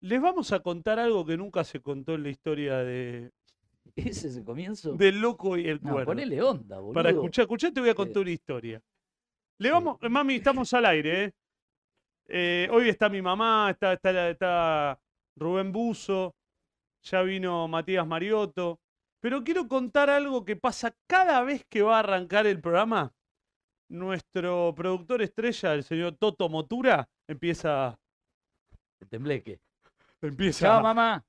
Les vamos a contar algo que nunca se contó en la historia de, ¿Ese es el comienzo? del loco y el No, cuervo. ponele onda, boludo. Para escuchar, escuchar, te voy a contar una historia. Le vamos, eh, mami, estamos al aire, ¿eh? Eh, hoy está mi mamá, está, está, la- está Rubén Buzo, ya vino Matías Mariotto. Pero quiero contar algo que pasa cada vez que va a arrancar el programa. Nuestro productor estrella, el señor Toto Motura, empieza. El tembleque. Chao, empieza. mamá.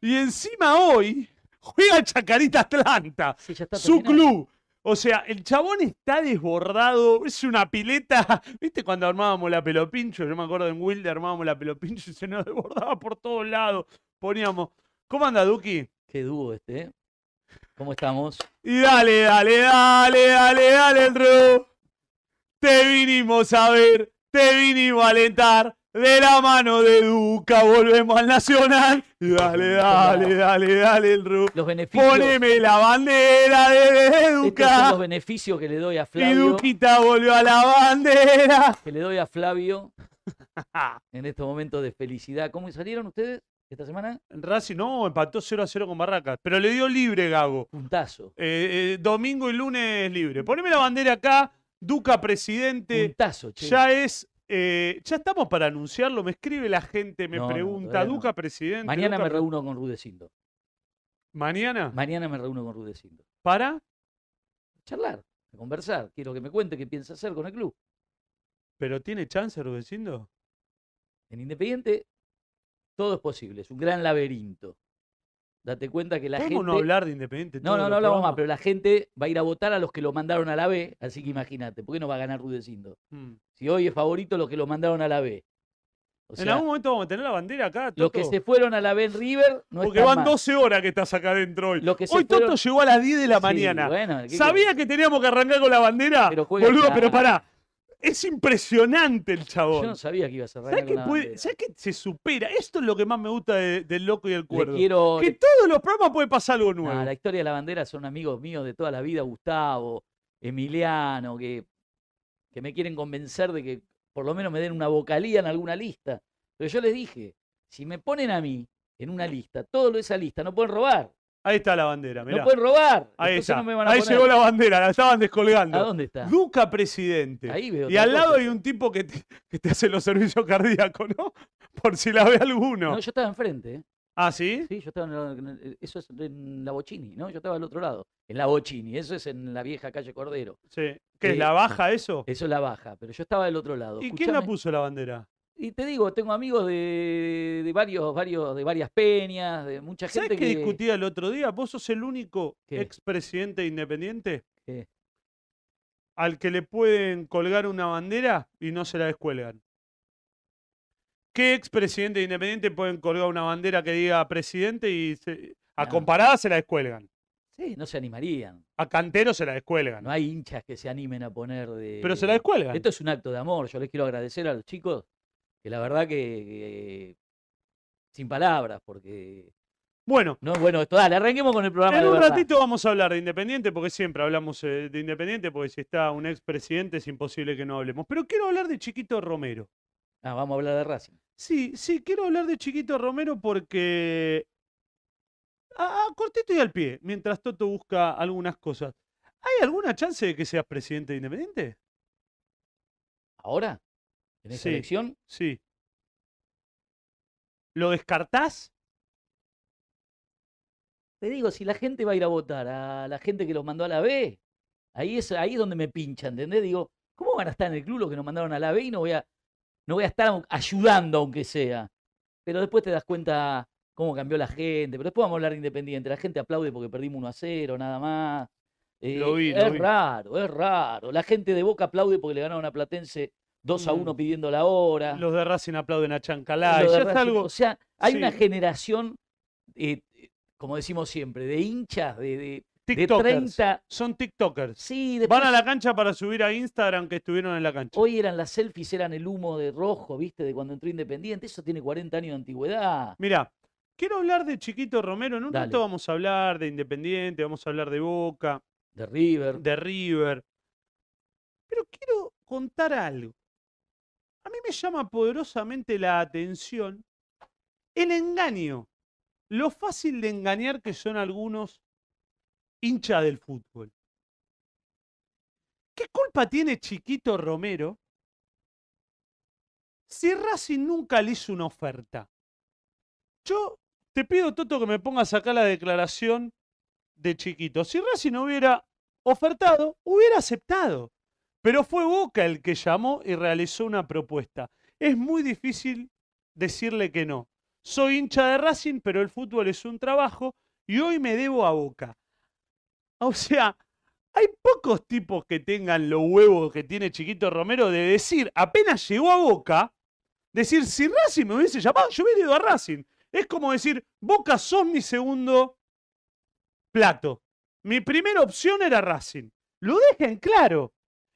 Y encima hoy juega Chacarita Atlanta. Sí, ya está su terminado. club. O sea, el chabón está desbordado, es una pileta. ¿Viste cuando armábamos la pelopincho? Yo me acuerdo en Wilde armábamos la pelopincho y se nos desbordaba por todos lados. Poníamos, ¿cómo anda Duki? Qué dúo este, ¿eh? ¿Cómo estamos? Y dale, dale, dale, dale, dale, Drew. Te vinimos a ver, te vinimos a alentar. De la mano de Duca volvemos al Nacional. Y dale, dale, dale, dale, el Drew. Los beneficios. Poneme la bandera de, de Estos son Duca. los beneficios que le doy a Y Flavio. Duquita volvió a la bandera. Que le doy a Flavio en estos momentos de felicidad. ¿Cómo salieron ustedes esta semana? Racing no, empató 0 a 0 con Barracas, pero le dio libre Gago. Puntazo. Eh, eh, domingo y lunes libre. Poneme la bandera acá, Duca presidente. Puntazo, che. Este, Ya es, eh, ya estamos para anunciarlo. Me escribe la gente, me No, no, pregunta, todavía no. Duca presidente. Mañana Duca me pre- reúno con Rudecindo. Mañana Mañana me reúno con Rudecindo. para, A charlar, a conversar. Quiero que me cuente qué piensa hacer con el club. pero tiene chance Rudecindo. En Independiente todo es posible. Es un gran laberinto. Date cuenta que la ¿Podemos gente... no hablar de Independiente? No, todos no, los no hablamos más, programas? pero la gente va a ir a votar a los que lo mandaron a la B, así que imagínate, ¿por qué no va a ganar Rudecindo? Mm. Si hoy es favorito los que lo mandaron a la B. O en sea, algún momento vamos a tener la bandera acá. los que Toto? se fueron a la B en River no Porque están van más. 12 horas que estás acá adentro hoy. Los que se hoy Toto fueron- llegó a las 10 de la Sí, mañana. bueno, ¿qué Sabía que teníamos que arrancar con la bandera. Pero juega boludo, ya. pero pará. Es impresionante el querés? Yo chabón. no sabía que iba a cerrar. ¿Sabes que, puede- ¿sabés que se supera? Esto es lo que más me gusta de- del loco y el Le cuerdo. quiero. Que le- todos los programas puede pasar algo Nah, nuevo. la historia de la bandera son amigos míos de toda la vida, Gustavo, Emiliano, que, que me quieren convencer de que por lo menos me den una vocalía en alguna lista. Pero yo les dije, si me ponen a mí en una lista, todo lo de esa lista, no pueden robar. Ahí está la bandera, mirá. No pueden robar. Ahí entonces está. no me van a Ahí poner. llegó la bandera, la estaban ¿A descolgando. dónde está? Duca presidente. Ahí veo. y otra al lado cosa. hay un tipo que te, que te hace los servicios cardíacos, ¿no? Por si la ve alguno. No, yo estaba enfrente. ¿eh? ¿Ah, sí? Sí, yo estaba en, la- en el- eso es en la Bochini, ¿no? Yo estaba al otro lado. En la Bochini, eso es en la vieja calle Cordero. Sí. ¿Qué es Sí. la baja eso? Eso es la baja, pero yo estaba del otro lado. ¿Y quién la Escuchame, puso la bandera? Y te digo, tengo amigos de, de varios, varios, de varias peñas, de mucha ¿Sabes gente qué que. discutía el otro día? Vos sos el único ¿Qué? expresidente independiente ¿Qué? al que le pueden colgar una bandera y no se la descuelgan. ¿Qué expresidente independiente pueden colgar una bandera que diga presidente y se- a No. comparada se la descuelgan? Sí, no se animarían. A Cantero se la descuelgan. No hay hinchas que se animen a poner de. Pero se la descuelgan. Esto es un acto de amor. Yo les quiero agradecer a los chicos que la verdad que. que- sin palabras, porque. Bueno, No, bueno, esto, dale, arranquemos con el programa. en de un verdad. ratito vamos a hablar de Independiente, porque siempre hablamos eh, de Independiente, porque si está un expresidente es imposible que no hablemos. Pero quiero hablar de Chiquito Romero. Ah, vamos a hablar de Racing. Sí, sí, quiero hablar de Chiquito Romero porque. A, a cortito y al pie, mientras Toto busca algunas cosas. ¿Hay alguna chance de que seas presidente de Independiente? ¿Ahora? ¿En esta Sí. elección? Sí. ¿Lo descartás? Te digo, si la gente va a ir a votar a la gente que los mandó a la B, ahí es, ahí es donde me pinchan, ¿entendés? Digo, ¿cómo van a estar en el club los que nos mandaron a la B y no voy a, no voy a estar au- ayudando aunque sea? Pero después te das cuenta cómo cambió la gente, pero después vamos a hablar de Independiente, la gente aplaude porque perdimos 1 a 0, nada más. Eh, Lo vi, lo es vi. raro, es raro. La gente de Boca aplaude porque le ganaron a Platense 2 a Mm. 1 pidiendo la hora. Los de Racing aplauden a Chancalay. Lo Ah. de Ya es Racing. algo. O sea, hay una sí. generación, eh, eh, como decimos siempre, de hinchas, de, de- de TikTokers. 30. Son TikTokers. Sí, Van después- a la cancha para subir a Instagram que estuvieron en la cancha. hoy eran las selfies, eran el humo de rojo, ¿viste? De cuando entró Independiente. Eso tiene 40 años de antigüedad. Mirá, quiero hablar de Chiquito Romero. En un Dale. rato vamos a hablar de Independiente, vamos a hablar de Boca. De River. de River. Pero quiero contar algo. A mí me llama poderosamente la atención El engaño. Lo fácil de engañar que son algunos hinchas del fútbol. ¿Qué culpa tiene Chiquito Romero si Racing nunca le hizo una oferta? Yo te pido, Toto, que me pongas acá la declaración de Chiquito. Si Racing no hubiera ofertado, hubiera aceptado. Pero fue Boca el que llamó y realizó una propuesta. Es muy difícil decirle que no. Soy hincha de Racing, pero el fútbol es un trabajo y hoy me debo a Boca. O sea, hay pocos tipos que tengan los huevos que tiene Chiquito Romero de decir, apenas llegó a Boca, decir, si Racing me hubiese llamado, yo hubiera ido a Racing. Es como decir, Boca sos mi segundo plato. Mi primera opción era Racing. Lo dejen claro.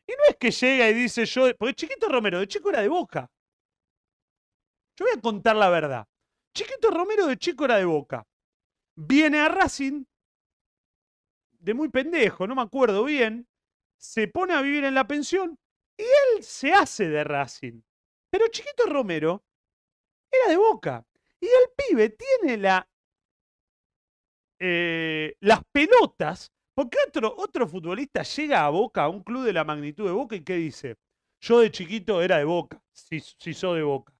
Y no es que llega y dice yo, porque Chiquito Romero de chico era de Boca. Yo voy a contar la verdad. Chiquito Romero de chico era de Boca. Viene a Racing de muy pendejo, no me acuerdo bien, se pone a vivir en la pensión y él se hace de Racing. Pero Chiquito Romero era de Boca. Y el pibe tiene la, eh, las pelotas, porque otro, otro futbolista llega a Boca, a un club de la magnitud de Boca, y ¿qué dice? Yo de chiquito era de Boca, si, si sos de Boca.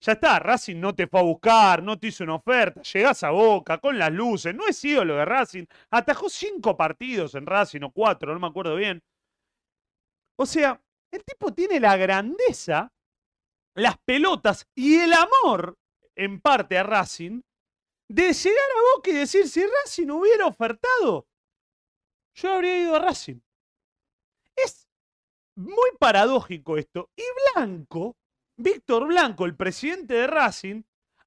Ya está, Racing no te fue a buscar, no te hizo una oferta, llegás a Boca con las luces, no es ídolo de Racing, atajó cinco partidos en Racing o cuatro, no me acuerdo bien. O sea, el tipo tiene la grandeza, las pelotas y el amor, en parte, a Racing, de llegar a Boca y decir, si Racing hubiera ofertado, yo habría ido a Racing. Es muy paradójico esto. Y Blanco Víctor Blanco, el presidente de Racing,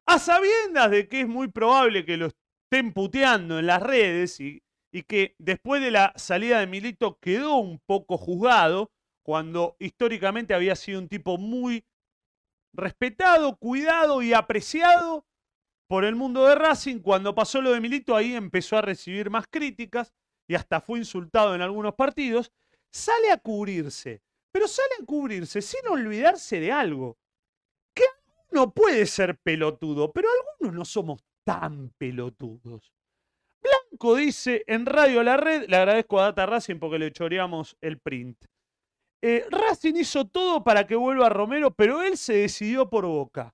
a sabiendas de que es muy probable que lo estén puteando en las redes y, y, que después de la salida de Milito quedó un poco juzgado, cuando históricamente había sido un tipo muy respetado, cuidado y apreciado por el mundo de Racing, cuando pasó lo de Milito ahí empezó a recibir más críticas y hasta fue insultado en algunos partidos, sale a cubrirse, pero sale a cubrirse sin olvidarse de algo que alguno puede ser pelotudo, pero algunos no somos tan pelotudos. Blanco dice en Radio La Red, le agradezco a Data Racing porque le choreamos el print. Eh, Racing hizo todo para que vuelva Romero, pero él se decidió por boca.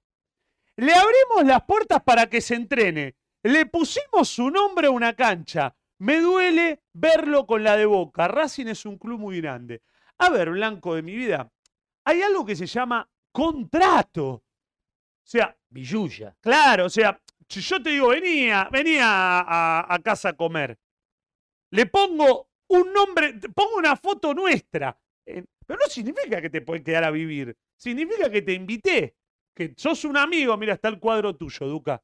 Le abrimos las puertas para que se entrene. Le pusimos su nombre a una cancha. Me duele verlo con la de boca. Racing es un club muy grande. A ver, Blanco de mi vida, hay algo que se llama contrato. O sea, Villuya. claro, o sea, si yo te digo, venía, venía a, a- a casa a comer, le pongo un nombre, te pongo una foto nuestra. eh, Pero no significa que te puedes quedar a vivir. Significa que te invité. Que sos un amigo. Mira, está el cuadro tuyo, Duca.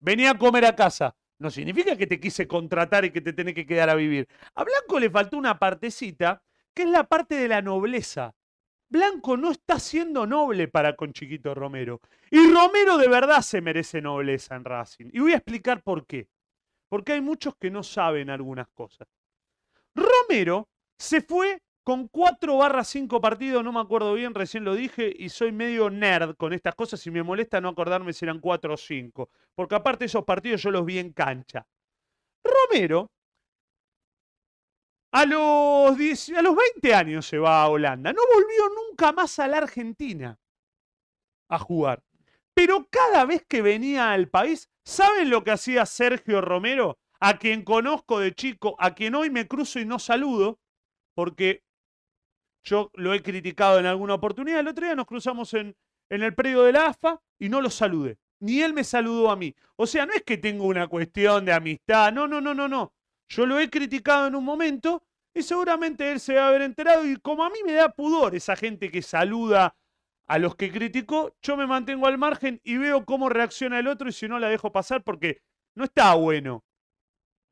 Venía a comer a casa. No significa que te quise contratar y que te tenés que quedar a vivir. A Blanco le faltó una partecita que es la parte de la nobleza. Blanco no está siendo noble para con Chiquito Romero. Y Romero de verdad se merece nobleza en Racing. Y voy a explicar por qué. Porque hay muchos que no saben algunas cosas. Romero se fue con 4 barra 5 partidos, no me acuerdo bien, recién lo dije, y soy medio nerd con estas cosas y me molesta no acordarme si eran 4 o 5. Porque aparte esos partidos yo los vi en cancha. Romero a los, 10 a los 20 años se va a Holanda. No volvió nunca más a la Argentina a jugar. Pero cada vez que venía al país, ¿saben lo que hacía Sergio Romero? A quien conozco de chico, a quien hoy me cruzo y no saludo, porque yo lo he criticado en alguna oportunidad. El otro día nos cruzamos en, en el predio de la AFA y no lo saludé. Ni él me saludó a mí. O sea, no es que tengo una cuestión de amistad. No, no, no, no, no. Yo lo he criticado en un momento y seguramente él se va a haber enterado. Y como a mí me da pudor esa gente que saluda a los que criticó, yo me mantengo al margen y veo cómo reacciona el otro y si no la dejo pasar porque no está bueno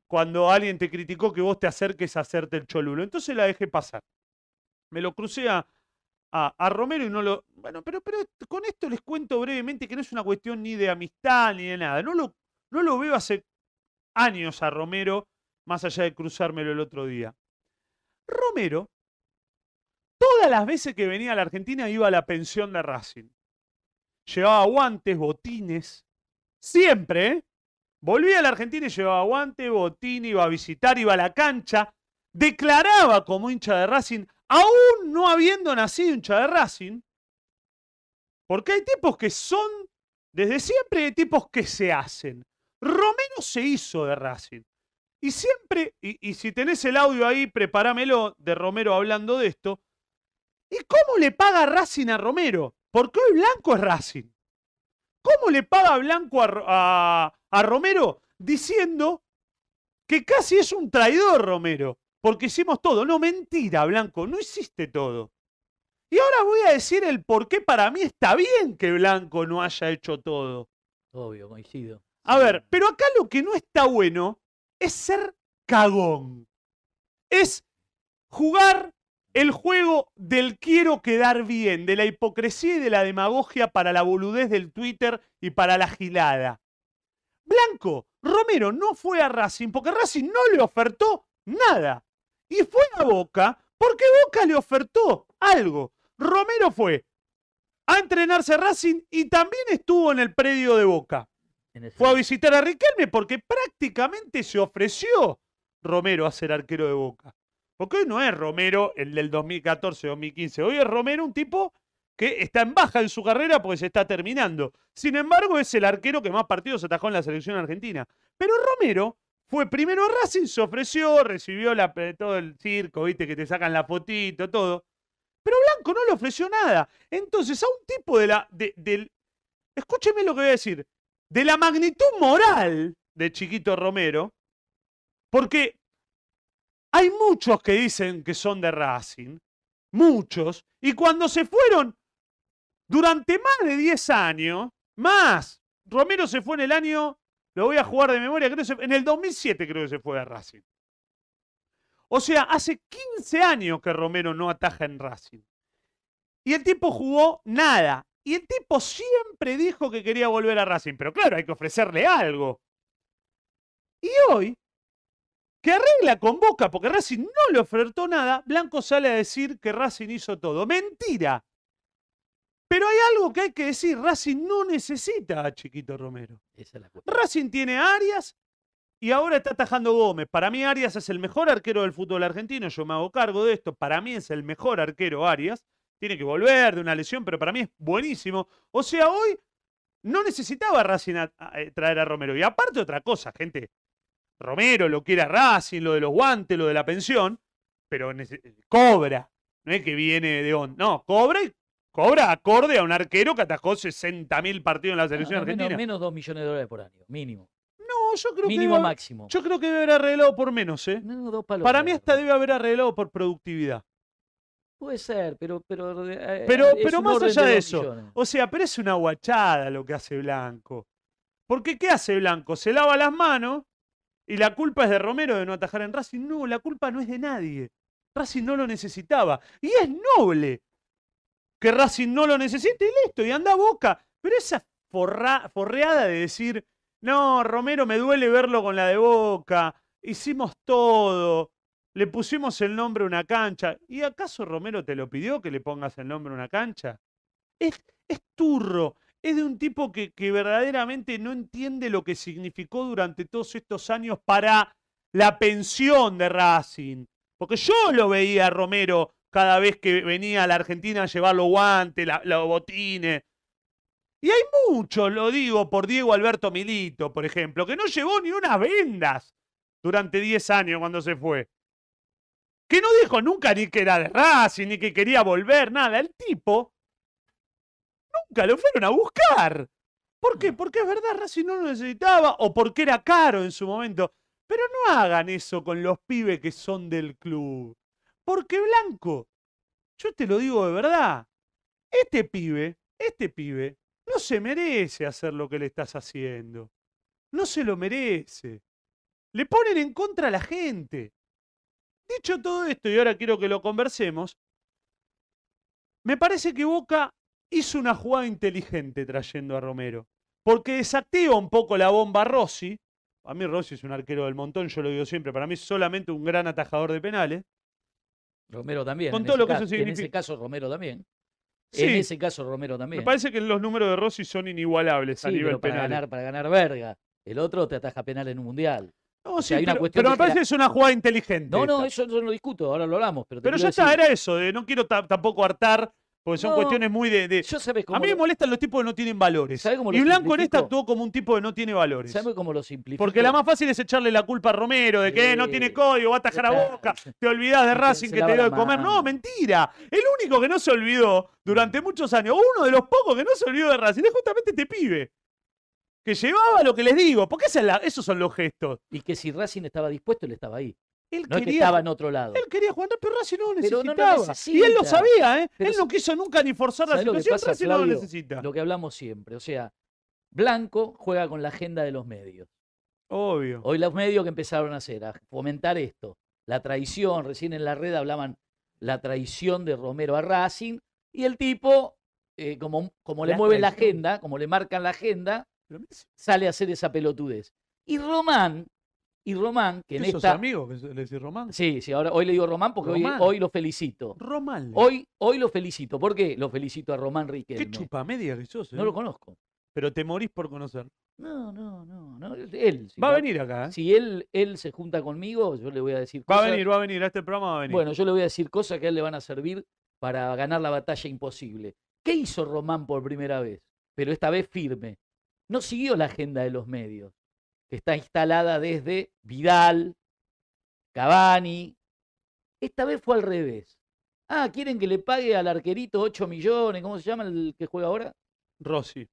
cuando alguien te criticó que vos te acerques a hacerte el cholulo. Entonces la dejé pasar. Me lo crucé a, a- a Romero y no lo... Bueno, pero, pero con esto les cuento brevemente que no es una cuestión ni de amistad ni de nada. No lo, no lo veo hace años a Romero más allá de cruzármelo el otro día. Romero, todas las veces que venía a la Argentina, iba a la pensión de Racing. llevaba guantes, botines. Siempre, ¿eh? Volvía a la Argentina y llevaba guantes, botines, iba a visitar, iba a la cancha. Declaraba como hincha de Racing, aún no habiendo nacido hincha de Racing. Porque hay tipos que son desde siempre y hay tipos que se hacen. Romero se hizo de Racing. Y siempre, y, y si tenés el audio ahí, prepáramelo de Romero hablando de esto. ¿Y cómo le paga Racing a Romero? Porque hoy Blanco es Racing. ¿Cómo le paga Blanco a, Ro- a- a Romero diciendo que casi es un traidor Romero? Porque hicimos todo. No, mentira, Blanco, no hiciste todo. Y ahora voy a decir el por qué para mí está bien que Blanco no haya hecho todo. Obvio, coincido. A Sí. ver, pero acá lo que no está bueno es ser cagón. Es jugar el juego del quiero quedar bien, de la hipocresía y de la demagogia para la boludez del Twitter y para la gilada. Blanco, Romero no fue a Racing porque Racing no le ofertó nada. Y fue a Boca porque Boca le ofertó algo. Romero fue a entrenarse a Racing y también estuvo en el predio de Boca En el fue a sur. visitar a Riquelme porque prácticamente se ofreció Romero a ser arquero de Boca. Porque hoy no es Romero el del 2014-2015. Hoy es Romero un tipo que está en baja en su carrera porque se está terminando. Sin embargo, es el arquero que más partidos atajó en la selección argentina. Pero Romero fue primero a Racing, se ofreció, recibió la, eh, todo el circo, viste, que te sacan la fotito, todo. Pero Blanco no le ofreció nada. Entonces, a un tipo de la. de- del, escúcheme lo que voy a decir de la magnitud moral de Chiquito Romero, porque hay muchos que dicen que son de Racing, muchos, y cuando se fueron durante más de 10 años, más, Romero se fue en el año, lo voy a jugar de memoria, creo que se- en el 2007 creo que se fue de Racing. O sea, hace 15 años que Romero no ataja en Racing. Y el tipo jugó nada. Y el tipo siempre dijo que quería volver a Racing. Pero claro, hay que ofrecerle algo. Y hoy, que arregla con Boca, porque Racing no le ofertó nada, Blanco sale a decir que Racing hizo todo. Mentira. Pero hay algo que hay que decir. Racing no necesita a Chiquito Romero. Esa es la cuestión. Racing tiene a Arias y ahora está atajando Gómez. Para mí Arias es el mejor arquero del fútbol argentino, yo me hago cargo de esto. Para mí es el mejor arquero Arias. Tiene que volver de una lesión, pero para mí es buenísimo. O sea, hoy no necesitaba Racing a- a- eh, traer a Romero. Y aparte otra cosa, gente. Romero lo quiere a Racing, lo de los guantes, lo de la pensión, pero nece- cobra. No es que viene de on. No, cobra y cobra acorde a un arquero que atajó 60.000 partidos en la selección No, no, menos- argentina. Menos 2 millones de dólares por año, mínimo. No, yo creo que Mínimo debe- máximo. yo creo que debe haber arreglado por menos, ¿eh? No, dos palos Para por mí año. hasta debe haber arreglado por productividad. Puede ser, pero. Pero, eh, Pero- es pero un más orden allá de dos eso, millones. O sea, pero es una guachada lo que hace Blanco. Porque ¿qué hace Blanco? Se lava las manos y la culpa es de Romero de no atajar en Racing. No, la culpa no es de nadie. Racing no lo necesitaba. Y es noble que Racing no lo necesite y listo, y anda a boca. Pero esa forra- forreada de decir, no, Romero me duele verlo con la de boca, hicimos todo, le pusimos el nombre a una cancha. ¿Y acaso Romero te lo pidió que le pongas el nombre a una cancha? Es, es turro, es de un tipo que, que verdaderamente no entiende lo que significó durante todos estos años para la pensión de Racing. Porque yo lo veía a Romero cada vez que venía a la Argentina a llevar los guantes, la- los botines. Y hay muchos, lo digo, por Diego Alberto Milito, por ejemplo, que no llevó ni unas vendas durante 10 años cuando se fue. Que no dijo nunca ni que era de Racing, ni que quería volver, nada. El tipo nunca lo fueron a buscar. ¿Por qué? Porque es verdad, Racing no lo necesitaba o porque era caro en su momento. Pero no hagan eso con los pibes que son del club. Porque Blanco, yo te lo digo de verdad, este pibe, este pibe, no se merece hacer lo que le estás haciendo. No se lo merece. Le ponen en contra a la gente. Dicho todo esto, y ahora quiero que lo conversemos, me parece que Boca hizo una jugada inteligente trayendo a Romero. Porque desactiva un poco la bomba Rossi. A mí Rossi es un arquero del montón, yo lo digo siempre. Para mí es solamente un gran atajador de penales. Romero también. con en todo ese lo que eso caso- En ese significa. caso, Romero también. En Sí. ese caso Romero también. Me parece que los números de Rossi son inigualables Sí, a nivel pero para penal. ganar, para ganar verga. El otro te ataja penal en un mundial. No, sí, sea, hay una pero, cuestión pero de me parece jerarquía. que es una jugada inteligente. No, no, esta. eso yo no lo discuto, ahora lo hablamos. Pero, te Pero quiero ya está, decir, era eso, de no quiero ta- tampoco hartar, porque son No. cuestiones muy de... de- Yo sabes cómo, A mí me lo- molestan los tipos que no tienen valores. ¿Sabe cómo lo Y Blanco en esta simplifico? actuó como un tipo que no tiene valores. ¿sabes cómo lo simplifico? Porque la más fácil es echarle la culpa a Romero de que eh, no Sí. tiene código, va a atajar a Claro, Boca, sí. te olvidás de Se- Racing se que lava te dio de la comer. mano. No, mentira. El único que no se olvidó durante muchos años, uno de los pocos que no se olvidó de Racing, es justamente este pibe. Que llevaba lo que les digo, porque esa es la- esos son los gestos. Y que si Racing estaba dispuesto, él estaba ahí. Él No es que quería estaba en otro lado. Él quería jugar, pero Racing no lo Pero no lo necesitaba. y él lo necesita. sabía, ¿eh? Pero él no quiso nunca ni forzar la ¿sabés lo que situación. pasa, Racing no lo Flavio? necesita. Lo que hablamos siempre. O sea, Blanco juega con la agenda de los medios. Obvio. Hoy los medios que empezaron a hacer, a fomentar esto, la traición, recién en la red hablaban la traición de Romero a Racing, y el tipo, eh, como, como le La mueven la traición. agenda, como le marcan la agenda, Pero mirá si sale a hacer esa pelotudez. Y Román, y Román, que en ¿Sos esta... amigo? que le decís Román? Sí, sí, ahora hoy le digo Román porque hoy, Román. hoy lo felicito. Román. Hoy, hoy lo felicito. ¿Por qué lo felicito a Román Riquelme? Qué chupamedia que sos, ¿eh? No lo conozco. Pero te morís por conocer. No, no, no, no. Él. si va a va- venir acá, ¿eh? Si él, él se junta conmigo, yo le voy a decir Va a cosas- venir, va a venir. A este programa va a venir. Bueno, yo le voy a decir cosas que a él le van a servir para ganar la batalla imposible. ¿Qué hizo Román por primera vez? Pero esta vez firme. No siguió la agenda de los medios, que está instalada desde Vidal, Cavani. Esta vez fue al revés. Ah, quieren que le pague al arquerito 8 millones, ¿cómo se llama el que juega ahora? Rossi.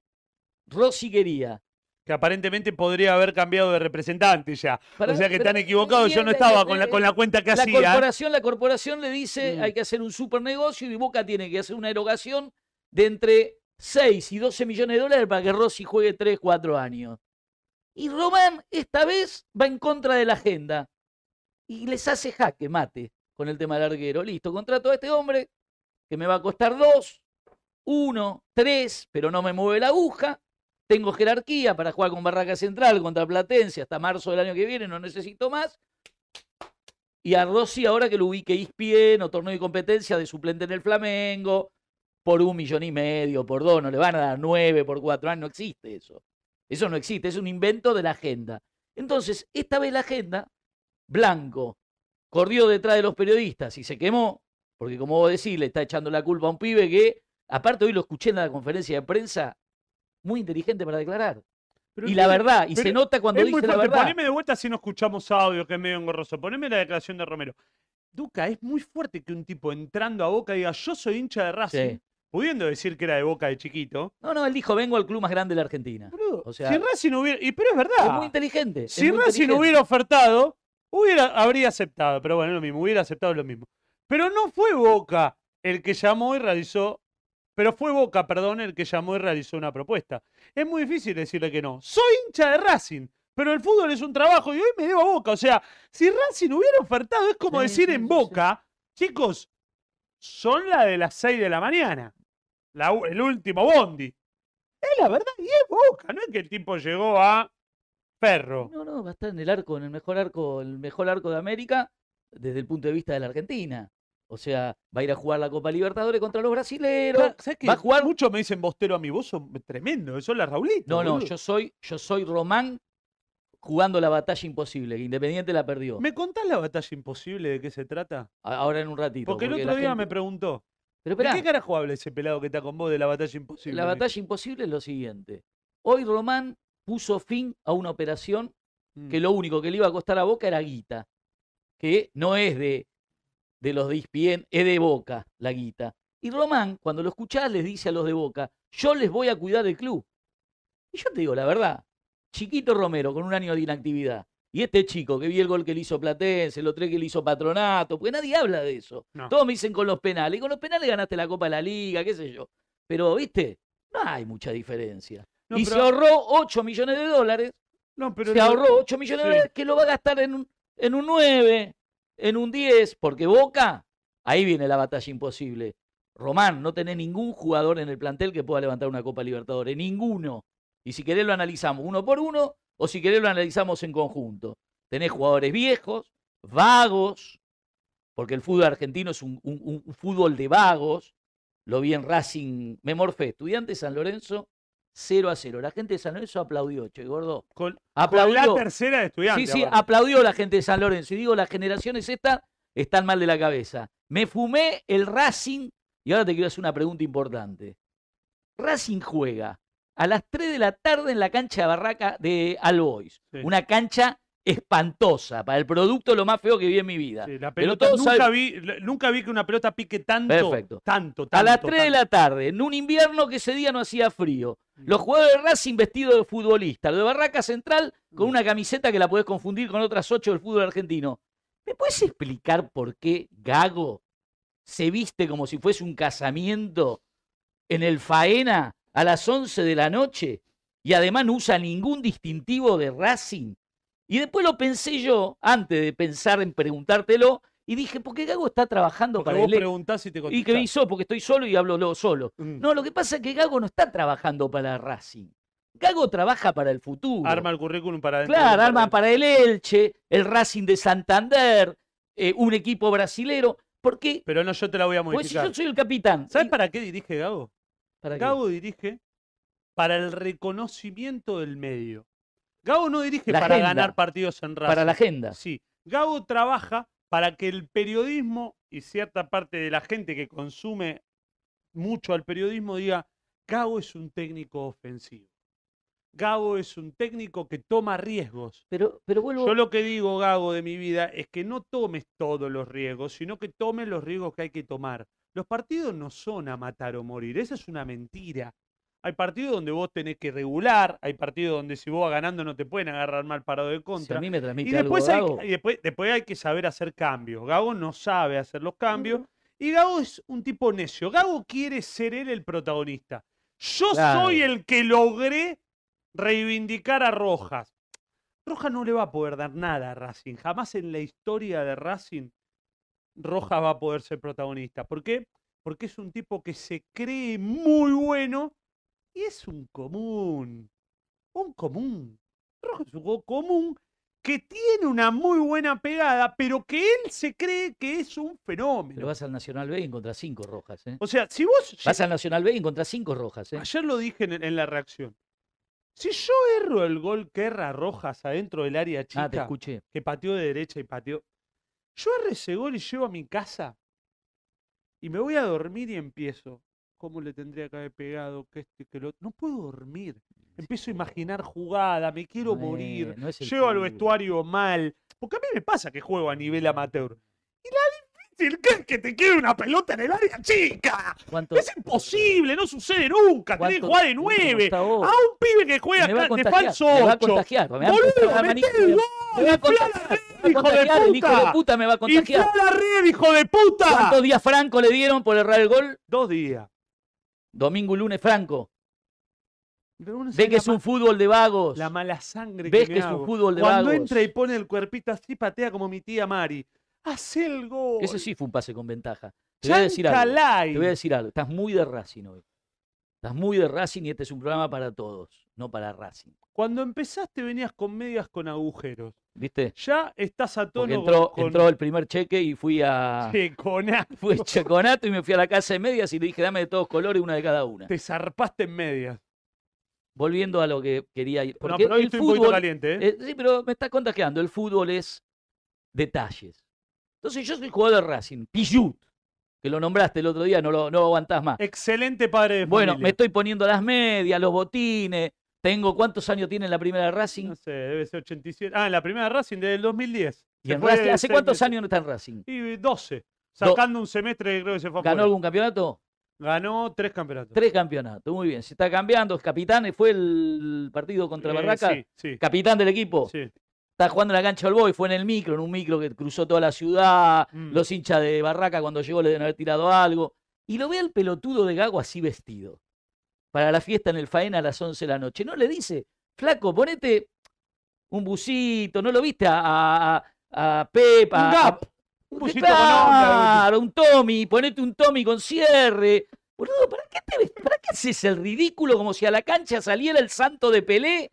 Rossi quería. Que aparentemente podría haber cambiado de representante ya. Pará, o sea que pero- están equivocados. Yo no estaba con la, con la cuenta que la hacía. corporación, la corporación le dice Mm. hay que hacer un super negocio y Boca tiene que hacer una erogación de entre 6 y 12 millones de dólares para que Rossi juegue 3, 4 años. Y Román esta vez va en contra de la agenda y les hace jaque mate con el tema del larguero. Listo, contrato a este hombre que me va a costar 2, 1, 3, pero no me mueve la aguja. Tengo jerarquía para jugar con Barraca Central contra Platense hasta marzo del año que viene, no necesito más. Y a Rossi, ahora que lo ubique Ispien o torneo de competencia de suplente en el Flamengo, por un millón y medio, por dos, no le van a dar nueve, por cuatro años, no existe eso. Eso no existe, es un invento de la agenda. Entonces, esta vez la agenda, Blanco, corrió detrás de los periodistas y se quemó, porque como vos decís, le está echando la culpa a un pibe que, aparte hoy lo escuché en la conferencia de prensa, muy inteligente para declarar. Pero y es la muy- verdad, y se pero nota cuando Es dice muy la fuerte. verdad. Poneme de vuelta si no escuchamos audio, que es medio engorroso. Poneme la declaración de Romero. Duca, es muy fuerte que un tipo entrando a Boca diga, yo soy hincha de Racing, Sí. pudiendo decir que era de Boca de chiquito. No, no, él dijo, vengo al club más grande de la Argentina. Boludo, O sea- si Racing hubiera... Y, pero es Es muy verdad. inteligente. es Ah, si muy Racing inteligente. hubiera ofertado, hubiera, habría aceptado. Pero bueno, es lo mismo, hubiera aceptado lo mismo. Pero no fue Boca el que llamó y realizó... Pero fue Boca, perdón, el que llamó y realizó una propuesta. Es muy difícil decirle que no. Soy hincha de Racing, pero el fútbol es un trabajo y hoy me debo a Boca. O sea, si Racing hubiera ofertado, es como Sí, decir sí, en sí, Boca, chicos, son la de las 6 de la mañana. La u- el último bondi. Es la verdad, y es Boca. No es que el tipo llegó a Ferro. No, no, va a estar en el arco, en el mejor arco, el mejor arco de América desde el punto de vista de la Argentina. O sea, va a ir a jugar la Copa Libertadores contra los brasileros. Claro, ¿sabés va a jugar- Muchos me dicen bostero a mí, vos sos tremendo, sos la Raulito. No, no, boludo. yo soy, yo soy Román jugando la batalla imposible, que Independiente la perdió. ¿Me contás la batalla imposible de qué se trata? A- Ahora en un ratito. Porque el la otro día gente- me preguntó, Pero ¿de esperá, qué carajo habla ese pelado que está con vos de la batalla imposible? la Me batalla imposible es lo siguiente. Hoy Román puso fin a una operación Mm. que lo único que le iba a costar a Boca era guita, que no es de, de los de E Ispien, es de Boca la guita. Y Román, cuando lo escuchás, les dice a los de Boca, yo les voy a cuidar el club. Y yo te digo la verdad, chiquito Romero con un año de inactividad, y este chico que vi el gol que le hizo Platense, los tres que le hizo Patronato, porque nadie habla de eso. No. Todos me dicen con los penales, y con los penales ganaste la Copa de la Liga, qué sé yo. Pero, viste, no hay mucha diferencia. No, y se pero- ahorró 8 millones de dólares no, pero se lo- ahorró 8 sí. millones de dólares que lo va a gastar en un, en un 9, en un 10, porque Boca, ahí viene la batalla imposible. Román, no tenés ningún jugador en el plantel que pueda levantar una Copa Libertadores, ninguno. Y si querés lo analizamos uno por uno o si querés lo analizamos en conjunto. Tenés jugadores viejos, vagos, porque el fútbol argentino es un, un- un fútbol de vagos, Lo vi en Racing, me morfé, estudiante de San Lorenzo, 0 a 0. La gente de San Lorenzo aplaudió, che, gordo. Con, con la Aplaudió. tercera de Sí, estudiantes. sí, aparte. aplaudió la gente de San Lorenzo. Y digo, las generaciones estas están mal de la cabeza. Me fumé el Racing y ahora te quiero hacer una pregunta importante. Racing juega a las 3 de la tarde en la cancha de Barraca de Albois. Sí. Una cancha espantosa, para el producto lo más feo que vi en mi vida. Sí, la Pero pelota, todos nunca, saben- vi, la- nunca vi que una pelota pique tanto. Perfecto. Tanto, tanto. a las 3 de tanto. la tarde, en un invierno que ese día no hacía frío. Los jugadores de Racing vestidos de futbolista. Lo de Barraca Central con Mm. una camiseta que la podés confundir con otras ocho del fútbol argentino. ¿Me puedes explicar por qué Gago se viste como si fuese un casamiento en el Faena a las 11 de la noche y además no usa ningún distintivo de Racing? Y después lo pensé yo, antes de pensar en preguntártelo, y dije, ¿por qué Gago está trabajando Porque para vos el... E-? preguntás si te ¿Y contestan. qué hizo? Porque estoy solo y hablo lo- solo. Mm. No, lo que pasa es que Gago no está trabajando para Racing. Gago trabaja para el futuro. Arma el currículum para adentro. claro, arma adentro. para el Elche, el Racing de Santander, eh, un equipo brasilero. Porque, Pero no, yo te la voy a pues si modificar. yo soy el capitán. ¿Sabes y- para qué dirige Gago? para qué? Gago dirige para el reconocimiento del medio. Gago no dirige La para agenda. ganar partidos en Racing. Para la agenda. Sí. Gago trabaja para que el periodismo y cierta parte de la gente que consume mucho al periodismo diga, Gago es un técnico ofensivo. Gago es un técnico que toma riesgos. Pero, pero vuelvo. Yo lo que digo, Gago, de mi vida es que no tomes todos los riesgos, sino que tomes los riesgos que hay que tomar. Los partidos no son a matar o morir, esa es una mentira. Hay partidos donde vos tenés que regular, hay partidos donde si vos vas ganando no te pueden agarrar mal parado de si contra. a mí me Y transmite algo, después, hay, Gago, y después, después hay que saber hacer cambios. Gago no sabe hacer los cambios. Y Gago es un tipo necio. Gago quiere ser él el protagonista. Yo Claro. soy el que logré reivindicar a Rojas. Rojas no le va a poder dar nada a Racing. Jamás en la historia de Racing Rojas va a poder ser protagonista. ¿Por qué? Porque es un tipo que se cree muy bueno y es un común. Un común. Rojas es un juego común que tiene una muy buena pegada, pero que él se cree que es un Pero fenómeno. vas al Nacional B y encontrás cinco rojas. ¿eh? O sea, si vos... Vas al Nacional B y encontrás cinco rojas. ¿eh? Ayer lo dije en, en la reacción. Si yo erro el gol que erra Rojas adentro del área chica, Ah, te escuché. que pateó de derecha y pateó. Yo erro ese gol y llego a mi casa y me voy a dormir y empiezo. ¿Cómo le tendría que haber pegado? Que este, que lo... No puedo dormir. Empiezo a imaginar jugada, me quiero No es- morir. no es el Llego al fútbol. vestuario mal. Porque a mí me pasa que juego a nivel amateur. Y la difícil que es que te quede una pelota en el área chica. ¿Cuánto- Es imposible, no sucede nunca. Tenés que cuánto- jugar de cómo está nueve. A vos? un pibe que juega me va a acá de contagiar, falso me va a 8. contagiar, me va a Boludo, contagiar, meté manito, el me va- gol, me va a inflá la contagiar, red, hijo de contagiar, el hijo de puta. puta me va a Inflá contagiar. la red, hijo de puta! ¿Cuántos días Franco le dieron por errar el gol? Dos días. Domingo y lunes Franco. Pero uno Ve sabe que la es un ma- fútbol de vagos. La mala sangre Ves que, me que es hago. un fútbol de Cuando vagos. entra y pone el cuerpito así, patea como mi tía Mari. Hace el gol. Ese sí fue un pase con ventaja. Te voy a decir algo. Chancalay. Te voy a decir algo. Estás muy de Racing hoy. Estás muy de Racing y este es un programa para todos, no para Racing. Cuando empezaste venías con medias con agujeros. ¿Viste? Ya estás a tono Porque entró, con... entró el Ah. primer cheque y fui a. Che, con a- Fui a Chaconato y me fui a la casa de medias y le dije, dame de todos colores una de cada una. Te zarpaste en medias. Volviendo a lo que quería ir. No, Porque pero hoy el estoy un poquito fútbol caliente, ¿eh? Eh, sí, pero me está contagiando. El fútbol es detalles. Entonces, yo soy jugador de Racing, Pichut, que lo nombraste el otro día, no lo no lo aguantás más. Excelente padre de Bueno, me familia. estoy poniendo las medias, los botines. Tengo cuántos años tiene en la primera de Racing. No sé, debe ser 87. Ah, en la primera Racing desde el 2010. Y Se en fue Racing- ¿Hace seis cuántos meses. años no está en Racing? Y 12. Sacando un semestre que creo que se fue a ¿Ganó fuera. algún campeonato? Ganó tres campeonatos. Tres campeonatos. Muy bien. Se está cambiando. es Capitán fue el partido contra Eh, Barraca. sí, sí, Capitán del equipo. sí. Estaba jugando en la cancha del Boy, fue en el micro, en un micro que cruzó toda la ciudad. Mm. Los hinchas de Barraca cuando llegó le deben haber tirado algo. Y lo ve al pelotudo de Gago así vestido. Para la fiesta en el Faena a las 11 de la noche. No le dice, flaco, ponete un busito. ¿No lo viste a, a, a- a Pep? Un a- Gap, a- un que busito con onda, claro, un Tommy. Ponete un Tommy con cierre. Boludo, ¿para qué, te ves- ¿para qué haces el ridículo como si a la cancha saliera el santo de Pelé?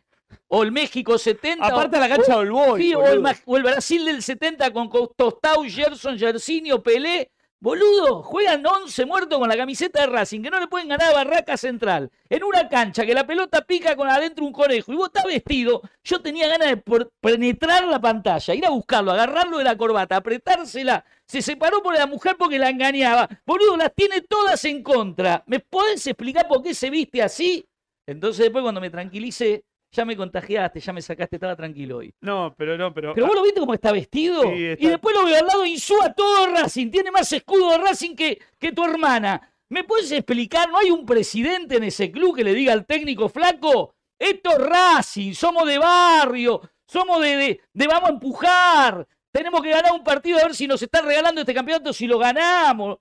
O el México 70. o- Aparte la cancha del Boy. Sí, o boludo. el, Ma- o el Brasil del 70 con Co- Tostau, Gerson, Jersinho, Pelé Boludo, juegan 11 muertos con la camiseta de Racing, que no le pueden ganar a Barraca Central. En una cancha que la pelota pica con adentro un conejo y vos estás vestido, yo tenía ganas de por- penetrar la pantalla, ir a buscarlo, agarrarlo de la corbata, apretársela. Se separó por la mujer porque la engañaba. Boludo, las tiene todas en contra. ¿Me podés explicar por qué se viste así? Entonces después cuando me tranquilicé, ya me contagiaste, ya me sacaste, estaba tranquilo hoy. No, pero no, pero. Pero vos lo viste cómo está vestido. Sí, está- Y después lo veo al lado y suba todo Racing. Tiene más escudo de Racing que, que tu hermana. ¿Me puedes explicar? ¿No hay un presidente en ese club que le diga al técnico flaco? Esto es Racing, somos de barrio, somos de, de- de vamos a empujar. Tenemos que ganar un partido a ver si nos están regalando este campeonato, si lo ganamos.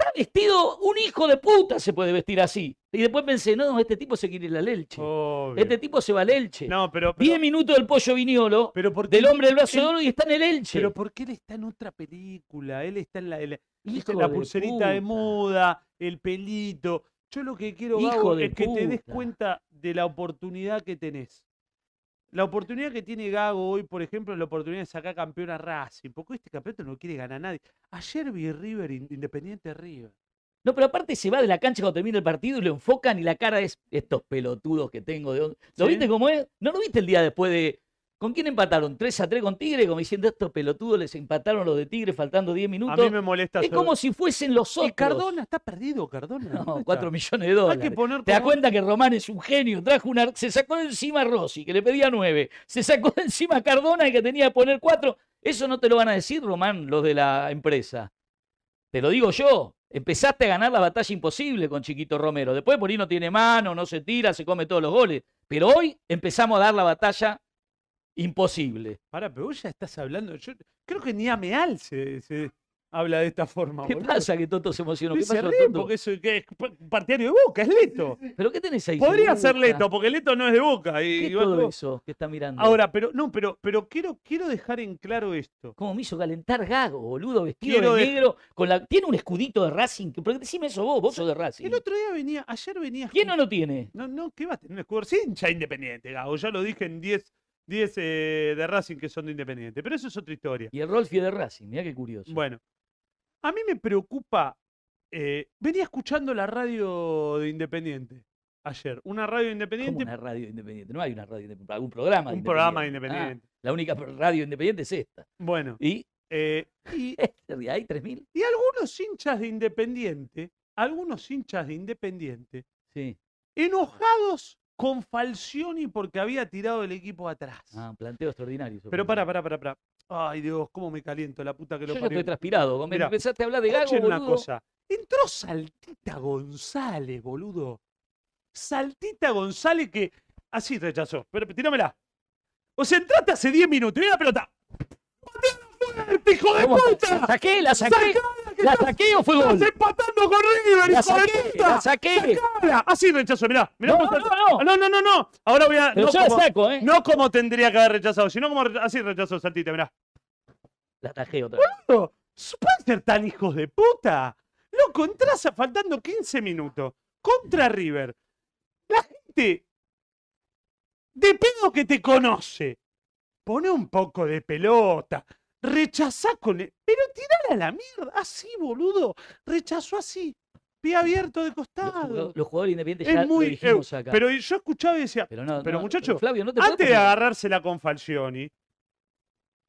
Está vestido, un hijo de puta se puede vestir así. Y después pensé, no, este tipo se quiere ir a Elche. Obvio. Este tipo se va al Elche. No, pero. pero- 10 minutos del pollo viñolo pero ¿por qué- del hombre del brazo él- de oro y está en el Elche. Pero porque él está en otra película, él está en la, en la- Hijo la de pulserita puta. de moda, el pelito. Yo lo que quiero, Hijo Gabo, de es que te des puta. cuenta de la oportunidad que tenés. La oportunidad que tiene Gago hoy, por ejemplo, es la oportunidad de sacar campeón a Racing, porque este campeonato no quiere ganar nadie. Ayer vi River, in- Independiente River. No, pero aparte se va de la cancha cuando termina el partido y lo enfocan y la cara es estos pelotudos que tengo. De... on-". ¿Lo Sí. viste cómo es? ¿No lo viste el día después de... ¿Con quién empataron? ¿3 a 3 con Tigre? Como diciendo, estos pelotudos les empataron los de Tigre faltando 10 A minutos. mí me molesta. Es sobre- como si fuesen los Y otros. Cardona está perdido, Cardona. ¿dónde No, está? 4 millones de Hay dólares. que poner ¿Te das como- cuenta que Román es un genio? Trajo una, se sacó de encima a Rossi, que le pedía nueve. Se sacó de encima a Cardona, y que tenía que poner cuatro. Eso no te lo van a decir, Román, los de la empresa. Te lo digo yo. Empezaste a ganar la batalla imposible con Chiquito Romero. Después por ahí no tiene mano, no se tira, se come todos los goles. Pero hoy empezamos a dar la batalla imposible. Pará, pero vos ya estás hablando. Yo creo que ni Ameal se, se habla de esta forma. ¿Qué boludo. pasa que Toto se emocionó? ¿Qué Sí, se pasó, ríe Toto? porque eso que es pa- partidario de Boca, es Leto. ¿Pero qué tenés ahí? Podría Zubuca? ser Leto, porque Leto no es de Boca. y- ¿Qué es igual que todo vos. eso que está mirando? Ahora, pero no, pero, pero quiero, quiero dejar en claro esto. ¿Cómo me hizo calentar Gago, boludo, vestido Quiero de de- negro? Con la... Tiene un escudito de Racing. que- Porque decime eso vos, vos sos de Racing. El otro día venía, ayer venía. ¿Quién no lo tiene? No, no, ¿qué va a tener un escudo? Sí, hincha independiente, Gabo. Ya lo dije en 10 10 eh, de Racing que son de independiente. Pero eso es otra historia. Y el Rolfi es de Racing, mirá qué curioso. Bueno, a mí me preocupa. eh, venía escuchando la radio de Independiente ayer. Una radio Como independiente, una radio independiente. No hay una radio independiente, algún programa. de un programa de independiente. independiente. Ah, la única pro- radio independiente es esta. Bueno, Y eh, y hay 3.000. Y algunos hinchas de Independiente, algunos hinchas de Independiente, Sí. enojados con Falcioni porque había tirado el equipo atrás. Ah, planteo extraordinario. eso Pero fue. pará, pará, pará, pará. Ay, Dios, cómo me caliento la puta que Yo lo ya estoy parió. transpirado. Cuando Mirá, empezaste a hablar de Gago, Escuchen una boludo, cosa. Entró Saltita González, boludo. Saltita González que así rechazó. Pero tirámela. O sea, entraste hace 10 minutos. Mira la pelota. ¡Pateala fuerte, hijo de ¿cómo? puta! ¿La saqué? ¿La saqué? Sacala, que ¿La estás- saqué o fue gol? ¡Estás empatando con River, ¿La hijo de saqué? puta! ¿La saqué? ¡Sacala! Así rechazo, mirá. mirá No, cómo no, está- no, no. no, no, no, no. Ahora voy a. Pero No yo la como, saco, ¿eh? no como tendría que haber rechazado, sino como re- así rechazó Saltita, mirá. La tajé otra vez. No, ¿Pueden ser tan hijos de puta? Loco, entras a- faltando 15 minutos contra River. La gente. De pedo que te conoce. Pone un poco de pelota. Rechazá con el. Pero tirala a la mierda. Así, boludo. Rechazó así. Pie abierto de Los, costado. jugado- los jugadores independientes Es ya muy- lo dijimos acá. Pero yo escuchaba y decía, Pero no, Pero, no, muchacho, Flavio, no te podés antes de poner- agarrársela con Falcioni,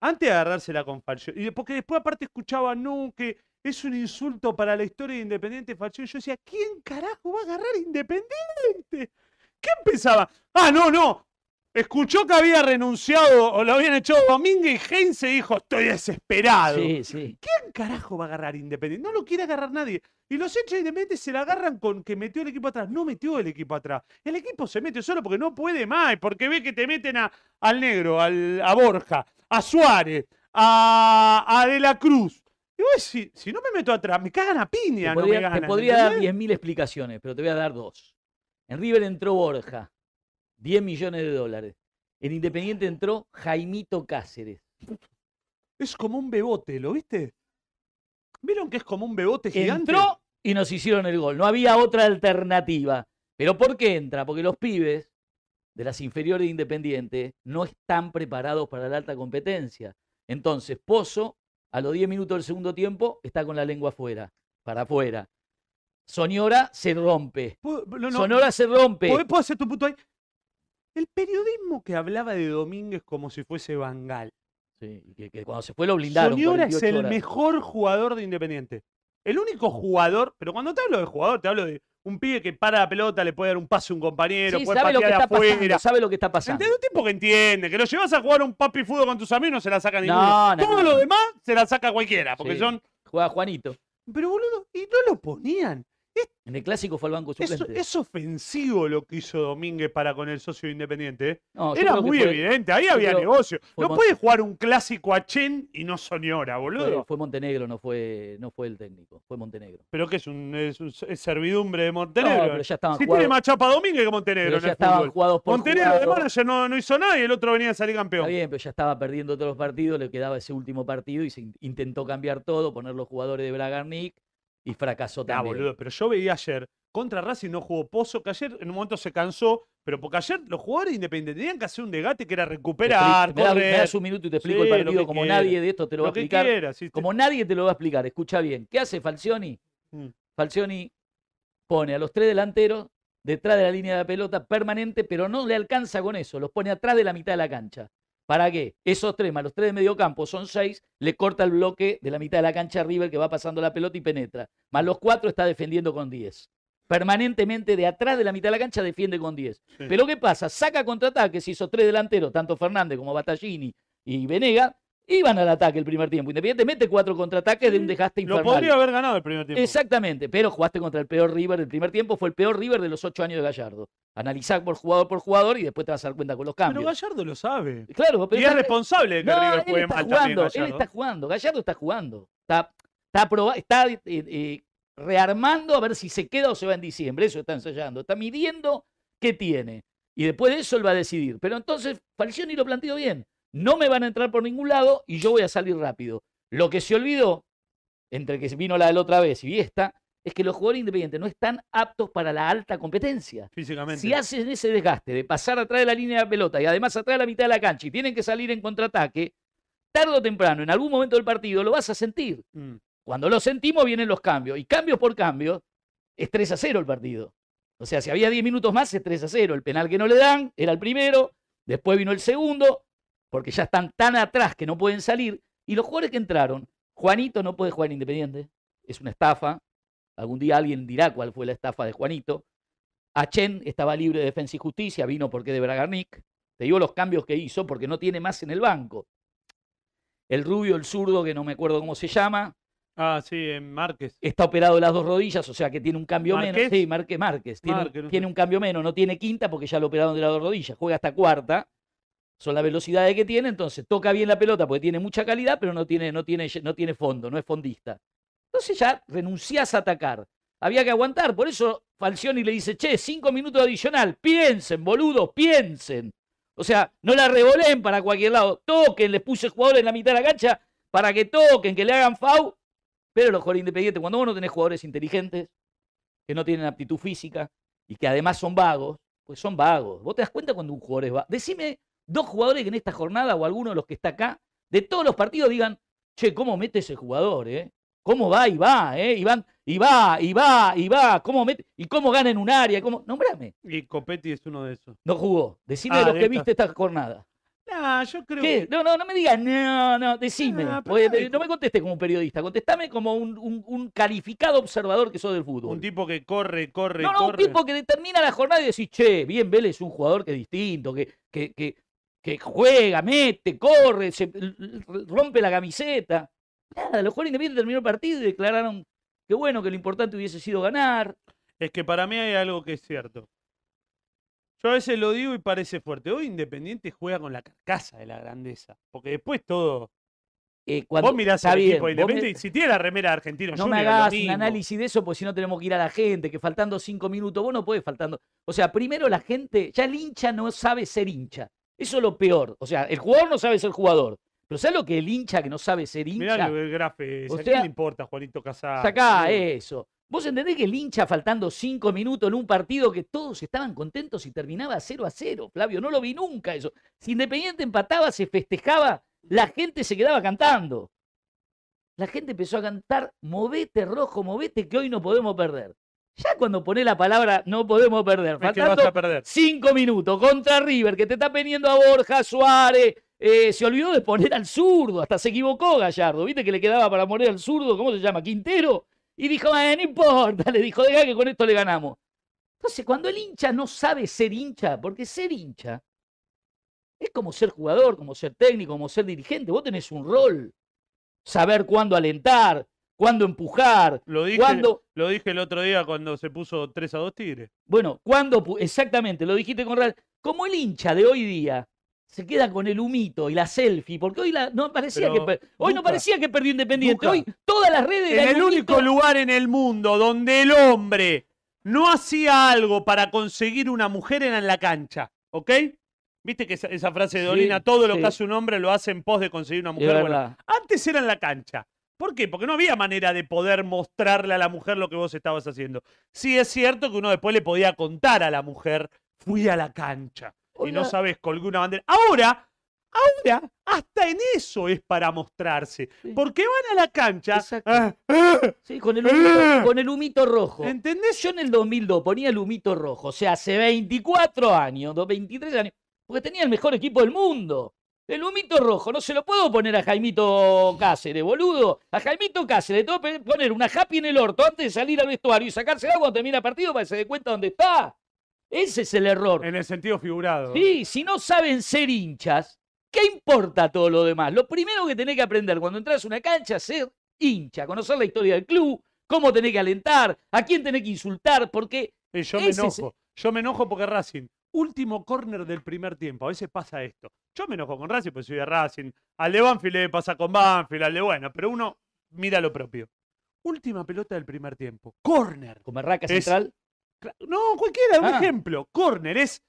antes de agarrársela con Falcioni, y de- porque después aparte escuchaba, no, que es un insulto para la historia de Independiente Falcioni, yo decía, ¿quién carajo va a agarrar Independiente? ¿Quién pensaba? Ah, no, no, escuchó que había renunciado o lo habían echado Domínguez y Heinze dijo, estoy desesperado. Sí, sí. ¿Quién carajo va a agarrar Independiente? No lo quiere agarrar nadie. Y los hinchas de Independiente se la agarran con que metió el equipo atrás. No metió el equipo atrás. El equipo se mete solo porque no puede más, porque ve que te meten a- al negro, al- a Borja, a Suárez, a, a De la Cruz. Y vos decís, si no me meto atrás, me cagan a piña, no Te podría, me te ganan. podría dar ¿entendés? 10.000 explicaciones, pero te voy a dar dos. En River entró Borja, 10 millones de dólares. En Independiente entró Jaimito Cáceres. Es como un bebote, ¿lo viste? ¿Vieron que es como un bebote gigante? Entró y nos hicieron el gol. No había otra alternativa. ¿Pero por qué entra? Porque los pibes de las inferiores de Independiente no están preparados para la alta competencia. Entonces, Pozo A los 10 minutos del segundo tiempo está con la lengua afuera, para afuera. Sonora se rompe. ¿Puedo- no, no, Sonora se rompe. ¿puedo, puedo hacer tu puto ahí? El periodismo que hablaba de Domínguez como si fuese Bangal. Sí, y que, que cuando se fue lo blindaron. Soñora es 48 el horas. mejor jugador de Independiente. El único jugador, pero cuando te hablo de jugador, te hablo de un pibe que para la pelota, le puede dar un pase a un compañero, Sí, puede sabe lo que patear está afuera. pasando. Sabe lo que está pasando. ¿Entendés? Un tipo que entiende, que lo llevas a jugar un papi fútbol con tus amigos, no se la saca ninguno. No, no, Todo no, lo no. demás se la saca cualquiera, porque Sí. son. Juega Juanito. Pero boludo, y no lo ponían. En el clásico fue al banco Es, suplente. es ofensivo lo que hizo Domínguez para con el socio de Independiente. ¿eh? No, yo Era creo que muy fue- evidente, ahí yo había creo- negocio. fue No Mon- puede jugar un clásico a Chen y no Soñora, boludo. Fue, fue Montenegro, no fue, no fue el técnico. Fue Montenegro. Pero que es un, es un- es servidumbre de No, Montenegro. pero ya estaban si tiene jugados. más chapa Domínguez que Montenegro pero en ya el estaban fútbol. jugados por Montenegro de jugado. manager no, no hizo nada y el otro venía a salir Está campeón. bien, pero ya estaba perdiendo todos los partidos, le quedaba ese último partido y se in- intentó cambiar todo, poner los jugadores de Bragarnik y fracasó Nah, también. Ah, boludo, pero yo veía ayer, contra Racing no jugó Pozo, que ayer en un momento se cansó, pero porque ayer los jugadores independientes tenían que hacer un desgaste que era Te expli- recuperar, me, das, me correr, das un minuto y te explico Sí, lo el partido que como quieras. nadie de esto te lo, va a lo que explicar. quieras. ¿sí? Como nadie te lo va a explicar, escucha bien. ¿Qué hace Falcioni? Mm. Falcioni pone a los tres delanteros detrás de la línea de la pelota permanente, pero no le alcanza con eso. Los pone atrás de la mitad de la cancha. ¿Para qué? Esos tres más los tres de medio campo son seis, le corta el bloque de la mitad de la cancha a River que va pasando la pelota y penetra. Más los cuatro está defendiendo con diez. Permanentemente de atrás de la mitad de la cancha defiende con diez. Sí. Pero ¿qué pasa? Saca contraataques, hizo tres delanteros, tanto Fernández como Battaglini y Venega, iban al ataque el primer tiempo. Independiente mete cuatro contraataques de un desgaste Lo infernal. podría haber ganado el primer tiempo. Exactamente, pero jugaste contra el peor River. El primer tiempo fue el peor River de los ocho años de Gallardo. Analizar por jugador por jugador y después te vas a dar cuenta con los Pero cambios. Gallardo lo sabe. claro, pero y es está- responsable de que no, River él juegue mal está también jugando, él Gallardo. está jugando, Gallardo está jugando. Está, está, proba- está eh, eh, rearmando a ver si se queda o se va en diciembre. Eso está ensayando. Está midiendo qué tiene. Y después de eso él va a decidir. Pero entonces Falcioni lo planteó bien. No me van a entrar por ningún lado y yo voy a salir rápido. Lo que se olvidó, entre que vino la de la otra vez y esta, es que los jugadores independientes no están aptos para la alta competencia. Físicamente. Si hacen ese desgaste de pasar atrás de la línea de la pelota y además atrás de la mitad de la cancha y tienen que salir en contraataque, tarde o temprano, en algún momento del partido, lo vas a sentir. Mm. Cuando lo sentimos vienen los cambios. Y cambios por cambios, es 3 a 0 el partido. O sea, si había 10 minutos más, es 3 a 0. El penal que no le dan era el primero, después vino el segundo, porque ya están tan atrás que no pueden salir. Y los jugadores que entraron, Juanito no puede jugar en Independiente, es una estafa. Algún día alguien dirá cuál fue la estafa de Juanito. Achen estaba libre de defensa y justicia, vino porque de Bragarnik. Te digo los cambios que hizo porque no tiene más en el banco. El rubio, el zurdo, que no me acuerdo cómo se llama, Ah, sí, en Márquez. está operado de las dos rodillas, o sea que tiene un cambio ¿Márquez? menos. Sí, Márquez, Márquez. Tiene, un- Márquez, no sé. tiene un cambio menos, no tiene quinta porque ya lo operaron de las dos rodillas. Juega hasta cuarta. Son las velocidades que tiene, entonces toca bien la pelota porque tiene mucha calidad, pero no tiene, no tiene, no tiene fondo, no es fondista. Entonces ya renunciás a atacar. Había que aguantar, por eso Falcioni le dice, che, cinco minutos adicional, piensen, boludos, piensen. O sea, no la revolen para cualquier lado, toquen, les puse el jugador en la mitad de la cancha para que toquen, que le hagan FAU. Pero los jugadores independientes, cuando vos no tenés jugadores inteligentes, que no tienen aptitud física y que además son vagos, pues son vagos. Vos te das cuenta cuando un jugador es vago. Decime dos jugadores que en esta jornada o alguno de los que está acá, de todos los partidos digan, che, ¿cómo mete ese jugador, eh? ¿Cómo va y va, eh? Y, van, y va, y va, y va, ¿cómo mete? ¿Y cómo gana en un área? ¿Cómo? Nombrame. Y Copetti es uno de esos. No jugó. Decime Ah, de los de que esta. viste esta jornada. Nah, yo creo ¿Qué? No, no, no me digas, no, no, decime. Ah, pero Oye, nadie- no me contestes como un periodista, contestame como un, un- un calificado observador que sos del que fútbol. un tipo que corre, corre, no, no, un corre. tipo que determina la jornada y decís, che, bien, Vélez es un jugador que es distinto, que, que, que, que juega, mete, corre, se, l- l- rompe la camiseta. Nada, los jugadores independientes terminó el partido y declararon que bueno, que lo importante hubiese sido ganar. Es que para mí hay algo que es cierto. Yo a veces lo digo y parece fuerte. Hoy Independiente juega con la carcasa de la grandeza. Porque después todo. Eh, cuando- vos mirás está al bien, equipo de vos me- Independiente y si tiene la remera de Argentino No me Junior, lo hagas un mismo. análisis de eso, porque si no tenemos que ir a la gente, que faltando cinco minutos, vos no podés faltando. O sea, primero la gente, ya el hincha no sabe ser hincha. Eso es lo peor. O sea, el jugador no sabe ser jugador. Pero ¿sabes lo que el hincha que no sabe ser hincha? Mirá lo del grafe. O ¿A sea, quién le importa Juanito Casado? Sacá eh, eso. ¿Vos entendés que el hincha faltando cinco minutos en un partido que todos estaban contentos y terminaba 0 a 0, Flavio? No lo vi nunca eso. Si Independiente empataba, se festejaba, la gente se quedaba cantando. la gente empezó a cantar, movete rojo, movete, que hoy no podemos perder. Ya cuando pone la palabra no podemos perder, Es que vas a faltando perder. cinco minutos contra River, que te está poniendo a Borja, Suárez, eh, se olvidó de poner al zurdo, hasta se equivocó Gallardo, viste que le quedaba para poner al zurdo, ¿cómo se llama? Quintero, y dijo, "Ah, no importa, le dijo, deja que con esto le ganamos. Entonces, cuando el hincha no sabe ser hincha, porque ser hincha es como ser jugador, como ser técnico, como ser dirigente, vos tenés un rol, saber cuándo alentar, cuándo empujar, Lo dije, cuándo... lo dije el otro día cuando se puso 3 a 2 Tigres. Bueno, cuando pu- exactamente, lo dijiste con real. Como el hincha de hoy día se queda con el humito y la selfie, porque hoy la- no parecía Pero, que per- hoy no Luca, parecía que perdió Independiente, Luca, hoy todas las redes En eran el humito. único lugar en el mundo donde el hombre no hacía algo para conseguir una mujer era en la cancha, ¿ok? Viste que esa, esa frase de Sí, Dolina, todo lo sí. que hace un hombre lo hace en pos de conseguir una Es mujer. Bueno, verdad. antes era en la cancha. ¿Por qué? Porque no había manera de poder mostrarle a la mujer lo que vos estabas haciendo. Sí es cierto que uno después le podía contar a la mujer, fui a la cancha. Y no Hola. sabes, colgué una bandera. Ahora, ahora, hasta en eso es para mostrarse. Sí. Porque van a la cancha. Exacto. ah, ah, Sí, con el humito, ¡Eh! con el humito rojo. ¿Entendés? Yo en el 2002 ponía el humito rojo, o sea, hace 24 años, do- 23 años, porque tenía el mejor equipo del mundo. El humito rojo, no se lo puedo poner a Jaimito Cáceres, boludo. A Jaimito Cáceres, le tengo que poner una happy en el orto antes de salir al vestuario y sacársela cuando termina el partido para que se dé cuenta dónde está. Ese es el error. En el sentido figurado. Sí, si no saben ser hinchas, ¿qué importa todo lo demás? Lo primero que tenés que aprender cuando entras a una cancha es ser hincha, conocer la historia del club, cómo tenés que alentar, a quién tenés que insultar, porque Y Eh, yo me ese es- enojo. Yo me enojo porque Racing, último córner del primer tiempo. A veces pasa esto. Yo me enojo con Racing porque soy de Racing. Al de Banfield le pasa con Banfield, al de bueno. Pero uno mira lo propio. Última pelota del primer tiempo. Córner. con Barraca Es- Central, Cla- No, cualquiera, un Ah. ejemplo. Corner es.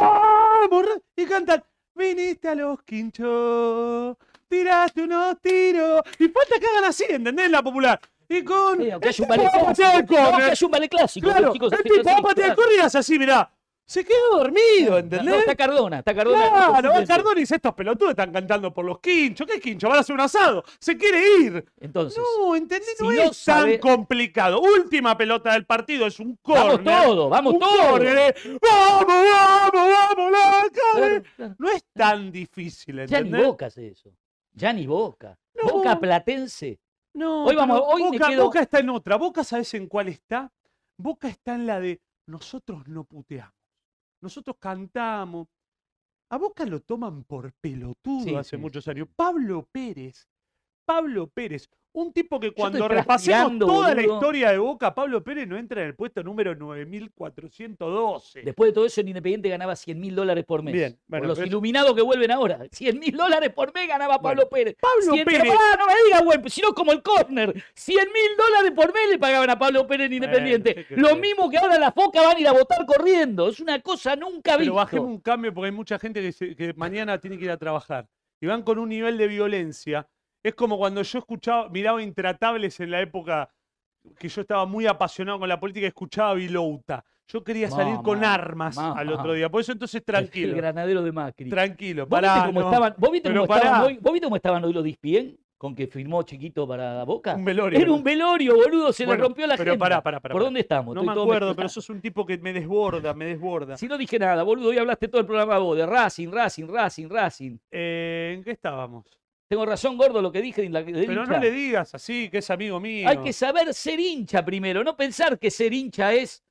¡Vamos! Ra- Y cantan. Viniste a los quinchos, tiraste unos tiros. Y falta que hagan así, ¿entendés? La popular. Y con. "Este eh, aunque el haya un tipo va ballet a patear el clásico, no, aunque córner. haya un ballet clásico, los Claro, "Este chicos el se- tipo va a patear el claro. córner y hace así, mirá. Se quedó dormido, No, ¿entendés? está Cardona, está Cardona. no Claro, va confundirse. Cardona y dice, estos pelotudos están cantando por los quinchos. ¿Qué quincho? Van a hacer un asado. Se quiere ir. Entonces, No, ¿entendés? si no, no es sabe- tan complicado. Última pelota del partido es un vamos córner. todo, vamos Un todo. córner, ¿eh? ¡Vamos, vamos, vamos! la Claro, cabe! claro. No es tan difícil, Ya ni ¿eh? ¿entendés? Boca hace eso. Ya ni Boca. No. Boca Platense. No, Hoy vamos- pero hoy me Boca, quedo- Boca está en otra. Boca, ¿sabes en cuál está? Boca está en la de nosotros no puteamos. Nosotros cantamos. A Boca lo toman por pelotudo Sí, hace sí, muchos sí, años. Pablo Pérez. Pablo Pérez. Un tipo que cuando estoy repasemos transpirando, toda la boludo. historia de Boca, Pablo Pérez no entra en el puesto número 9412. Después de todo eso, el Independiente ganaba 100 mil dólares por mes. Bien, por bueno, los pero- iluminados que vuelven ahora. 100 mil dólares por mes ganaba Pablo Pérez. Pablo 100 Pérez. Ah, no me digas, güey, sino como el córner. 100 mil dólares por mes le pagaban a Pablo Pérez en Independiente. Bueno, sí que Lo sí. mismo que ahora las focas van a ir a votar corriendo. Es una cosa nunca Pero vista. bajemos un cambio porque hay mucha gente que, se- que mañana tiene que ir a trabajar. Y van con un nivel de violencia. Es como cuando yo escuchaba, miraba Intratables en la época que yo estaba muy apasionado con la política y escuchaba a Vilouta. Yo quería salir con Mamá, armas mamá. al otro día. Por eso entonces El tranquilo. granadero de Macri. Tranquilo. ¿Vos viste Pará, cómo no. estaban, vos viste Pero cómo estaban pará. hoy, ¿vos viste cómo estaban hoy los Dispien? Con que firmó chiquito para Boca. Un velorio. Era un velorio, boludo. Se Bueno, le rompió la gente. Pero pará, pará, pará. ¿Por pará. dónde estamos? No Estoy me todo acuerdo, mezclado. pero sos un tipo que me desborda, me desborda. Si no dije nada, boludo, hoy hablaste todo el programa vos, de Racing, Racing, Racing, Racing. Eh, ¿En qué estábamos? Tengo razón, gordo, lo que dije. de la- del Pero no hincha. le digas así, que es amigo mío. Hay que saber ser hincha primero, no pensar que ser hincha es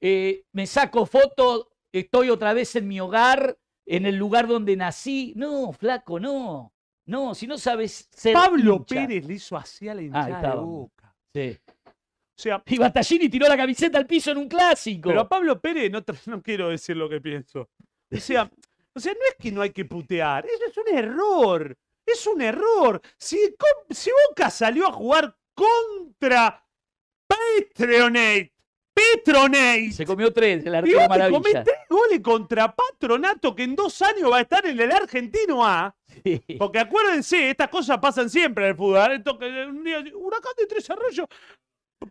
eh, me saco fotos, estoy otra vez en mi hogar, en el lugar donde nací. No, flaco, no. No, si no sabes ser Pablo hincha. Pérez le hizo así a la hinchada de estábamos. Boca. Sí. O sea, Y Battaglini tiró la camiseta al piso en un clásico. pero a Pablo Pérez no, tra- no quiero decir lo que pienso. O sea, o sea, no es que no hay que putear, eso es un error. Es un error. Si, Com- si Boca salió a jugar contra Patronate, Petronate, Se comió tres, el y arquero vos te comés maravilla. tres goles contra Patronato que en dos años va a estar en el Argentino A. Sí. Porque ¿eh? acuérdense, estas cosas pasan siempre en el fútbol. Esto que un día, huracán de tres arroyos.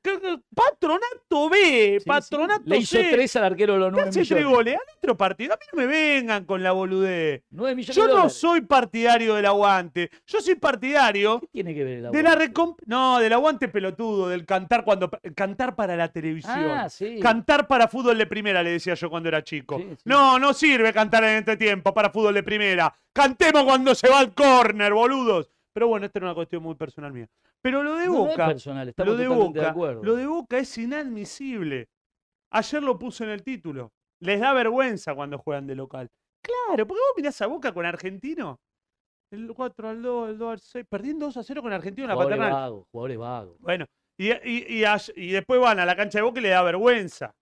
¿Qué- qué- Patronato B, Sí, sí. Patronato Le hizo C. tres al arquero de los ¿Qué 9 hace millones. tres goles? Al otro partido. A mí no me vengan con la boludez. 9 millones Yo de no dólares. soy partidario del aguante. Yo soy partidario ¿Qué tiene que ver el de la aguante? recomp... No, del aguante pelotudo, del cantar cuando cantar para la televisión. Ah, sí. Cantar para fútbol de primera, le decía yo cuando era chico. Sí, sí. No, no sirve cantar en este tiempo para fútbol de primera. Cantemos cuando se va al córner, boludos. Pero bueno, esta era una cuestión muy personal mía. Pero lo de No, no es Boca, personal, estamos lo de totalmente de Boca, acuerdo. lo de Boca es inadmisible. Ayer lo puse en el título. Les da vergüenza cuando juegan de local. Claro, porque vos mirás a Boca con Argentino. El 4 al 2, el 2 al 6. Perdiendo 2 a 0 con Argentino en la jugadores paternal. vagos, jugadores vagos. Bueno, y, y- y as- y después van a la cancha de Boca y le da vergüenza.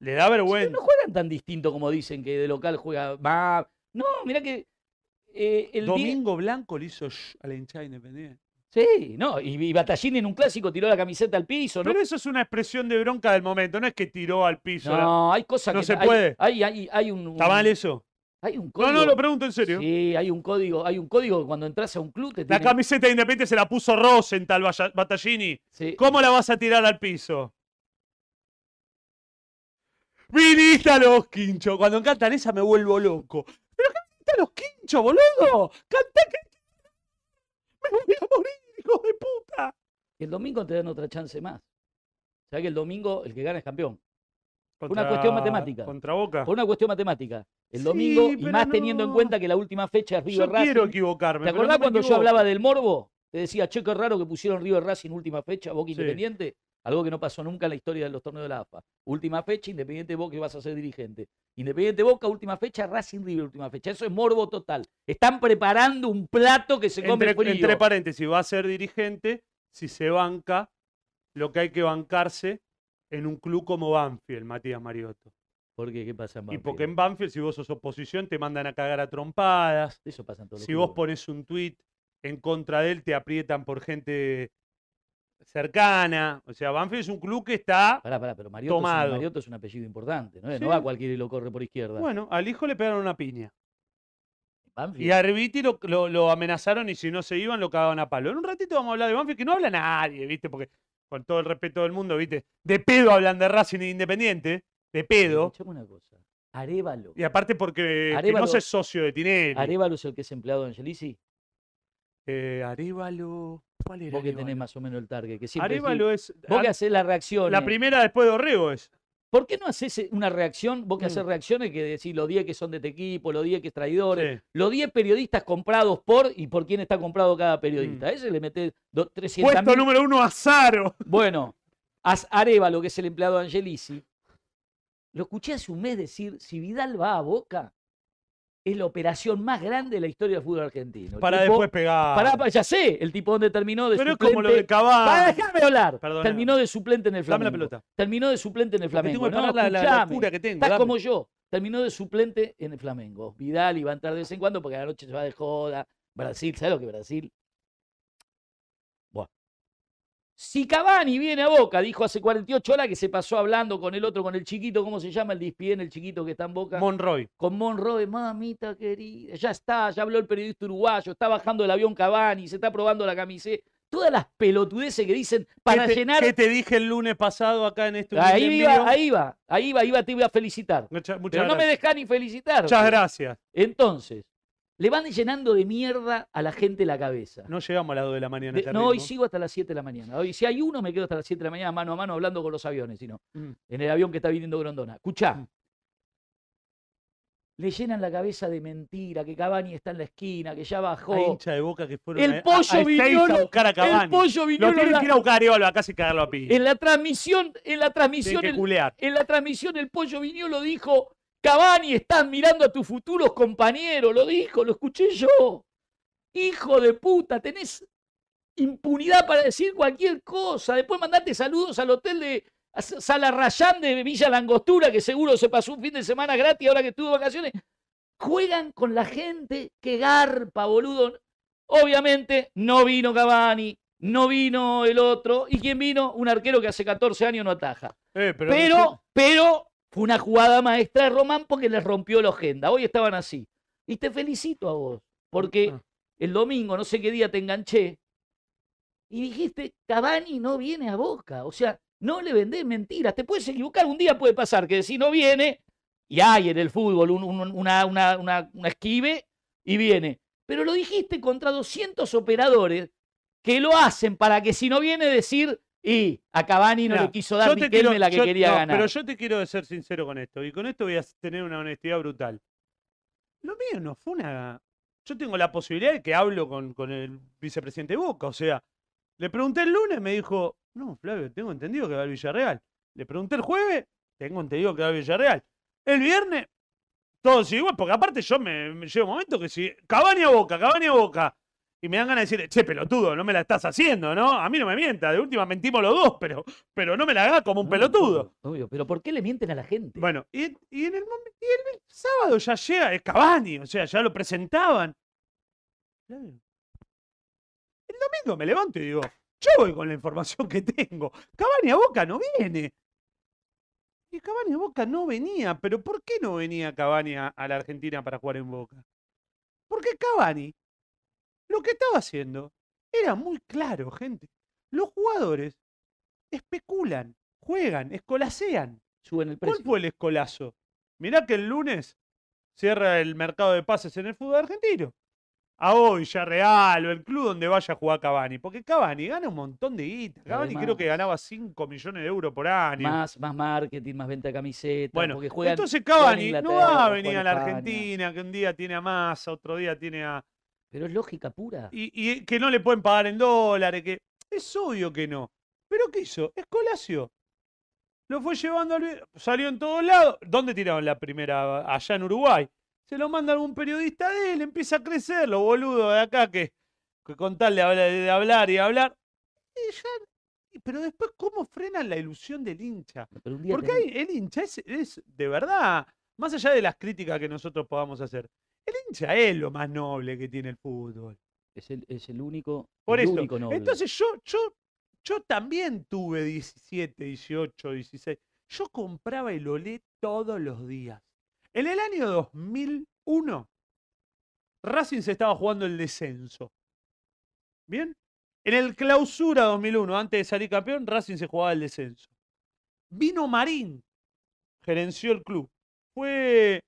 Le da Pero vergüenza. no juegan tan distinto como dicen que de local juega más. No, mirá que eh, el día- Domingo Blanco le hizo shh a la hinchada independiente. Sí, no, y, y Batallini en un clásico tiró la camiseta al piso, ¿no? Pero eso es una expresión de bronca del momento, no es que tiró al piso. la- no, hay cosas no que se hay- puede. Hay, hay, hay un, ¿Está mal eso? hay un No, código. no, lo pregunto en serio. Sí, hay un código, hay un código que cuando entras a un club te La tienen- camiseta de Independiente se la puso Rosenthal Baya- Battaglini. sí. ¿Cómo la vas a tirar al piso? Viniste a los quinchos. Cuando cantan esa me vuelvo loco. ¿Pero qué viniste a los quinchos, boludo? Cantá que... Me voy a morir, hijo de puta. Y el domingo te dan otra chance más. O sea que el domingo el que gana es campeón. Una cuestión matemática. Contra Boca. Por una cuestión matemática. El Ah. Sí, domingo, y pero más teniendo en no. cuenta que la última fecha es River Yo Racing. quiero equivocarme. ¿Te pero no acordás me cuando yo equivoco. hablaba del morbo? Te decía, che, qué raro que pusieron River Racing última fecha, Boca Sí. Independiente. Algo que no pasó nunca en la historia de los torneos de la AFA. Última fecha, Independiente Boca y vas a ser dirigente. Independiente Boca, última fecha, Racing River, última fecha. Eso es morbo total. Están preparando un plato que se come entre, frío. entre paréntesis, va a ser dirigente si se banca lo que hay que bancarse en un club como Banfield, Matías Mariotto. ¿Por qué? ¿Qué pasa en Y Banfield? porque en Banfield, si vos sos oposición, te mandan a cagar a trompadas. Eso pasa en todos los Si vos clubes. pones un tuit en contra de él, te aprietan por gente cercana. O sea, Banfield es un club que está... Pará, pará, pero Mariotto, Es, Tomado. un, Mariotto es un apellido importante. No, es- no Sí. va cualquiera y lo corre por izquierda. Bueno, al hijo le pegaron una piña. Y Banfield. a Arbiti lo, lo- lo amenazaron y si no se iban lo cagaban a palo. En un ratito vamos a hablar de Banfield, que no habla nadie, ¿viste? Porque con todo el respeto del mundo, ¿viste? De pedo hablan de Racing e Independiente, de pedo. Escuchame una cosa. Arevalo. Y aparte porque que Arévalo- no es socio de Tinelli. Arevalo es el que es empleado de Angelici. Eh, Arévalo- ¿Cuál era Vos que Arévalo? tenés más o menos el target. Que siempre Arévalo es... decís, vos que ah, hacés las reacciones. la primera después de Orrego es. ¿Por qué no haces una reacción? Vos que Mm. haces reacciones que decís los 10 que son de este equipo, los 10 que es traidores, Sí. los 10 periodistas comprados por y por quién está comprado cada periodista. A ese le metés do- 300 Mm. Puesto número uno a Zaro. Bueno, haz Arevalo, que es el empleado de Angelici, lo escuché hace un mes decir, si Vidal va a Boca, es la operación más grande de la historia del fútbol argentino. El Para tipo- después pegar. Pará, pa- ya sé, el tipo donde terminó de Pero es suplente. como lo de Pará, Cavani. déjame hablar. Perdóname. Terminó de suplente en el Dame Flamengo. la pelota. Terminó de suplente en el Que Flamengo. tengo que No, parar la- la, escuchame. locura que tengo. Estás dame. como yo. Terminó de suplente en el Flamengo. Vidal iba a entrar de vez en cuando porque a la noche se va de joda. Brasil, ¿sabes lo que Brasil? Bueno. Si Cavani viene a Boca, dijo hace 48 horas que se pasó hablando con el otro, con el chiquito, ¿cómo se llama? El dispien, el chiquito que está en Boca. Monroy. con Monroe, mamita querida. Ya está, ya habló el periodista uruguayo, está bajando el avión Cavani, se está probando la camiseta. Todas las pelotudeces que dicen para ¿Qué te, llenar. qué te dije el lunes pasado acá en este humilde Ahí envío? iba, ahí va, ahí va, ahí va, te iba a felicitar. Mucha- muchas Pero no me gracias. dejan ni felicitar. Muchas gracias. Entonces, le van llenando de mierda a la gente la cabeza. No llegamos a las 2 de la mañana. De- este no, hoy ritmo. sigo hasta las 7 de la mañana. Hoy, si hay uno, me quedo hasta las 7 de la mañana mano a mano hablando con los aviones, sino Mm. en el avión que está viniendo Grondona. Escuchá. Mm. Le llenan la cabeza de mentira, que Cavani está en la esquina, que ya bajó. Hay hincha de boca que fueron El a- a- pollo a Ezeiza Viñolo- a buscar a el Cavani. pollo Lo Viñolo en tienen la, que ir a buscar a Arevalo acá sin cagarlo a piña. en la transmisión, en la Tienen transmisión, que el- culear. en la transmisión el pollo Viñolo dijo, Cavani, estás mirando a tus futuros compañeros, lo dijo, lo escuché yo. Hijo de puta, tenés impunidad para decir cualquier cosa. Después mandate saludos al hotel de a S- Sala Rayán de Villa Langostura, que seguro se pasó un fin de semana gratis ahora que estuvo de vacaciones. Juegan con la gente que garpa, boludo. Obviamente no vino Cavani, no vino el otro. ¿Y quién vino? Un arquero que hace 14 años no ataja. Eh, pero, Pero, pero fue una jugada maestra de Román porque les rompió la agenda. Hoy estaban así. Y te felicito a vos, porque Ah. el domingo, no sé qué día te enganché, y dijiste, Cavani no viene a Boca. O sea, no le vendés mentiras. Te puedes equivocar. Un día puede pasar que si no viene, y hay en el fútbol un- un- una, una, una- una esquive y viene. Pero lo dijiste contra 200 operadores que lo hacen para que si no viene decir, y a Cavani no Mirá, le quiso dar Riquelme la que yo- quería no, ganar. Pero yo te quiero ser sincero con esto. Y con esto voy a tener una honestidad brutal. Lo mío no fue una. Yo tengo la posibilidad de que hablo con, con el vicepresidente Boca. O sea, le pregunté el lunes, me dijo, no, Flavio, tengo entendido que va al Villarreal. Le pregunté el jueves, tengo entendido que va al Villarreal. El viernes, todo sigue igual, porque aparte yo me, me llevo un momento que si. Cabani a boca, Cabani a boca. Y me dan ganas de decir, che, pelotudo, no me la estás haciendo, ¿no? A mí no me mienta, de última mentimos los dos, pero pero no me la haga como un No, pelotudo. obvio, obvio, pero ¿por qué le mienten a la gente? Bueno, y, y en el momento, el sábado ya llega el Cavani, o sea, ya lo presentaban. Claro. El domingo me levanto y digo, yo voy con la información que tengo. Cavani a Boca no viene. Y Cavani a Boca no venía, pero ¿por qué no venía Cavani a, a la Argentina para jugar en Boca? Porque Cavani lo que estaba haciendo era muy claro, gente. Los jugadores especulan, juegan, escolasean. Suben el ¿Cuál precio. fue el escolazo? Mirá que el lunes cierra el mercado de pases en el fútbol argentino. A hoy, ya Real o el club donde vaya a jugar Cavani. Porque Cavani gana un montón de guita. Y Cavani creo que además- ganaba 5 millones de euros por año. Más, más marketing, más venta de camisetas, Bueno, porque juegan. Entonces en Cavani no Inglaterra, va a juega venir en a la España. Argentina, que un día tiene a Massa, otro día tiene a... Pero es lógica pura. Y, y que no le pueden pagar en dólares, que es obvio que no. Pero ¿qué hizo? Escolacio. Lo fue llevando al... Salió en todos lados. ¿Dónde tiraron la primera? Allá en Uruguay. Se lo manda algún periodista de él, empieza a crecer, lo boludo de acá que, que con tal de hablar, de hablar y hablar. Y ya- y- Pero después, ¿cómo frenan la ilusión del hincha? Pero un día Porque tenés- hay- el hincha es, es de verdad, más allá de las críticas que nosotros podamos hacer, el hincha es lo más noble que tiene el fútbol. es, el, es el único. Por el eso. único noble. Entonces yo, yo, yo también tuve 17, 18, 16. Yo compraba el Olé todos los días. En el año 2001, Racing se estaba jugando el descenso. ¿Bien? En el clausura 2001, antes de salir campeón, Racing se jugaba el descenso. Vino Marín, gerenció el club. Fue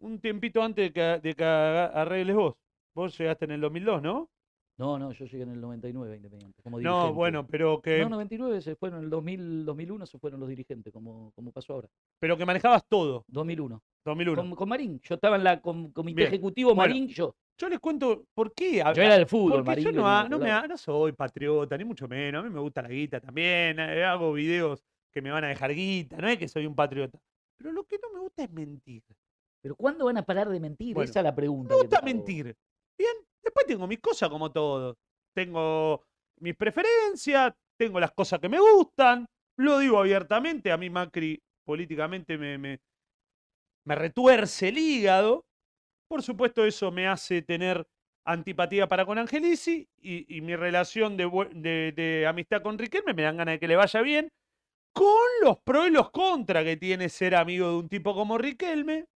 un tiempito antes de que, de que arregles vos. Vos llegaste en el 2002, ¿no? No, no, yo llegué en el 99 a Independiente. Como No, dirigente. bueno, pero que, No, 99 se fueron, en el 2000, 2001 se fueron los dirigentes, como, como pasó ahora. pero que manejabas todo, 2001. 2001. Con, con Marín. Yo estaba en la com- comité Bien. ejecutivo Bueno, Marín, yo. Yo les cuento por qué. a- Yo era del fútbol, porque Marín. yo no, venía ha- de no otro me lado. ha- no soy patriota, ni mucho menos. A mí me gusta la guita también. eh, Hago videos que me van a dejar guita. No es que soy un patriota. Pero lo que no me gusta es mentir. Pero ¿cuándo van a parar de mentir? Bueno, Esa es la Me pregunta. que te gusta hago. mentir. Bien, después tengo mis cosas como todo. Tengo mis preferencias, tengo las cosas que me gustan. Lo digo abiertamente. A mí Macri políticamente me, me, me retuerce el hígado. Por supuesto, eso me hace tener antipatía para con Angelici y, y mi relación de, bu- de- de amistad con Riquelme me dan ganas de que le vaya bien, con los pros y los contras que tiene ser amigo de un tipo como Riquelme,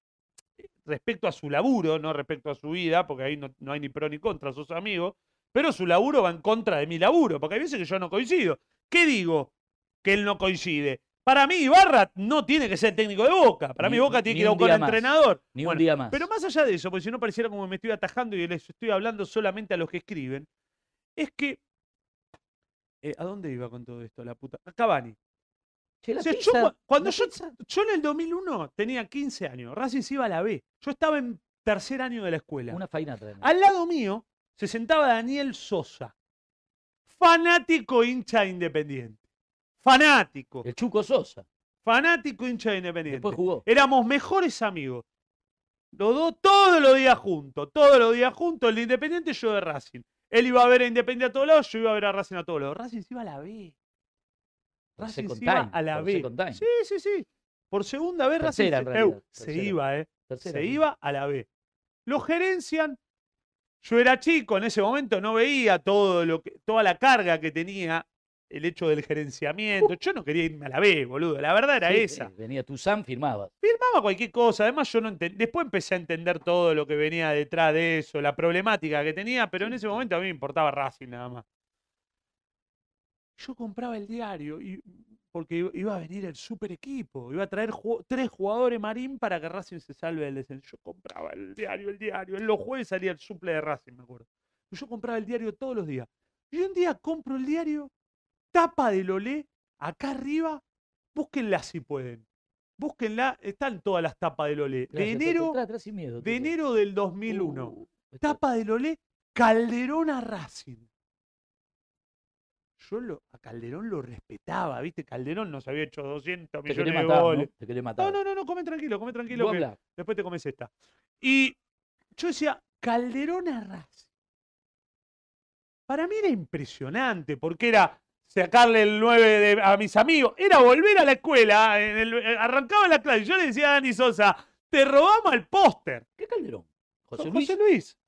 respecto a su laburo, no respecto a su vida, porque ahí no, no hay ni pro ni contra, sos amigos, pero su laburo va en contra de mi laburo, porque hay veces que yo no coincido. ¿Qué digo que él no coincide? Para mí, Ibarra no tiene que ser técnico de Boca. Para Ni- mí, Boca tiene ni que ir a un buscar día un más. entrenador. Ni Bueno, un día más. pero más allá de eso, porque si no pareciera como me estoy atajando y les estoy hablando solamente a los que escriben, es que. eh, ¿A dónde iba con todo esto, la puta? A Cavani. Che, la O sea, yo pizza, cua- cuando la yo, pizza. yo en el 2001 tenía 15 años, Racing se iba a la B. Yo estaba en tercer año de la escuela. Una faina tremenda. Al lado mío se sentaba Daniel Sosa, fanático hincha de independiente. Fanático, El Chuco Sosa. fanático hincha de independiente. Después jugó. Éramos mejores amigos. Los dos todos los días juntos, todos los días juntos, el de Independiente y yo de Racing. Él iba a ver a Independiente a todos lados, yo iba a ver a Racing a todos lados. Racing se iba a la B. Por Racing second se iba time, a la por B. second time. Sí, sí, sí. Por segunda vez Racing Tercera, se, en realidad, Eu, se tercera. iba, ¿eh? Tercera, se sí. iba a la B. Lo gerencian. Yo era chico, en ese momento no veía todo lo que, toda la carga que tenía el hecho del gerenciamiento. Yo no quería irme a la B, boludo. La verdad era Uh. Sí, esa sí, Venía Tuzán, firmaba. firmaba cualquier cosa. Además, yo no enten- Después empecé a entender todo lo que venía detrás de eso, la problemática que tenía, pero en ese momento a mí me importaba Racing nada más. yo compraba el diario y, porque i- iba a venir el super equipo, iba a traer ju- tres jugadores marín para que Racing se salve del descenso. Yo compraba el diario, el diario. En los jueves salía el suple de Racing, me acuerdo. Y Yo compraba el diario todos los días. Y un día compro el diario, tapa del Olé, acá arriba, búsquenla si pueden. Búsquenla, están todas las tapas del Olé. De Gracias, Toto. enero, Tra- tra sin miedo, de Toto. enero del 2001. Uh, esto- Tapa del Olé, Calderón a Racing. Yo lo, a Calderón lo respetaba, ¿viste? Calderón nos había hecho 200 Te millones querés de matar, ¿no? goles. Te querés matar. No, no, no, no, come tranquilo, come tranquilo, Vos que hablá. después te comes esta. Y yo decía, Calderón a Racing. Para mí era impresionante, porque era sacarle el 9 de- a mis amigos, era volver a la escuela, en el- eh, arrancaba la clase, y yo le decía a Dani Sosa, te robamos el póster. ¿Qué Calderón? José José Luis. Luis.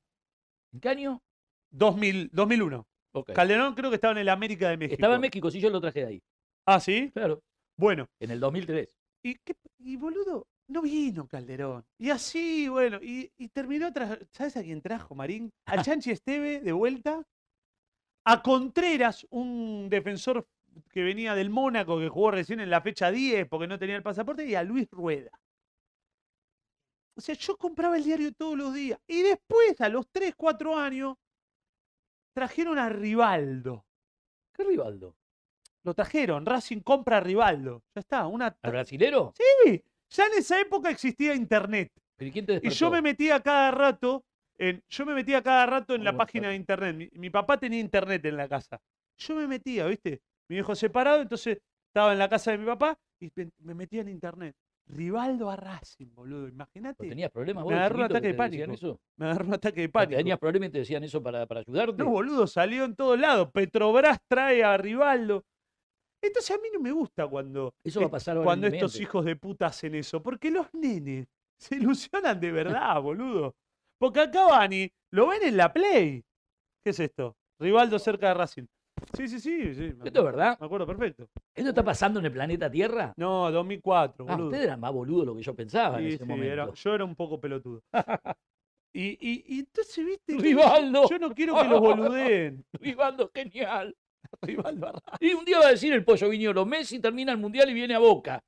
¿En qué año? 2000, 2001. Ok. Calderón creo que estaba en el América de México. Estaba en México, sí, yo lo traje de ahí. Ah, sí. Claro. Bueno, En el 2003. y, qué- y boludo, no vino Calderón. Y así, bueno, y, y terminó, tras- ¿sabes a quién trajo, Marín? A Chanchi Esteve de vuelta. A Contreras, un defensor que venía del Mónaco, que jugó recién en la fecha 10 porque no tenía el pasaporte, y a Luis Rueda. O sea, yo compraba el diario todos los días. Y después, a los 3, 4 años, trajeron a Rivaldo. ¿Qué Rivaldo? Lo trajeron. Racing compra a Rivaldo. Ya está. Una... ¿Al brasilero? Sí. Sí, Ya en esa época existía internet. ¿Pero quién te Y despertó? yo me metía cada rato. En, yo me metía cada rato en Muy la buen página dato. de internet. Mi, mi papá tenía internet en la casa. Yo me metía, ¿viste? Mi viejo separado, entonces estaba en la casa de mi papá y pe- me metía en internet. Rivaldo a Racing, boludo. ¿Pero Imagínate. ¿Tenías problemas vos? Me de agarró un chiquito ataque que de te decían pánico. eso? Me agarró un ataque de ¿Que pánico. ¿Tenías problemas y te decían eso para, para ayudarte? No, boludo, salió en todos lados. Petrobras trae a Rivaldo. Entonces a mí no me gusta cuando eso va a es- pasar ahora cuando en mi estos mente. hijos de puta hacen eso. Porque los nenes se ilusionan de verdad, boludo. Porque a Cavani lo ven en la Play. ¿Qué es esto? Rivaldo cerca de Racing. Sí, sí, sí. sí me, ¿Esto es verdad? me acuerdo perfecto. ¿Esto está pasando en el planeta Tierra? No, 2004, Ah, boludo. ustedes eran más boludo de lo que yo pensaba en Sí, sí, ese momento. era- yo era un poco pelotudo. Y, y- y entonces, viste, yo- Rivaldo, yo no quiero que los boludeen. Rivaldo genial. Rivaldo a Racing. Y un día va a decir el pollo viñolo, Messi termina el mundial y viene a Boca.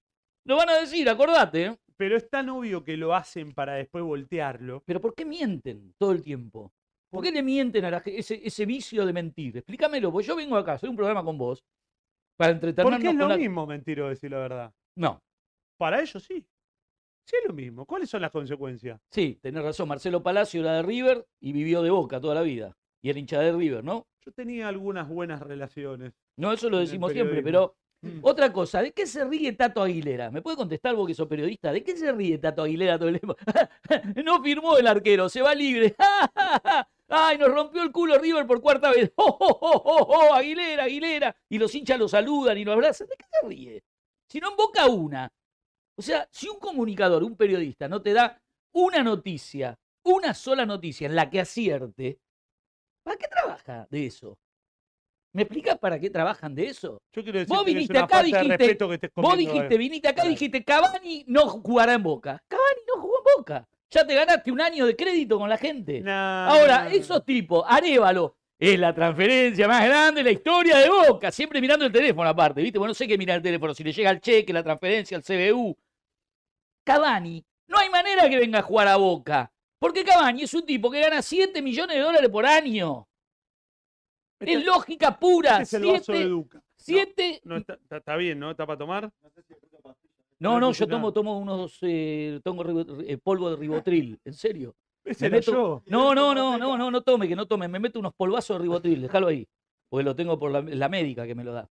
Lo van a decir, acordate. ¿eh? Pero es tan obvio que lo hacen para después voltearlo. Pero ¿por qué mienten todo el tiempo? ¿Por qué le mienten a la gente ese, ese vicio de mentir? Explícamelo, porque yo vengo acá, hacer un programa con vos para entretenernos Porque es lo con la- mismo mentir o decir la verdad. No, Para ellos sí. Sí es lo mismo. ¿Cuáles son las consecuencias? sí, tenés razón. Marcelo Palacio era de River y vivió de Boca toda la vida. Y era hincha de River, ¿no? Yo tenía algunas buenas relaciones. No, eso lo En el decimos siempre, periodismo. pero Mm. Otra cosa, ¿de qué se ríe Tato Aguilera? ¿Me puede contestar vos que sos periodista? ¿De qué se ríe Tato Aguilera todo el tiempo? no firmó el arquero, se va libre. ¡Ay, nos rompió el culo River por cuarta vez! ¡Oh, oh, oh, oh, oh! Aguilera, Aguilera! Y los hinchas lo saludan y lo abrazan. ¿De qué se ríe? Si no emboca una. O sea, si un comunicador, un periodista, no te da una noticia, una sola noticia en la que acierte, ¿para qué trabaja de eso? ¿Me explicas para qué trabajan de eso? Yo quiero decir vos que es viniste una acá, falta de dijiste- respeto que estés Vos comiendo, dijiste, eh. viniste acá, Claro. dijiste, Cavani no jugará en Boca. Cavani no jugó en Boca. Ya te ganaste un año de crédito con la gente. Nah, Ahora, nah, esos tipos, Arevalo, es la transferencia más grande de la historia de Boca. Siempre mirando el teléfono aparte, ¿viste? Bueno, no sé qué mirar el teléfono, si le llega el cheque, la transferencia, el CBU. Cavani, no hay manera que venga a jugar a Boca. Porque Cavani es un tipo que gana 7 millones de dólares por año. este- es lógica este pura. es el vaso de 7 Duca. No, está, está- está bien, ¿no? Está para tomar. No, No no, escuché yo tomo, nada. tomo unos eh, tomo ribo- eh, polvo de ribotril, en serio. Ese Me era meto- yo. No, no, no, no, no, no tome, que no tome, me meto unos polvazos de ribotril, déjalo ahí. Porque lo tengo por la, la médica que me lo da.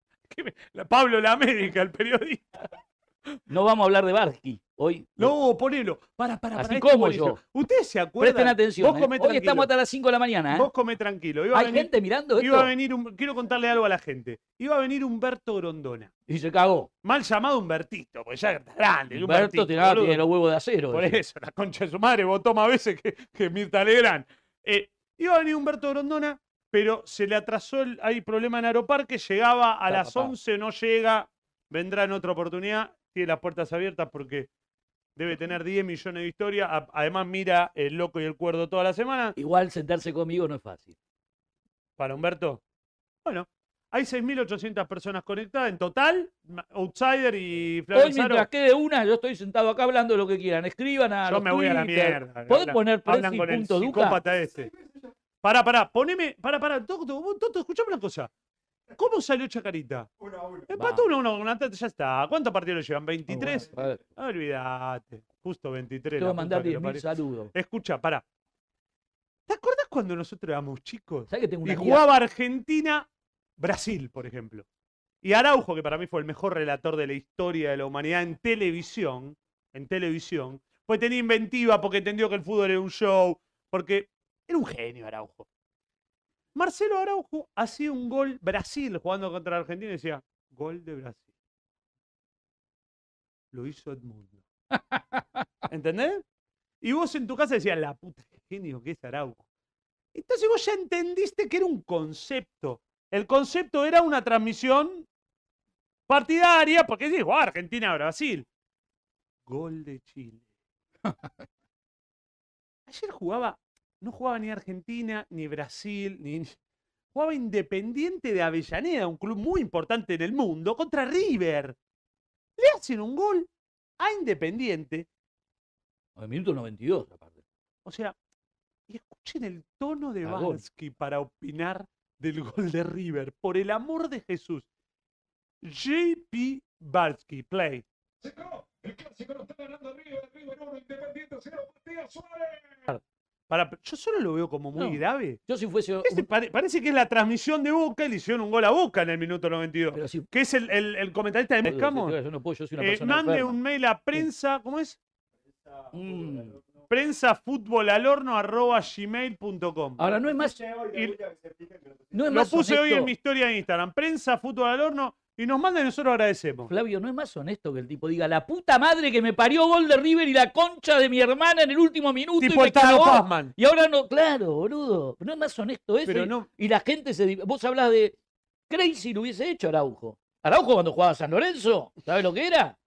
La- Pablo la médica, el periodista. No vamos a hablar de Barsky hoy. No, ponelo. Para, para, para. Así este es como buenísimo. yo. Ustedes se acuerdan. Presten atención. Vos ¿eh? comé Hoy estamos tranquilo. hasta las 5 de la mañana. ¿eh? Vos come tranquilo. Iba a Hay venir, gente mirando esto iba a venir un- quiero contarle algo a la gente. Iba a venir Humberto Grondona. y se cagó. Mal llamado Humbertito, porque ya está grande. que Humberto Humbertito, tiraba, boludo. tiene los huevos de acero. Por ese. eso, la concha de su madre votó más veces que, que Mirta Legrand. Eh, iba a venir Humberto Grondona, pero se le atrasó, el- hay problema en Aeroparque, llegaba a Está las tapado. 11, no llega, vendrá en otra oportunidad, tiene las puertas abiertas porque debe tener 10 millones de historias, a- además mira el loco y el cuerdo toda la semana. Igual sentarse conmigo no es fácil. Para Humberto, bueno, Hay 6.800 personas conectadas en total. Ma- Outsider y Flavio Hoy, Zaro, mientras quede una, yo estoy sentado acá hablando de lo que quieran. Escriban a. Yo los me voy a la Twitter. mierda. ¿Podés Hablan- poner Hablan con el Prezi.duca? psicópata ese. Pará, pará, poneme. Pará, pará, Toto, vos, Toto, escuchame una cosa. ¿Cómo salió Chacarita? Uno a uno. Empató 1 1 con Atlanta, ya está. ¿Cuántos partidos le llevan? ¿23? A ver, Ah, Olvídate. Justo 23. te eh. voy la a mandar puta que lo 10.000 parió. saludos. Escucha, pará. ¿Te acordás cuando nosotros éramos chicos? ¿Sabes que tengo una Y amiga? jugaba Argentina, Brasil, por ejemplo. Y Araujo, que para mí fue el mejor relator de la historia de la humanidad en televisión, en televisión, pues tenía inventiva porque entendió que el fútbol era un show, porque era un genio Araujo. Marcelo Araujo hacía un gol Brasil jugando contra Argentina y decía, gol de Brasil. Lo hizo Edmundo. ¿Entendés? Y vos en tu casa decías, la puta, qué genio que es Araujo. Entonces vos ya entendiste que era un concepto. El concepto era una transmisión partidaria, porque dijo Argentina-Brasil. Gol de Chile. Ayer jugaba, no jugaba ni Argentina, ni Brasil, ni. Jugaba Independiente de Avellaneda, un club muy importante en el mundo, contra River. Le hacen un gol a Independiente. En el minuto 92, aparte. O sea, y escuchen el tono de A gol. Bansky para opinar del gol de River. Por el amor de Jesús. JP Bansky, play. Secó. El clásico lo está ganando River. River 1, Independiente 0. Matías Suárez. Para, yo solo lo veo como muy No. grave. Yo si fuese. un- Este pare- parece que es la transmisión de Boca y le hicieron un gol a Boca en el minuto 92. Pero si. que es el, el- el comentarista de Mescamos. Yo no puedo, yo soy una Eh, persona. mande enferma. un mail a prensa, ¿cómo es? Mm. Prensa fútbol al horno arroba gmail.com. Ahora, no es más. Y- No es Lo más puse hoy en honesto- mi historia de Instagram. Prensa, fútbol al horno. Y nos mandan y nosotros agradecemos. Flavio, no es más honesto que el tipo diga la puta madre que me parió gol de River y la concha de mi hermana en el último minuto y Tipo me el Tano cagó". Pazman. Y ahora no, claro, boludo. No es más honesto eso. Pero y, no. y la gente se. div- Vos hablás de. Crazy lo hubiese hecho Araujo. Araujo cuando jugaba a San Lorenzo, ¿sabes lo que era?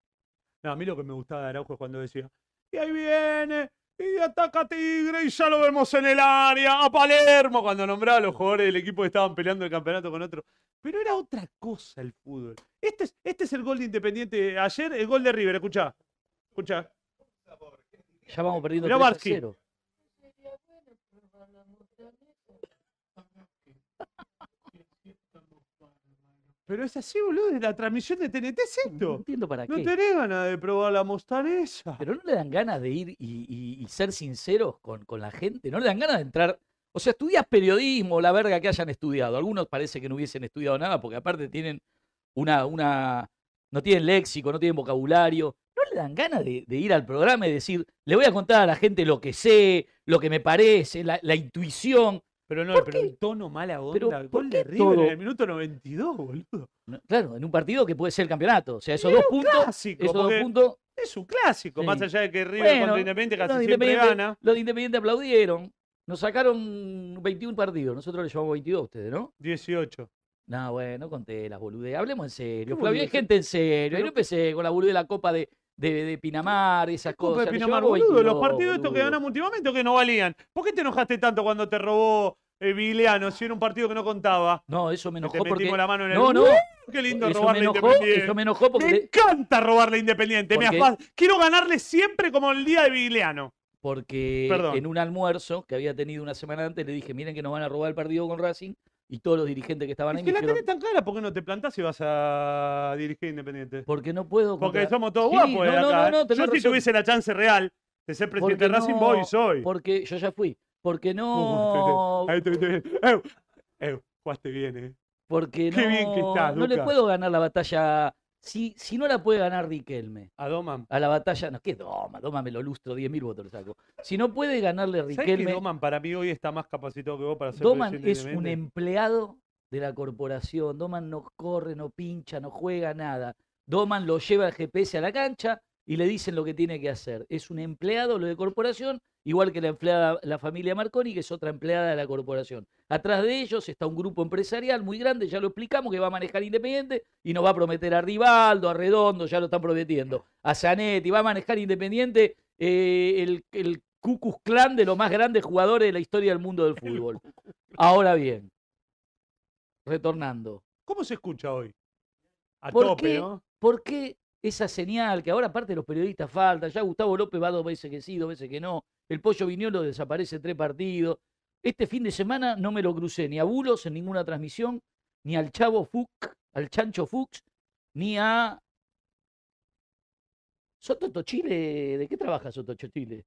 No, a mí lo que me gustaba de Araujo es cuando decía, y ahí viene, y ataca a Tigre, y ya lo vemos en el área, a Palermo, cuando nombraba a los jugadores del equipo que estaban peleando el campeonato con otro. Pero era otra cosa el fútbol. Este es, este es el gol de Independiente. Ayer, el gol de River, escuchá. Escuchá. Ya vamos perdiendo Mirá 3 a Barsky. 0. Pero es así, boludo, es la transmisión de TNT es No esto. entiendo para No qué. tenés ganas de probar la mostanesa. Pero no le dan ganas de ir y, y- y ser sinceros con, con la gente. No le dan ganas de entrar. O sea, estudias periodismo, la verga que hayan estudiado. Algunos parece que no hubiesen estudiado nada porque aparte tienen una, una. no tienen léxico, no tienen vocabulario. No le dan ganas de, de ir al programa y decir, le voy a contar a la gente lo que sé, lo que me parece, la, la intuición. Pero no, ¿Por pero qué? el tono mala onda. Pero, el ¿por gol qué de River en todo? el minuto 92, boludo. No, Claro, en un partido que puede ser el campeonato. O sea, esos dos puntos. Clásico, Esos dos porque puntos. es un clásico. Sí. Más allá de que River Bueno, contra Independiente los casi de siempre Independiente- gana. Los de Independiente aplaudieron. Nos sacaron 21 partidos. Nosotros le llevamos 22 a ustedes, ¿no? 18. No, bueno, conté las boludeces. Hablemos en serio. ¿Qué Flavio, hay boludez? gente en serio. Pero- Yo no empecé con la boludez de la Copa de, de, de Pinamar y esas Copa cosas. de Le Pinamar, llevamos boludo. Los 22, partidos estos que boludo. ganamos últimamente que no valían. ¿Por qué te enojaste tanto cuando te robó eh, Vigliano si era un partido que no contaba? No, eso me Que enojó te porque. metimos la mano en el. No, no. ¡Uh! Qué lindo Eso me robarle a enojó, Independiente. eso me enojó porque, Me le- encanta robarle a Independiente. me Porque- afa- Quiero ganarle siempre como el día de Vigliano. porque Perdón. en un almuerzo que había tenido una semana antes le dije, miren que nos van a robar el partido con Racing y todos los dirigentes que estaban Es ahí que la me dijeron, tenés tan clara, ¿por qué no te plantás y vas a dirigir Independiente? porque no puedo Porque contra- somos todos Sí, guapos no, de no, acá. no, no, Yo si tenés razón. tuviese la chance real de ser presidente Porque de Racing, no- voy, soy. Porque yo ya fui. Porque no. Uh, Ahí estuviste bien. Eu, eu, jugaste bien, eh. Porque no, Qué bien que estás, no le Luca. puedo ganar la batalla. Si, si no la puede ganar Riquelme, A Doman. a la batalla. No, que Doma, Doma me lo lustro, 10.000 votos le saco. Si no puede ganarle ¿Sabés que Riquelme, Doman para mí hoy está más capacitado que vos para ser Doman presidente es un independiente? empleado de la corporación. Doman no corre, no pincha, no juega nada. Doman lo lleva el GPS a la cancha y le dicen lo que tiene que hacer. Es un empleado lo de corporación, igual que la empleada, la familia Marconi, que es otra empleada de la corporación. Atrás de ellos está un grupo empresarial muy grande, ya lo explicamos, que va a manejar Independiente y nos va a prometer a Rivaldo, a Redondo, ya lo están prometiendo, a Zanetti, va a manejar Independiente eh, el, el Cucus Clan de los más grandes jugadores de la historia del mundo del fútbol. Ahora bien, retornando, ¿Cómo se escucha hoy? A em- ¿Por tope, qué? ¿no? ¿Por qué esa señal que ahora aparte los periodistas falta? Ya Gustavo López va dos veces que sí, dos veces que no. El pollo Viñolo desaparece tres partidos. Este fin de semana no me lo crucé ni a Bulos en ninguna transmisión, ni al Chavo Fuch, al Chancho Fuchs, ni a. ¿Soto Tochile? ¿De qué trabaja Soto Tochile?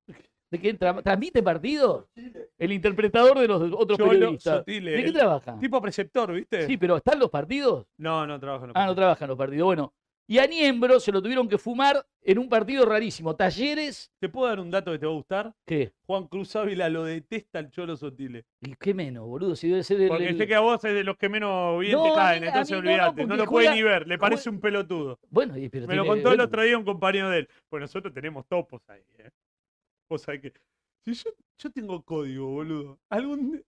¿De qué tra- transmite partidos? El interpretador de los otros Cholo periodistas. Sotile, ¿De qué el trabaja? Tipo preceptor, ¿viste? Sí, pero ¿están los partidos? No, no trabajo en la Ah, no política. trabajan los partidos. Bueno, y a Niembro se lo tuvieron que fumar en un partido rarísimo. Talleres, ¿Te puedo dar un dato que te va a gustar? ¿qué? Juan Cruz Ávila lo detesta al Cholo Sotile. Y qué menos, boludo. Si debe ser el. Porque el- sé que a vos es de los que menos bien No, a te mí- caen, a entonces mí no, no, olvídate. No, porque lo puede juega- ni ver, le juega- parece un pelotudo. Bueno, y- pero Me lo tiene- contó el bueno, otro día un compañero de él. Pues nosotros tenemos topos ahí, ¿eh? Vos sabés que. Si yo, yo tengo código, boludo. Algún.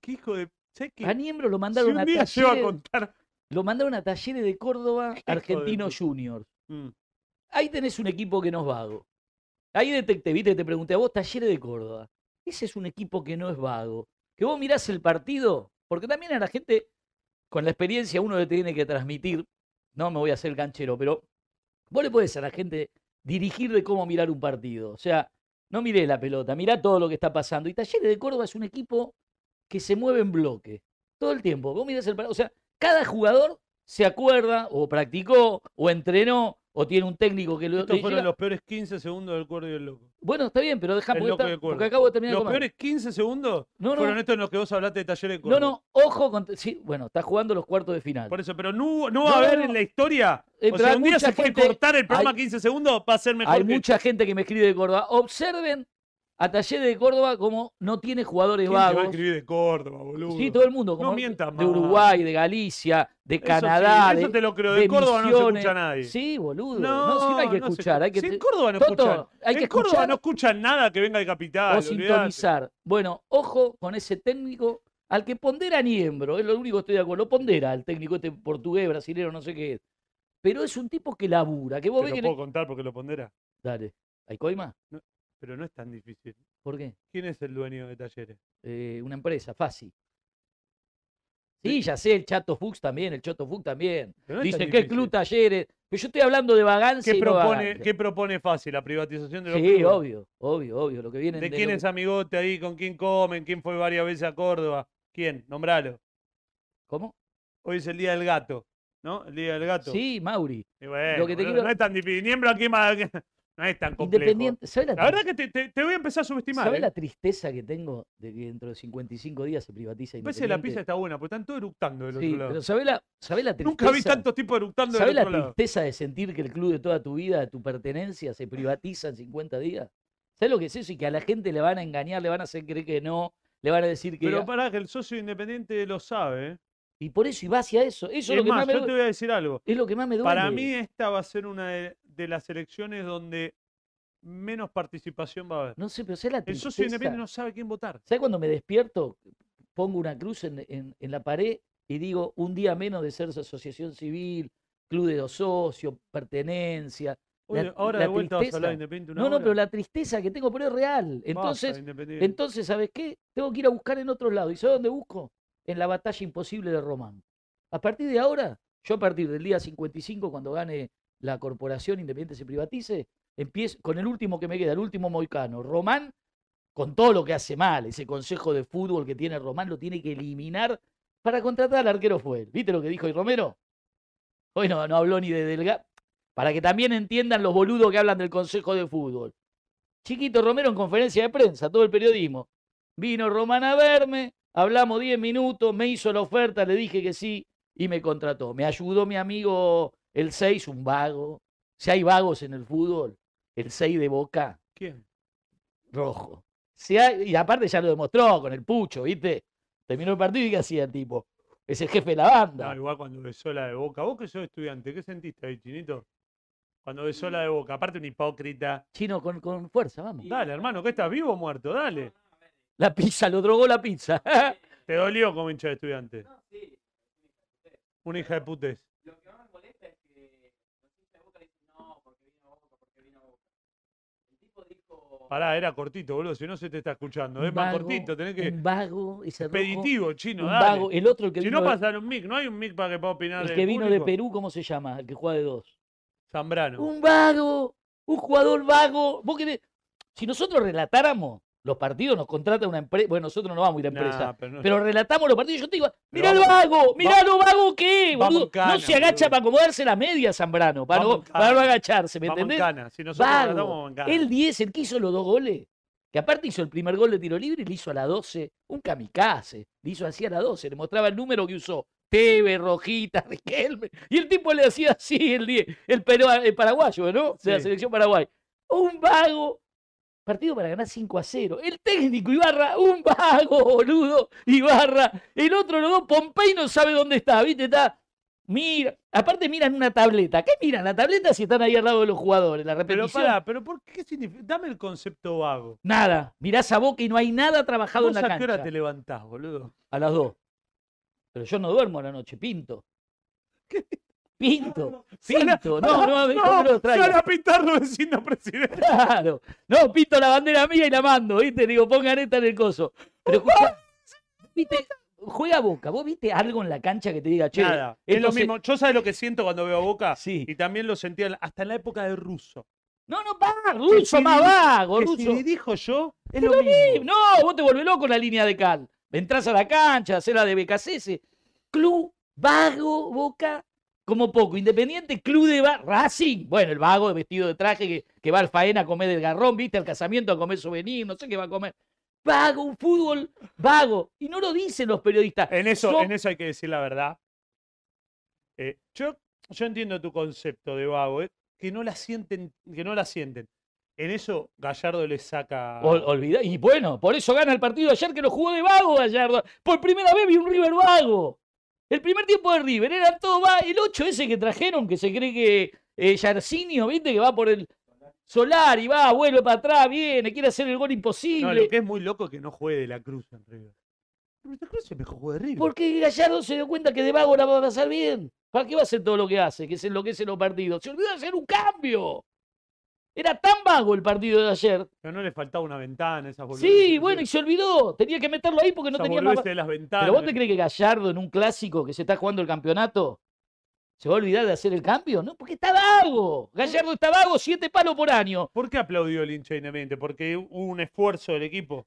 ¿Qué hijo de.? ¿Sabés qué? A Niembro lo Si mandaron un a día llego a Talleres. contar. Lo mandaron a Talleres de Córdoba, de Argentino puta. Juniors. Mm, Ahí tenés un equipo que no es vago. Ahí detecté, viste, te pregunté a vos, Talleres de Córdoba. Ese es un equipo que no es vago. Que vos mirás el partido, porque también a la gente, con la experiencia, uno le tiene que transmitir. No me voy a hacer canchero, pero vos le podés a la gente dirigir de cómo mirar un partido. O sea, no miré la pelota, mirá todo lo que está pasando. Y Talleres de Córdoba es un equipo que se mueve en bloque. Todo el tiempo. Vos mirás el partido. O sea, cada jugador se acuerda, o practicó, o entrenó, o tiene un técnico que lo. Estos le fueron llega- los peores 15 segundos del cuerdo y el loco. Bueno, está bien, pero deja El porque, loco está- de cuerdo. porque acabo de terminar de Los comer. peores 15 segundos No, fueron no, estos en los que vos hablaste de talleres de no, Córdoba. no, ojo con. Sí, bueno, está jugando los cuartos de final. Por eso, pero no, hubo- no va No, a no, haber no. en la historia. Eh, o pero sea, hay un día mucha se puede gente- cortar el programa hay- 15 segundos, va a ser mejor. Hay que- mucha gente que me escribe de Córdoba. Observen a Talleres de Córdoba como no tiene jugadores ¿Quién te va a vagos. escribir de Córdoba, boludo? Sí, todo el mundo. Como mientas más. de Uruguay, de Galicia, de Eso sí, Canadá. Eso de- te lo creo. De, Córdoba no se escucha Misiones. a nadie. Sí, boludo. No, sí, no hay que se escuchar. escu- hay que, Si en Córdoba no Toto, escuchan. hay que en Córdoba escuchar no escuchan nada que venga de capital. o olvidate. sintonizar. Bueno, ojo con ese técnico al que pondera Niembro, es lo único que estoy de acuerdo. Lo pondera al técnico este portugués, brasilero, no sé qué es. Pero es un tipo que labura, que vos Te ves lo que le- puedo contar porque lo pondera. Dale, ¿hay coima? Pero no es tan difícil. ¿Por qué? ¿Quién es el dueño de talleres? Eh, una empresa, fácil. Sí, ya sé, el Chato Fuchs también, el Choto Fuchs también. Pero no es tan Dicen que el difícil. club talleres. Pero yo estoy hablando de vagancia ¿Qué y no propone, vagancia. ¿Qué propone fácil? ¿La privatización de los Sí, clubes? obvio, obvio, obvio. Lo que vienen ¿De lo quién que- es amigote ahí? ¿Con quién comen? ¿Quién fue varias veces a Córdoba? ¿Quién? Nombralo. ¿Cómo? Hoy es el día del gato, ¿no? El día del gato. Sí, Mauri. Y bueno, lo que te boludo, quiero- No es tan difícil. Niembro aquí más... No es tan complejo. Independiente. ¿sabés la La verdad que te, te- te voy a empezar a subestimar. ¿Sabes ¿eh? la tristeza que tengo de que dentro de 55 días se privatiza Parece que la pizza Independiente? está buena, porque están todos eructando del Sí, otro lado. pero ¿sabés la, sabés la tristeza? Nunca vi tantos tipos eructando del ¿sabés la otro lado. tristeza de sentir que el club de toda tu vida, de tu pertenencia, se privatiza en 50 días? ¿Sabes lo que es eso? Y que a la gente le van a engañar, le van a hacer creer que no, le van a decir que... Pero pará, que el socio independiente lo sabe. ¿eh? Y por eso, y va hacia eso. Eso Es es lo, que más, más, me yo te duele. voy a decir algo. es lo que más me duele. Para mí esta va a ser una de, de las elecciones donde menos participación va a haber. No sé, pero ¿sabes la El tristeza? socio independiente no sabe quién votar. ¿Sabes cuando me despierto, pongo una cruz en, en- en la pared y digo un día menos de ser asociación civil, club de los socios, pertenencia? Oye, La- ahora la de vuelta vas a hablar tristeza. de independiente una No, no, hora. pero la tristeza que tengo, pero es real. Basta de Entonces, Independiente. entonces ¿sabes qué? Tengo que ir a buscar en otro lado. ¿Y sabes dónde busco? En la batalla imposible de Román. A partir de ahora, yo a partir del día 55, cuando gane la corporación independiente se privatice, empiezo con el último que me queda, el último moicano, Román, con todo lo que hace mal, ese consejo de fútbol que tiene Román lo tiene que eliminar para contratar al arquero fue él. ¿Viste lo que dijo hoy Romero? Hoy no, no habló ni de Delgado. Para que también entiendan los boludos que hablan del consejo de fútbol. Chiquito Romero en conferencia de prensa, todo el periodismo. Vino Román a verme, hablamos 10 minutos, me hizo la oferta, le dije que sí y me contrató. Me ayudó mi amigo el 6, un vago. Si hay vagos en el fútbol, el 6 de Boca, ¿Quién? rojo. Si hay- y aparte ya lo demostró con el pucho, ¿viste? Terminó el partido y ¿qué hacía el tipo? Es el jefe de la No, banda. igual cuando besó la de boca. Vos que sos estudiante, ¿qué sentiste ahí, chinito? Cuando besó la de boca. Aparte, un hipócrita. Chino con, con fuerza, vamos. Dale, hermano, que estás vivo o muerto, dale. La pizza, lo drogó la pizza. Te dolió como hincha de estudiante. Una hija de putés. Lo que más me molesta es que los hinchas de Boca dicen no, porque vino Boca, porque vino Boca. El tipo dijo. Pará, era cortito, boludo. Si no se te está escuchando. Es Un más vago, cortito. Tenés que. Un vago, ese rojo, Expeditivo, chino, un dale. vago. El otro, el que si vino, no de- pasan un mic, no hay un mic para que pueda opinar. el el que vino de público. Perú, ¿cómo se llama? El que juega de dos. Zambrano. Un vago, un jugador vago. Vos querés- Si nosotros relatáramos los partidos, nos contrata una empresa. Bueno, nosotros no vamos a ir a Nah, empresa. pero no- Pero relatamos los partidos. Yo te digo, mirá Pero lo vago, mirá vamos- lo vago que es, vamos boludo. en cana, no se agacha boludo. para acomodarse la media, Zambrano, para, Vamos no, en para no cana. agacharse, ¿me vamos en entendés? cana. Si nosotros Vago. ganamos, vamos en cana. El 10, el que hizo los dos goles, que aparte hizo el primer gol de tiro libre y le hizo a la 12, un kamikaze, le hizo así a la 12, le mostraba el número que usó. Teve, Rojita, Riquelme. Y el tipo le hacía así el 10, el, perua- el paraguayo, ¿no? De la Sí. selección Paraguay. Un vago. Partido para ganar 5 a 0. El técnico Ibarra, un vago, boludo. Ibarra. El otro, los dos, Pompey no sabe dónde está, ¿viste? Está. Mira. Aparte, miran una tableta. ¿Qué miran? La tableta si están ahí al lado de los jugadores. La Pero repetición. pará, pero ¿por qué significa? Dame el concepto vago. Nada. Mirás a boca y no hay nada trabajado en ¿Vos la a cancha. qué hora te levantás, boludo? A las dos. Pero yo no duermo a la noche, pinto. Pinto, pinto. No, no, no, no me lo traigo. Sara Pintardo es signo presidente. Claro. No, pinto la bandera mía y la mando, ¿viste? Digo, pongan esta en el coso. Pero escuchá, ¿viste? Juega Boca. ¿Vos viste algo en la cancha que te diga, che? Nada, es esto lo se- mismo. Yo sabes lo que siento cuando veo a Boca Sí. y también lo sentía en la- hasta en la época de Russo. No, no, va, ruso, si más dirijo- vago, que si ruso. dirijo yo, es, Es lo, lo mismo. No, vos te volvés loco en la línea de cal. Entrás a la cancha, hacés la de BKCS. Club, vago, boca, como poco. Independiente, club de va- Racing. Bueno, el vago vestido de traje que, que va al faena a comer del garrón, viste, al casamiento a comer souvenir, no sé qué va a comer. Vago, un fútbol vago. Y no lo dicen los periodistas. En eso, Son- en eso hay que decir la verdad. Eh, yo, yo entiendo tu concepto de vago, eh, que no la sienten, que no la sienten. En eso Gallardo le saca. Ol- olvidá- Y bueno, por eso gana el partido ayer que lo jugó de vago Gallardo. Por primera vez vi un River vago. El primer tiempo de River era todo va. El 8 ese que trajeron, que se cree que eh, Yarcinio, ¿viste? Que va por el solar y va, vuelve para atrás, viene, quiere hacer el gol No, imposible. lo que es muy loco es que no juegue de la cruz en River. Pero de la cruz es mejor juego de River. Porque Gallardo se dio cuenta que de vago la va a pasar bien. ¿Para qué va a hacer todo lo que hace? Que se enloquece los partidos. Se olvidó de hacer un cambio. Era tan vago el partido de ayer. Pero no le faltaba una ventana, esas boludeces. Sí, bueno, y se olvidó. Tenía que meterlo ahí porque no Esas tenía más. boludeces de las ventanas. Pero vos te crees que Gallardo en un clásico que se está jugando el campeonato se va a olvidar de hacer el cambio, ¿no? Porque está vago. Gallardo está vago, siete palos por año. ¿Por qué aplaudió el hincha independiente? Porque hubo un esfuerzo del equipo.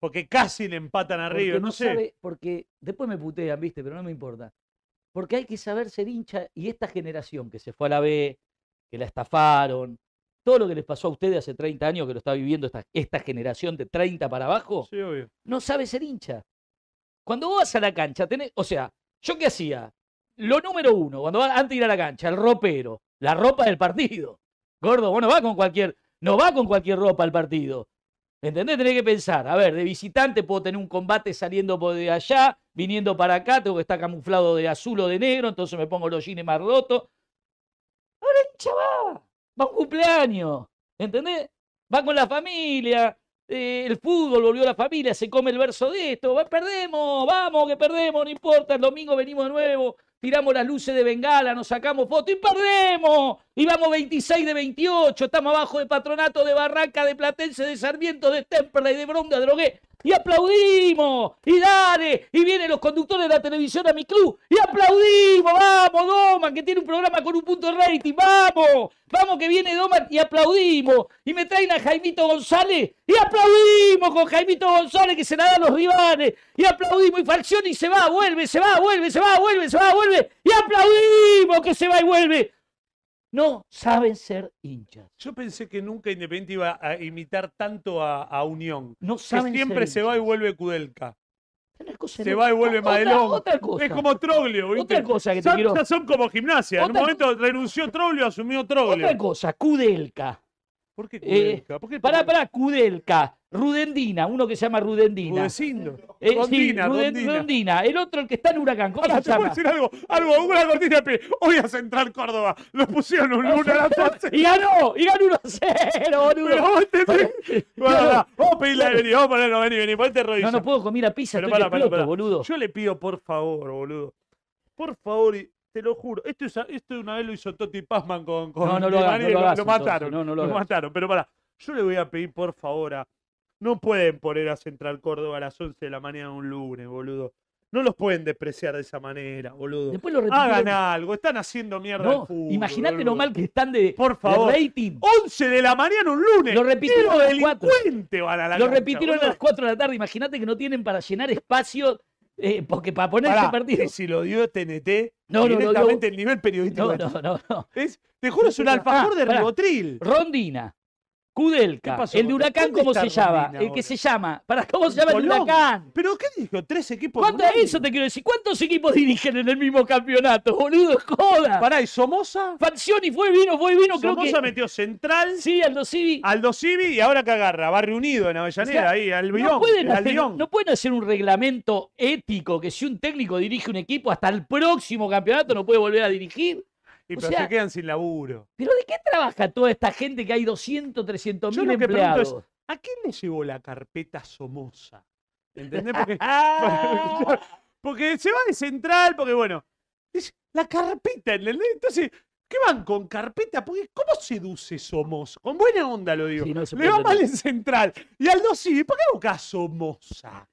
Porque casi le empatan a River, Porque no, sé. sabe- porque después me putean, viste, pero no me importa. Porque hay que saber ser hincha y esta generación que se fue a la B, que la estafaron, todo lo que les pasó a ustedes hace 30 años que lo está viviendo esta, esta generación de 30 para abajo. Sí, obvio. no sabe ser hincha. Cuando vos vas a la cancha, tenés, o sea, yo qué hacía, lo número uno, cuando va, antes de ir a la cancha, el ropero, la ropa del partido. Gordo, vos no va con cualquier, no va con cualquier ropa al partido. ¿Entendés? Tenés que pensar, a ver, de visitante puedo tener un combate saliendo por de allá, viniendo para acá, tengo que estar camuflado de azul o de negro, entonces me pongo los jeans más rotos. Ahora el hincha va, va a un cumpleaños, ¿entendés? Va con la familia, eh, el fútbol volvió a la familia, se come el verso de esto, va, perdemos, vamos que perdemos, no importa, el domingo venimos de nuevo, tiramos las luces de Bengala, nos sacamos fotos y perdemos, y vamos 26 de 28, estamos abajo de Patronato, de Barranca, de Platense, de Sarmiento, de Temperley, de Brom, de Drogué, y aplaudimos, y dale, y vienen los conductores de la televisión a mi club, y aplaudimos, vamos Doman, que tiene un programa con un punto de rating, vamos, vamos que viene Doman, y aplaudimos, y me traen a Jaimito González, y aplaudimos con Jaimito González que se la da a los rivales, y aplaudimos, y Falcioni se va, vuelve, se va, vuelve, se va, vuelve, se va, vuelve, y aplaudimos que se va y vuelve. No saben ser hinchas, Yo pensé que nunca Independiente iba a imitar tanto a, a Unión. no Que saben siempre ser se va y hinchas. vuelve Kudelka. Tenés cosas Se en- va y vuelve Otra- Madelón. Otra cosa. Es como Troglio, ¿viste? Otra cosa que te son, quiero- ya son como gimnasia. En un Otra- momento renunció Troglio, asumió Troglio. Otra cosa, Kudelka. ¿Por qué Eh, Kudelka? ¿Por qué Pará, Troglio? pará, Kudelka. Rudendina, uno que se llama Rudendina. Gudecindo. Eh, sí, Pues, Rondina, Ruden- Rondina. Rudendina. El otro, el que está en Huracán. ¿Cómo Ahora, se te puedo llama? decir algo, algo, una cortita de pie. Hoy a Central Córdoba lo pusieron un lunes a las 11. Y ganó, y ganó 1 a 0, Pero boludo. vos entendés. Bueno, Claro. pará, vamos a pedirle a Vení, vamos a ponerlo, vení, vení, ponete No, rodillas. no puedo comer la pizza, Pero estoy pará, que pará, exploto, pará. boludo. Yo le pido, por favor, boludo. Por favor, y te lo juro. Esto, es, esto una vez lo hizo Totti Pazman con, con No, no lo Di hagas, María no y lo hagas, entonces, mataron. no, no lo hagas. mataron, pero pará. Yo le voy a pedir, por favor, a... No pueden poner a Central Córdoba a las 11 de la mañana un lunes, boludo. No los pueden despreciar de esa manera, boludo. Después lo Hagan retitularon. algo, están haciendo mierda al No, Ah, fútbol, imagínate boludo. lo mal que están de, Por de favor. rating. 11 de la mañana un lunes. Lo repitieron Quiero a las cuatro. delincuente van a la Lo cancha, repitieron a boludo. las 4 de la tarde. Imagínate que no tienen para llenar espacio eh, porque para poner Pará, este partido. y si lo dio TNT, No, no, no, directamente no. el nivel periodístico. No, de- no, no, no. Es- te juro, es un Ah, alfajor de pará. ribotril. Rondina. Kudelka. ¿Qué pasó el de con- Huracán, dónde ¿cómo está se llama? Rondina El que ahora? se llama. ¿Para cómo se llama el Colón. Huracán? ¿Pero qué dijo? ¿Tres equipos? ¿Cuánto de eso te quiero decir? ¿Cuántos equipos dirigen en el mismo campeonato, boludo? Joda. Pará, ¿y Somoza? Falcioni fue, vino, fue, vino, creo Somoza que. metió Central, Sí, Aldo Civi. Aldo Civi y ahora que agarra, Barrio Unido en Avellaneda, O sea, ahí, Albión. No pueden, el hacer, Albión. no pueden hacer un reglamento ético que si un técnico dirige un equipo hasta el próximo campeonato no puede volver a dirigir. y o pero sea- se quedan sin laburo. ¿Pero de qué trabaja toda esta gente que hay 200, 300 Yo mil lo que pregunto empleados? es, ¿A quién le llegó la carpeta Somoza? ¿Entendés? Porque, Ah, porque se va de central, porque bueno. es la carpeta, ¿entendés? Entonces, ¿qué van con carpeta? Porque ¿cómo seduce Somoza? Con buena onda lo digo. Sí, no se le puede va entender. mal en central. Y Aldo sí, ¿por qué busca Somoza?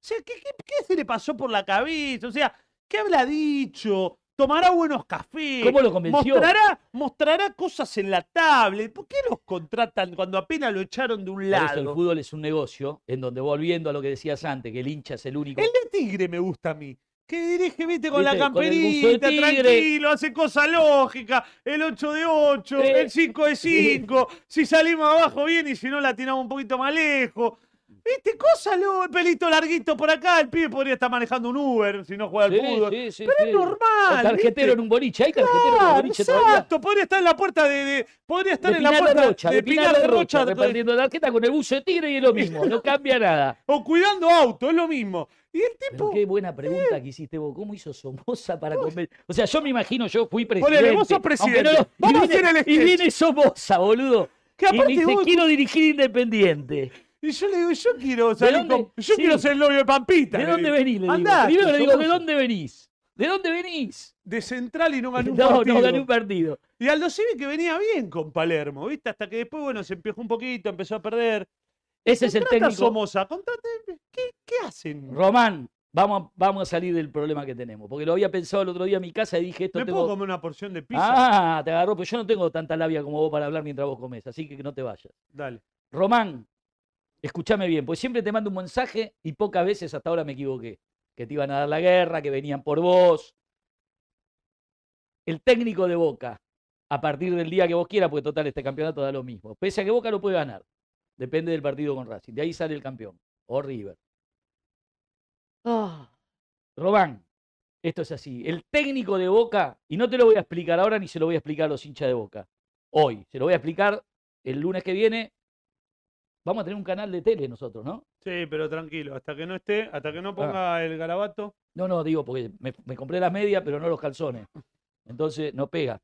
O sea, ¿qué, qué, qué se le pasó por la cabeza? O sea, ¿qué habrá dicho? ¿Tomará buenos cafés? ¿Cómo lo convenció? Mostrará, mostrará cosas en la tablet. ¿Por qué los contratan cuando apenas lo echaron de un Por eso el lado? fútbol es un negocio en donde, volviendo a lo que decías antes, que el hincha es el único. El de Tigre me gusta a mí. Que dirige, viste, con la Viste, con el buzo de camperita, Tigre. tranquilo, hace cosas lógicas. El 8 de 8, Eh. el 5 de 5. si salimos abajo bien y si no la tiramos un poquito más lejos. Viste, cosas lo el pelito larguito por acá. El pibe podría estar manejando un Uber si no juega al Sí, fútbol. sí, sí, Pero sí. es normal. O tarjetero ¿viste? en un boliche. Hay tarjetero en un Claro, boliche todavía. exacto, podría estar en la puerta de, de- podría estar de en la Pinar puerta de Rocha, de Pinar de Rocha, de- repartiendo tarjeta con el buzo de tigre y es lo mismo, no cambia nada. o cuidando auto, es lo mismo. Y el Pero tipo, qué buena pregunta que hiciste vos, ¿cómo hizo Somoza para convencer? O sea, yo me imagino, yo fui presidente. Ponele, vos sos aunque presidente. no lo- Vamos a y, viene, hacer el y sketch. viene Somoza, boludo. que Y me aparte dice, vos- quiero dirigir Independiente. y yo le digo, yo quiero salir dónde? con- yo Sí. quiero ser el novio de Pampita. ¿De le dónde digo. venís? Le digo. Andá, Primero le digo, Somoza. ¿de dónde venís? ¿De dónde venís? De central y no ganó No, un partido. no gané un partido. Y Aldo Civi que venía bien con Palermo, ¿viste? Hasta que después, bueno, se empezó un poquito, empezó a perder. Ese es el Contrata a técnico. Somoza, contrate- ¿Qué, qué hacen? Román, vamos a, vamos a salir del problema que tenemos. Porque lo había pensado el otro día en mi casa y dije, esto ¿Me tengo... puedo comer una porción de pizza? Ah, te agarró, pues yo no tengo tanta labia como vos para hablar mientras vos comés, así que no te vayas. Dale. Román, escúchame bien, pues siempre te mando un mensaje y pocas veces hasta ahora me equivoqué. Que te iban a dar la guerra, que venían por vos. El técnico de Boca, a partir del día que vos quieras, porque total, este campeonato da lo mismo. Pese a que Boca lo puede ganar, depende del partido con Racing. De ahí sale el campeón, o River. Ah, Román, esto es así. El técnico de Boca, y no te lo voy a explicar ahora ni se lo voy a explicar a los hinchas de Boca. Hoy, se lo voy a explicar el lunes que viene. Vamos a tener un canal de tele nosotros, ¿no? Sí, pero tranquilo, hasta que no esté, hasta Ah. que no ponga el garabato. No, no, digo, porque me, me compré las medias, pero no los calzones. Entonces, no pega.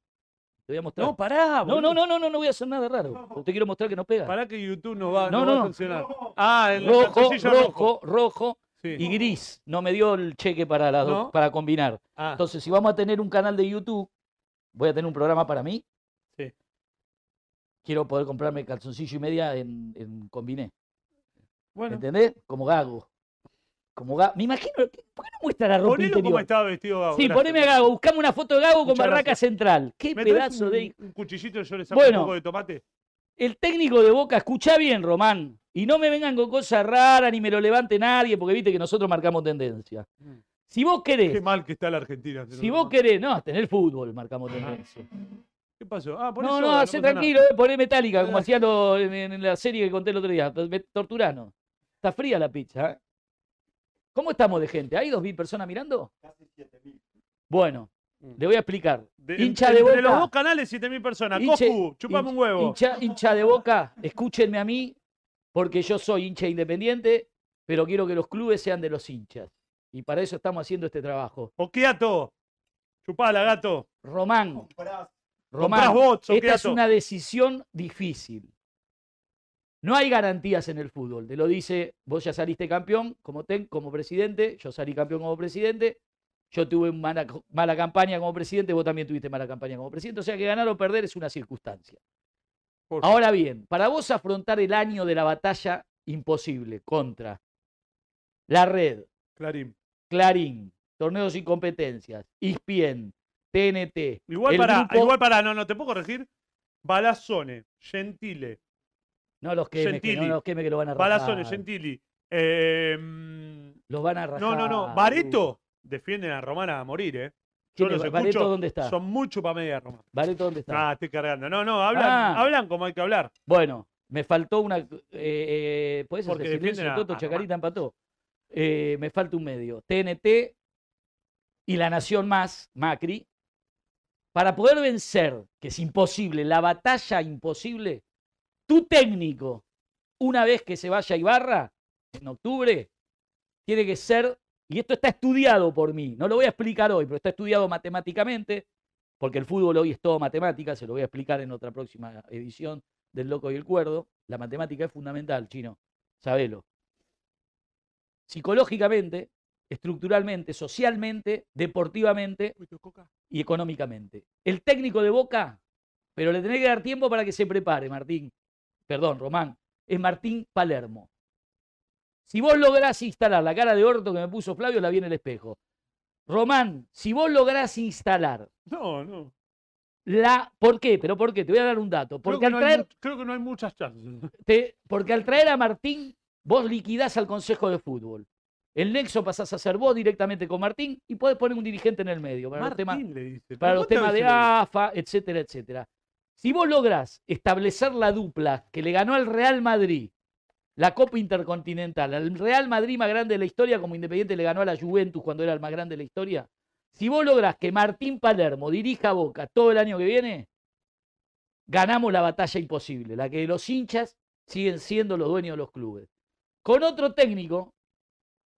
Te voy a mostrar. No, pará, No, boludo. no, no, no, no, no voy a hacer nada raro. Te quiero mostrar que no pega. Pará que YouTube no va, No, no va no. a funcionar. Ah, el rojo, calzoncillo rojo, rojo Sí. y gris. No me dio el cheque para, las dos- No. para combinar. Ah, Entonces, si vamos a tener un canal de YouTube, voy a tener un programa para mí. Sí. Quiero poder comprarme calzoncillo y media en, en combiné. bueno, ¿Entendés? Como Gago. Como Gago. Me imagino. ¿Por qué no muestra la ropa ponelo como interior? estaba vestido Gago. Sí, gracias. poneme a Gago. Buscame una foto de Gago con Muchas Barraca gracias. Central. Qué ¿Me traes pedazo un, de. un cuchillito yo le saco Bueno. un poco de tomate? El técnico de Boca, escuchá bien, Román. Y no me vengan con cosas raras ni me lo levante nadie, porque viste que nosotros marcamos tendencia. Mm. Si vos Qué querés, mal que está la Argentina. si vos querés, no, tener fútbol marcamos tendencia. ¿Qué pasó? Ah, por No, eso, no, hacé pasa nada. tranquilo, eh, poné metálica, como Ah. hacía lo- en, en la serie que conté el otro día. Me- Torturano. Está fría la pizza, ¿eh? ¿Cómo estamos de gente? ¿Hay dos mil personas mirando? Bueno, Mm. le voy a explicar. De, hincha de entre los Boca. dos canales, 7000 personas. Hinche- Coscu, chupame un hinch- huevo. Hincha, hincha de boca, escúchenme a mí, porque yo soy hincha independiente, pero quiero que los clubes sean de los hinchas. Y para eso estamos haciendo este trabajo. Okiato. Chupala, gato. Román, Comprás Román, vos, esta es Soquiato. una decisión difícil. No hay garantías en el fútbol. Te lo dice, vos ya saliste campeón como, ten- como presidente, yo salí campeón como presidente, yo tuve una mala, co- mala campaña como presidente, vos también tuviste mala campaña como presidente. O sea que ganar o perder es una circunstancia. Por Ahora bien, para vos afrontar el año de la batalla imposible contra La Red, Clarín. Clarín, Torneos y Competencias, E ESPN, TNT. Igual el para, grupo- igual para, no, no, te puedo corregir. Balazone, Gentile, No los quemes, que, no Gentili. los quemes que lo van a Balazone, rajar. Gentili. Eh, no, Los van a rajar. no, no. Bareto defiende a Romana a morir, ¿eh? Yo ¿Quién es? los ¿Bareto escucho, dónde está? Son mucho para media Romana. ¿Bareto dónde está? Ah, estoy cargando. No, no, hablan, Ah. hablan como hay que hablar. Bueno, me faltó una. eh, eh, ¿Podés hacer Porque silencio, defienden a- Toto? a Chacarita empató. Eh, me falta un medio. TNT y La Nación Más, Macri. Para poder vencer, que es imposible, la batalla imposible, tu técnico, una vez que se vaya a Ibarra, en octubre, tiene que ser, y esto está estudiado por mí, no lo voy a explicar hoy, pero está estudiado matemáticamente, porque el fútbol hoy es todo matemática, se lo voy a explicar en otra próxima edición del Loco y el Cuerdo. La matemática es fundamental, chino, sabelo. Psicológicamente, estructuralmente, socialmente, deportivamente y económicamente. El técnico de Boca, pero le tenés que dar tiempo para que se prepare, Martín. Perdón, Román. Es Martín Palermo. Si vos lográs instalar la cara de orto que me puso Flavio, la vi en el espejo. Román, si vos lográs instalar No, no. la... ¿Por qué? Pero ¿por qué? Te voy a dar un dato. Creo Porque que al no, hay, traer mu- creo que no hay muchas chances. te- porque al traer a Martín, vos liquidás al Consejo de Fútbol. El nexo pasás a ser vos directamente con Martín y podés poner un dirigente en el medio para los temas, le dice. para ¿Pero los cuántas temas de veces lo AFA, etcétera, etcétera. Si vos lográs establecer la dupla que le ganó al Real Madrid, la Copa Intercontinental, al Real Madrid más grande de la historia, como Independiente le ganó a la Juventus cuando era el más grande de la historia, si vos lográs que Martín Palermo dirija a Boca todo el año que viene, ganamos la batalla imposible, la que los hinchas siguen siendo los dueños de los clubes. Con otro técnico,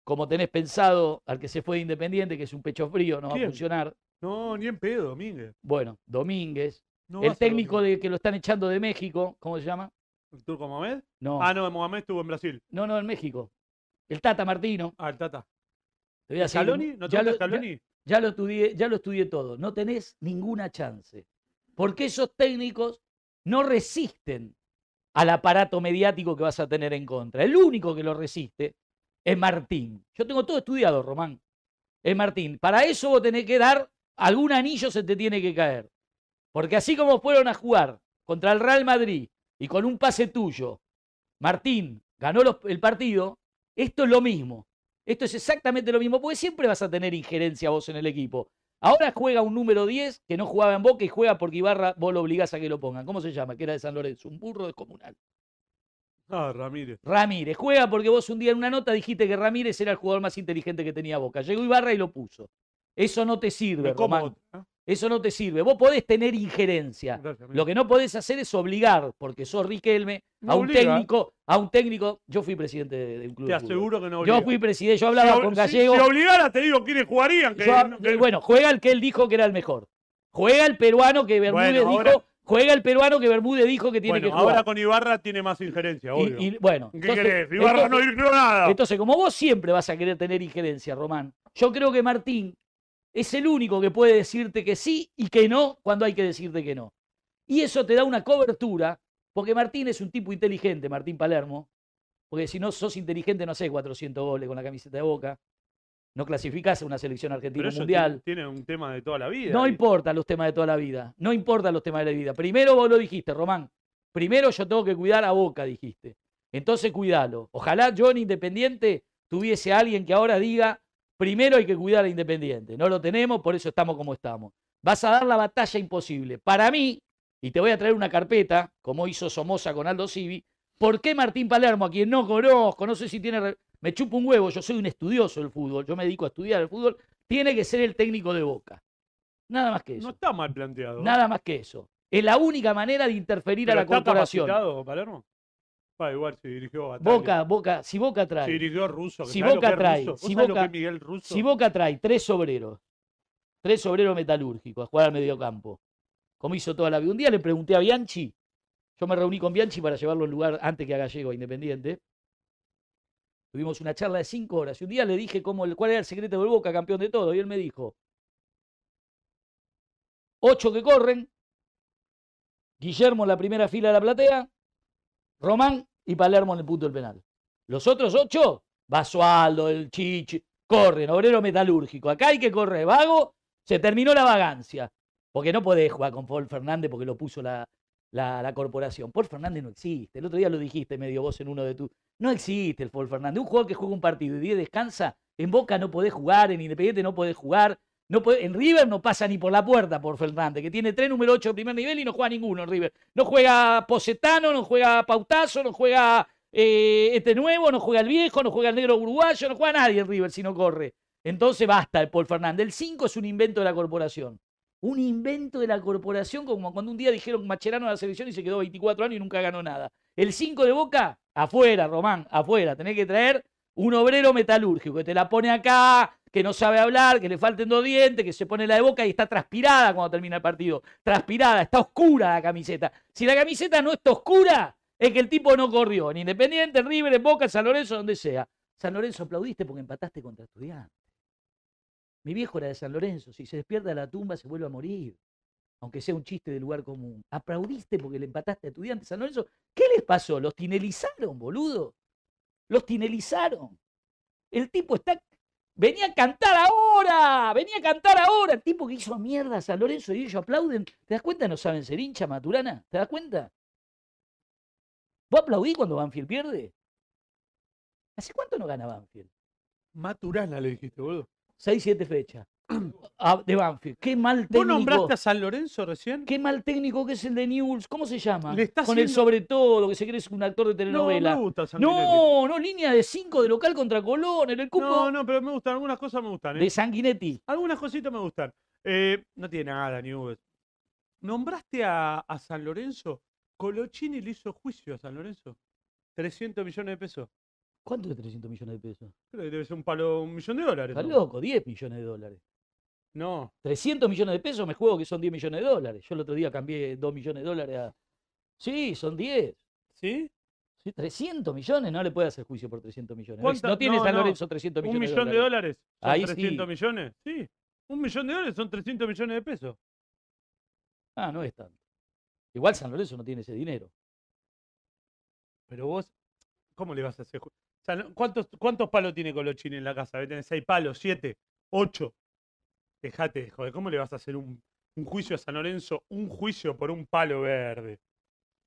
como tenés pensado al que se fue de Independiente, que es un pecho frío, no va a ¿Quién? funcionar. No, ni en pedo, Domínguez. Bueno, Domínguez, No va a el ser técnico Domínguez. de que lo están echando de México, ¿cómo se llama? ¿El turco Mohamed? No, Ah, no, Mohamed estuvo en Brasil. no, no, en México. El Tata Martino. Ah, el Tata. Te voy a decir, ¿Scaloni? ¿No te gusta ya lo- ya- Scaloni? Ya lo estudié, ya lo estudié todo. No tenés ninguna chance. Porque esos técnicos no resisten al aparato mediático que vas a tener en contra. El único que lo resiste es Martín. Yo tengo todo estudiado, Román. Es Martín. Para eso vos tenés que dar algún anillo se te tiene que caer. Porque así como fueron a jugar contra el Real Madrid y con un pase tuyo, Martín ganó los- el partido, esto es lo mismo. Esto es exactamente lo mismo, porque siempre vas a tener injerencia vos en el equipo. Ahora juega un número 10 que no jugaba en Boca y juega porque Ibarra vos lo obligás a que lo pongan. ¿Cómo se llama? Que era de San Lorenzo, un burro descomunal. Ah, Ramírez. Ramírez, juega porque vos un día en una nota dijiste que Ramírez era el jugador más inteligente que tenía Boca. Llegó Ibarra y lo puso. Eso no te sirve, Me como Román. otra, ¿eh? Eso no te sirve. Vos podés tener injerencia. Gracias, amigo. Lo que no podés hacer es obligar, porque sos Riquelme, a No un obliga. técnico, a un técnico. Yo fui presidente de, de un club. Te de fútbol. aseguro que no obliga. Yo fui presidente, yo Si hablaba ob- con si- Gallego. Si, obligara, te digo quiénes jugarían. Que, Yo hab- no- que- Bueno, juega el que él dijo que era el mejor. Juega el peruano que Bermúdez Bueno, dijo. ahora- Juega el peruano que Bermúdez dijo que tiene Bueno, que ahora jugar. con Ibarra tiene más injerencia, Y- obvio. y, bueno, ¿Qué entonces- querés? Ibarra no entonces- dirigió nada. entonces, como vos siempre vas a querer tener injerencia, Román, yo creo que Martín es el único que puede decirte que sí y que no cuando hay que decirte que no. Y eso te da una cobertura, porque Martín es un tipo inteligente, Martín Palermo, porque si no sos inteligente no haces 400 goles con la camiseta de Boca, no clasificás a una selección argentina Pero eso mundial. tiene, tiene un tema de toda la vida. No Y- importa los temas de toda la vida. No importa los temas de la vida. Primero vos lo dijiste, Román. Primero yo tengo que cuidar a Boca, dijiste. Entonces cuidalo. Ojalá yo en Independiente tuviese alguien que ahora diga, primero hay que cuidar a Independiente. No lo tenemos, por eso estamos como estamos. Vas a dar la batalla imposible. Para mí, y te voy a traer una carpeta, como hizo Somoza con Aldo Civi, ¿por qué Martín Palermo, a quien no conozco, no sé si tiene... re- Me chupa un huevo, yo soy un estudioso del fútbol, yo me dedico a estudiar el fútbol, tiene que ser el técnico de Boca. Nada más que eso. No está mal planteado. Nada más que eso. Es la única manera de interferir a Pero la ¿Está corporación. capacitado Palermo? Va, igual si dirigió a Bataglia. Boca, Boca, si Boca trae, Si dirigió a Russo. que Si ¿sabés lo Boca que es trae, Russo? ¿Vos si sabés lo Boca- que es Miguel Russo? si Boca trae tres obreros, tres obreros metalúrgicos a jugar al mediocampo, como hizo toda la vida. Un día le pregunté a Bianchi, yo me reuní con Bianchi para llevarlo al lugar antes que a Gallego a Independiente. Tuvimos una charla de cinco horas y un día le dije cómo el, cuál era el secreto del Boca, campeón de todo, y él me dijo, ocho que corren, Guillermo en la primera fila de la platea, Román y Palermo en el punto del penal. Los otros ocho, Basualdo, el Chichi, corren, obrero metalúrgico. Acá hay que correr, vago, se terminó la vagancia. Porque no podés jugar con Paul Fernández porque lo puso la, la, la corporación. Paul Fernández no existe. El otro día lo dijiste medio vos en uno de tus. No existe el Paul Fernández. Un jugador que juega un partido y 10 descansa, en Boca no podés jugar, en Independiente no podés jugar. No podés- en River no pasa ni por la puerta por Fernández, que tiene tres número 8 de primer nivel y no juega ninguno en River. No juega Posetano, no juega Pautazo, no juega eh, este nuevo, no juega el viejo, no juega el negro uruguayo, no juega nadie en River si no corre. Entonces basta el Paul Fernández. El 5 es un invento de la corporación. Un invento de la corporación, como cuando un día dijeron Macherano a la selección y se quedó 24 años y nunca ganó nada. El 5 de Boca, afuera, Román, afuera. Tenés que traer un obrero metalúrgico que te la pone acá, que no sabe hablar, que le falten dos dientes, que se pone la de boca y está transpirada cuando termina el partido. Transpirada, está oscura la camiseta. Si la camiseta no está oscura, es que el tipo no corrió. En Independiente, en River, en Boca, en San Lorenzo, donde sea. San Lorenzo aplaudiste porque empataste contra estudiantes. Mi viejo era de San Lorenzo. Si se despierta de la tumba, se vuelve a morir. Aunque sea un chiste de lugar común. Aplaudiste porque le empataste a estudiantes. San Lorenzo, ¿qué les pasó? ¿Los tinelizaron, boludo? Los tinelizaron. El tipo está. Venía a cantar ahora, venía a cantar ahora. El tipo que hizo mierda a San Lorenzo y ellos aplauden. ¿Te das cuenta? No saben ser hincha, Maturana. ¿Te das cuenta? ¿Vos aplaudís cuando Banfield pierde? ¿Hace cuánto no gana Banfield? Maturana le dijiste, boludo. 6-7 fechas Ah, de Banfield. Qué mal ¿Vos técnico. nombraste a San Lorenzo recién? Qué mal técnico que es el de News. ¿Cómo se llama? Le está Con el haciendo- sobre todo, que se cree es un actor de No, telenovela. me gusta San Lorenzo. No, no, línea de 5 de local contra Colón, en el cupo No, no, pero me gustan, algunas cosas me gustan. ¿eh? de Sanguinetti. Algunas cositas me gustan. Eh, no tiene nada, Newell's. ¿Nombraste a, a San Lorenzo? Colochini le hizo juicio a San Lorenzo. 300 millones de pesos. ¿Cuánto es 300 millones de pesos? Creo que debe ser un palo, un millón de dólares. Está ¿no? loco, 10 millones de dólares. No. 300 millones de pesos me juego que son 10 millones de dólares. Yo el otro día cambié 2 millones de dólares a... Sí, son 10. ¿Sí? Sí, 300 millones, no le puede hacer juicio por 300 millones. ¿Cuánta- No tiene no, San no. Lorenzo 300 millones ¿Un millón de dólares? ¿Son Ahí 300 sí. millones? Sí. Un millón de dólares son 300 millones de pesos. Ah, no es tanto. Igual San Lorenzo no tiene ese dinero. Pero vos, ¿cómo le vas a hacer? ju- San Lo- ¿cuántos, ¿Cuántos palos tiene Colochini en la casa? Debe tener seis palos, siete, ocho. Dejate, de joder, ¿cómo le vas a hacer un, un juicio a San Lorenzo? Un juicio por un palo verde.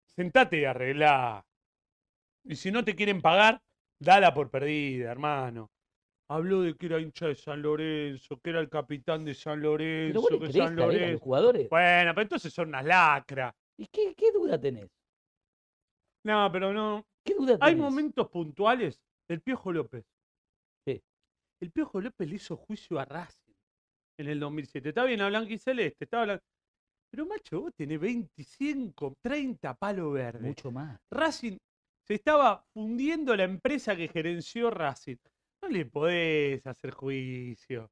Sentate y arreglá. Y si no te quieren pagar, dala por perdida, hermano. Habló de que era hincha de San Lorenzo, que era el capitán de San Pero Lorenzo, vos le que creés San la verga a los Lorenzo. jugadores. Bueno, pero entonces son una lacra. ¿Y qué, qué duda tenés? No, pero no. ¿Qué duda tenés? Hay momentos puntuales del Piojo López. Sí. El Piojo López le hizo juicio a Racing en el 2007. Está bien a Blanca y Celeste, está blan- Pero macho, vos tenés 25, 30 palo verde. Mucho más. Racing se estaba fundiendo la empresa que gerenció Racing. No le podés hacer juicio.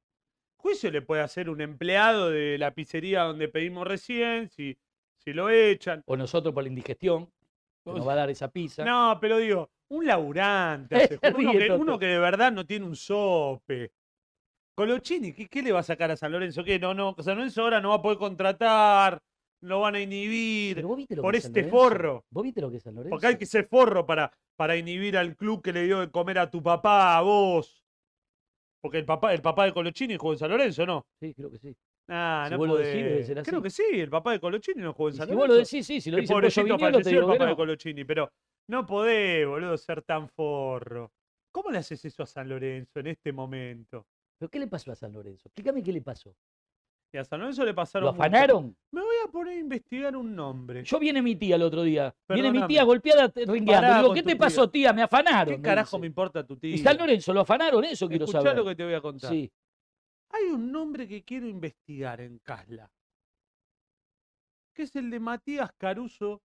Juicio le puede hacer un empleado de la pizzería donde pedimos recién, si, si lo echan. O nosotros por la indigestión, que nos va a dar esa pizza. No, pero digo, un laburante, hace Se ju- uno, ríe que, Toto. uno que de verdad no tiene un sope. Colochini, ¿qué, qué le va a sacar a San Lorenzo? ¿Qué? No, no, San Lorenzo ahora no va a poder contratar, lo van a inhibir, Pero vos viste lo por que es San este Lorenzo. forro. Vos viste lo que es San Lorenzo. porque hay que ser forro para, para inhibir al club que le dio de comer a tu papá, a vos. Porque el papá, el papá de Colochini jugó en San Lorenzo, ¿no? Sí, creo que sí. Nah, Si no vos lo decís, podés. debe ser Creo así. que sí, el papá de Colochini no jugó en Y San si Lorenzo. vos lo decís, sí, si lo Que dice el pollo pobrecito Viñolo, te falleció el digo que papá de no. Colochini, pero no podés, boludo, ser tan forro. ¿Cómo le haces eso a San Lorenzo en este momento? ¿Pero qué le pasó a San Lorenzo? Explícame qué le pasó. Y a San Lorenzo le pasaron. ¿Lo muchas- afanaron? Me voy a poner a investigar un nombre. Yo viene mi tía el otro día. Viene mi Perdóname. tía golpeada, te- ringueando. Pará Digo, con ¿qué tu te tía. pasó, tía? Me afanaron. ¿Qué me carajo me dice. importa tu tío? ¿Y San Lorenzo lo afanaron? Eso quiero Escuchá saber. lo que te voy a contar. Sí. Hay un nombre que quiero investigar en Casla. Que es el de Matías Caruso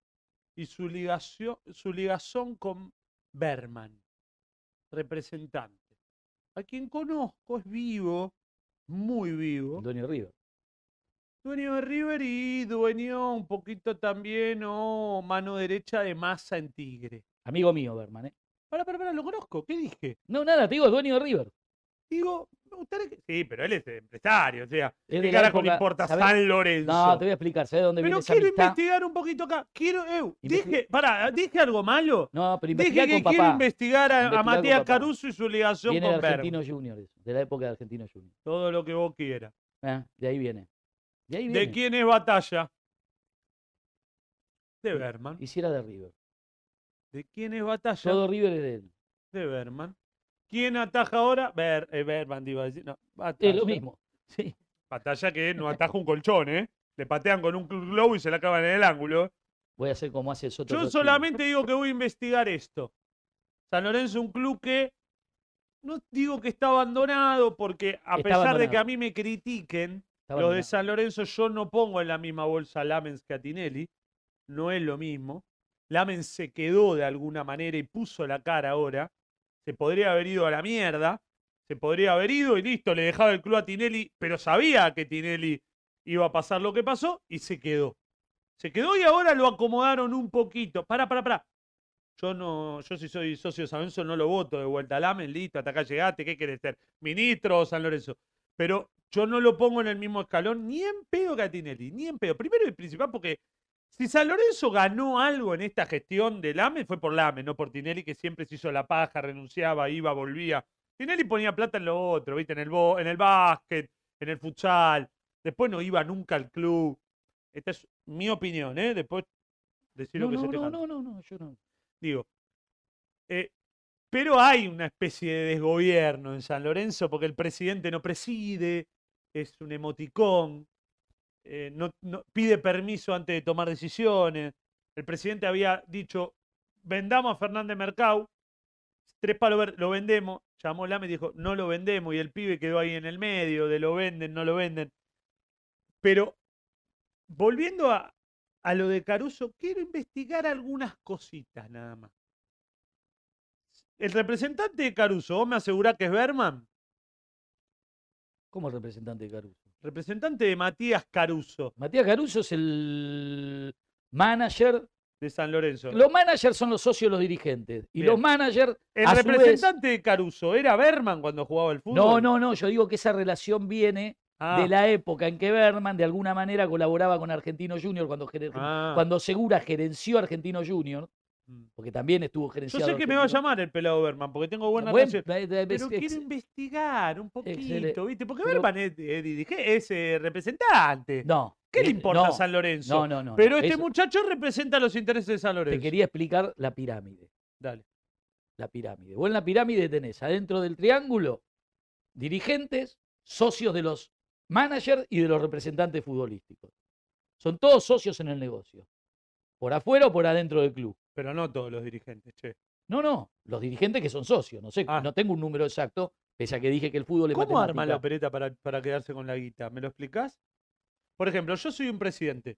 y su ligación, su ligazón con Berman, representante. A quien conozco es vivo, muy vivo. el Dueño de River. Dueño de River y dueño un poquito también o mano derecha de masa en Tigre. Amigo mío, Berman. ¿eh? Pará, pará, pará, lo conozco. ¿Qué dije? No, nada, te digo, es dueño de River. Digo, Usted es que- Sí, pero él es empresario. O sea, Es ¿qué de la carajo le época, importa ¿sabés? San Lorenzo? No, te voy a explicar, ¿sabes dónde pero viene esa quiero amistad? investigar un poquito acá. Quiero, eu, Investi- dije, pará, dije algo malo. No, pero Dije investiga que con quiero papá. investigar a- a, Investigá con Matías papá. Caruso y su ligación Viene de con Berg. Argentino Junior, eso, de la época de Argentino Junior. Todo lo que vos quieras. Ah, De ahí viene. De ahí viene. ¿De quién es batalla? De Berman. Y si era de River. ¿De quién es batalla? Todo River es de él. De Berman. ¿Quién ataja ahora? Ber, eh, Berman, te iba a decir. No, batalla. Es lo mismo. Sí. Batalla que no ataja un colchón, ¿eh? Le patean con un globo y se la acaban en el ángulo. Voy a hacer como hace Soto. Yo Rotillo. solamente digo que voy a investigar esto. San Lorenzo es un club que no digo que está abandonado porque a Está pesar de que abandonado. a mí me critiquen, Estaba los de mirando. San Lorenzo yo no pongo en la misma bolsa a Lamens que a Tinelli. No es lo mismo. Lamens se quedó de alguna manera y puso la cara ahora. Se podría haber ido a la mierda. Se podría haber ido y listo, le dejaba el club a Tinelli, pero sabía que Tinelli iba a pasar lo que pasó y se quedó. Se quedó y ahora lo acomodaron un poquito. Pará, pará, pará. Yo no, yo si soy socio de San Lorenzo no lo voto de vuelta a Lamens, listo, hasta acá llegaste, ¿qué querés ser? Ministro o San Lorenzo. Pero yo no lo pongo en el mismo escalón ni en pedo que a Tinelli, ni en pedo. Primero y principal porque si San Lorenzo ganó algo en esta gestión de Lame, fue por Lame, no por Tinelli, que siempre se hizo la paja, renunciaba, iba, volvía. Tinelli ponía plata en lo otro, ¿viste? En el, bo- en el básquet, en el futsal. Después no iba nunca al club. Esta es mi opinión, ¿eh? Después decir No, lo que no, se te no, canta. no, no, no, yo no. Digo, eh, pero hay una especie de desgobierno en San Lorenzo porque el presidente no preside, es un emoticón, eh, no, no- pide permiso antes de tomar decisiones. El presidente había dicho, vendamos a Fernández Mercado, tres palos ver- lo vendemos. Llamó Lame y dijo, no lo vendemos. Y el pibe quedó ahí en el medio de lo venden, no lo venden. Pero volviendo a, a lo de Caruso, quiero investigar algunas cositas nada más. El representante de Caruso, vos me asegurás que es Berman, ¿Cómo el representante de Caruso? representante de Matías Caruso, Matías Caruso es el manager. de San Lorenzo. Los managers son los socios de los dirigentes. Y Bien. los managers. El a su vez- representante de Caruso, ¿era Berman cuando jugaba el fútbol? No, no, no. Yo digo que esa relación viene Ah, de la época en que Berman de alguna manera colaboraba con Argentino Junior cuando, gere- ah. cuando Segura gerenció Argentino Junior, Mm. porque también estuvo Yo gerenciado. sé que me va a Argentino. llamar el pelado Berman porque tengo buena Buen- relación. eh, eh, Pero ex- quiero ex- investigar un poquito, excelente. ¿viste? Porque Pero- Berman es, es dirige- es, eh, representante. No. ¿Qué le eh, importa no, a San Lorenzo? No, no, no. Pero no, este eso- muchacho representa los intereses de San Lorenzo. Te quería explicar la pirámide. Dale. La pirámide. Vos en la pirámide tenés adentro del triángulo dirigentes, socios de los managers y de los representantes futbolísticos. Son todos socios en el negocio. Por afuera o por adentro del club. Pero no todos los dirigentes, che. No, no, los dirigentes que son socios, no sé, Ah. no tengo un número exacto, pese a que dije que el fútbol es ¿Cómo arma la matemática. opereta para, para quedarse con la guita? ¿Me lo explicás? Por ejemplo, yo soy un presidente.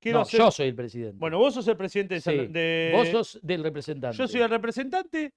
Quiero No, hacer- yo soy el presidente. Bueno, vos sos el presidente de, San- Sí, de- vos sos del representante. Yo soy el representante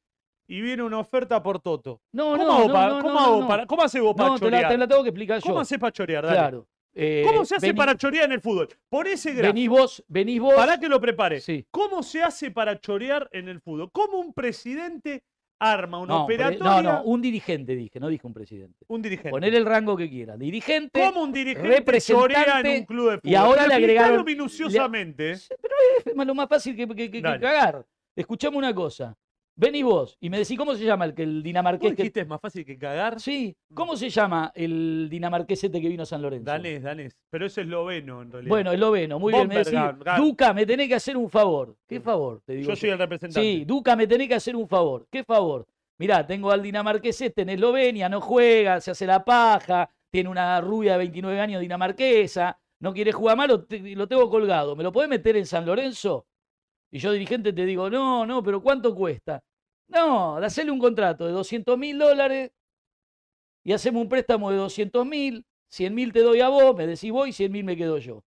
y viene una oferta por Toto. No, ¿Cómo no, hago no, pa- no, cómo no, hago no. para- cómo haces vos para No, te la, chorear? te la tengo que explicar yo. ¿Cómo haces para chorear? Dale. Claro. Eh, ¿Cómo se hace vení- para chorear en el fútbol? Pon ese gráfico. Venís vos, venís vos. Para que lo prepare. Sí. ¿Cómo se hace para chorear en el fútbol? ¿Cómo un presidente arma una No, pre- operatoria? no, no, un dirigente dije, no dije un presidente. un dirigente. Poner el rango que quiera. Dirigente. ¿Cómo un dirigente chorea en un representante, club de fútbol? y ahora le Explicalo agregaron- minuciosamente. ¿eh? Sí, Pero es más- lo más fácil que, que- que- que Dale. cagar. Escuchame una cosa. Venís vos y me decís, ¿cómo se llama el, que el ¿Vos dinamarqués que dijiste es más fácil que cagar? Sí, ¿cómo se llama el dinamarquesete que vino a San Lorenzo? Danés, danés. Pero es esloveno, en realidad. Bueno, esloveno, muy bien. Me decís, Bombergan, Gan. Duca, me tenés que hacer un favor. ¿Qué Mm. favor? Te digo yo soy el representante. Sí, Duca, me tenés que hacer un favor. ¿Qué favor? Mirá, tengo al dinamarquesete en Eslovenia, no juega, se hace la paja, tiene una rubia de 29 años dinamarquesa, no quiere jugar mal, lo, te- lo tengo colgado. ¿Me lo podés meter en San Lorenzo? Y yo, dirigente, te digo, no, no, pero ¿cuánto cuesta? No, hacele un contrato de 200 mil dólares y hacemos un préstamo de 200 mil, 100 mil te doy a vos, me decís vos y 100 mil me quedo yo.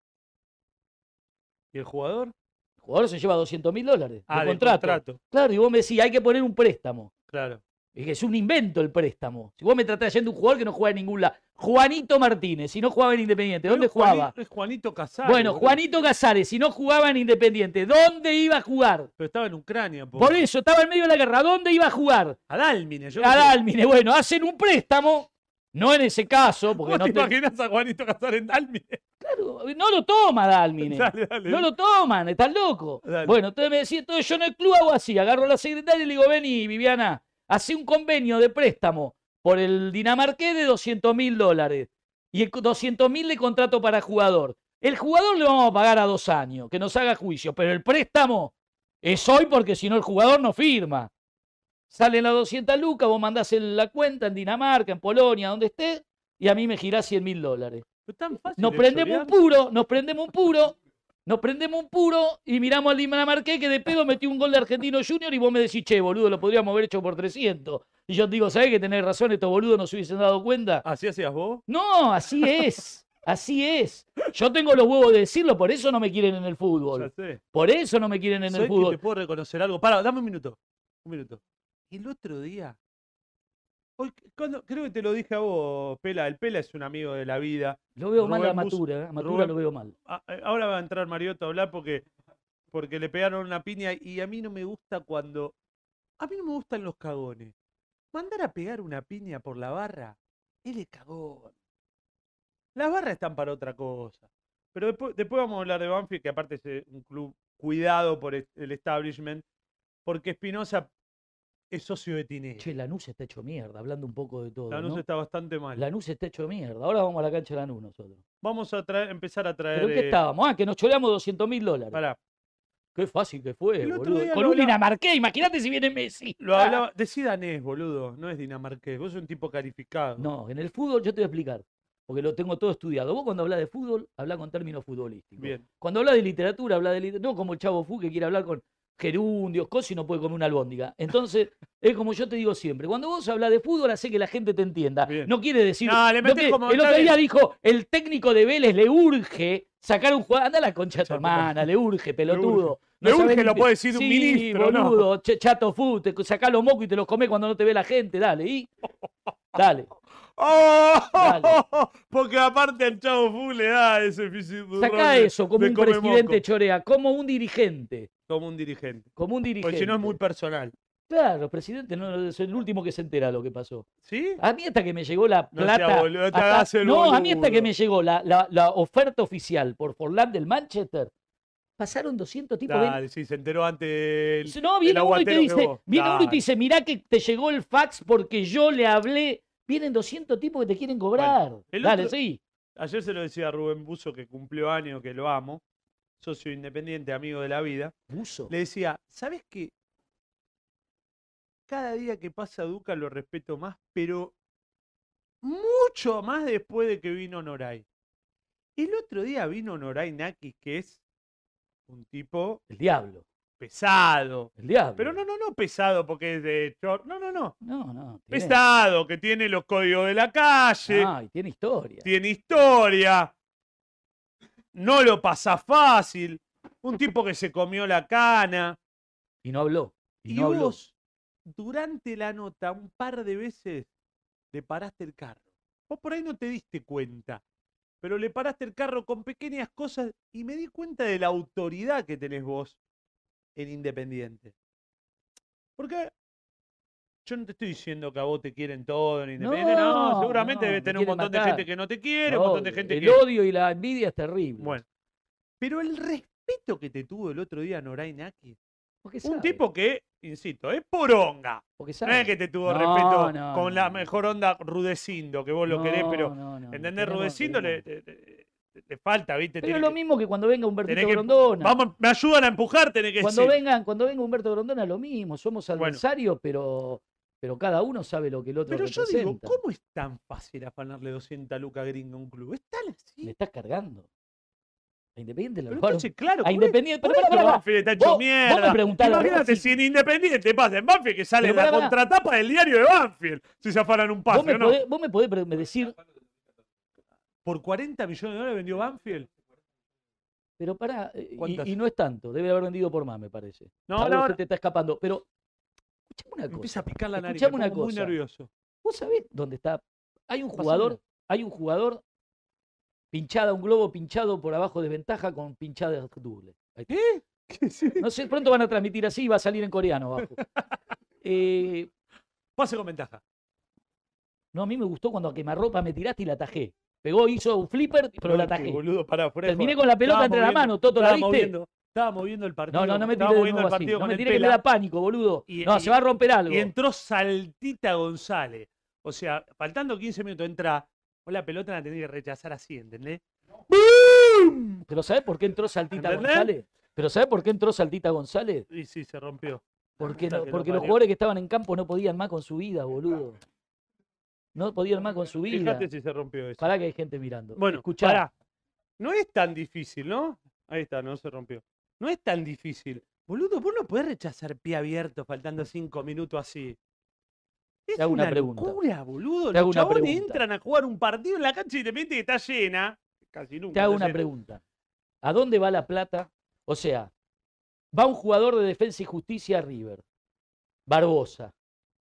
¿Y el jugador? El jugador se lleva 200 mil dólares Ah, de del contrato. contrato. Claro, y vos me decís, hay que poner un préstamo. Claro. Es que es un invento el préstamo. Si vos me tratás yendo un jugador que no juega en ningún lado. Juanito Martínez, si no jugaba en Independiente, ¿dónde Pero Juani- jugaba? Es Juanito Casar. bueno, Juanito Casares, si no jugaba en Independiente, ¿dónde iba a jugar? Pero estaba en Ucrania. pobre. Por eso, estaba en medio de la guerra, ¿dónde iba a jugar? A Dalmine. Yo A Dalmine, bueno, hacen un préstamo No en ese caso, porque ¿Vos no te te- imaginas a Juanito Casar en Dalmi? Claro, no lo toma Dalmine. Dale, dale. No lo toman, estás loco. Dale. Bueno, entonces me decía, entonces yo en el club hago así, agarro a la secretaria y le digo, vení, Viviana, hace un convenio de préstamo por el dinamarqués de 200 mil dólares. Y el 200 mil le contrato para jugador. El jugador le vamos a pagar a dos años, que nos haga juicio, pero el préstamo es hoy porque si no el jugador no firma. Salen las 200 lucas, vos mandás el- la cuenta en Dinamarca, en Polonia, donde estés, y a mí me girás 100 mil dólares. Pero tan fácil Nos de prendemos un chorear. puro, nos prendemos un puro, nos prendemos un puro y miramos al Dinamarqués que de pedo metió un gol de Argentino Junior y vos me decís, che, boludo, lo podríamos haber hecho por 300. Y yo te digo, ¿sabés que tenés razón? Estos boludos no se hubiesen dado cuenta. ¿Así Ah, hacías vos? No, así es, así es. Yo tengo los huevos de decirlo, por eso no me quieren en el Ya fútbol. sé. Por eso no me quieren en el ¿Sabés que fútbol. te puedo reconocer algo? Para, dame un minuto. Un minuto. El otro día. hoy- cuando- creo que te lo dije a vos, Pela. El Pela es un amigo de la vida. Lo veo mal a Rubén Bus- Matura, a Matura Rubén- lo veo mal. A- a- Ah, eh, ahora va a entrar Mariotto a hablar porque, porque le pegaron una piña y a mí no me gusta cuando. A mí no me gustan los cagones. Mandar a pegar una piña por la barra, él es cagón. Las barras están para otra cosa. Pero después, después vamos a hablar de Banfield, que aparte es eh, un club cuidado por es- el establishment, porque Espinosa es socio de Tinelli. Che, Lanús está hecho mierda, hablando un poco de todo. Lanús ¿no? está bastante mal. Lanús está hecho mierda. Ahora vamos a la cancha de Lanús nosotros. Vamos a traer- empezar a traer. ¿Pero en qué eh, estábamos? Ah, que nos choreamos 200 mil dólares. pará, Qué fácil que fue, El otro boludo. día Con lo un habla- dinamarqués, imagínate si viene Messi. Lo Ah. hablaba, decí danés, boludo, no es dinamarqués, vos sos un tipo calificado. Ah, No, en el fútbol yo te voy a explicar, porque lo tengo todo estudiado. Vos cuando hablas de fútbol, hablas con términos futbolísticos. Bien, Cuando hablas de literatura, hablas de literatura. No como el chavo Fu que quiere hablar con gerundios, cosas y no puede comer una albóndiga. Entonces, es como yo te digo siempre, cuando vos hablas de fútbol, hace que la gente te entienda. Bien. No quiere decir... No, le metés que- como- el está otro día bien. dijo, el técnico de Vélez le urge sacar un jugador... Anda a la concha de Concha tu de tu madre. hermana, le urge, pelotudo. Le No sabés urge, ni lo qué- puede decir un Sí, ministro, ¿no? boludo, ch- chato fu, te sacá los mocos y te los comés cuando no te ve la gente, dale, y... Dale. ¡Oh! Dale. Porque aparte al chavo Fu le da ese físico. Sacá eso, como de un come presidente moco. chorea, como un dirigente, Como un dirigente. como un dirigente. Porque si no es muy personal. Claro, presidente, no, es el último que se entera lo que pasó. ¿Sí? A mí hasta que me llegó la No plata. sea boludo, no te hasta- hagas el no, a mí hasta que boludo. me llegó la, la- la oferta oficial por Forlán del Manchester, pasaron 200 tipos. ven- Dale, sí, se enteró ante el. no, viene uno y aguatero te que dice, vos. viene uno y Dale. te dice, mirá que te llegó el fax porque yo le hablé. Vienen 200 tipos que te quieren cobrar. el Dale, otro- sí. Ayer se lo decía a Rubén Buzo, que cumplió año, que lo amo, socio independiente, amigo de la vida. Buzo. Le decía, ¿sabes qué? Cada día que pasa Duca lo respeto más, pero mucho más después de que vino Noray. El otro día vino Noray Nakis, que es un tipo El diablo. pesado. El diablo. Pero no, no, no pesado porque es de chor. No, no, no. No, no. tiene- Pesado, que tiene los códigos de la calle, Ah, y tiene historia. tiene historia, no lo pasa fácil. Un tipo que se comió la cana. Y no habló. Y, Y no habló. vos, durante la nota, un par de veces le paraste el carro. Vos por ahí no te diste cuenta, pero le paraste el carro con pequeñas cosas y me di cuenta de la autoridad que tenés vos en Independiente. Porque yo no te estoy diciendo que a vos te quieren todo en Independiente, no, No, seguramente no, debe me tener un quieren montón de matar. gente que no te quiere, un montón de Obvio, gente el que... odio y la envidia es terrible. Bueno, pero el respeto que te tuvo el otro día Noray Naki, Porque un sabe, tipo que, insisto, es poronga. porque No es sabe. que te tuvo No, respeto no, con no, la no. mejor onda Rudecindo, que vos lo querés, No, pero no, no, no, ¿entendés? tenemos- Rudecindo le, tenemos- le- le- le falta, ¿viste? Pero Tiene es lo que- mismo que cuando venga Humbertito tenés que- Grondona. Vamos, me ayudan a empujar, tenés que cuando, decir. vengan, cuando venga Humberto Grondona es lo mismo. Somos Bueno. adversarios, pero, pero cada uno sabe lo que el otro Pero yo digo, representa. ¿cómo es tan fácil afanarle 200 lucas gringa a un club? Es tan Me así. estás cargando. A Independiente lo Pero robaron. entonces, claro, A por Independiente. por pero pará, eso pará, Banfield está hecho vos- vos me mierda. preguntás la Imagínate verdad, si en Independiente pasa en Banfield que sale Pero pará, la pará. contratapa del diario de Banfield si se afanan un pará. pase, Vos me ¿o no? podés, vos me podés pre- me decir, Por 40 millones de dólares vendió Banfield. pero pará, eh, y- ¿Cuántas? y, no es tanto. Debe haber vendido por más, me parece. No, A vos no, se te está escapando. Pero, escuchame una me cosa. empieza a picar la nariz. Escuchame me una pongo cosa. muy nervioso. ¿Vos sabés dónde está? Hay un Pasamela. jugador, hay un jugador pinchada, un globo pinchado por abajo de ventaja con pinchada doble. Ahí está. ¿Qué es esto? No sé, pronto van a transmitir así y va a salir en coreano abajo. Eh, Pase con ventaja. No, a mí me gustó cuando a quemarropa me tiraste y la atajé. Pegó, hizo un flipper, pero Uy, la atajé. Boludo, para Terminé con la Estaba pelota entre las moviendo, manos, Toto, ¿la Estaba viste? moviendo, estaba moviendo el partido. No, no, no me estaba tiré de moviendo el nuevo así. partido No con me el tiré que me pela. da pánico, boludo. Y- no, y- se va a romper algo. Y entró Saltita González. O sea, faltando 15 minutos, entra. Vos la pelota la tenés que rechazar así, ¿entendés? Pero ¿sabés por qué entró Saltita ¿Entendés? González? ¿Pero sabés por qué entró Saltita González? Y sí, se rompió. Porque, puta no- que lo porque los parió. jugadores que estaban en campo no podían más con su vida, boludo. No podían más con su vida. Fíjate si se rompió eso. Pará que hay gente mirando. Bueno, Escuchá, pará. No es tan difícil, ¿no? Ahí está, no se rompió. No es tan difícil. Boludo, vos no podés rechazar pie abierto faltando cinco minutos así. Es Mm. Te hago una pregunta. locura, boludo. Te Los hago una chabones pregunta. entran a jugar un partido en la cancha y te mete que está llena. Casi nunca. te hago está una llena. pregunta. ¿A dónde va la plata? O sea, va un jugador de defensa y justicia a River. Barbosa.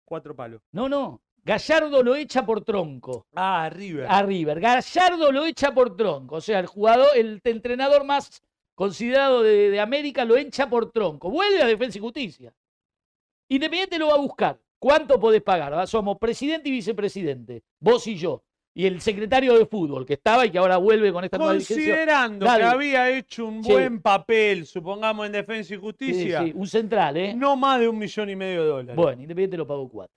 Cuatro palos. No, no. Gallardo lo echa por tronco. Ah, River. a River. Gallardo lo echa por tronco. O sea, el jugador, el entrenador más considerado de, de América lo echa por tronco. Vuelve a Defensa y Justicia. Independiente lo va a buscar. ¿Cuánto podés pagar? Ah, Somos presidente y vicepresidente, vos y yo. Y el secretario de fútbol que estaba y que ahora vuelve con esta nueva dirigencia. Considerando Dale. que había hecho un Sí. buen papel, supongamos en Defensa y Sí, Justicia, sí, un central, ¿eh? no más de un millón y medio de dólares. Bueno, Independiente lo pagó cuatro.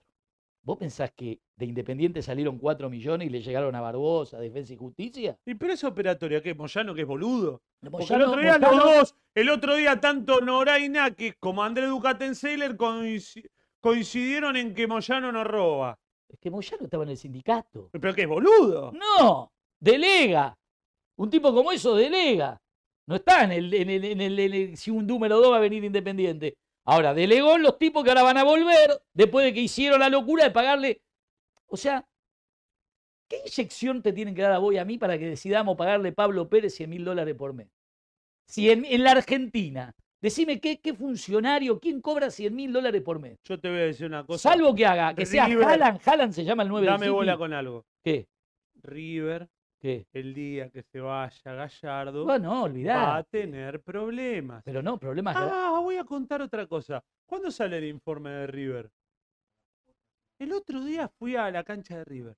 ¿Vos pensás que de Independiente salieron cuatro millones y le llegaron a Barbosa, Defensa y Justicia? ¿Y pero esa operatoria qué? ¿Moyano que es boludo? Porque el Moyano- otro día Moyano- los dos, el otro día tanto Noraina que como Andrés Ducatenseiler coinci- coincidieron en que Moyano no roba. Es que Moyano estaba en el sindicato. Pero que es boludo. No, delega. Un tipo como eso delega. No está en el, en el- en el- en el- si un número 2 va a venir independiente. Ahora, delegó en los tipos que ahora van a volver después de que hicieron la locura de pagarle. O sea, ¿qué inyección te tienen que dar a vos y a mí para que decidamos pagarle a Pablo Pérez 100 mil dólares por mes? Si en, en la Argentina, decime qué, qué funcionario, ¿quién cobra 100 mil dólares por mes? Yo te voy a decir una cosa. Salvo que haga, que sea River. Haaland, Haaland se llama el 9 Dame bola con algo. ¿Qué? River, ¿Qué? el día que se vaya Gallardo, Bueno, va olvidá. Eh, a tener problemas. Pero no, problemas. gra- Ah, voy a contar otra cosa. ¿Cuándo sale el informe de River? El otro día fui a la cancha de River.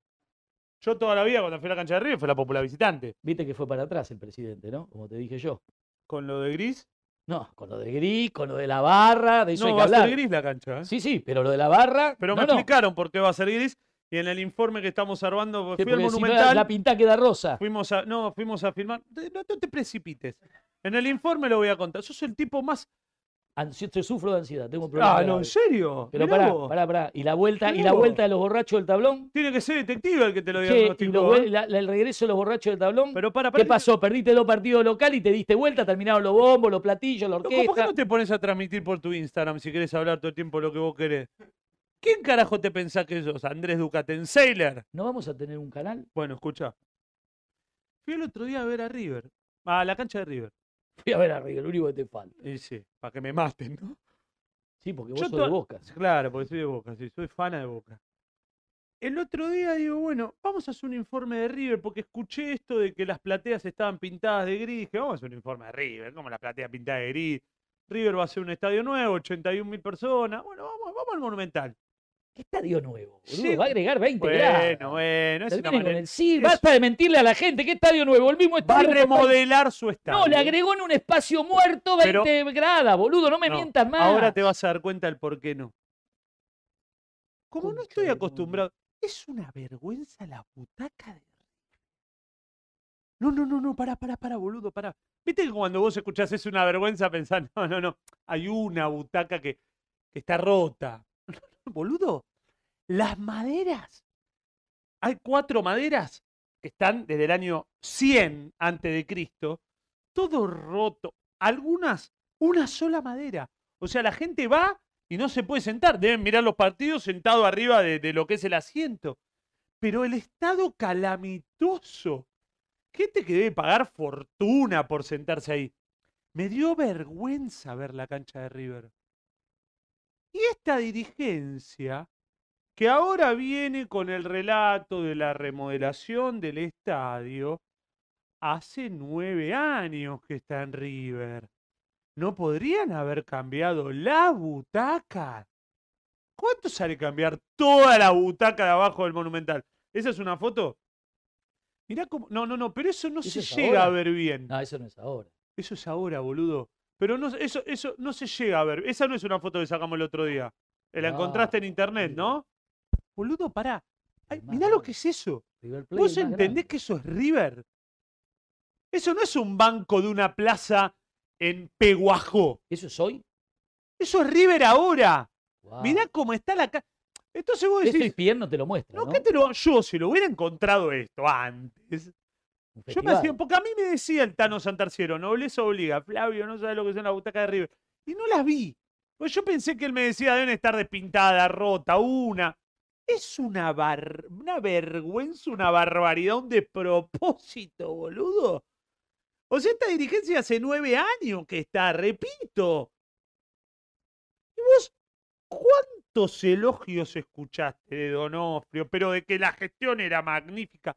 Yo toda la vida cuando fui a la cancha de River fue la popular visitante. Viste que fue para atrás el presidente, ¿no? Como te dije yo. Con lo de Gris. No, con lo de Gris, con lo de la barra, de eso hay No, que va a hablar. ser Gris la cancha. ¿eh? Sí, sí, pero lo de la barra. Pero no, me no. explicaron por qué va a ser Gris. Y en el informe que estamos armando, Sí, fui al porque si no, Monumental. la pinta queda rosa. Fuimos a, no, fuimos a filmar. Te- No, no te precipites. En el informe lo voy a contar. Sos el tipo más. Ansio- te sufro de ansiedad, tengo un problema. Ah, no, ¿en grave. serio? pero Mirá pará, vos. pará, pará. Y la vuelta, y Mirá la vos. vuelta de los borrachos del tablón. Tiene que ser detective el que te lo Che, y los diagnosticó. vuel- ¿eh? la- la- el regreso de los borrachos del tablón. Pero para, para. ¿Qué pasó? Perdiste dos partidos locales y te diste vuelta, terminaron los bombos, los platillos, la Loco, ¿Por qué orquesta. no te pones a transmitir por tu Instagram si querés hablar todo el tiempo lo que vos querés? ¿Quién carajo te pensás que sos? ¿Andrés Ducatenseiler? ¿No vamos a tener un canal? Bueno, escucha. Fui el otro día a ver a River. A la cancha de River. Fui a ver a River, lo único que te falta. Y sí, para que me maten, ¿no? Sí, porque vos Yo sos de to- Boca. Claro, porque soy de Boca, sí, soy fana de Boca. El otro día digo, bueno, vamos a hacer un informe de River, porque escuché esto de que las plateas estaban pintadas de gris. Dije, vamos a hacer un informe de River, como la platea pintada de gris. River va a hacer un estadio nuevo, 81 mil personas. Bueno, vamos, vamos al Monumental. ¿Qué estadio nuevo? Boludo? Sí. Va a agregar 20 Bueno, grados. bueno, es una Terminen con manera- el sí, es- basta de mentirle a la gente. ¿Qué estadio nuevo? El mismo Va a estadio. que está- remodelar su estadio. No, le agregó en un espacio muerto 20 Pero- gradas, boludo. No me No, mientas más. Ahora te vas a dar cuenta el por qué no. Como no Concha estoy de lora. acostumbrado, es una vergüenza la butaca de No, no, no, no, pará, pará, pará, boludo, pará. Viste que cuando vos escuchás es una vergüenza pensar, no, no, no, hay una butaca que, que está rota. boludo, las maderas. Hay cuatro maderas que están desde el año 100 antes de Cristo, todo roto, algunas una sola madera. O sea, la gente va y no se puede sentar. Deben mirar los partidos sentado arriba de, de lo que es el asiento. Pero el estado calamitoso. Gente que debe pagar fortuna por sentarse ahí. Me dio vergüenza ver la cancha de River. Y esta dirigencia, que ahora viene con el relato de la remodelación del estadio, hace nueve años que está en River. ¿No podrían haber cambiado la butaca? ¿Cuánto sale cambiar toda la butaca de abajo del Monumental? Esa es una foto. Mirá cómo. No, no, no, pero eso no ¿Eso se es llega a ahora? ver bien. No, eso no es ahora. Eso es ahora, boludo. Pero no, eso, eso no se llega a ver. Esa no es una foto que sacamos el otro día. Eh, La No, encontraste en internet, boludo. ¿no? Boludo, pará. Ay, Es más mirá lo grande. que es eso. River Plate ¿Vos es más entendés grande. que eso es River? Eso no es un banco de una plaza en Peguajó. ¿Eso es hoy? Eso es River ahora. Wow. Mirá cómo está la ca- Entonces vos Eso decís, ESPN no te lo muestra, no, ¿no? ¿qué te lo... Yo, si lo hubiera encontrado esto antes, Un yo me hacía... festival. Porque a mí me decía el Tano Santarciero, nobleza obliga, Flavio, no sabes lo que son las butacas de River. Y no las vi. Pues yo pensé que él me decía, deben estar despintada, rota, una. Es una, bar- una vergüenza, una barbaridad, un despropósito, boludo. O sea, esta dirigencia hace nueve años que está, repito. ¿Y vos cuántos elogios escuchaste de Donofrio? Pero de que la gestión era magnífica.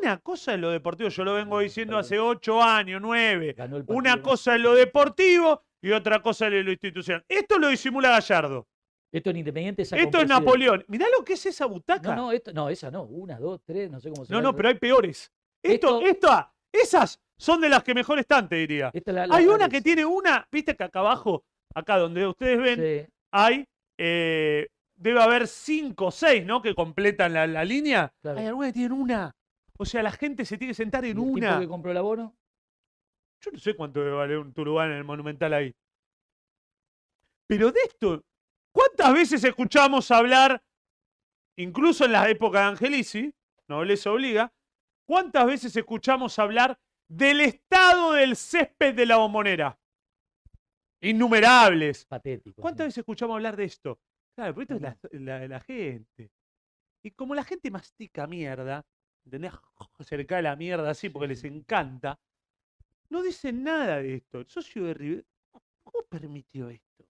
Una cosa es lo deportivo, yo lo vengo Mm, diciendo está hace ocho años, nueve. Ganó el Una partido. cosa es lo deportivo y otra cosa es lo institucional. Esto lo disimula Gallardo. Esto en Independiente esa Esto es Napoleón. Mirá lo que es esa butaca. No, no, esto, no, esa no. Una, dos, tres, no sé cómo se No, llama. no, pero hay peores. Esto, Esto- esta- esas son de las que mejor están, te diría. Esta es la- la Hay una que grandeza. tiene una, viste que acá abajo, acá donde ustedes ven, Sí. hay, eh, debe haber cinco o seis, ¿no? Que completan la, la línea. Claro. Hay alguna que tienen una. O sea, la gente se tiene que sentar ¿Y en el tipo una. que compró el abono? Yo no sé cuánto debe valer un turbán en el Monumental ahí. Pero de esto, ¿cuántas veces escuchamos hablar, incluso en las épocas de Angelici, nobleza obliga, cuántas veces escuchamos hablar del estado del césped de la bombonera? Innumerables. Patético. ¿Cuántas sí. veces escuchamos hablar de esto? Claro, pero esto es la, la- la gente. Y como la gente mastica mierda, ¿entendés? Cerca de la mierda así porque les encanta, no dicen nada de esto. El socio de River, ¿cómo permitió esto?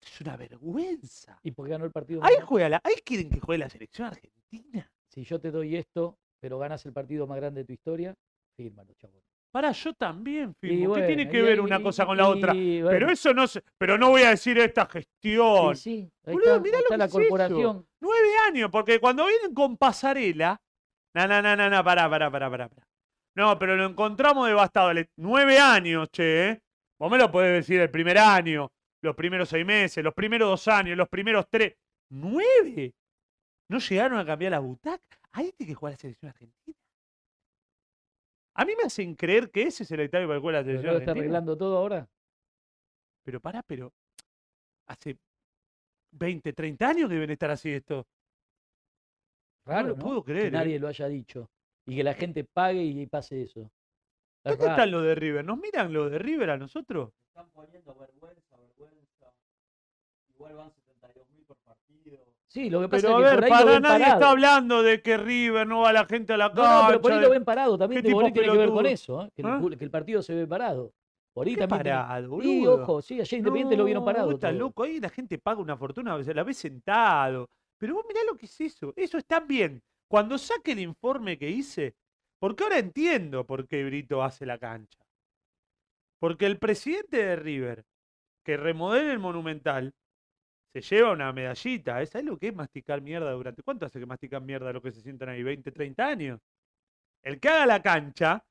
Es una vergüenza. ¿Y por qué ganó el partido? Ahí más grande? juega la, ahí quieren que juegue la selección argentina. Si yo te doy esto, pero ganas el partido más grande de tu historia, fírmalo, chabón. Para yo también, Y firmo. ¿Qué tiene bueno, que y- ver y- una cosa con y- la otra? y Pero bueno, eso no se- pero no voy a decir esta sí, gestión. sí, ahí Boludo, está, mirá ahí lo está que la es eso. corporación. Nueve años, porque cuando vienen con pasarela. Na, na, na, na, na, pará, pará, pará, pará. pará. No, pero lo encontramos devastado. Le- Nueve años, che, ¿eh? Vos me lo podés decir el primer año, los primeros seis meses, los primeros dos años, los primeros tres. ¿Nueve? ¿No llegaron a cambiar la butaca? Ahí tiene que jugar la selección argentina. A mí me hacen creer que ese es el estadio para el cual la Pero selección luego está argentina. arreglando todo ahora. Pero pará, pero hace 20, 30 años que deben estar así esto. Raro, no lo ¿no? puedo Que creer. ¿eh? nadie lo haya dicho. Y que la gente pague y pase eso. Es ¿Dónde raro. están los de River? ¿Nos miran los de River a nosotros? están poniendo vergüenza, vergüenza. Igual van 72 mil por partido. Sí, lo que pasa Pero a es que por ver, ahí lo para ven nadie está parado. hablando de que River no va la gente a la No, no, pero por cancha. ahí lo ven parado. También eh, ¿Qué te- por ahí tipo tiene que ver con pelotudo? eso, ¿eh? que, el, ¿Ah? pu- que el partido se ve parado. Por ahí ¿Qué también. tiene- parado, boludo? Sí, ojo, sí, ayer Independiente lo vieron No, parado. Está todo. loco, ahí la gente paga una fortuna, a veces la ve sentado. Pero vos mirá lo que es eso. Eso está bien. Cuando saque el informe que hice, porque ahora entiendo por qué Brito hace la cancha. Porque el presidente de River, que remodela el Monumental, se lleva una medallita. ¿eh? ¿Sabés lo que es masticar mierda durante? ¿Cuánto hace que mastican mierda los que se sientan ahí? ¿20, 30 años? El que haga la cancha,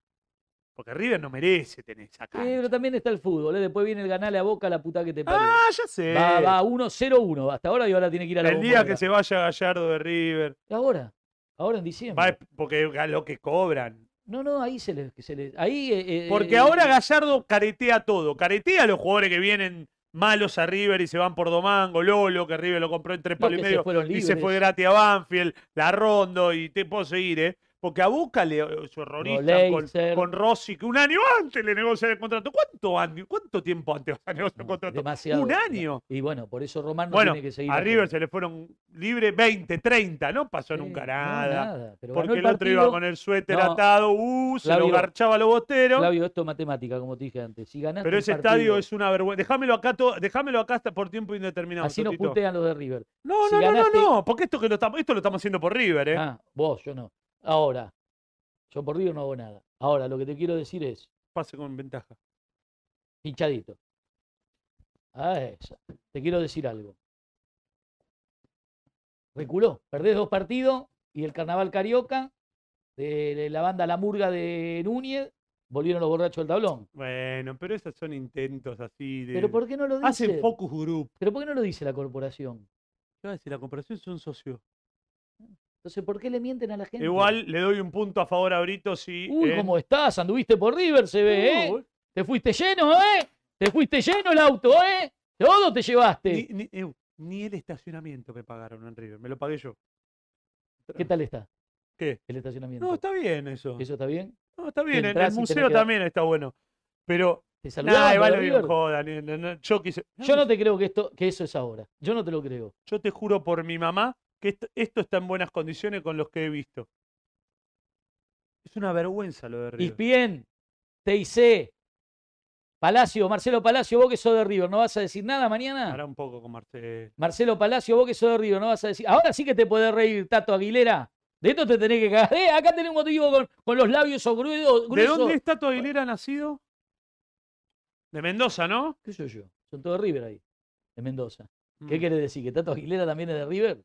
porque River no merece tener esa Sí, cancha. pero también está el fútbol. ¿eh? Después viene el ganarle a boca la puta que te parió. Ah, ya sé. Va, va, 1-0-1. Hasta ahora y ahora tiene que ir a la El día Bombonera. que se vaya Gallardo de River, Ahora, ahora en diciembre. va eh. porque es lo que cobran. No, no, ahí se les. que se les- ahí, eh, eh, Porque eh, ahora Gallardo caretea todo. Caretea a los jugadores que vienen malos a River y se van por Domango, Lolo, que River lo compró en tres los palos y que se medio fueron y se libres, fue gratis a Banfield, la Rondo y te puedo seguir, ¿eh? Porque a Boca le se horrorizan con, Leiser. con Rossi, que un año antes le negocian el contrato. ¿Cuánto, año- ¿Cuánto tiempo antes vas a negociar el no, contrato? demasiado. Un año. Y bueno, por eso Román no Bueno, tiene que seguir. A aquí. River se le fueron libre 20, 30, no pasó Sí, nunca no, nada. Pero ganó Porque el, otro partido. iba con el suéter No. atado, uh, se lo Flavio, garchaba a los boteros. Flavio, esto es matemática, como te dije antes. Si ganaste pero un ese partido, estadio es una vergüenza. Déjamelo acá, to- déjamelo acá hasta por tiempo indeterminado. Así nos Totito. putean los de River. no, si no, no, no, ganaste- no, porque esto que lo estamos, esto lo estamos haciendo por River, eh. Ah, vos, yo no. Ahora, yo por River no hago nada. Ahora, lo que te quiero decir es, Pase con ventaja. hinchadito. Ah, esa. Te quiero decir algo. Reculó. Perdés dos partidos, y el Carnaval Carioca, de, de la banda La Murga de Núñez, volvieron los borrachos del tablón. Bueno, pero esos son intentos así de. Pero ¿por qué no lo Hacen dice? focus group. Pero ¿por qué no lo dice la corporación? Yo voy a decir, la comparación son socios. Entonces, ¿por qué le mienten a la gente? Igual le doy un punto a favor a Brito si. Uy, en- Uh, ¿cómo estás? Anduviste por River, se ve, No, ¿eh? Te fuiste lleno, ¿eh? Te fuiste lleno el auto, ¿eh? Todo te llevaste. Ni, ni- eu, ni el estacionamiento me pagaron en River, me lo pagué yo. ¿Qué tal está ¿Qué? el estacionamiento? No, está bien eso. ¿Eso está bien? No, está bien, en el entrás y tenés museo que dar- también está bueno. Pero, ¿Te saludaban nada, por vale River? bien, jodan. eh, no, no, Yo quise. Yo no te creo que, esto, que eso es ahora. Yo no te lo creo. Yo te juro por mi mamá que esto, esto está en buenas condiciones con los que he visto. Es una vergüenza lo de River. Ispien, TIC, Palacio, Marcelo Palacio, vos que sos de River, ¿no vas a decir nada mañana? Hará un poco con Marcelo. Marcelo Palacio, vos que sos de River, ¿no vas a decir? Ahora sí que te podés reír, Tato Aguilera. De esto te tenés que cagar. Eh, acá tenés un motivo con, con los labios o gruesos. ¿De dónde es Tato Aguilera nacido? De Mendoza, ¿no? ¿Qué soy yo? Son todos de River ahí, de Mendoza. ¿Qué Mm, querés decir? ¿Que Tato Aguilera también es de River?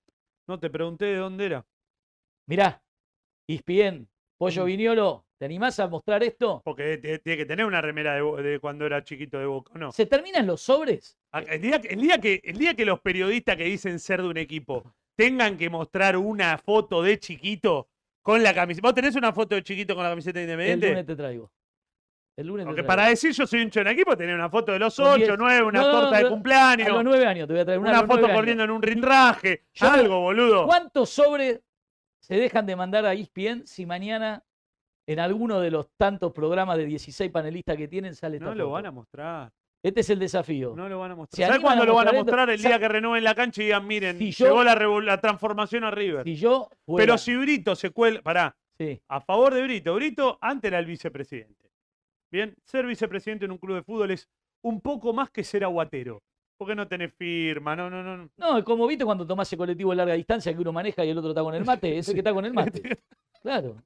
No te pregunté de dónde era. Mirá, Ispien, Pollo Mm. Viñolo, ¿te animás a mostrar esto? Porque te- tiene que tener una remera de, Bo- de cuando era chiquito de Boca, ¿no? ¿Se terminan los sobres? A- Ah, El día, que- el, día que, el día que los periodistas que dicen ser de un equipo tengan que mostrar una foto de chiquito con la camiseta. ¿Vos tenés una foto de chiquito con la camiseta de El lunes independiente? te traigo. El lunes te Porque traigo. para decir yo soy hincha de un equipo, tenés una foto de los Con diez. 8, 9, una No, no, torta no, de no. cumpleaños, A los nueve años te voy a traer una, a una los foto nueve años. corriendo en un rinraje, Yo no- algo, boludo. ¿Cuántos sobres se dejan de mandar a ESPN si mañana en alguno de los tantos programas de 16 panelistas que tienen sale esta No lo foto? van a mostrar, Este es el desafío. no lo van a mostrar. ¿Se ¿Sabés animan a cuándo lo van a mostrar esto? mostrar? El Sa- día que renueven la cancha y digan, miren, Si yo- llegó la, revol- la transformación a River. Si yo fuera- Pero si Brito se cuelga, pará, Sí, a favor de Brito. Brito antes era el vicepresidente. Bien, ser vicepresidente en un club de fútbol es un poco más que ser aguatero. Porque no tenés firma, no, no, no. no. No, es como viste cuando tomás el colectivo de larga distancia que uno maneja y el otro está con el mate. Ese que está con el mate. Claro.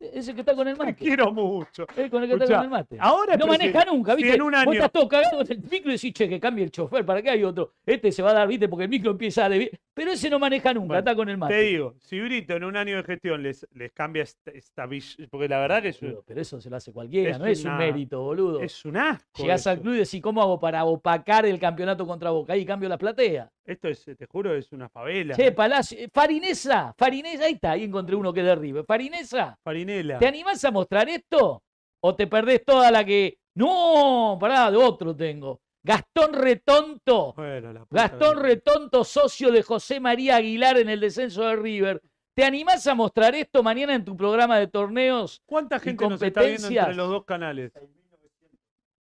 Ese que está con el Te mate. quiero mucho. El con el que está Escuchá, con el mate. Ahora No el presidente- maneja nunca, si ¿viste? en un año- Vos estás todo cagado con el micro y decís, che, que cambie el chofer, ¿para qué hay otro? Este se va a dar, ¿viste? Porque el micro empieza a... devi- Pero ese no maneja nunca, Bueno, está con el mate. Te digo, si Brito en un año de gestión les, les cambia esta, esta vis- Porque la verdad que es, un- Boludo, pero eso se lo hace cualquiera, es no es un una- mérito, boludo. es un asco. Llegás al eso. club y decís, ¿cómo hago para opacar el campeonato contra Boca? Ahí cambio la platea. Esto es, te juro, es una favela. Che, Palacio, eh, Farinesa, Farinesa, ahí está, ahí encontré uno que derribe. Farinesa, Farinela. ¿te animás a mostrar esto? ¿O te perdés toda la que... No, pará, de otro tengo. Gastón Retonto. Bueno, la puta Gastón que- Retonto, socio de José María Aguilar en el descenso de River. ¿Te animás a mostrar esto mañana en tu programa de torneos? ¿Cuánta gente nos está viendo entre competencias. los dos canales?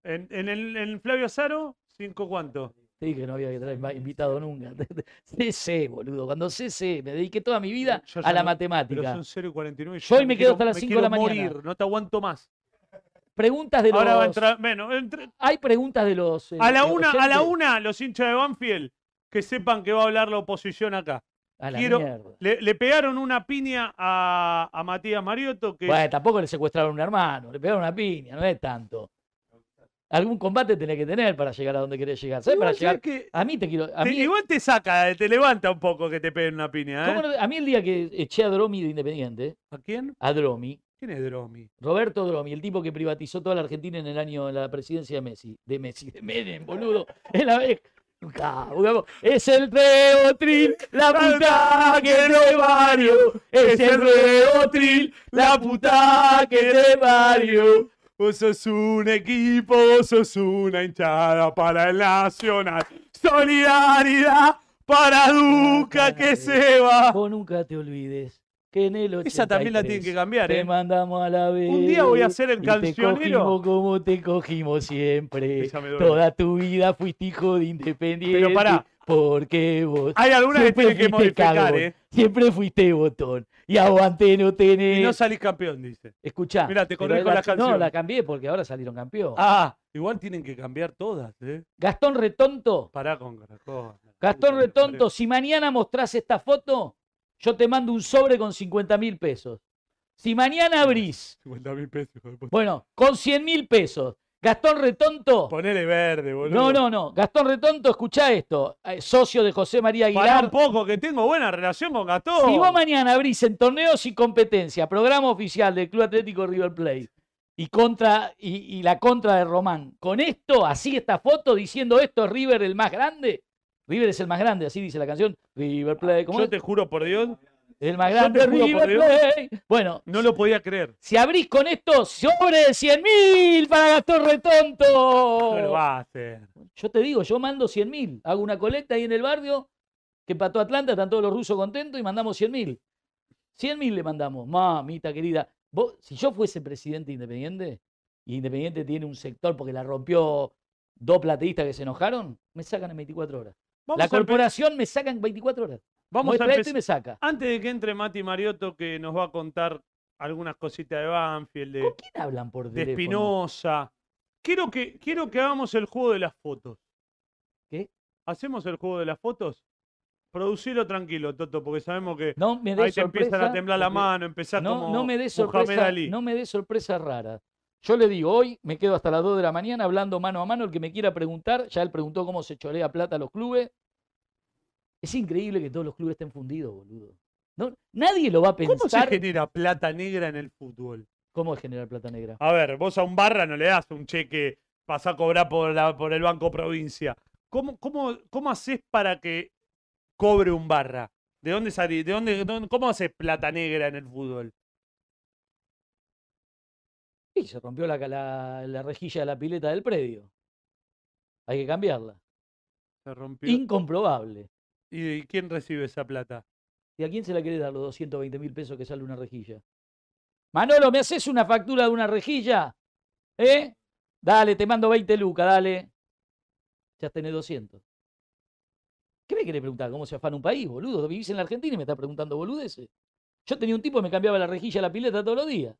En, en el en Flavio Azaro, cinco cuánto. Te dije que no había que traer ma- invitado nunca. CC, boludo. Cuando CC, me dediqué toda mi vida Yo ya a la no- Pero matemática. son 0 y 49. Yo hoy me quedo quiero- hasta las me cinco de la quiero mañana. morir, no te aguanto más. Preguntas de los. Ahora va a entrar. Bueno, entre- Hay preguntas de los. eh, a la eh, una, a la oyentes. una, los hinchas de Banfield, que sepan que va a hablar la oposición acá. A la quiero- mierda. Le, le pegaron una piña a, a Matías Mariotto, que Bueno, tampoco le secuestraron un hermano, le pegaron una piña, no es tanto. Algún combate tenés que tener para llegar a donde querés llegar. ¿Sabés? Para Igual, ¿sabes llegar. qué? A mí te quiero. A Te- mí, igual te saca, te levanta un poco que te peguen una piña. ¿eh? ¿cómo no- a mí el día que eché a Dromi de Independiente, ¿A quién? a Dromi, ¿Quién es Dromi? Roberto Dromi, el tipo que privatizó toda la Argentina en el año de la presidencia de Messi. De Messi, de Menem, boludo. Es la vez. Nunca, boludo. Es el reotril, Ah, la puta que te parió. Es el reotril, la puta que te parió. Vos sos Pues un equipo, vos sos una hinchada para el Nacional. Solidaridad para Duca que se va. Vos nunca te olvides que en el 83 Esa también la tienen que cambiar, Te ¿eh? mandamos a la vez. Un día voy a hacer el y Te cancionero. cogimos como te cogimos siempre. Esa me duele. Toda tu vida fuiste hijo de independiente. Pero pará. Ah, Porque vos Hay algunas que siempre tienen que fuiste modificar, cagón. ¿eh? Siempre fuiste botón. Y aguanté no tenés. Y no salís campeón, dice. Escuchá. Mirá, te pero corrijo la No, canción. la cambié porque ahora salieron campeón. Ah, igual tienen que cambiar todas, ¿eh? Gastón Retonto. Pará con Caracol. Gastón Retonto, si mañana mostrás esta foto, yo te mando un sobre con 50 mil pesos. Si mañana abrís, 50 mil pesos. hijo de puta. bueno, con 100 mil pesos, Gastón Retonto. Ponele verde, boludo. No, no, no. Gastón Retonto, escuchá esto. eh, Socio de José María Pará un Aguilar. poco, que tengo buena relación con Gastón. Si vos mañana abrís en torneos y competencia, programa oficial del Club Atlético River Plate y, contra, y, y la contra de Román, con esto, así esta foto diciendo esto es River el más grande. River es el más grande, así dice la canción. River Plate, ¿cómo Ah, Yo es? te juro por Dios, el más yo te grande juro por River Dios. Plate. Bueno, no lo podía creer. si abrís con esto, sobre de 100 mil para Gastón Retonto. No lo va a hacer. Yo te digo, yo mando 100 mil. Hago una colecta ahí en el barrio que empató Atlanta, están todos los rusos contentos y mandamos 100 mil. 100 mil le mandamos. Mamita querida. Vos, si yo fuese presidente de independiente, y independiente tiene un sector porque la rompió dos plateístas que se enojaron, me sacan en 24 horas. Vamos la a empe- corporación me saca en 24 horas. Vamos a Muestra esto y empezar. me saca. Antes de que entre Mati Mariotto, que nos va a contar algunas cositas de Banfield, de, ¿Con quién hablan por de teléfono? Espinosa. Quiero que, quiero que hagamos el juego de las fotos. ¿Qué? ¿Hacemos el juego de las fotos? Producirlo tranquilo, Toto, porque sabemos que No me ahí des te empiezan a sorpresa, temblar la porque- mano, empezás No, como no me des Mohamed sorpresa, Ali. no me des sorpresa rara. Yo le digo, hoy me quedo hasta las 2 de la mañana hablando mano a mano, el que me quiera preguntar, ya él preguntó cómo se chorea plata a los clubes. Es increíble que todos los clubes estén fundidos, boludo. No, nadie lo va a ¿Cómo se pensar genera plata negra en el fútbol? cómo es generar plata negra. A ver, vos a un barra no le das un cheque, vas a cobrar por, la- por el Banco Provincia. ¿Cómo, cómo, cómo haces para que cobre un barra? ¿De dónde salís? ¿De dónde, dónde- ¿Cómo haces plata negra en el fútbol? Y se rompió la, la- la rejilla de la pileta del predio. Hay que cambiarla. Se rompió. Incomprobable. ¿Y, y quién recibe esa plata? ¿Y a quién se la querés dar los 220 mil pesos que sale una rejilla? Manolo, ¿me haces una factura de una rejilla? ¿Eh? Dale, te mando 20 lucas, dale. Ya tenés 200. ¿Qué me querés preguntar? ¿Cómo se afana un país, boludo? Vivís en la Argentina y me estás preguntando boludeces. Yo tenía un tipo que me cambiaba la rejilla a la pileta todos los días.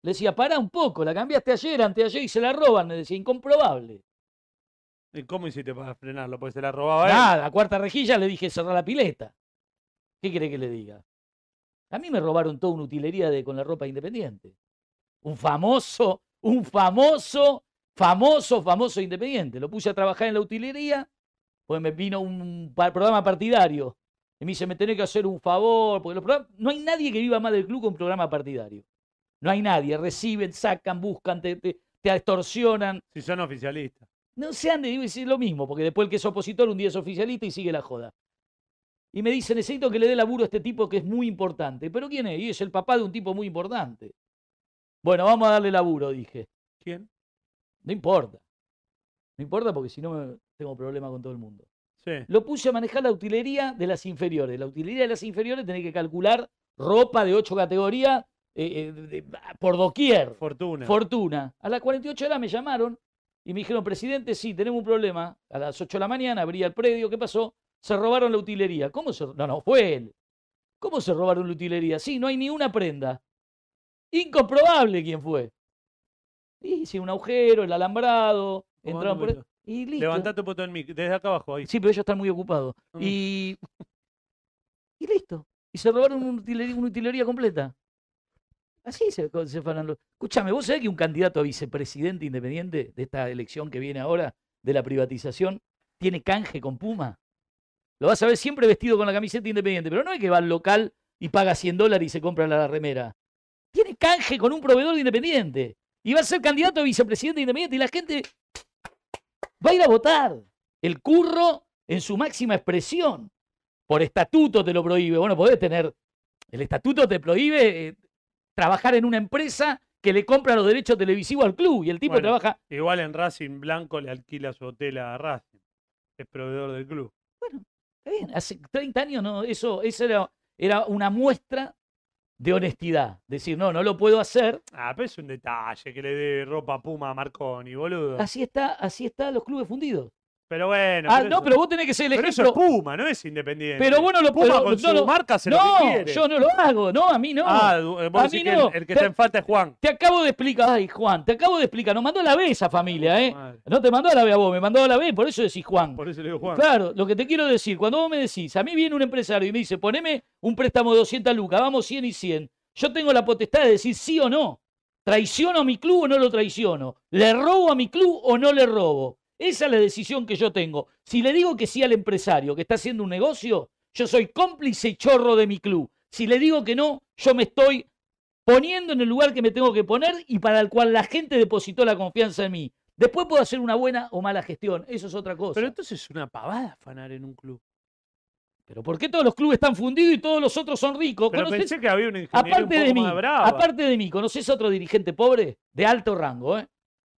Le decía, pará un poco, la cambiaste ayer, anteayer y se la roban. Me decía, incomprobable. ¿Y cómo hiciste para frenarlo? Porque se la robaba él. Nada, la cuarta rejilla le dije cerrar la pileta. ¿Qué cree que le diga? A mí me robaron toda una utilería de, con la ropa independiente. Un famoso, un famoso, famoso, famoso independiente. Lo puse a trabajar en la utilería, pues me vino un pa- programa partidario. Y me dice, me tenés que hacer un favor, porque los programas- no hay nadie que viva más del club con un programa partidario. No hay nadie. Reciben, sacan, buscan, te, te, te extorsionan. Si son oficialistas. No sean de decir lo mismo, porque después el que es opositor un día es oficialista y sigue la joda. Y me dice, necesito que le dé laburo a este tipo que es muy importante. ¿Pero quién es? Y es el papá de un tipo muy importante. Bueno, vamos a darle laburo, dije. ¿Quién? No importa. No importa porque si no me- tengo problema con todo el mundo. Sí. Lo puse a manejar la utilería de las inferiores. La utilería de las inferiores tenés que calcular ropa de ocho categorías eh, eh, de- de- por doquier. Fortuna. Fortuna. A las 48 horas me llamaron y me dijeron, presidente, sí, tenemos un problema. A las 8 de la mañana abría el predio, ¿qué pasó? Se robaron la utilería. ¿Cómo se No, no, fue él. ¿Cómo se robaron la utilería? Sí, no hay ni una prenda. Incomprobable quién fue. Hice un agujero, el alambrado, Tomá, entraron por... e-, tomá. Y listo. Levantate un botón mic, desde acá abajo ahí. Sí, pero ellos están muy ocupados. Mm. Y, y listo. Y se robaron una utilería, una utilería completa. Así se, co- se fueron los- Escúchame, ¿vos sabés que un candidato a vicepresidente independiente de esta elección que viene ahora, de la privatización, tiene canje con Puma? Lo vas a ver siempre vestido con la camiseta independiente, pero no es que va al local y paga 100 dólares y se compra la remera. Tiene canje con un proveedor de independiente. Y va a ser candidato a vicepresidente independiente y la gente va a ir a votar el curro en su máxima expresión. Por estatuto te lo prohíbe. Bueno, podés tener. El estatuto te prohíbe eh, trabajar en una empresa que le compra los derechos televisivos al club y el tipo Bueno. trabaja. Igual en Racing Blanco le alquila su hotel a Racing. Es proveedor del club. Está bien, hace 30 años no, eso, eso era, era una muestra de honestidad. Decir, no, no lo puedo hacer. Ah, pero es un detalle que le dé ropa puma a Marconi, boludo. Así está, así están los clubes fundidos. Pero bueno. ah, pero no, eso- pero vos tenés que ser el pero eso es ejemplo. Puma, no es independiente. Pero vos no lo Puma pero con no su lo- marca hace lo que No, quiere. yo no lo hago, no, a mí no. Ah, du- eh, vos A decís mí que el- no. el, que está en falta es Juan. Te acabo de explicar, ay Juan, te acabo de explicar, nos mandó la B esa familia, ¿eh? Madre, No te mandó a la B a vos, me mandó a la B, por eso decís Juan. Por eso le digo Juan. Claro, lo que te quiero decir, cuando vos me decís, a mí viene un empresario y me dice, poneme un préstamo de 200 lucas, vamos 100 y 100, yo tengo la potestad de decir sí o no. ¿Traiciono a mi club o no lo traiciono? ¿Le robo a mi club o no le robo? Esa es la decisión que yo tengo. Si le digo que sí al empresario que está haciendo un negocio, yo soy cómplice y chorro de mi club. Si le digo que no, yo me estoy poniendo en el lugar que me tengo que poner y para el cual la gente depositó la confianza en mí. Después puedo hacer una buena o mala gestión, eso es otra cosa. Pero Pero, entonces es una pavada afanar en un club. ¿por qué todos los clubes están fundidos y todos los otros son ricos? Pero ¿Conocés- pensé que había un ingeniero aparte un de poco mí, más bravo. aparte de mí, ¿conoces otro dirigente pobre? De alto rango, ¿eh?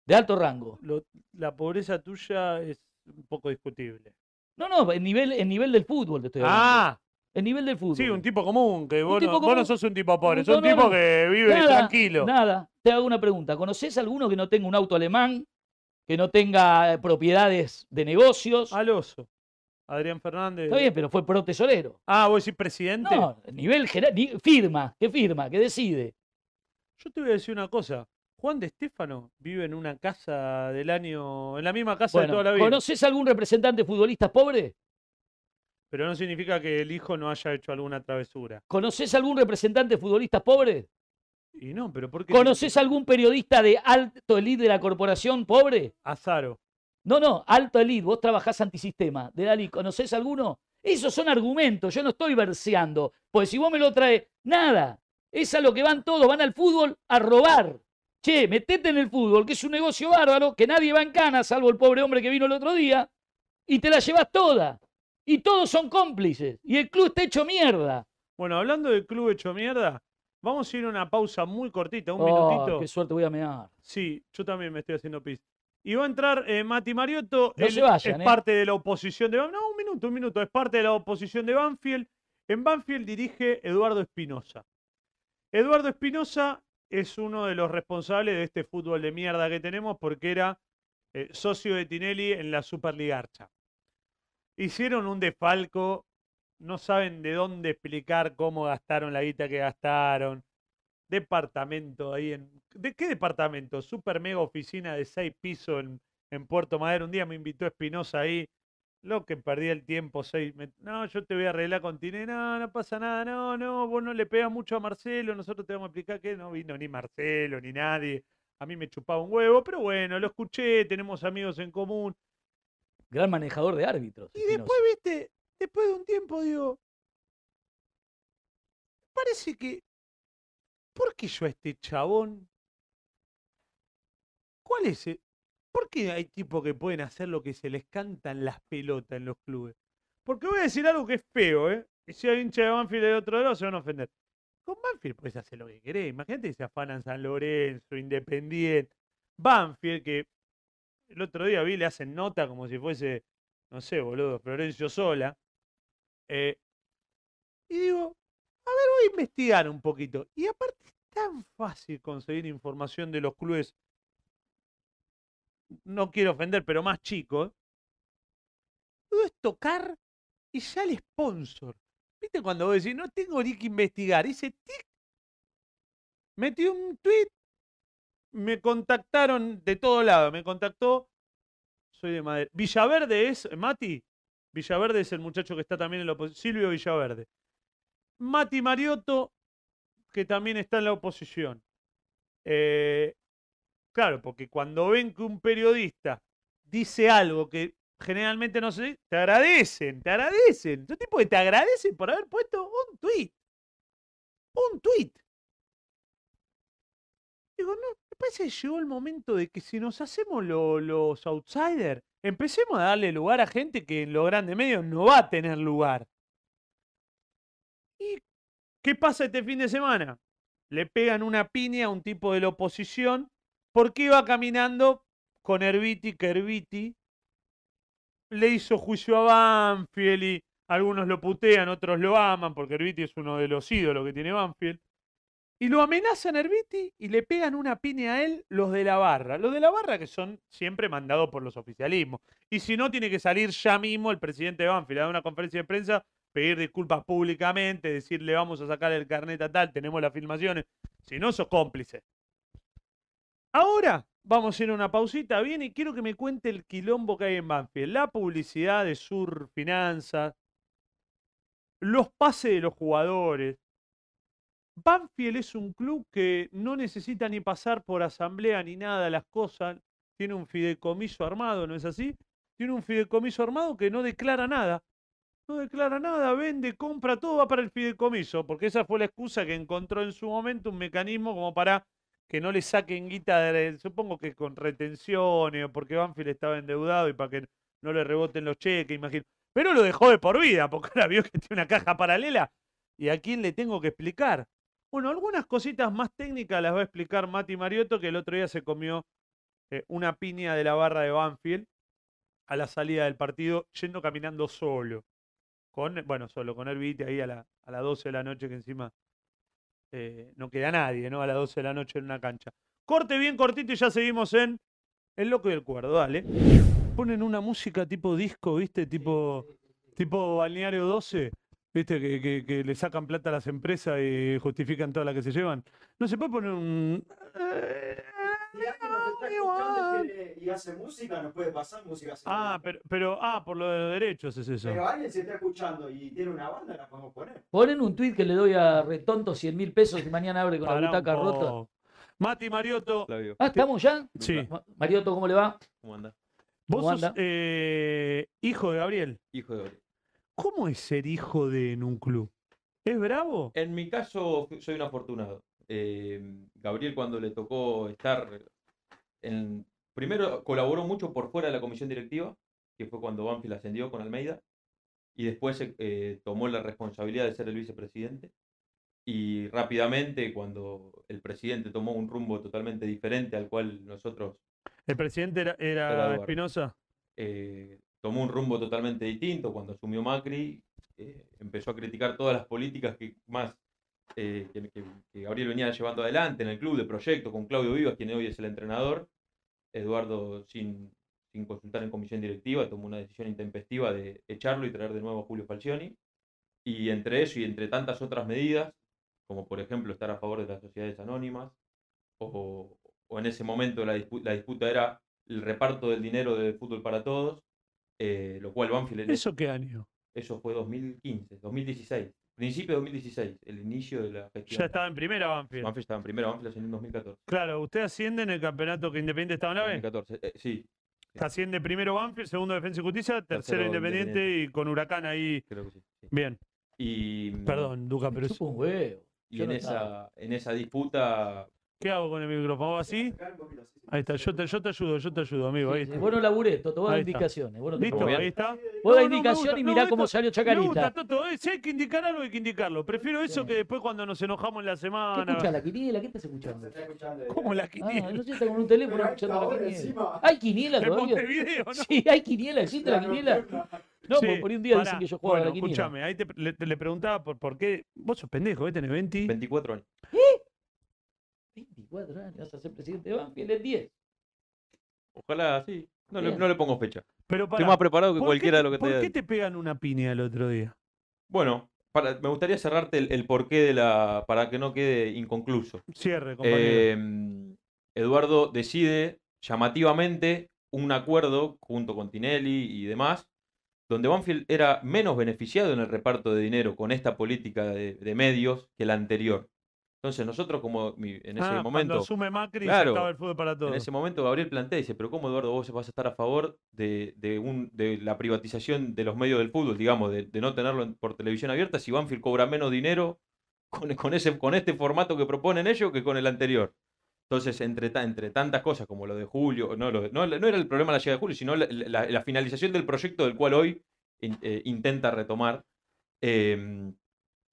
De alto rango. Lo- la pobreza tuya es un poco discutible. No, no, el nivel, el nivel del fútbol te estoy hablando. Ah, El nivel del fútbol. sí, un tipo común, que vos, tipo no, vos común. no sos un tipo pobre, No, sos un no, tipo no. que vive Nada, tranquilo. Nada, te hago una pregunta. ¿Conoces alguno que no tenga un auto alemán? Que no tenga eh, propiedades de negocios. Al oso. Adrián Fernández. Está bien, pero fue pro tesorero. Ah, vos decís presidente. No, nivel general. ni- Firma, que firma, que decide. Yo te voy a decir una cosa. Juan de Estefano vive en una casa del año, en la misma casa de Bueno, toda la vida. ¿conoces algún representante futbolista pobre? Pero no significa que el hijo no haya hecho alguna travesura. ¿Conoces algún representante futbolista pobre? Y no, pero ¿por qué? ¿Conoces algún periodista de alto elite de la corporación pobre? Azaro. No, no, alto elite, vos trabajás antisistema. De Dalí, ¿conocés alguno? Esos son argumentos, yo no estoy verseando. Porque si vos me lo traes, nada. Es a lo que van todos, van al fútbol a robar. Che, metete en el fútbol, que es un negocio bárbaro, que nadie va en cana, salvo el pobre hombre que vino el otro día, y te la llevas toda. Y todos son cómplices. Y el club está hecho mierda. Bueno, hablando del club hecho mierda, vamos a ir a una pausa muy cortita, un Oh, minutito. Qué suerte voy a mear. Sí, yo también me estoy haciendo pis. Y va a entrar eh, Mati Mariotto. No él se vayan, es ¿eh? parte de la oposición de Banfield. No, un minuto, un minuto. Es parte de la oposición de Banfield. En Banfield dirige Eduardo Espinosa. Eduardo Espinosa es uno de los responsables de este fútbol de mierda que tenemos porque era eh, socio de Tinelli en la Superliga Archa. Hicieron un desfalco. No saben de dónde explicar cómo gastaron la guita que gastaron departamento ahí en. ¿De qué departamento? Super mega oficina de seis pisos en, en Puerto Madero. Un día me invitó Espinosa ahí. Lo que perdí el tiempo, seis. me- no, yo te voy a arreglar con Tine. No, no pasa nada. No, no, vos no le pegas mucho a Marcelo. Nosotros te vamos a explicar que no vino ni Marcelo ni nadie. A mí me chupaba un huevo, pero bueno, lo escuché. Tenemos amigos en común. Gran manejador de árbitros. Y Espinosa. después, viste, después de un tiempo digo, parece que, ¿por qué yo a este chabón? ¿Cuál es? el- ¿Por qué hay tipos que pueden hacer lo que se les cantan las pelotas en los clubes? Porque voy a decir algo que es feo, ¿eh? Y si hay hincha de Banfield y de otro lado, se van a ofender. Con Banfield puedes hacer lo que querés. Imagínate que se afanan San Lorenzo, Independiente. Banfield, que el otro día vi, le hacen nota como si fuese no sé, boludo, Florencio Sola. eh, y digo, a ver, voy a investigar un poquito. Y aparte es tan fácil conseguir información de los clubes, no quiero ofender, pero más chicos. Todo es tocar y ya el sponsor. ¿Viste cuando vos decís, no tengo ni que investigar? Hice tic, metí un tweet, me contactaron de todo lado, me contactó soy de Madera. Villaverde es, Mati, Villaverde es el muchacho que está también en la oposición. Silvio Villaverde. Mati Mariotto, que también está en la oposición. Eh, claro, porque cuando ven que un periodista dice algo que generalmente no se dice, te agradecen, te agradecen. Son tipo que te agradecen por haber puesto un tweet. Un tweet. Digo, no, me parece que llegó el momento de que si nos hacemos lo- los outsiders, empecemos a darle lugar a gente que en los grandes medios no va a tener lugar. ¿Y qué pasa este fin de semana? Le pegan una piña a un tipo de la oposición porque iba caminando con Herbiti, que Herbiti le hizo juicio a Banfield y algunos lo putean, otros lo aman porque Herbiti es uno de los ídolos que tiene Banfield. Y lo amenazan a Herbiti y le pegan una piña a él los de la barra. Los de la barra que son siempre mandados por los oficialismos. Y si no, tiene que salir ya mismo el presidente de Banfield a dar una conferencia de prensa, pedir disculpas públicamente, decirle vamos a sacar el carnet a tal, tenemos las filmaciones. Si no, sos cómplice. Ahora vamos a ir a una pausita bien y quiero que me cuente el quilombo que hay en Banfield. La publicidad de Sur Finanzas, los pases de los jugadores, Banfield es un club que no necesita ni pasar por asamblea ni nada las cosas. Tiene un fideicomiso armado, ¿no es así? Tiene un fideicomiso armado que no declara nada. No declara nada, vende, compra, todo va para el fideicomiso, porque esa fue la excusa que encontró en su momento un mecanismo como para que no le saquen guita, de- supongo que con retenciones o porque Banfield estaba endeudado y para que no le reboten los cheques, imagino. Pero lo dejó de por vida, porque ahora vio que tiene una caja paralela. ¿Y a quién le tengo que explicar? Bueno, algunas cositas más técnicas las va a explicar Mati Mariotto, que el otro día se comió eh, una piña de la barra de Banfield a la salida del partido, yendo caminando solo. Con, bueno, solo, con Herbite ahí a, la- a las 12 de la noche, que encima eh, no queda nadie, ¿no? A las 12 de la noche en una cancha. Corte bien cortito y ya seguimos en El Loco y el Cuerdo, dale. Ponen una música tipo disco, ¿viste? Tipo, tipo Balneario 12. ¿Viste? Que, que- que le sacan plata a las empresas y justifican toda la que se llevan. No se puede poner un. Si alguien nos está escuchando y tiene- y hace música, nos puede pasar música. sin Ah, música. pero, pero ah, por lo de los derechos es eso. Pero alguien se está escuchando y tiene una banda, la podemos poner. Ponen un tweet que le doy a Retonto 100 mil pesos y mañana abre con Pará la un butaca rota. poco. Mati Mariotto, Flavio, Ah, ¿estamos ya? sí. Ma- Mariotto, ¿cómo le va? ¿cómo anda? Vos ¿Cómo sos anda? eh, hijo de Gabriel. Hijo de Ori. ¿Cómo es ser hijo de en un club? ¿Es bravo? En mi caso, fu- soy un afortunado. Eh, Gabriel, cuando le tocó estar en. Primero colaboró mucho por fuera de la comisión directiva, que fue cuando Banfield ascendió con Almeida, y después se, eh, tomó la responsabilidad de ser el vicepresidente. Y rápidamente, cuando el presidente tomó un rumbo totalmente diferente al cual nosotros El presidente era, era Era Eduardo. Espinosa. eh, tomó un rumbo totalmente distinto cuando asumió Macri, eh, empezó a criticar todas las políticas que más eh, que, que- que Gabriel venía llevando adelante en el club de proyecto con Claudio Vivas, quien hoy es el entrenador. Eduardo, sin, sin consultar en comisión directiva, tomó una decisión intempestiva de echarlo y traer de nuevo a Julio Falcioni. Y entre eso y entre tantas otras medidas, como por ejemplo estar a favor de las sociedades anónimas, o, o en ese momento la dispu- la disputa era el reparto del dinero de fútbol para todos, eh, lo cual Banfield en ¿Eso qué año? eso fue 2015, 2016, principio de 2016, el inicio de la gestión. Ya estaba en primera Banfield. Banfield estaba en primero, Banfield ascendió en 2014. Claro, usted asciende en el campeonato que Independiente estaba en la B. 2014, eh, sí, Asciende primero Banfield, segundo Defensa y Justicia, tercero, Tercero Independiente, y con Huracán ahí. creo que sí. sí. Bien, Y, perdón, Duca, Me pero chupa un huevo. Y yo en, no esa, en esa disputa, ¿qué hago con el micrófono? ¿Hago así? Acá un poquito así. Ahí está, yo te, yo te ayudo, yo te ayudo, amigo. Ahí Sí, está. Vos no laburés, Toto, vos da Ahí está. indicaciones. Vos, no te Listo, Como preocupes. bien. ahí está. Vos da No, no, me indicación gusta, y me mirá gusta. cómo salió Me gusta, Chacarita. Toto, eh, Si hay que indicar algo, hay que indicarlo. Prefiero eso Sí. que después cuando nos enojamos en la ¿Qué escuchás? semana. ¿La quiniela? ¿Qué estás Se escuchando? está escuchando. de- ¿Cómo la Ah, quiniela? no sé, está con un teléfono Pero a esta escuchando la hora quiniela. encima, ¿Hay quiniela En todavía? Montevideo, ¿no? Ah, Sí, hay quiniela, existe la la quiniela. nocturna. No, Sí, porque por ahí un día pará. dicen que yo jugaba a Bueno, la quiniela. escúchame, ahí te, le, te- le preguntaba por, por qué. Vos sos pendejo, ¿eh? Tenés 20. 24 años. 24 años, vas a ser presidente de Banfield en 10. Ojalá, sí. No, le, Bien. no le pongo fecha. Pero Estoy para. más preparado que cualquiera de lo que ¿Por qué te te pegan una piña el otro día? Bueno, para- me gustaría cerrarte el, el porqué de la, para que no quede inconcluso. Cierre, compañero. Eh, Eduardo decide llamativamente un acuerdo junto con Tinelli y demás, donde Banfield era menos beneficiado en el reparto de dinero con esta política de, de medios que la anterior. Entonces nosotros como mi- en ese Ah, Cuando momento, asume Macri, Claro. se acaba el fútbol para en todos. ese momento Gabriel plantea y dice, pero cómo Eduardo vos vas a estar a favor de, de un- de la privatización de los medios del fútbol, digamos, de, de no tenerlo en- por televisión abierta si Banfield cobra menos dinero con, con ese, con este formato que proponen ellos que con el anterior. Entonces, entre, ta- entre tantas cosas como lo de Julio, no, lo de- no, no era el problema la llegada de Julio, sino la, la- la finalización del proyecto del cual hoy in- eh, intenta retomar, eh,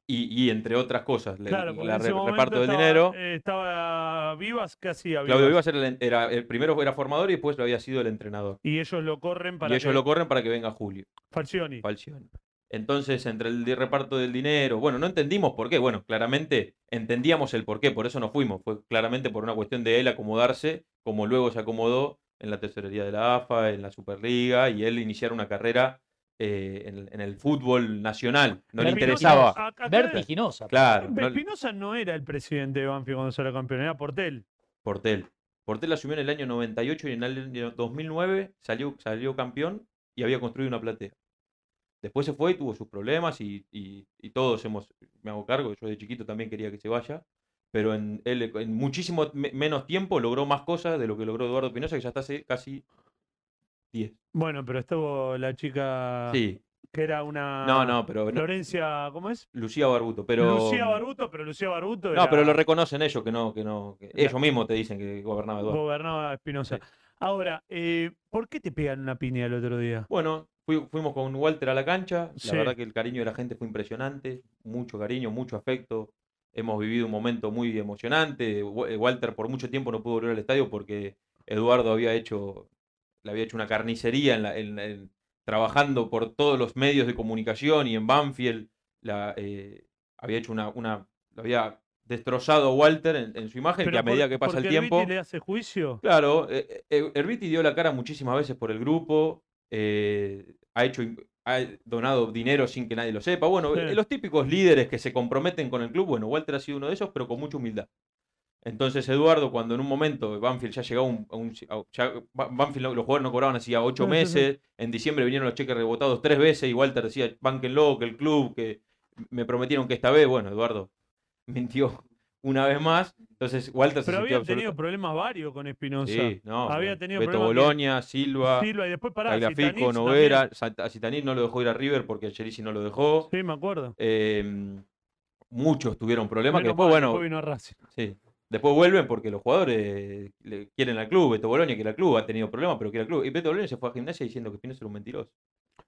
y, y entre otras cosas, la- Claro, la porque en re- ese momento reparto del estaba- dinero. eh, estaba Vivas, ¿qué hacía Claudio Vivas era el, era- el primero era formador y después lo había sido el entrenador. Y ellos lo corren y para. ellos que- lo corren para que venga Julio Falcioni. Falcioni. Entonces, entre el di- reparto del dinero, bueno, no entendimos por qué. Bueno, claramente entendíamos el por qué, por eso no fuimos. Fue claramente por una cuestión de él acomodarse, como luego se acomodó en la tesorería de la AFA, en la Superliga, y él iniciar una carrera eh, en, en el fútbol nacional. No le Espinosa- interesaba. A- acá- Vertiginosa. Ah, Claro, no, le- Espinosa no era el presidente de Banfield cuando salió campeón, era Portel. Portel. Portel asumió en el año 98 y en el año 2009 salió, salió campeón y había construido una platea. Después se fue y tuvo sus problemas y, y- y todos hemos, me hago cargo, yo de chiquito también quería que se vaya, pero en, él, en muchísimo me- menos tiempo logró más cosas de lo que logró Eduardo Pinoza, que ya está hace casi 10. Bueno, pero estuvo la chica Sí, que era una. no, no, pero no- Florencia, ¿cómo es? Lucía Barbuto, pero... Lucía Baruto, pero Lucía Baruto. No, era- pero lo reconocen ellos, que no, que no, que ellos mismos te dicen que gobernaba Eduardo. Gobernaba Espinosa. Sí. Ahora, eh, ¿por qué te pegan una piña el otro día? Bueno, fui- fuimos con Walter a la cancha. La Sí. verdad que el cariño de la gente fue impresionante. Mucho cariño, mucho afecto. Hemos vivido un momento muy emocionante. Wa- eh, Walter por mucho tiempo no pudo volver al estadio porque Eduardo había hecho, le había hecho una carnicería en la- en- en- trabajando por todos los medios de comunicación y en Banfield la, eh, había hecho una, una, lo había destrozado a Walter en, en su imagen, que Pero a medida por- que pasa el porque tiempo... Erviti le hace juicio? Claro, eh, eh, Erviti dio la cara muchísimas veces por el grupo, eh, ha hecho, in- ha donado dinero sin que nadie lo sepa. Bueno, Sí. eh, los típicos líderes que se comprometen con el club, bueno, Walter ha sido uno de esos, pero con mucha humildad. Entonces Eduardo, cuando en un momento Banfield ya llegaba a un, a un- a- ya Ba- Banfield no- los jugadores no cobraban hacía ocho Sí, sí, sí. meses, en diciembre vinieron los cheques rebotados tres veces y Walter decía, banquenlo, que el club, que me prometieron que esta vez, bueno, Eduardo mintió una vez más. Entonces Walter se Pero sintió habían tenido absoluta- problemas varios con Espinosa. Sí, no, había pero tenido Beto problemas Bolonia, Silva, Silva, y después pará, Tagliafico, Zitanich Noguera, Santa- a Zitanich no lo dejó ir a River porque Cherici no lo dejó. también. Sí, me acuerdo. Eh, muchos tuvieron problemas que Menos después, mal, bueno, después vino a Racing. sí, después vuelven porque los jugadores le quieren al club. Beto Bolonia quiere al club, ha tenido problemas, pero quiere al club. Y Beto Bolonia se fue a gimnasia diciendo que Pino era un mentiroso.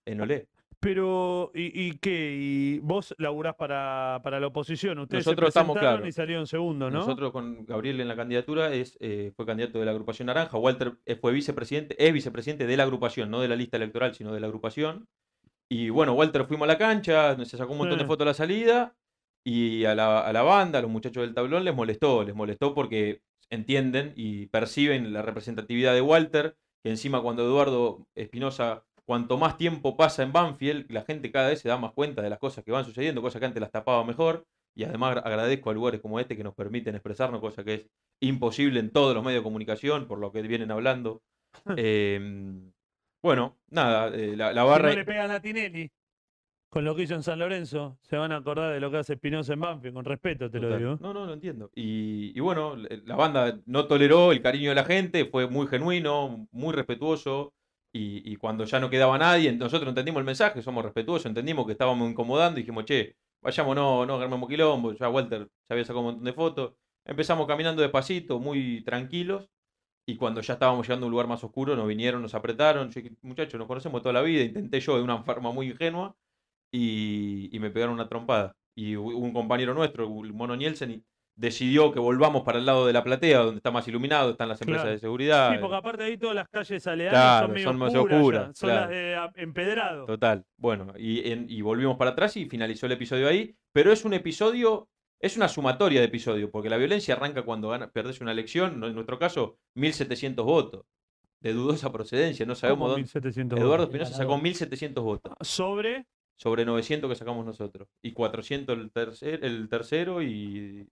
En Olé. Pero, ¿y, y qué? ¿Y vos laburás para, para la oposición? Ustedes Nosotros se estamos, presentaron claro. y salieron segundo, ¿no? Nosotros con Gabriel en la candidatura es, eh, fue candidato de la agrupación naranja. Walter eh, fue vicepresidente, es vicepresidente de la agrupación, no de la lista electoral, sino de la agrupación. Y bueno, Walter fuimos a la cancha, se sacó un montón de Sí. fotos a la salida y a la, a la banda, a los muchachos del tablón les molestó, les molestó porque entienden y perciben la representatividad de Walter, que encima cuando Eduardo Espinosa, cuanto más tiempo pasa en Banfield, la gente cada vez se da más cuenta de las cosas que van sucediendo, cosas que antes las tapaba mejor, y además agra- agradezco a lugares como este que nos permiten expresarnos, cosa que es imposible en todos los medios de comunicación, por lo que vienen hablando. Em, bueno, nada, eh, la, la Si barra... no le pegan a Tinelli con lo que hizo en San Lorenzo, se van a acordar de lo que hace Espinosa en Banfield, con respeto te lo Total. digo. No, no, lo entiendo. Y, y bueno, l- la banda no toleró el cariño de la gente, fue muy genuino, muy respetuoso. Y, y cuando ya no quedaba nadie, nosotros entendimos el mensaje, somos respetuosos, entendimos que estábamos incomodando y dijimos, che, vayamos, no, no, armemos quilombo. Ya Walter ya había sacado un montón de fotos. Empezamos caminando despacito, muy tranquilos. Y cuando ya estábamos llegando a un lugar más oscuro, nos vinieron, nos apretaron. Yo dije, muchachos, nos conocemos toda la vida. Intenté yo de una forma muy ingenua y, y me pegaron una trompada. Y u- un compañero nuestro, el Mono Nielsen, decidió que volvamos para el lado de la platea, donde está más iluminado, están las empresas Claro. de seguridad. Sí, porque aparte ahí todas las calles aledañas Claro, son medio son más oscuras, ya, oscuras, son las claro. de a- empedrado. Total. Bueno, y, en- y volvimos para atrás y finalizó el episodio ahí. Pero es un episodio, es una sumatoria de episodios, porque la violencia arranca cuando gana, perdés una elección, no- en nuestro caso, 1.700 votos, de dudosa procedencia, no sabemos Como dónde. 1700 Eduardo votos. Espinosa Ganador. sacó 1.700 votos, Sobre sobre 900 que sacamos nosotros, y 400 el, tercer, el tercero y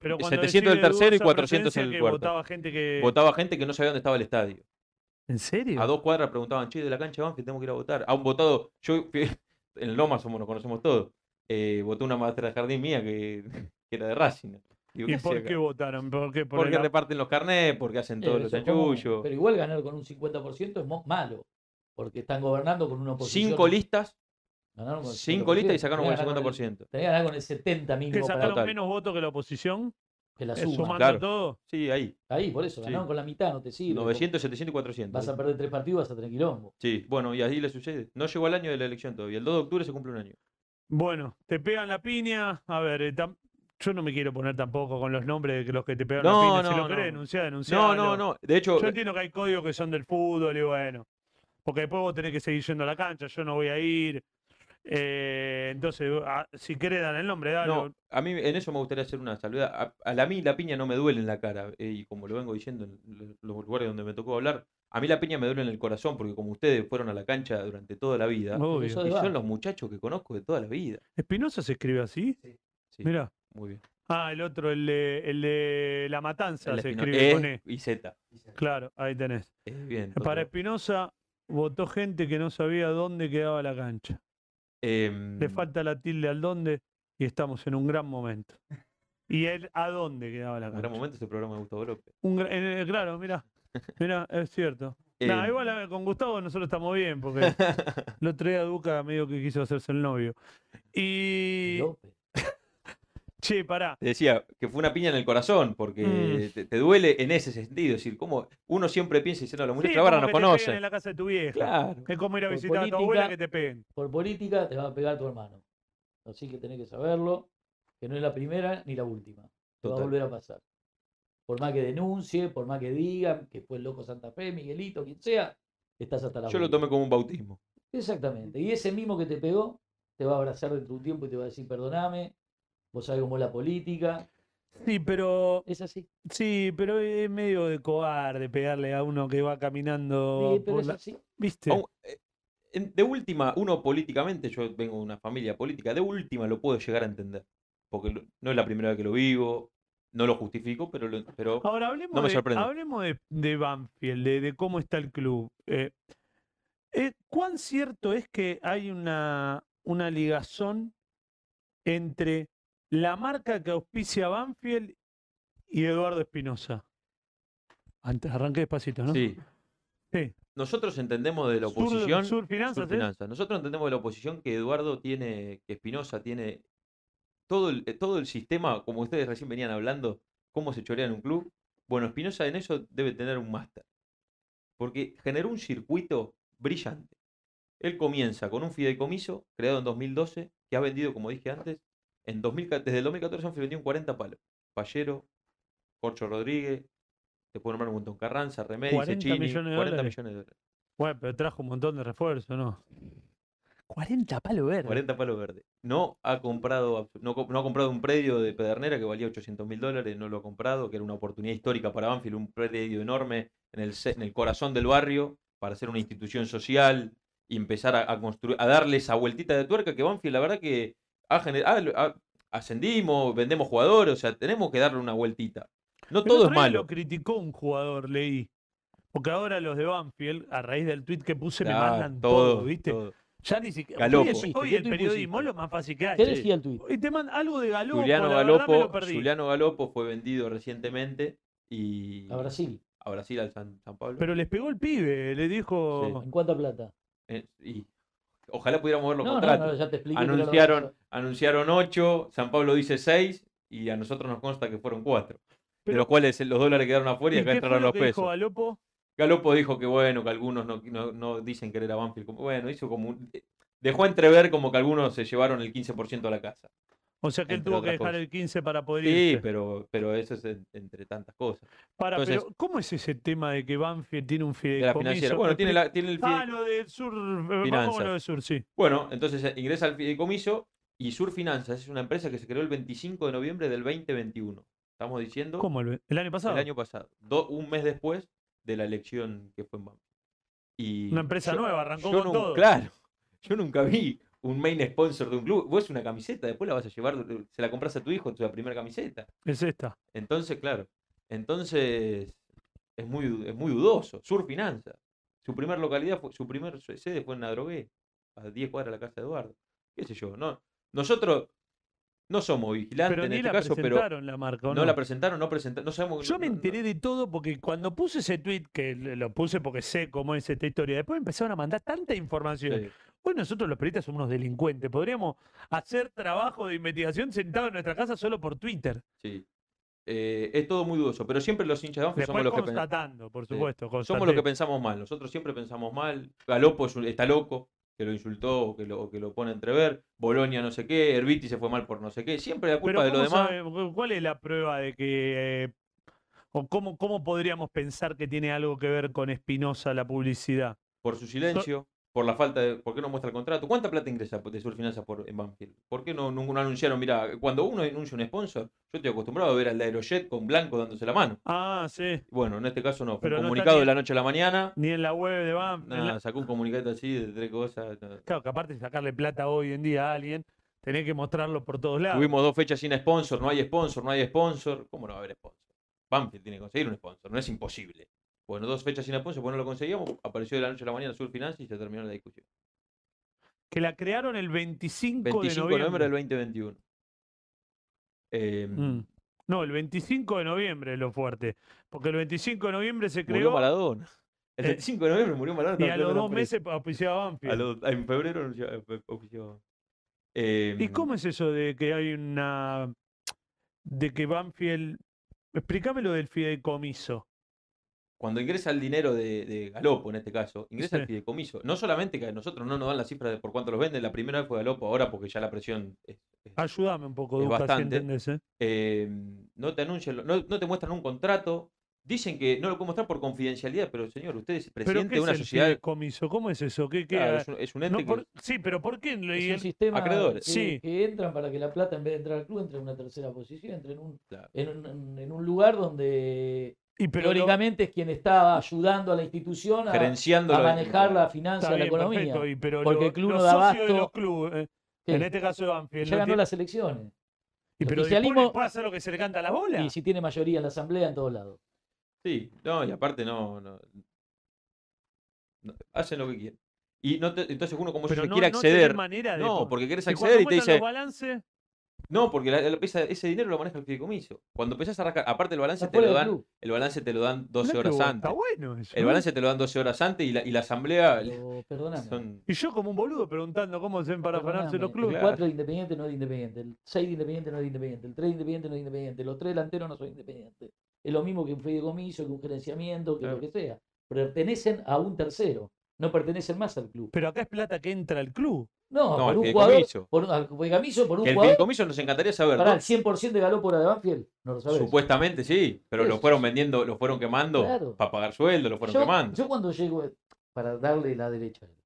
pero cuando 700 del decide tercero y dudosa 400 preferencia el que cuarto. votaba gente que... votaba gente que no sabía dónde estaba el estadio. ¿En serio? A dos cuadras preguntaban, che, de la cancha de Banfield tenemos que ir a votar. A un votado, yo fui- en Loma somos, nos conocemos todos. Eh, votó una maestra de jardín mía que, que era de Racing. Digo, ¿Y ¿qué por hacía qué acá? votaron? ¿Por qué? Por Porque el- reparten los carnets, porque hacen todos Eh, los eso es común, chanchullos. Pero igual ganar con un 50% es mo- malo, porque están gobernando con una oposición. Cinco listas, Ganaron con el cinco listas y sacaron un 50%. Tenés que ganar con el- Tenés 50%. que ganar con el 70 que mínimo sacaron para Total. menos votos que la oposición, que la eh, suma. sumando Claro. todo. Sí, ahí. Ahí, por eso, Sí. ganaron con la mitad, no te sirve. 900, 700 y 400. Vas a ahí. perder tres partidos, vas a tener quilombo. Sí, bueno, y así le sucede. No llegó al año de la elección todavía. El 2 de octubre se cumple un año. Bueno, te pegan la piña. A ver, eh, tam- yo no me quiero poner tampoco con los nombres de los que te pegan No, la piña. si no, lo querés no. denunciar, No, denuncialo. no, no. De hecho, Yo entiendo que hay códigos que son del fútbol y bueno. Porque después vos tenés que seguir yendo a la cancha, yo no voy a ir. Eh, entonces, ah, si querés dar el nombre, dale. No, a mí en eso me gustaría hacer una salud. A, a la- a mí la piña no me duele en la cara, eh, y como lo vengo diciendo en lo- los lugares donde me tocó hablar, a mí la piña me duele en el corazón, porque como ustedes fueron a la cancha durante toda la vida, Obvio. eso y de son Banfield. los muchachos que conozco de toda la vida. ¿Espinosa se escribe así? Sí, Mira. muy bien. Ah, el otro, el de, el de La Matanza El se Espino- escribe con E E. y Z. Claro, ahí tenés. Eh, bien, Para todo. Espinosa, Votó gente que no sabía dónde quedaba la cancha. Em, Le falta la tilde al dónde y estamos en un gran momento. ¿Y él a dónde quedaba la un gran cancha? momento ese programa de Gustavo López. Un gra- en el- claro, mira, mira, es cierto. Nah, Em, igual a ver, con Gustavo nosotros estamos bien, porque el otro día Duca medio que quiso hacerse el novio. Y. López. Che, pará. Decía que fue una piña en el corazón, porque Mm. te, te duele en ese sentido. Es decir, como uno siempre piensa y dice, no, los muchachos Sí, de ahora como no que te peguen conocen. en la casa de tu vieja. Claro. Es como ir a Por visitar a tu abuela política. que te peguen. Por política te va a pegar tu hermano. Así que tenés que saberlo, que no es la primera ni la última. Te va a Total. volver a pasar. Por más que denuncie, por más que digan que fue el loco Santa Fe, Miguelito, quien sea, estás hasta la Yo lo vuelta. tomé como un bautismo. Exactamente. Y ese mismo que te pegó te va a abrazar dentro de un tiempo y te va a decir perdoname, vos sabés cómo es la política. Sí, pero. Es así. Sí, pero es medio de cobarde pegarle a uno que va caminando. Sí, pero por es la- así. ¿Viste? Aún- eh, en- de última, uno políticamente, yo vengo de una familia política, de última lo puedo llegar a entender. Porque lo- no es la primera vez que lo vivo, no lo justifico, pero, lo- pero Ahora hablemos, No me de, sorprende. hablemos de, de Banfield, de, de cómo está el club. Eh, eh, ¿Cuán cierto es que hay una, una ligazón entre la marca que auspicia Banfield y Eduardo Espinosa? Antes, arranqué despacito, ¿no? sí. Sí. Nosotros entendemos de la Sur- oposición. Sur, Finanzas, Sur ¿eh? Finanzas. Nosotros entendemos de la oposición que Eduardo tiene, que Espinosa tiene todo el, eh, todo el sistema, como ustedes recién venían hablando, cómo se chorea en un club. Bueno, Espinosa en eso debe tener un máster. Porque generó un circuito brillante. Él comienza con un fideicomiso creado en 2012, que ha vendido, como dije antes, en 2000, ca- desde el 2014 han vendido un 40 palos. Pallero, Corcho Rodríguez, te puedo nombrar un montón, Carranza, Remedi, 40 Cecchini, millones de 40 dólares. millones de dólares. Bueno, pero trajo un montón de refuerzos, ¿no? 40 palos verdes. 40 palos verdes. No ha comprado abs- no, co- no ha comprado un predio de Pedernera que valía 800 mil dólares, no lo ha comprado, que era una oportunidad histórica para Banfield, un predio enorme en el, ce- en el corazón del barrio para ser una institución social y empezar a, a construir, a darle esa vueltita de tuerca que Banfield, la verdad que ha gener- ha- lo- ha- ascendimos, vendemos jugadores, o sea, tenemos que darle una vueltita. No Pero todo otra es vez Lo malo. criticó un jugador, leí. Porque ahora los de Banfield, a raíz del tweet que puse, me Claro, mandan todo, ¿viste? todo. Ya ni siquiera. Galopo. Hoy, el- ¿Qué hoy tú el periodismo impusiste? es lo más fácil que hay. ¿Qué che. decía el tuit? Y te mandan algo de Galopo. Juliano la verdad me lo Galopo, perdí. Juliano Galopo fue vendido recientemente y A Brasil, a Brasil, al San, San Pablo. Pero les pegó el pibe, le dijo. ¿en cuánta plata? Eh, y ojalá pudiéramos ver los No, no, contratos. no, ya te expliqué. pero era lo que anunciaron, pasó. anunciaron ocho, San Pablo dice seis, y a nosotros nos consta que fueron cuatro. Pero- de los cuales eh, los dólares quedaron afuera y ¿Y acá qué fue entraron lo los que pesos. dijo Galopo? Galopo dijo que bueno, que algunos no, no- no dicen querer a Banfield. como- Bueno, hizo como un- eh, Dejó entrever como que algunos se llevaron el 15% a la casa. O sea que él Entre tuvo que otras dejar cosas. el 15 para poder Sí, irse. pero, pero eso es en- entre tantas cosas. Para, pero entonces- ¿Cómo es ese tema de que Banfield tiene un De la fideicomiso? financiera. Bueno, tiene, la, tiene el fide- Ah, lo del sur. eh, Vamos con Finanzas. lo del sur, sí. Bueno, entonces eh, ingresa al fideicomiso y Sur Finanzas es una empresa que se creó el 25 de noviembre del 2021. Estamos diciendo ¿Cómo? ¿El, el año pasado? el año pasado, do- un mes después de la elección que fue en Banfield. Y Una empresa nueva, arrancó con nun- todo. Claro, yo nunca vi un main sponsor de un club. Vos una camiseta, después la vas a llevar, se la compras a tu hijo, tu la primera camiseta. Es esta. Entonces, claro, entonces es muy, du- es muy dudoso. Sur Finanza. Su primer localidad, fue, su primer sede fue en Nadrogué, a 10 cuadras de la casa de Eduardo. ¿Qué sé yo? No, nosotros no somos vigilantes Pero en ni este la caso, pero presentaron la marca, ¿o no, no? la presentaron, no presentaron, no sabemos. Yo me no- no- enteré de todo porque cuando puse ese tweet, que le- lo puse porque sé cómo es esta historia, después empezaron a mandar tanta información. sí. Hoy nosotros los periodistas somos unos delincuentes. Podríamos hacer trabajo de investigación sentado en nuestra casa solo por Twitter. Sí. Eh, es todo muy dudoso, pero siempre los hinchas de Banfield somos Después los que pen- constatando, por supuesto. somos los que constaté. pensamos mal. Nosotros siempre pensamos mal. Galopo es un- está loco, que lo insultó o que lo, o que lo pone a entrever. Bolonia no sé qué, Herbiti se fue mal por no sé qué. Siempre la Pero culpa de lo ¿cómo demás. sabe- cu- ¿cuál es la prueba de que... eh, o cómo, cómo podríamos pensar que tiene algo que ver con Espinosa la publicidad? Por su silencio, por la falta de. ¿Por qué no muestra el contrato? ¿Cuánta plata ingresa de Sur Finanzas por, en Banfield? ¿Por qué no, no- no anunciaron? Mira, cuando uno anuncia un sponsor, yo estoy acostumbrado a ver al de Aerojet con Blanco dándose la mano. Ah, sí. Bueno, en este caso no. Fue Pero un no está comunicado ni- de la noche a la mañana. Ni en la web de BAM. en la- Nada, sacó un comunicado así de tres cosas. no. Claro, que aparte de sacarle plata hoy en día a alguien, tenés que mostrarlo por todos lados. Tuvimos dos fechas sin sponsor, no hay sponsor, no hay sponsor. ¿Cómo no va a haber sponsor? Banfield tiene que conseguir un sponsor, no es imposible. Bueno, dos fechas sin apoyo, pues no lo conseguíamos. Apareció de la noche a la mañana Sur Finance y se terminó la discusión. Que la crearon el 25, 25 de de noviembre. noviembre del 2021. Eh, Mm. No, el 25 de noviembre es lo fuerte. Porque el 25 de noviembre se Murió creó Maradona. El Eh, 25 de noviembre murió Maradona. y estaba a peleando los la dos presa. meses auspiciaba A Banfield. los- en febrero anunció- eh, ofició. Eh, ¿Y cómo es eso de que hay una. de que Banfield. Explícame lo del fideicomiso. Cuando ingresa el dinero de, de Galopo, en este caso, ingresa Sí. el fideicomiso. No solamente que a nosotros no nos dan las cifras de por cuánto los venden, la primera vez fue Galopo, ahora porque ya la presión es- es- Ayúdame un poco, Es Duca, si bastante. entendés. ¿eh? eh, no te anuncian, lo- no, no te muestran un contrato, dicen que no lo puedo mostrar por confidencialidad, pero señor, usted es ¿Pero presidente qué de es una el sociedad. fideicomiso? ¿Cómo es eso? ¿Qué, qué- Claro, es, un, es un no, ente por- que Sí, pero ¿por qué? le- y Es un el- sistema acreedores. que, Sí. que entran para que la plata, en vez de entrar al club, entre en una tercera posición, entre en un, Claro. en un, en un lugar donde y pero lo- teóricamente es quien está ayudando a la institución a, gerenciando a la- manejar la está finanza, la bien, economía. perfecto, y pero Porque lo- el club los no da socios de abasto. los clubes, eh, ¿Qué? en este caso de Banfield, ya no ganó tiene- las elecciones. y pero oficialismo- después le puede hacer lo que se le canta a la bola. Y si tiene mayoría en la asamblea en todos lados. Sí, no, y aparte no, no, no- hacen lo que quieren. Y no te- entonces uno como yo pero no, quiere no tenés acceder. manera de No, con- porque querés y cuando acceder y te muestran los dice, balances, no, porque la- la- esa- ese dinero lo maneja el fideicomiso. Cuando empezás a rascar, aparte el balance Está te fuera lo del dan, club. el balance te lo dan mirá 12 que horas vos, Está antes. bueno eso, El ¿no? balance te lo dan 12 horas antes y la, y la asamblea Pero, Oh, perdóname. son Y yo como un boludo preguntando cómo se ven para afanarse perdóname, los clubes. El Claro. 4 de Independiente no es de Independiente. El 6 de Independiente no es de Independiente. El 3 de Independiente no es de Independiente. Los 3 delanteros no son Independiente. Es lo mismo que un fideicomiso, que un gerenciamiento, que Claro. lo que sea. Pertenecen a un tercero. No pertenecen más al club. Pero acá es plata que entra al club. No, No, por al un jugador. fideicomiso. Por, un- al fideicomiso, por un Que el jugador. fideicomiso nos encantaría saber. Pará, ¿no? el 100% de Galópora de Banfield. No lo sabes. Supuestamente sí, pero Sí, lo sí, fueron sí. vendiendo, lo fueron quemando Claro. para pagar sueldo, lo fueron yo, quemando. yo cuando llego, eh, para darle la derecha, a él,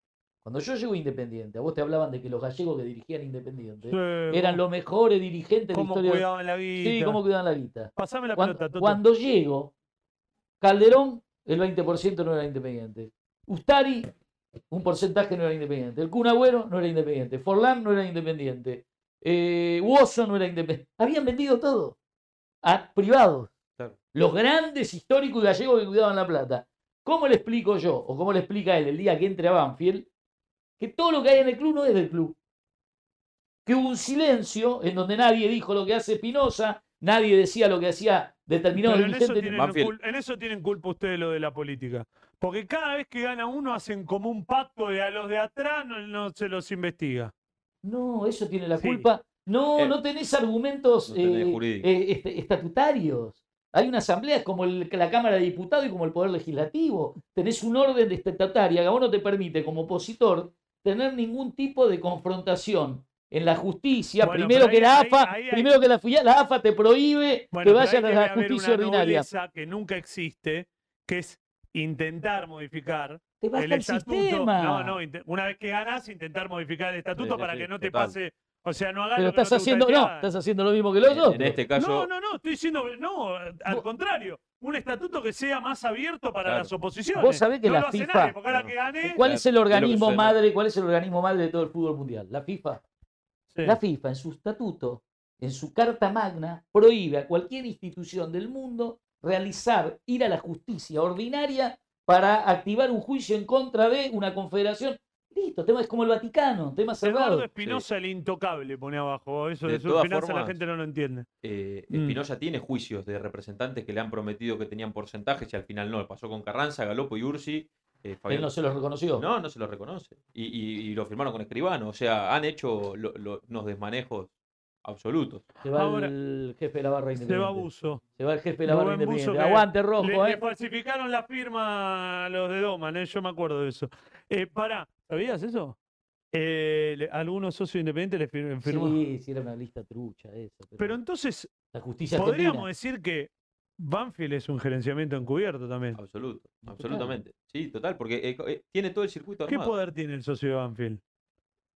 cuando yo llego a Independiente, a vos te hablaban de que los gallegos que dirigían Independiente eran los mejores dirigentes de la Cómo historia. cuidaban la vida. Sí, cómo cuidaban la guita. Pasame la Cuando, pelota, Toto. cuando llego, Calderón, el 20% no era Independiente. Ustari, un porcentaje no era Independiente. El Kun Agüero no era Independiente. Forlán no era Independiente. Eh, Wosso no era Independiente. Habían vendido todo a privados. Claro. Los grandes históricos y gallegos que cuidaban la plata. ¿Cómo le explico yo, o cómo le explica él el día que entre a Banfield, que todo lo que hay en el club no es del club? Que hubo un silencio en donde nadie dijo lo que hace Espinosa, nadie decía lo que hacía determinado Pero en eso, dirigente. tienen Banfield. cul- en eso tienen culpa ustedes lo de la política. Porque cada vez que gana uno hacen como un pacto de a los de atrás no, no se los investiga. No, eso tiene la Sí. culpa. No, Eh, no tenés argumentos no tenés eh, jurídicos. eh, este- estatutarios. Hay una asamblea, es como el- la Cámara de Diputados y como el Poder Legislativo. Tenés un orden de estatutaria que a vos no te permite, como opositor, tener ningún tipo de confrontación en la justicia. Bueno, primero pero que ahí- la ahí- AFA, ahí hay- primero que la, FIA- la AFA te prohíbe Bueno, que pero ahí vayas a debe la haber justicia una ordinaria. nobleza que nunca existe, que es intentar modificar Te baja el el, estatuto. sistema. No, no, inte- una vez que ganas, intentar modificar el estatuto Sí, para sí, que no te total. pase. O sea, no hagas Pero lo que estás no te haciendo, gustaría. no, estás haciendo lo mismo que los En, otros. en este caso, No, no, no, estoy diciendo. No, al Vos- contrario. Un estatuto que sea más abierto para Claro. las oposiciones. Vos sabés que no la lo hace FIFA- nadie, porque ahora No. que gane. ¿Cuál es el Claro, es lo que organismo suena. madre? ¿Cuál es el organismo madre de todo el fútbol mundial? La FIFA. Sí. La FIFA en su estatuto, en su carta magna, prohíbe a cualquier institución del mundo realizar, ir a la justicia ordinaria para activar un juicio en contra de una confederación. Listo, tema es como el Vaticano, tema Eduardo cerrado. Espinosa, el intocable, pone abajo. Eso De de su todas finanza la formas- gente no lo entiende. eh, Mm. Espinosa tiene juicios de representantes que le han prometido que tenían porcentajes y al final no. Pasó con Carranza, Galopo y Ursi. eh, Él Fabián- no se lo reconoció. No, no se lo reconoce. Y, y- y lo firmaron con escribano. O sea, han hecho lo- lo- unos desmanejos absolutos. Se va Ahora- el jefe de la barra Se independiente. va abuso. Se va el jefe de la barra Rubén Buzo independiente. que Aguante rojo, Le, ¿eh? le falsificaron la firma a los de Doman, ¿eh? yo me acuerdo de eso. Eh, pará, ¿sabías eso? Eh, le- algunos socios independientes le fir- firmó. Sí, sí, era una lista trucha eso. Pero entonces, la justicia podríamos argentina. decir que Banfield es un gerenciamiento encubierto también. Absoluto. Total. Absolutamente. Sí, total. Porque eh, co- eh, tiene todo el circuito ¿Qué armado. poder tiene el socio de Banfield?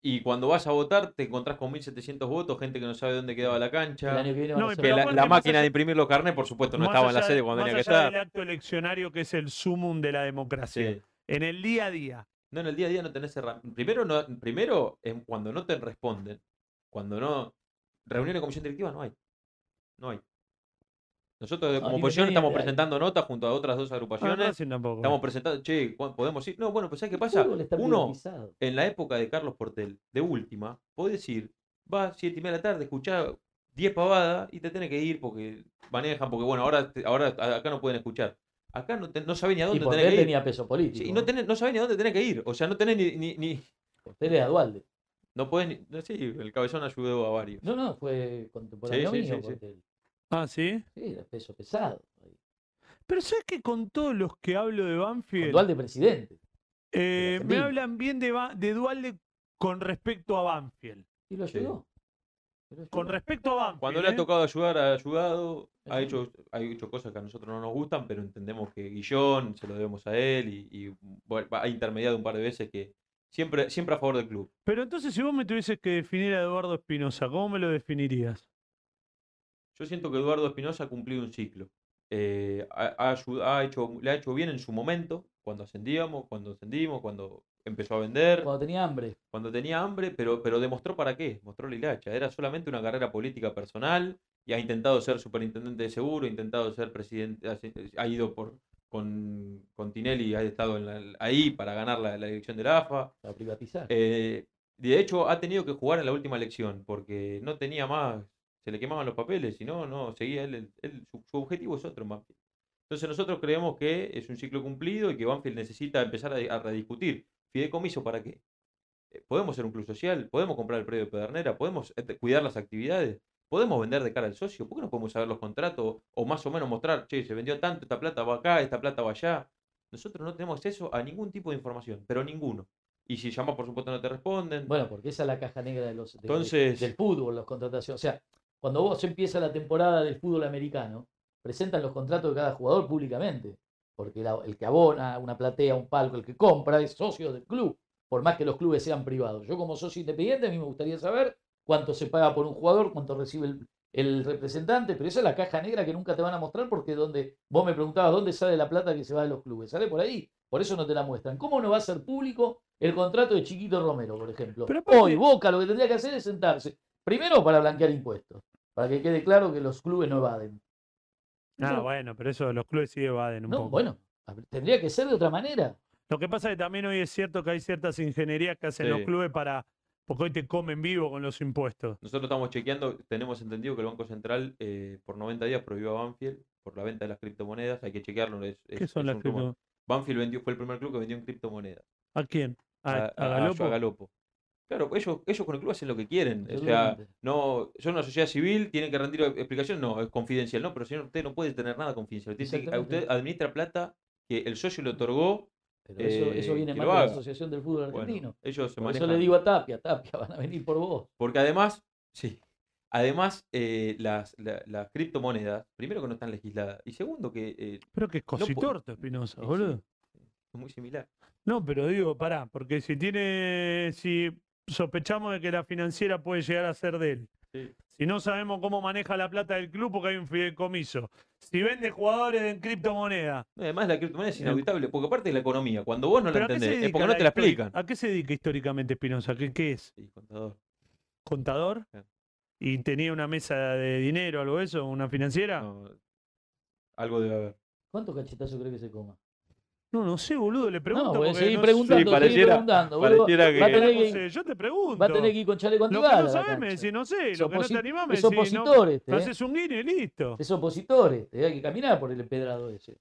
Y cuando vas a votar, te encontrás con 1.700 votos, gente que no sabe dónde quedaba la El cancha. año que viene No, van a y hacer Que Pero la, aparte, la más máquina allá- de imprimir los carnets, por supuesto, no Más estaba en la allá- sede cuando tenía más que allá estar. del acto eleccionario que es el sumum de la democracia. Sí. En el día a día. No, en el día a día no tenés herramientas. Primero, no, primero em, cuando no te responden, cuando no. Reunión de comisión directiva no hay. No hay. Nosotros de- No, como ni oposición tenía estamos idea. presentando notas junto a otras dos No, Ah, agrupaciones. Racing tampoco. Estamos presentando, che, ¿cu- podemos ir. No, bueno, pues ¿sabes qué El pasa? fútbol está Uno, privatizado. en la época de Carlos Portel, de última, podés ir, vas siete y media de la tarde, escuchás 10 pavadas y te tenés que ir porque manejan, porque bueno, ahora, te- ahora a- acá no pueden escuchar. Acá no, te- no sabés ni a Y dónde porque tenés él que ir. tenía peso político. Sí, y no, tenés- no sabés ni a dónde tenés que ir. O sea, no tenés ni. ni, ni- Usted era Dualde. no podés ni. no, sí, el cabezón ayudó a varios. No, no, fue contemporáneo Sí, sí, mío. sí, sí. porque él- Ah, sí. sí, era peso pesado. Pero ¿sabes que con todos los que hablo de Con Banfield, Dualde presidente. eh, me Argentina. hablan bien de, Ba- de Dualde con respecto a Banfield? Y lo Sí. ayudó. Y lo Con ayudó. respecto a Banfield. Cuando le ha ¿eh? tocado ayudar, ha ayudado. Ha Ajá. hecho, ha hecho cosas que a nosotros no nos gustan, pero entendemos que Guillón, se lo debemos a él y, y, bueno, ha intermediado un par de veces que siempre, siempre a favor del club. Pero entonces, si vos me tuvieses que definir a Eduardo Espinosa, ¿cómo me lo definirías? Yo siento que Eduardo Espinosa ha cumplido un ciclo. Eh, ha, ha ayu- ha hecho, le ha hecho bien en su momento, cuando ascendíamos, cuando ascendimos, cuando empezó a vender, Cuando tenía hambre. cuando tenía hambre, pero, pero demostró para qué, mostró la hilacha. Era solamente una carrera política personal y ha intentado ser superintendente de seguro, ha intentado ser presidente, ha si- ha ido por, con, con Tinelli, ha estado en la- ahí para ganar la, la elección de la AFA. Para privatizar. Eh, de hecho, ha tenido que jugar en la última elección porque no tenía más, se le quemaban los papeles, si no, no, seguía él, el- él- su, su objetivo es otro en Banfield. Entonces nosotros creemos que es un ciclo cumplido y que Banfield necesita empezar a, a rediscutir. ¿Fideicomiso para qué? Eh, ¿Podemos ser un club social? ¿Podemos comprar el predio de Pedernera? ¿Podemos eh, cuidar las actividades? ¿Podemos vender de cara al socio? ¿Por qué no podemos saber los contratos? O más o menos mostrar, che, se vendió tanto, esta plata va acá, esta plata va allá. Nosotros no tenemos acceso a ningún tipo de información, pero ninguno. Y si llamas, por supuesto, no te responden. Bueno, porque esa es la caja negra de los, de- de- Entonces- del fútbol, las contrataciones. O sea, cuando vos empieza la temporada del fútbol americano, presentan los contratos de cada jugador públicamente. Porque la- el que abona una platea, un palco, el que compra es socio del club, por más que los clubes sean privados. Yo como socio independiente, a mí me gustaría saber cuánto se paga por un jugador, cuánto recibe el, el representante, pero esa es la caja negra que nunca te van a mostrar porque donde vos me preguntabas dónde sale la plata que se va de los clubes, sale por ahí, por eso no te la muestran. ¿Cómo no va a ser público el contrato de Chiquito Romero, por ejemplo? Pero aparte- Hoy Boca lo que tendría que hacer es sentarse, primero para blanquear impuestos, para que quede claro que los clubes no evaden. Ah, No. bueno, pero eso los clubes sí evaden un No, poco. bueno, a ver, tendría que ser de otra manera. Lo que pasa es que también hoy es cierto que hay ciertas ingenierías que hacen los Sí. clubes para. Porque hoy te comen vivo con los impuestos. Nosotros estamos chequeando, tenemos entendido que el Banco Central eh, por 90 días prohibió a Banfield por la venta de las criptomonedas. Hay que chequearlo. Es, ¿Qué es- son es las un rumor. cripto? Banfield vendió, fue el primer club que vendió en criptomonedas. ¿A quién? ¿A, a a- Galopo? a Galopo. Claro, ellos, ellos con el club hacen lo que quieren. O sea, Absolutamente. no, son una sociedad civil, tienen que rendir explicación. No, es confidencial. No, pero señor, usted no puede tener nada confidencial. Usted, tiene que- Exactamente. usted administra plata que el socio le otorgó. Pero eso, eso eh, viene que más lo de la haga. Asociación del Fútbol Bueno, Argentino. ellos se Por eso manejan. le digo a Tapia, Tapia, van a venir por vos. Porque además, sí, además eh, las, la- las criptomonedas, primero que no están legisladas y segundo que eh, Pero que es puedo- cositorto, Espinosa, eh, sí, boludo. es muy similar. No, pero digo, pará, porque si tiene, si sospechamos de que la financiera puede llegar a ser de él, Sí. si no sabemos cómo maneja la plata del club porque hay un fideicomiso, si vende jugadores en criptomoneda, No, Además la criptomoneda es Eh, inauditable, porque aparte de la economía, cuando vos no la ¿pero a qué se entendés, es dedica Ah. porque no te la histori- explican. ¿A qué se dedica históricamente Espinosa? ¿Qué, qué es? Sí, contador. ¿Contador? Claro. ¿Y tenía una mesa de dinero, algo de eso? ¿Una financiera? No, no, algo debe haber. ¿Cuántos cachetazos cree que se coma? no, sé, boludo, le pregunto. no, voy a porque no seguir sé. preguntando, Sí, seguir pareciera- preguntando. boludo. Pareciera va a que... Yo tener no que- sé, Yo te pregunto. Va a tener que ir con chaleco Lo que antibala. no a la sabes me cancha. decís, no sé. Es Lo que no oposi- te animás me Es decís, no. opositor este, ¿eh? Haces un guiño y listo. Es opositor este. Hay que caminar por el empedrado ese.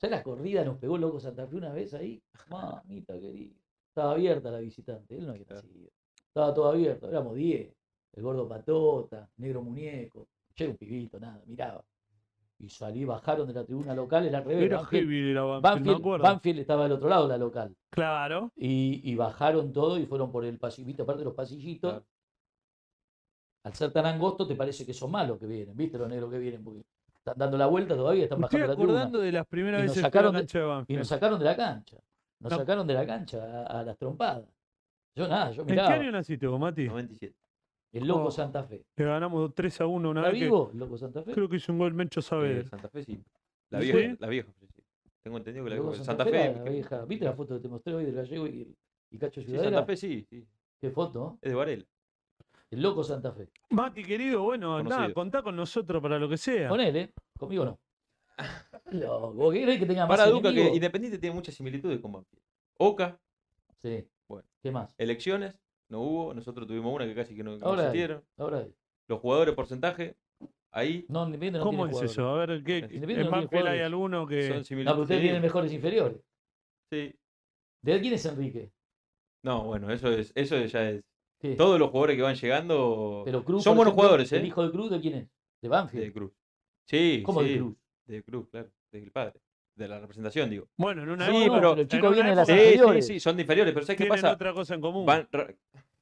¿Sabes la corrida nos pegó loco Santa Fe una vez ahí? Mamita querida. Estaba abierta la visitante. Él no había Claro. nacido. Estaba todo abierto. Éramos 10. El gordo patota, negro muñeco. Yo era un pibito, nada. Miraba. Y salí, bajaron de la tribuna local, era al revés. Era Eh, Banfield, heavy la Banfield, me Banfield- acuerdo. Banfield estaba del otro lado, la local. Claro. Y, y bajaron todo y fueron por el pasillito, aparte de los pasillitos. Claro. Al ser tan angosto, te parece que son malos que vienen, ¿viste? Los negros que vienen, porque están dando la vuelta todavía, están Me estoy bajando la tribuna. acordando de las primeras Y nos veces que fui a la sacaron de- cancha de Y Banfield. nos sacaron de la cancha. Nos No. sacaron de la cancha a, a las trompadas. Yo nada, yo ¿En qué año miraba. naciste vos, Mati? 97. El loco Oh. Santa Fe. Le ganamos 3 a 1 una ¿Está vez. que- vivo el loco Santa Fe? creo que hizo un gol Mencho eh, Saavedra. Santa Fe sí. La ¿Sí? vieja, la vieja. sí. Tengo entendido que la El loco vieja. Santa Fe. era la que- vieja. ¿Viste la foto que te mostré hoy del gallego y, y Cacho Sí, Ciudadela? Santa Fe sí, sí. ¿Qué foto? Es de Varela. El loco Santa Fe. Mati, querido, bueno, nada, Conocido. contá con nosotros para lo que sea. Con él, ¿eh? Conmigo no. Loco, ¿vos querés que tenga más Para Duca, que enemigos? Independiente tiene muchas similitudes con Banfield. Oca, Sí. Bueno. ¿Qué más? elecciones, no hubo, nosotros tuvimos una que casi que no no Ahora hay. existieron. Ahora, Los jugadores, porcentaje, ahí no, Independiente no ¿Cómo tiene es jugadores. eso? A ver, ¿qué, Independiente no ¿en tiene Banfield hay jugadores. alguno son que. No, pero ustedes tienen similitudes. mejores inferiores. Sí. ¿De quién es Enrique? No, bueno, eso es, eso ya es. ¿Qué? Todos los jugadores que van llegando Pero Cruz, son por buenos ejemplo, jugadores, ¿El ¿eh? hijo de Cruz de quién es? De Banfield. De Cruz. Sí, ¿Cómo sí, de Cruz? De Cruz, claro. Del padre. De la representación, digo. Bueno, en una Sí, época pero- el en chico una viene de las época- Sí, sí, inferiores. sí, son de inferiores, pero ¿sabes qué tienen pasa? otra cosa en común. Van, ra-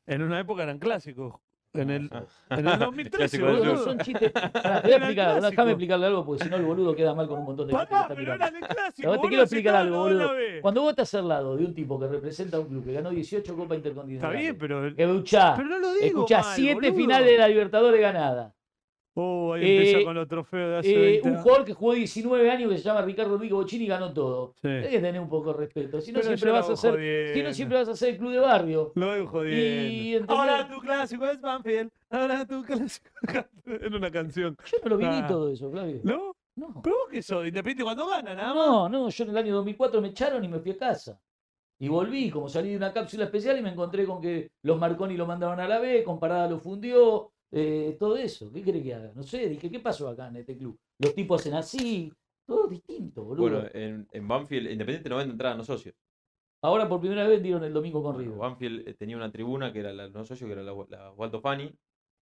En una época eran clásicos. En el, Ah. en el 2013, Clásico del Boludo, boludo. no son chistes. Pará, te voy a Era explicar, clásico. déjame explicarle algo porque si no el boludo queda mal con un montón de gente que Pará, está pero mirando. era de clásico. Ahora te boludo, quiero si explicar no, algo, no la boludo. ve. Cuando vos estás al lado de un tipo que representa a un club que ganó 18 Copas Está Intercontinentales, bien, pero. que escuchá, Pero no lo digo. escuchá mal, 7 boludo. finales de la Libertadores ganadas. Oh, ahí empieza Eh, con los trofeos de hace Eh, 20 un años. jugador que jugó 19 años que se llama Ricardo Rico Bocini y ganó todo. Sí. Tenés que tener un poco de respeto. Si no, Pero siempre yo vas lo a hacer, jodiendo. si no siempre vas a ser el club de barrio. Lo veo Y, jodiendo. ¿entendés? Ahora tu clásico es Banfield. Ahora tu clásico. Era una canción. Yo no lo vi Ah. ni todo eso, Flavio. ¿No? No. ¿Pero vos qué sos? Independiente cuando gana, nada más. No, no, yo en el año 2004 me echaron y me fui a casa. Y volví, como salí de una cápsula especial y me encontré con que los Marconi lo mandaron a la B, Comparada lo fundió, eh, todo eso. ¿Qué cree que haga? No sé, dije, ¿qué pasó acá en este club? Los tipos hacen así, todo distinto, boludo. eh. bueno, en, en Banfield, Independiente no vende entrada a no socios. Ahora por primera vez dieron el domingo con Bueno, River. Banfield eh, tenía una tribuna que era la no socio, que era la, la Waldo Fani,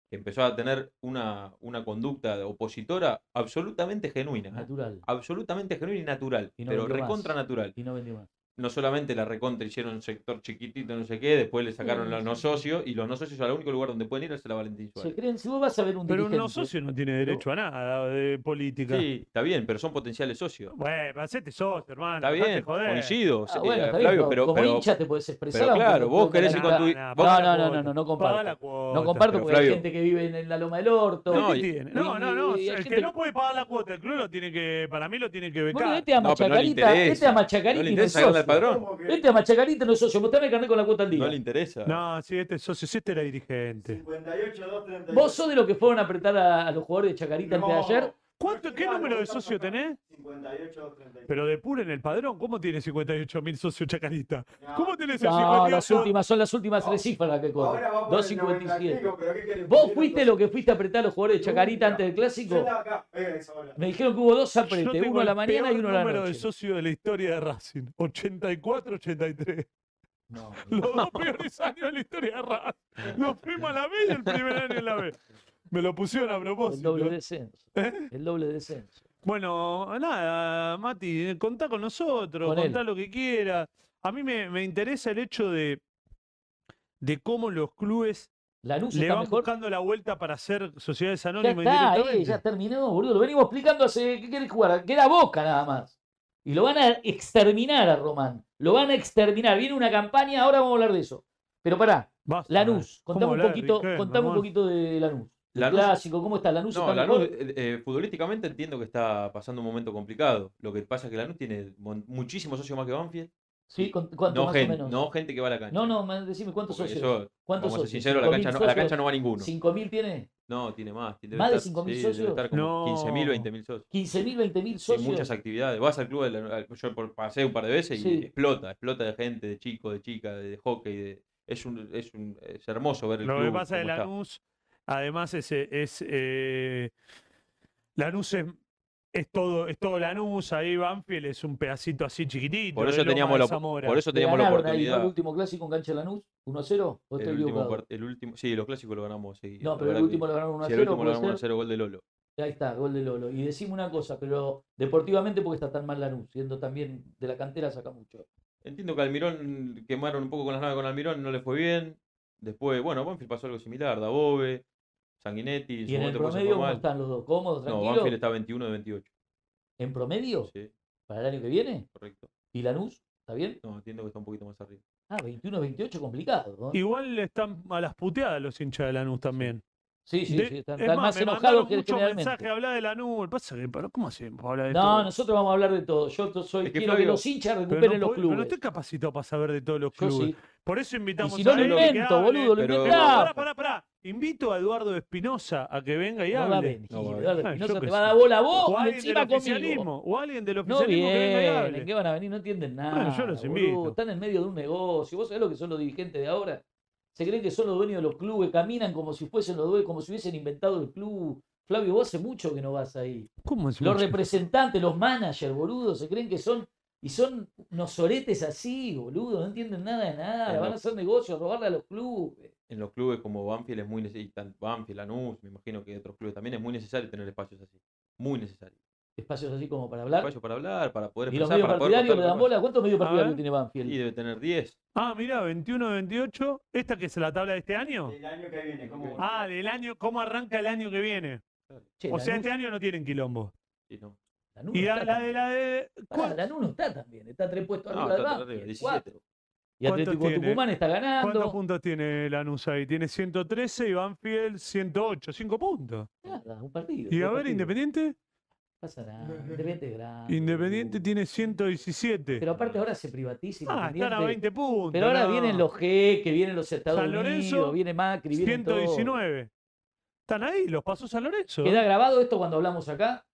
que empezó a tener una, una conducta de opositora absolutamente genuina. ¿eh? Natural. Absolutamente genuina y natural, Y no pero vendió más. recontra natural. Y no vendió más. No solamente la recontra hicieron un sector chiquitito, no sé qué, después le sacaron Sí, los sí, no sí. socios y los no socios al único lugar donde pueden ir es a la Valentín Se Suárez. creen, si vos vas a ver un Pero un no dirigente- socio no tiene derecho a nada de política. Sí, está bien, pero son potenciales socios. Bueno, hacete socio, hermano. Está dejate bien, joder. coincido, Ah, eh, bueno, está bien, Flavio, como- pero, como pero- hincha te podés expresar. pero aunque claro, no vos puedas querés ir ganar con nada. tu- Nah, nah, vos- paga No, la no, no, cuota. no, no comparto. Paga la cuota. No comparto pero porque hay Flavio- gente que vive en- en la Loma del Orto. No, ¿Qué y- tiene? No, y- no, no. y hay El gente- que no puede pagar la cuota, el club lo tiene que. Para mí lo tiene que Bueno, becar. vete a No, pero no le Machacarita, vete interesa. a Machacarita no le y no es interesa ganarle socio. al padrón. ¿Cómo que? este Vete a Machacarita y no es socio, mostrame el carnet con la cuota al No día. le interesa. No, sí, este es socio, sí, este era dirigente. 58, 238. Vos sos de los que fueron a apretar a, a los jugadores de Chacarita No. antes de ayer. ¿Cuánto, ¿Qué número de socio tenés? 58, 238. Pero depuren el padrón. ¿Cómo tiene 58.000 socios chacarita? No. ¿Cómo tenés el No, 58.000? las últimas, son las últimas tres cifras las que corren. Ahora va por el 2.57. 95, pero ¿qué querés? ¿Vos fuiste lo que fuiste a apretar a los jugadores de Chacarita antes del Yo clásico? estaba acá, Eh, pega esa bola. Me dijeron que hubo dos Yo apretes, tengo uno a la el mañana y peor uno a la número de noche. socios de la historia de Racing. 84-83. No, Los dos peores años de la historia de Racing. Nos fuimos a la B y el primer año en la B. Me lo pusieron a el doble propósito. descenso. El doble descenso. Bueno, nada, Mati, eh, contá con nosotros, Con él. contá lo que quieras. A mí me, me interesa el hecho de, de cómo los clubes Lanús le está van mejor. buscando la vuelta para hacer sociedades Ya anónimas está, eh, indirectamente. ya terminó, boludo. Lo venimos explicando hace. ¿Qué querés jugar? Que era boca nada más. Y lo van a exterminar a Román. Lo van a exterminar. Viene una campaña, ahora vamos a hablar de eso. Pero pará, Basta. Lanús. ¿Cómo Contame un hablar, poquito, Riquelme, contame un amor? poquito de Lanús. El Lanús- clásico, ¿cómo está? Lanús No, está Lanús, mejor. eh, eh, futbolísticamente entiendo que está pasando un momento complicado. Lo que pasa es que Lanús tiene mon- muchísimos socios más que Banfield. Sí, ¿con- ¿cuánto no, más gente, o menos? no gente que va a la cancha. no, no, man, decime cuántos Porque socios. eso, ¿Cuántos vamos a socios? ser sinceros, la 5.000 cancha, no, a la socios. cancha no va ninguno. 5.000 tiene. No, tiene más. Tiene ¿Más de 5.000 Debe socios? estar como No. 15.000, 20.000 socios. 15.000, 20.000 Y socios. muchas actividades. Vas al club, de la- al- yo por- pasé un par de veces y Sí. explota, explota de gente, de chicos, de chicas, de, de hockey. de- es, un, es, un- es hermoso ver el Lo club. que pasa de cómo está. Lanús, además, es, eh, es eh, Lanús es, es todo, es todo Lanús, ahí Banfield es un pedacito así chiquitito. Por de eso, Loma teníamos de la, Zamora. por eso Le teníamos la ganaron ahí, ¿no? oportunidad. el último clásico en Cancha Lanús, 1-0. ¿O estoy El último, equivocado? part- el último, sí, los clásicos lo ganamos. Sí, No, la pero el verdad que- último lo ganaron 1 sí, el último lo puede ganamos 1 ser. 0, gol de Lolo. Ahí está, gol de Lolo. Y decime una cosa, pero deportivamente, porque está tan mal Lanús? Siendo también de la cantera, saca mucho. Entiendo que Almirón mm, quemaron un poco con las naves con Almirón, no le fue bien. Después, bueno, a Banfield pasó algo similar, Dabove, Sanguinetti, en ¿Y en su el momento después se promedio fue cómo mal. están los dos? ¿Cómodos, No, tranquilos? Banfield está 21 de 28. ¿En promedio? Sí, ¿Para el año que viene? correcto. ¿Y Lanús? ¿Está bien? No, entiendo que está un poquito más arriba. Ah, 21-28, complicado. ¿no? Igual están a las puteadas los hinchas de Lanús también. Sí, sí, De- sí, es están, están más, más me enojados mandaron que muchos mensajes generalmente. a hablar de Lanús. Pasa que, pero ¿cómo hacemos para hablar de todo? No, nosotros vamos a hablar de todo. Yo to- soy, Es que, quiero que Flavio, los hinchas Pero no recuperen los puedo- pero clubes. no estoy capacitado para saber de todos los Yo clubes. sí. Por eso Y invitamos si no a lo él, que invento, hable. boludo, lo pero- Pará, inventamos. pará, pará. Invito a Eduardo Espinosa a que venga y No va a hable. venir. No va a Eduardo venir. Ah, Espinosa yo te qué va a sé. dar bola a vos O y alguien del encima conmigo. oficialismo. O alguien del No oficialismo que venga y vienen, hable. ¿qué van a venir? No entienden nada. Bueno, yo los boludo. invito. Están en medio de un negocio. ¿Vos sabés lo que son los dirigentes de ahora? Se creen que son los dueños de los clubes, caminan como si fuesen los dueños, como si hubiesen inventado el club. Flavio, vos hace mucho que no vas ahí. ¿Cómo es Los mucho? representantes, los managers, boludo, se creen que son. Y son unos soretes así, boludo. No entienden nada de nada. En Van a lo- hacer negocios, robarle a los clubes. En los clubes como Banfield es muy necesario, Banfield, Lanús, me imagino que otros clubes también es muy necesario tener espacios así. Muy necesario. Espacios así como para hablar. Espacios para hablar, para poder Y los expresar, medios para poder partidarios contar le lo dan que pasa. bola. ¿Cuántos medios A partidarios ver. tiene Y Banfield? debe tener 10. Ah, mira, 21-28. ¿Esta que es la tabla de este año? El año que viene, ¿cómo va? Ah, del año, ¿cómo arranca el año que viene? Che, O sea, Lanús- este año no tienen quilombo. Y no. Lanús Y no la, está la tan de la de. Pará, Lanús no está también, está tres puestos No, arriba está del atrás Banfield, arriba, 17. cuatro. Y ¿Cuántos Atlético tiene? Tucumán está ¿Cuántos ganando. puntos tiene Lanús ahí? Tiene 113 y Banfield 108. 5 puntos. Nada, un partido. Y a ver, dos partidos. Independiente. No Pasa nada. Independiente es grande. Independiente boludo. tiene 117. Pero aparte ahora se privatiza Ah, Independiente. están a 20 puntos. Pero ahora no. vienen los G, que vienen los Estados San Lorenzo, Unidos, viene Macri, viene 119. Están ahí, los pasó San Lorenzo. ¿Queda grabado esto cuando hablamos acá?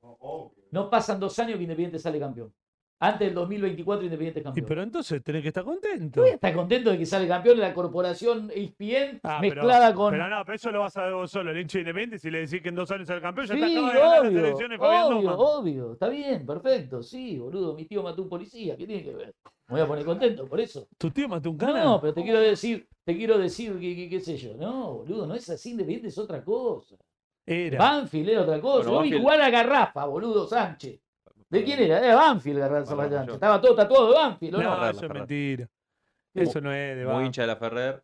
Oh, obvio. No pasan dos años que Independiente sale campeón. Antes del 2024 Independiente es Y campeón. pero entonces tenés que estar contento. Todavía está contento de que sale campeón la corporación E ESPN Ah, pero- mezclada con Pero no, pero eso lo vas a ver vos solo. El hincha de independiente, si le decís que en dos años es el campeón, ya Sí, te acaba de ganar las obvio, elecciones Fabián obvio, Doman. obvio. Está bien, perfecto. Sí, boludo, mi tío mató un policía. ¿Qué tiene que ver? Me voy a poner contento por eso. Tu tío mató un cana. No, pero te quiero decir, te quiero decir que, que- qué sé yo. No, boludo, no es así. Independiente es otra cosa. Era. Banfield era otra cosa. Bueno, Yo vi Banfield- jugar a Garrafa, boludo, Sánchez. ¿De quién era? Era Banfield Garrafa Bueno, Sánchez. yo- Estaba todo tatuado de Banfield. ¿o No, No, no? Ferrer, eso es Ferrer. mentira. Como- Eso no es de Muy Banfield. hincha de la Ferrer.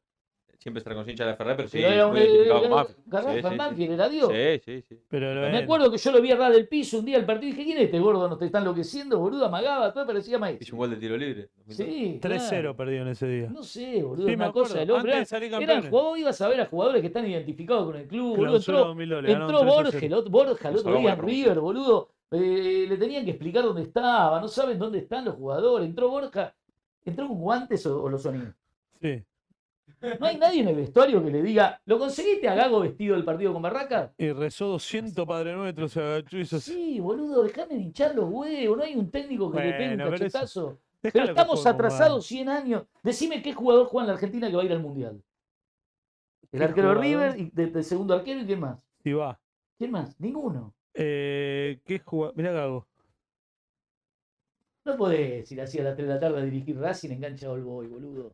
Siempre estará con hincha de la Ferrer, pero sí, Pero era muy un- identificado con era- Banfield. Garrafa Sí, en sí, sí. Banfield era Dios. Sí, sí, sí. Pero lo Me era. acuerdo que yo lo vi arrar del piso un día al partido y dije, ¿quién es este gordo? ¿No te está enloqueciendo, boludo? Amagaba, todo parecía Hizo maestro. un gol de tiro libre. Sí, 3-0 claro. perdieron ese día. No sé, boludo, sí, me una acuerdo. cosa del hombre. Antes de Era, salir era campeones. juego, ibas a ver a jugadores que están identificados con el club, boludo. Clausura Entró, 2000 dólares, ganaron entró 3 a Borja, 0. el otro, Borja, el Nos otro salvamos día la en promoción. River, boludo. Eh, le tenían que explicar dónde estaba, no saben dónde están los jugadores. Entró Borja, entró con guantes o, o los sonidos. Sí. No hay nadie en el vestuario que le diga, ¿lo conseguiste a Gago vestido del partido con Barraca? Y rezó 200 Padre Nuestro, se agachó y hizo así. Sí, boludo, dejame de hinchar los huevos, no hay un técnico que le pegue Bueno, un pero eso- cachetazo. Pero Dejalo que estamos juegue con atrasados 100 años. Decime qué jugador juega en la Argentina que va a ir al Mundial. El ¿Qué arquero de jugador? River, y de, de segundo arquero y quién más. Banfield. Y va. ¿Quién más? Ninguno. Eh, ¿Qué jugador? Mirá Gago. No podés ir así a las 3 de la tarde a dirigir Racing enganchado al boy, boludo.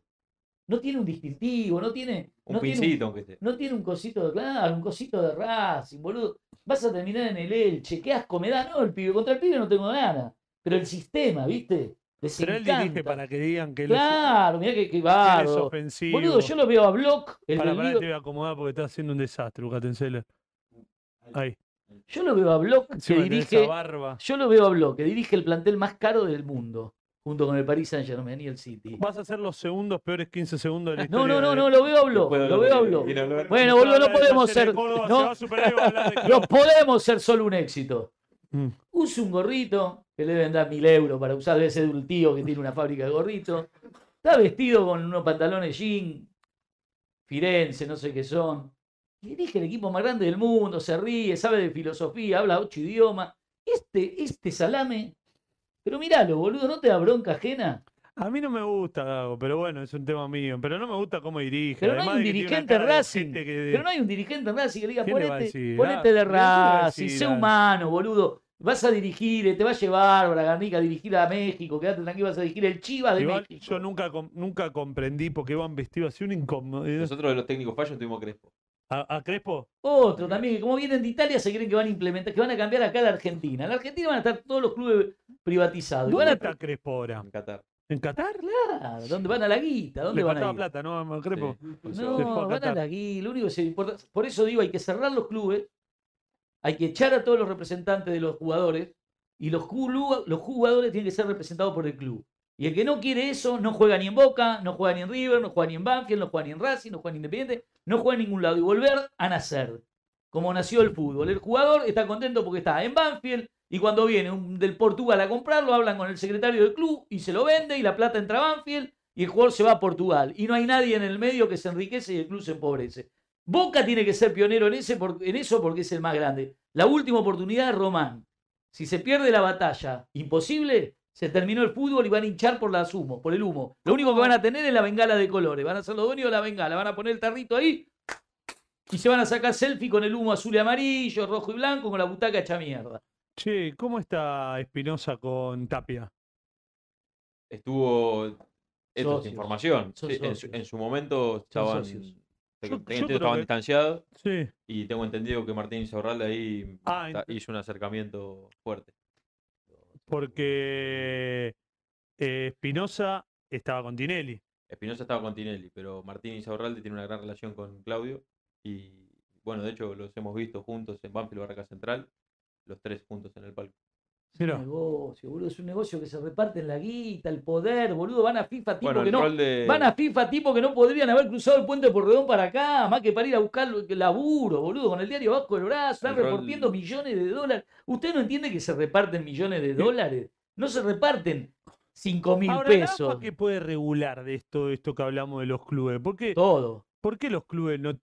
No tiene un distintivo, no tiene. Un no tiene pincito, aunque esté. no tiene un cosito de claro, un cosito de Racing, boludo. Vas a terminar en el Elche, qué asco me da, no, el pibe, contra el pibe no tengo ganas. Pero el sistema, ¿viste? Les Pero él encanta. dirige para que digan que él es- Claro, mirá que, que que él es, bárbaro. ofensivo. Boludo, yo lo veo a Block, el Pará, del pará, Liver- te voy a acomodar porque está haciendo un desastre, Bucatenseller. Ahí. Yo lo veo a Block que Encima tenés esa dirige. barba. Yo lo veo a Block que dirige el plantel más caro del mundo, junto con el Paris Saint Germain y el City. Vas a ser los segundos peores 15 segundos de la historia. No, no, no, eh, de- no, lo veo a Block, Después de lo hablar veo a de- Block. y de hablar- Bueno, boludo, no Habla de podemos Talleres ser- Córdoba, no. se va a superar y va a hablar de No Córdoba. podemos ser solo un éxito. Mm. Usa un gorrito, que le deben dar mil euros para usar, debe ser de un tío que tiene una fábrica de gorritos. Está vestido con unos pantalones jean, Firenze, no sé qué son. Y Dirige el equipo más grande del mundo, se ríe, sabe de filosofía, habla ocho idiomas. Este, este salame. Pero míralo, boludo, ¿no te da bronca ajena? A mí no me gusta Gago, pero bueno, es un tema mío. Pero no me gusta cómo dirige. Pero no hay Además un de que tiene una dirigente cara de Racing, gente que- Pero no hay un dirigente en Racing que le diga, ¿Qué le va a ponete, decir? ponete de Ah, ¿pero qué le va a Racing, decir sé a- humano, boludo. Vas a dirigir, eh, te va a llevar Bragarnica a dirigir a México, quédate tranquilo, vas a dirigir el Chivas de Igual México. yo nunca, com- nunca comprendí por qué van vestidos así un incómodo. Nosotros de los técnicos fallos tuvimos Crespo. A, a Crespo, Otro también, que como vienen de Italia se creen que van a implementar, que van a cambiar acá a la Argentina. En la Argentina van a estar todos los clubes privatizados. Y van ¿dónde a está Crespo ahora? En Qatar. ¿En Qatar? estar, ¿dónde van a la guita? ¿Dónde Le van a faltaba ir? plata, ¿no? a Crespo. Sí, porque se va. Se fue a No, van a Qatar. la guita, lo único que se importa. Por eso digo, hay que cerrar los clubes, hay que echar a todos los representantes de los jugadores y los, clu- los jugadores tienen que ser representados por el club. Y el que no quiere eso no juega ni en Boca, no juega ni en River, no juega ni en Banfield, no juega ni en Racing, no juega ni en Independiente, no juega en ningún lado. Y volver a nacer, como nació el fútbol. El jugador está contento porque está en Banfield y cuando viene un del Portugal a comprarlo, hablan con el secretario del club y se lo vende y la plata entra a Banfield y el jugador se va a Portugal. Y no hay nadie en el medio que se enriquece y el club se empobrece. Boca tiene que ser pionero en, ese por- en eso porque es el más grande. La última oportunidad es Román. Si se pierde la batalla, imposible, se terminó el fútbol y van a hinchar por la humo, por el humo. Lo único que van a tener es la bengala de colores. Van a ser los dueños de la bengala. Van a poner el tarrito ahí y se van a sacar selfie con el humo azul y amarillo, rojo y blanco, con la butaca hecha mierda. Che, ¿cómo está Espinosa con Tapia? Estuvo. Esto es Socios. información. Son Sí, en, su, socios. en su momento estaban. socios. Yo- tengo yo entendido, creo estaban que- distanciados Sí. y tengo entendido que Martín Insaurralde ahí Ah, ta- ent- hizo un acercamiento fuerte. Porque eh, Espinosa estaba con Tinelli. Espinosa estaba con Tinelli, pero Martín Insaurralde tiene una gran relación con Claudio. Y bueno, de hecho, los hemos visto juntos en Banfield Barraca Central, los tres juntos en el palco. Mirá, negocio, boludo. Es un negocio que se reparten la guita, el poder, boludo. Van a FIFA tipo Bueno, que el no. rol de. Van a FIFA tipo que no podrían haber cruzado el puente de Porredón para acá, más que para ir a buscar lo- laburo, boludo, con el diario bajo el brazo, están El rol- repartiendo millones de dólares. ¿Usted no entiende que se reparten millones de dólares? No se reparten 5 mil Ahora, la pesos. AFA, ¿qué puede regular de esto, esto que hablamos de los clubes? ¿Por qué, Todo. por qué los clubes no,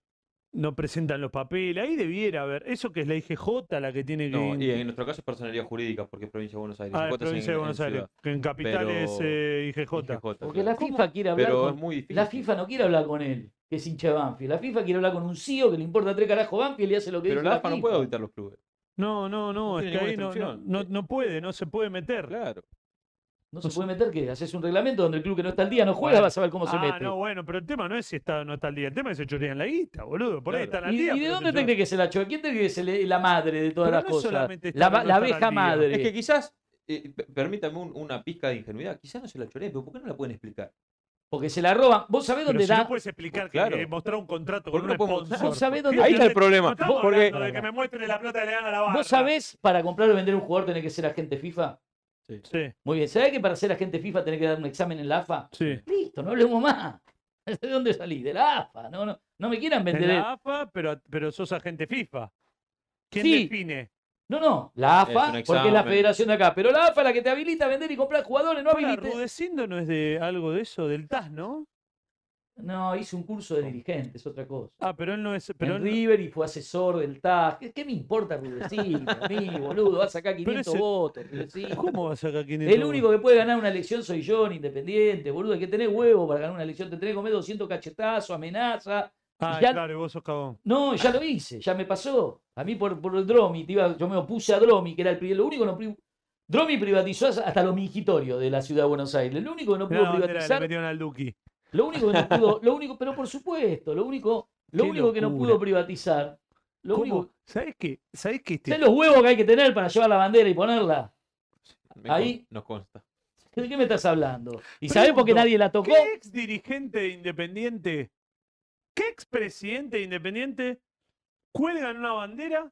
no presentan los papeles? Ahí debiera haber. Eso que es la IGJ la que tiene que. No, y en in- nuestro caso es personalidad jurídica, porque es provincia de Buenos Aires. Ah, Igual en estás en- provincia de en Buenos ciudad, Aires. que En capital es pero- eh, IGJ. IGJ, Porque claro. la FIFA quiere hablar Pero con. es muy difícil. La FIFA no quiere hablar con él, que es hincha de Banfield. La FIFA quiere hablar con un CEO que le importa tres carajos Banfield y hace lo que Pero dice. la AFA no FIFA. puede auditar los clubes. No, no, no, No es tiene que ahí no, ninguna no, extensión. no- no puede, no se puede meter. Claro. No se puede meter, que haces un reglamento donde el club que no está al día no juega, Bueno. vas a ver cómo se ah, mete. no, bueno, pero el tema no es si está o no está al día, el tema es que se chorean la guita, boludo. Por ahí Claro. están al ¿Y, día. y de pero dónde te chorean. crees que se la choca? ¿Quién te cree que es el- la madre de todas Pero las no cosas? solamente está La, no va- la estar al abeja día. madre. Es que quizás, eh, p- permítame un- una pizca de ingenuidad, quizás no se la choré, pero ¿por qué no la pueden explicar? Porque se la roban. ¿Vos sabés Pero dónde si da. no puedes explicar que Claro. eh, mostrar un contrato ¿Por con qué un no podemos- sponsor. Claro. ¿Vos sabés ¿Qué dónde Ahí está? está el No problema. estamos Porque hablando de que me muestre la plata que le dan a la barra. ¿Vos sabés para comprar o vender un jugador tenés que ser agente FIFA? Sí, Muy bien. ¿Sabés que para ser agente FIFA tenés que dar un examen en la AFA? sí. Listo, no hablemos más. ¿De dónde salí? De la AFA. No, no, no me quieran En vender. el- la AFA, pero, pero sos agente FIFA. ¿Quién Sí. define? No, no. La Es AFA, un porque es la examen. federración de acá. Pero la AFA es la que te habilita a vender y comprar jugadores, no Ahora, habilita. Rudecindo no es de algo de eso, del TAS, ¿no? No, hizo un curso de dirigentes, otra cosa. Ah, pero él no es. Pero, en él no- River y fue asesor del TAS. ¿Qué, qué me importa Rudecindo? A mí, boludo, va a sacar 500 ese- votos, Rudecindo. ¿Cómo vas a sacar 500 El único que puede ganar una elección soy yo, en Independiente, boludo. Hay que tener huevo para ganar una elección. Te tenés que comer 200 cachetazos, amenaza. Ah, ya- claro, y vos sos cagón. No, ya lo hice, ya me pasó. A mí por, por el Dromi, te iba- yo me opuse a Dromi, que era el pri- lo único que no... pri- Dromi privatizó hasta los mingitorios de la ciudad de Buenos Aires. Lo único que no Mirá pudo la bandera que le privatizar metieron al Duki. Lo único que no pudo, lo único, pero por supuesto, lo único, lo Qué único que no locura. pudo privatizar, lo único, ¿Cómo? ¿Sabés qué? ¿Sabés qué? Este- ¿sabés los huevos que hay que tener para llevar la bandera y ponerla? me Ahí- con- nos consta. ¿De qué me estás hablando? ¿Y sabés por qué Pregunto, nadie la tocó? ¿Qué ex dirigente de Independiente, qué ex presidente de Independiente cuelgan una bandera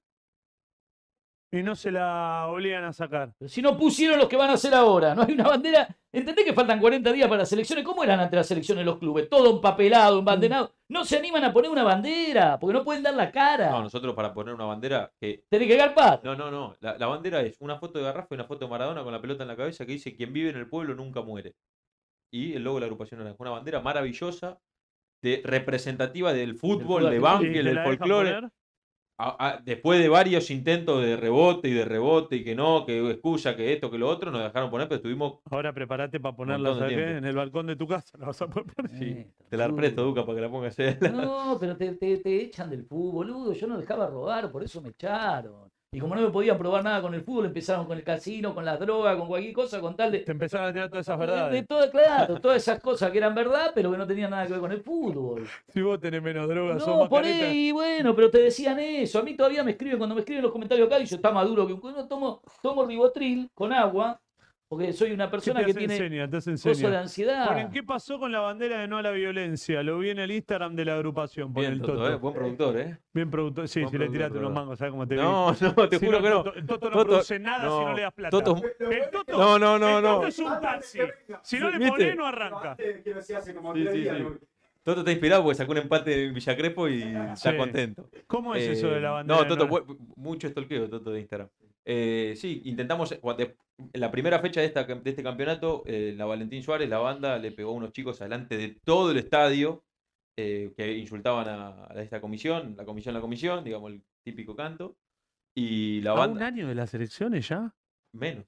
y no se la obligan a sacar? Si no pusieron los que van a hacer ahora, no hay una bandera. ¿Entendés que faltan 40 días para las elecciones? ¿Cómo eran ante las elecciones los clubes? Todo empapelado, embandenado. No se animan a poner una bandera, porque no pueden dar la cara. Mm. No, nosotros para poner una bandera que. Tenés que garpar. No, no, no. La, la bandera es una foto de Garrafa y una foto de Maradona con la pelota en la cabeza que dice: Quien vive en el pueblo nunca muere. Y el logo de la agrupación naranja. Una bandera maravillosa, de, representativa del fútbol, Y argentino. de te Banfield, del la dejan folclore. poner. a- a- después de varios intentos de rebote y de rebote y que no, que excusa, que esto, que lo otro, nos dejaron poner, pero estuvimos. Ahora prepárate para ponerla Montón ¿sabés de qué? tiempo. en el balcón de tu casa. La vas a poder poner. Eh, Te la boludo. presto, Duca, para que la pongas ahí. No, pero te, te- te echan del fútbol, boludo. Yo no dejaba robar, por eso me echaron. Y como no me podían probar nada con el fútbol, empezaron con el casino, con las drogas, con cualquier cosa, con tal de. Te empezaron a tirar todas esas De verdades. todo, claro, todas esas cosas que eran verdad, pero que no tenían nada que ver con el fútbol. Si vos tenés menos drogas, sos No, más por careta. ahí, bueno, pero te decían eso. A mí todavía me escriben, cuando me escriben los comentarios acá, yo está maduro que un cu-". no tomo, tomo ribotril con agua, porque soy una ¿Qué persona te que hace tiene enseña? Te hace cosas de enseña. ansiedad. Ponen, ¿qué pasó con la bandera de no a la violencia? Lo vi en el Instagram de la agrupación. Pone Bien, el Toto, Toto. eh, buen productor, ¿eh? Bien productor. Sí, Buen si le productor, tiraste la unos verdad. mangos, ¿sabes cómo te vi? No, no, te Si juro no, que no. el Toto- El Toto no Toto- produce nada si no, no le das plata. Toto, El Toto, no, no, el no, no. Toto es un taxi. Si no le ¿Viste? pones, no arranca. Antes, quiero decir, hace como Sí, tres sí, días, sí. ¿no? Toto está inspirado porque sacó un empate en Villacrepo y está Sí. contento. ¿Cómo es eso de la Eh, bandera? No, Toto, bu- mucho stalkeo, Toto, de Instagram. Eh, sí, intentamos. cua- de- En la primera fecha de, esta- de este campeonato, eh, la Valentín Suárez, la banda, le pegó a unos chicos adelante de todo el estadio. eh, que insultaban a, a esta comisión, la comisión, la comisión, digamos, el típico canto. Y la ¿A un banda, año de las elecciones ya? menos.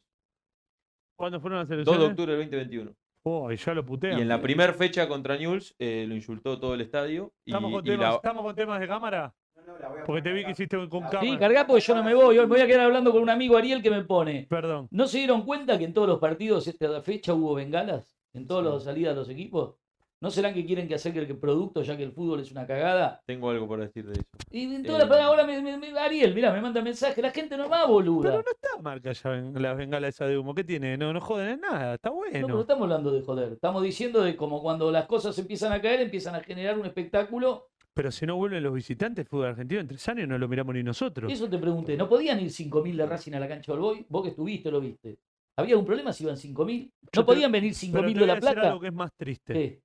¿Cuándo fueron las 2 de elecciones? octubre del 2021. Oh, y ya lo putean. Y en la primera fecha contra News lo insultó todo el estadio. Y, ¿Estamos, con y la- temas, ¿Estamos con temas de cámara? No, no, la voy a Porque te poner vi que acá. hiciste con Sí, cámara. Sí, cargá porque yo no me voy. Hoy me voy a quedar hablando con un amigo Ariel que me pone. Perdón. ¿No se dieron cuenta que en todos los partidos esta fecha hubo bengalas? En todas las salidas de los equipos. ¿No serán que quieren que acerque el producto ya que el fútbol es una cagada? Tengo algo para decir de eso. Y en Eh, todas las palabras, ahora me, me- me- Ariel, mira, me manda mensaje, la gente no va boluda. Pero no está marca ya ven- la bengala esa de humo. ¿Qué tiene? No, no joden en nada. Está No, pero bueno. estamos hablando de joder. Estamos diciendo de como cuando las cosas empiezan a caer, empiezan a generar un espectáculo. Pero si no vuelven los visitantes, fútbol argentino en tres años no lo miramos ni nosotros. Eso te pregunté. ¿No podían ir 5.000 de Racing a la cancha del Boy? Vos que estuviste, lo viste. ¿Había algún problema si iban 5.000? Yo te- ¿No podían venir Pero te 5.000 de voy a La decir Plata? algo que es más triste. ¿Qué?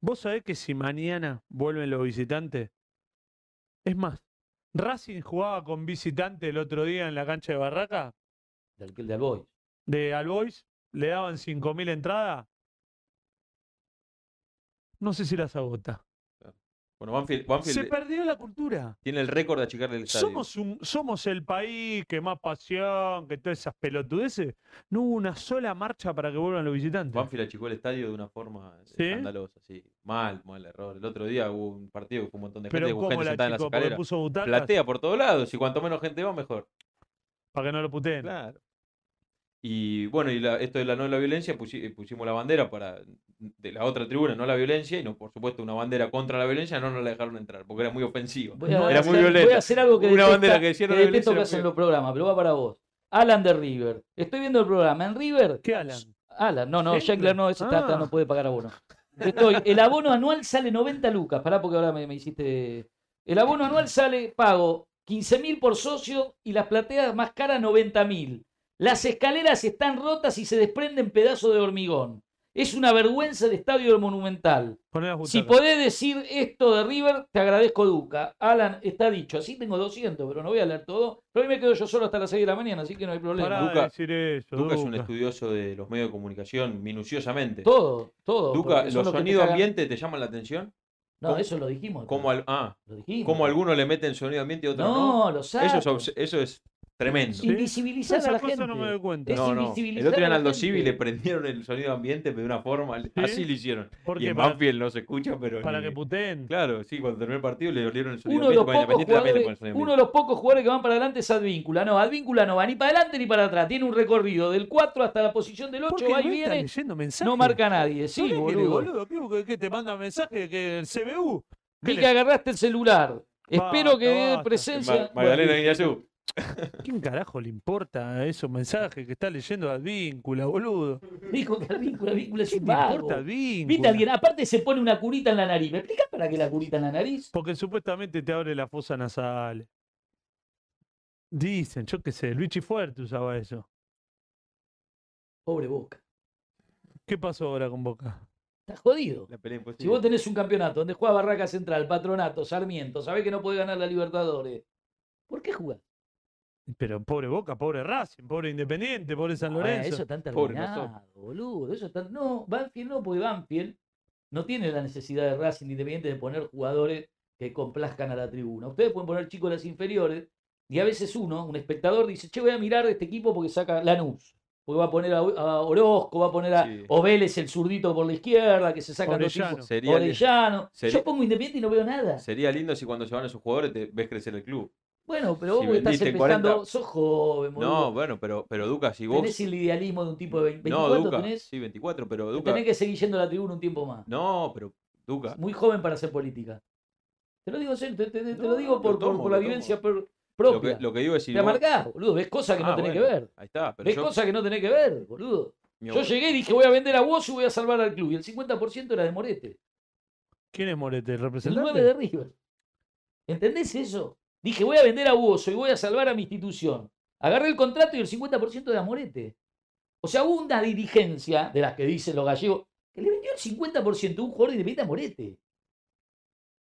Vos sabés que si mañana vuelven los visitantes, es más, Racing jugaba con visitante el otro día en la cancha de Barraca, Del, del Boy. de Albois, le daban 5.000 entradas. No sé si las agota. Bueno, Banfield, Se Banfield perdió la cultura. tiene el récord de achicarle el estadio. Somos, un, somos el país que más pasión, que todas esas pelotudeces. No hubo una sola marcha para que vuelvan los visitantes. Banfield achicó el estadio de una forma eh, ¿Sí? escandalosa, sí. Mal, mal error. El otro día hubo un partido que fue un montón de gente, Pero hubo gente ¿cómo la sentada en las chico? Porque escaleras. puso butacas Platea por todos lados, y cuanto menos gente va, mejor. para que no lo puteen. Claro. Y bueno, y la- esto de la no la violencia, pusi- eh, pusimos la bandera para de la otra tribuna, no la violencia, y no, por supuesto, una bandera contra la violencia, no nos la dejaron entrar, porque era muy ofensiva. Voy a, Era hacer, muy voy a violenta. hacer algo que Una detesta- bandera que decía no que violencia detesto que era hacen muy- los programas, pero va para vos. Alan de River. Estoy viendo el programa. En River. ¿Qué Alan? Alan, no, no, Schenkler. Schenkler no, ese está- está- Ah. no puede pagar abono. Estoy, el abono anual sale 90 lucas. Pará, porque ahora me, me hiciste. El abono anual sale, pago 15 mil por socio y las plateas más caras 90 mil. Las escaleras están rotas y se desprenden pedazos de hormigón. Es una vergüenza el estadio del Monumental. Poné las Si butacas. podés decir esto de River, te agradezco, Duca. Alan, está dicho. Así tengo 200, pero no voy a leer todo. Pero hoy me quedo yo solo hasta las 6 de la mañana, así que no hay problema. Pará de Duca- decir eso, Duca es un Duca. estudioso de los medios de comunicación minuciosamente. Todo, todo. Duca, porque ¿los son que te sonidos cagan- ambiente te llaman la atención? No, ¿cómo- eso lo dijimos. ¿Cómo, al- ah, Lo dijimos. cómo algunos le meten sonido ambiente y otros no? No, lo sabes. Eso es, obs- eso es tremendo. Sí. Invisibilizás a Esa la cosa gente. no me doy cuenta. Es No, no. El invisibilizar otro día a en la Aldo gente. Civi le prendieron el sonido ambiente pero de una forma. Así lo hicieron. ¿Por Y qué? en Para- Banfield no se escucha, pero. Para ni- que puteen. Claro, sí, cuando terminó el partido le olieron el sonido Uno de, los ambiente. para pocos Independiente también le ponen jugadores, sonido uno ambiente. de los pocos jugadores que van para adelante es Advíncula. No, Advíncula no va ni para adelante ni para atrás. Tiene un recorrido del 4 hasta la posición del 8, ¿Por qué va y no está viene. leyendo mensajes? No marca nadie. Sí, ¿Qué quiere, boludo. boludo? ¿Qué, qué te manda mensaje que el CBU? ¿Qué Vi le- que agarraste el celular. Espero Basta, que dé basta. presencia. Ma- Magdalena Guillazú. ¿Quién carajo le importa esos mensajes que está leyendo Advíncula, boludo? Dijo que Advíncula, Advíncula es ¿Quién un le vago. importa Viste a alguien, Advíncula? aparte se pone una curita en la nariz. ¿Me explicas para qué la curita en la nariz? Porque supuestamente te abre la fosa nasal. Dicen, yo qué sé, Luigi Fuerte usaba eso. Pobre Boca. ¿Qué pasó ahora con Boca? Está jodido. La pelea Si imposible. vos tenés un campeonato donde juega Barraca Central, Patronato, Sarmiento, sabés que no podés ganar la Libertadores, ¿por qué jugás? Pero pobre Boca, pobre Racing, pobre Independiente, pobre San Ah, Lorenzo. eso está Pobre terminado, boludo. Eso está... No, Banfield no, porque Banfield no tiene la necesidad de Racing Independiente de poner jugadores que complazcan a la tribuna. Ustedes pueden poner chicos de las inferiores y a veces uno, un espectador, dice, che, voy a mirar este equipo porque saca Lanús. Porque va a poner a, a Orozco, va a poner a Sí. Ovélez, el zurdito por la izquierda, que se saca los Orellano. tipos. Sería, li- Orellano. Sería- Yo pongo Independiente y no veo nada. sería lindo si cuando se van esos jugadores te ves crecer el club. Bueno, pero vos Si porque estás vendiste empezando, 40. sos joven, No, boludo. bueno, pero, pero Duca, si vos. tenés el idealismo de un tipo de 20, No, 24 Duca. tenés. Sí, 24, pero Te Duca. Tenés que seguir yendo a la tribuna un tiempo más. No, pero Duca. Muy joven para hacer política. Te lo digo, en serio, te, te- te No, lo digo lo por, por- tomo, por lo la tomo. vivencia per- Lo propia. que, lo que digo es si te vos- amargás, boludo. Ves cosas que Ah, no tenés bueno, que ver. Ahí está, pero Ves yo, cosas que no tenés que ver, boludo. mi Yo abuelo- llegué y dije, voy a vender a vos y voy a salvar al club. Y el 50% era de Morete. ¿Quién es Morete? ¿El El representante? 9 de River. ¿Entendés eso? Dije, voy a vender a Bozo y voy a salvar a mi institución. Agarré el contrato y el 50% de Amorete. O sea, hubo una dirigencia, de las que dicen los gallegos, que le vendió el 50% a un jugador independiente a Morete.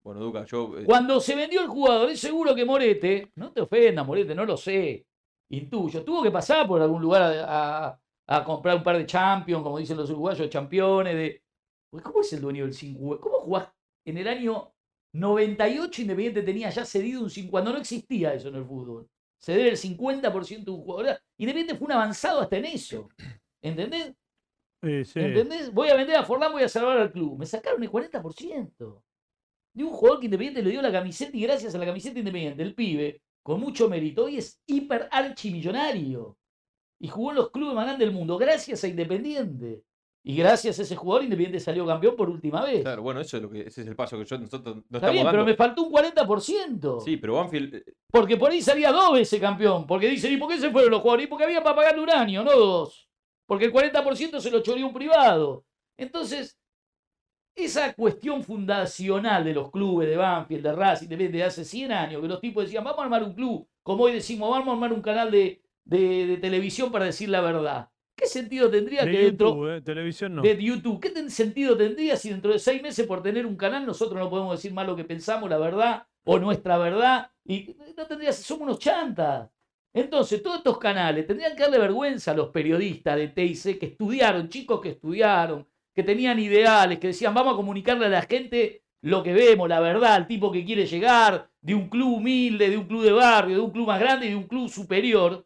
Bueno, Duca, yo. eh, Cuando se vendió el jugador, es seguro que Morete, no te ofendas, Morete, no lo sé, intuyo, tuvo que pasar por algún lugar a, a- a comprar un par de champions, como dicen los uruguayos, campeones, de Porque ¿cómo es el dueño del 5? ¿Cómo jugás en el año 98 Independiente tenía ya cedido un 5 cuando no existía eso en el fútbol? Ceder el 50% de un jugador. Independiente fue un avanzado hasta en eso. ¿Entendés? Sí, sí. ¿Entendés? Voy a vender a Forlán, voy a salvar al club. Me sacaron el 40%. De un jugador que Independiente le dio la camiseta y gracias a la camiseta Independiente, el pibe, con mucho mérito, hoy es hiper archimillonario. Y jugó en los clubes más grandes del mundo, gracias a Independiente. Y gracias a ese jugador, Independiente salió campeón por última vez. Claro, bueno, eso es lo que, ese es el paso que yo, nosotros no Está estamos bien, pero dando. me faltó un 40%. Sí, pero Banfield eh, Porque por ahí salía dos veces campeón. Porque dicen, ¿y por qué se fueron los jugadores? Y porque había para pagar uranio, no dos. Porque el 40% se lo choreó un privado. Entonces, esa cuestión fundacional de los clubes de Banfield, de Racing, de, de hace 100 años, que los tipos decían, vamos a armar un club, como hoy decimos, vamos a armar un canal de, de- de televisión para decir la verdad. ¿Qué sentido tendría De que dentro YouTube, eh, televisión no. de YouTube. ¿Qué ten- sentido tendría si dentro de seis meses por tener un canal nosotros no podemos decir más lo que pensamos, la verdad, o nuestra verdad? Y no tendría, somos unos chantas. Entonces, todos estos canales tendrían que darle vergüenza a los periodistas de TIC que estudiaron, chicos que estudiaron, que tenían ideales, que decían, vamos a comunicarle a la gente lo que vemos, la verdad, el tipo que quiere llegar, de un club humilde, de un club de barrio, de un club más grande y de un club superior.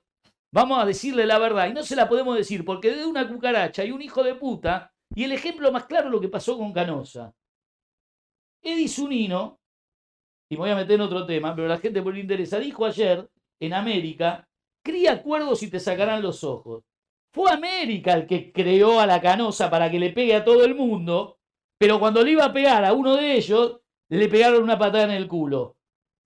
Vamos a decirle la verdad. Y no se la podemos decir porque de una cucaracha y un hijo de puta. Y el ejemplo más claro es lo que pasó con Canosa. Eddie Zunino, y me voy a meter en otro tema, pero la gente por le interesa, dijo ayer en América: cría acuerdos y te sacarán los ojos. Fue América el que creó a la Canosa para que le pegue a todo el mundo, pero cuando le iba a pegar a uno de ellos, le pegaron una patada en el culo.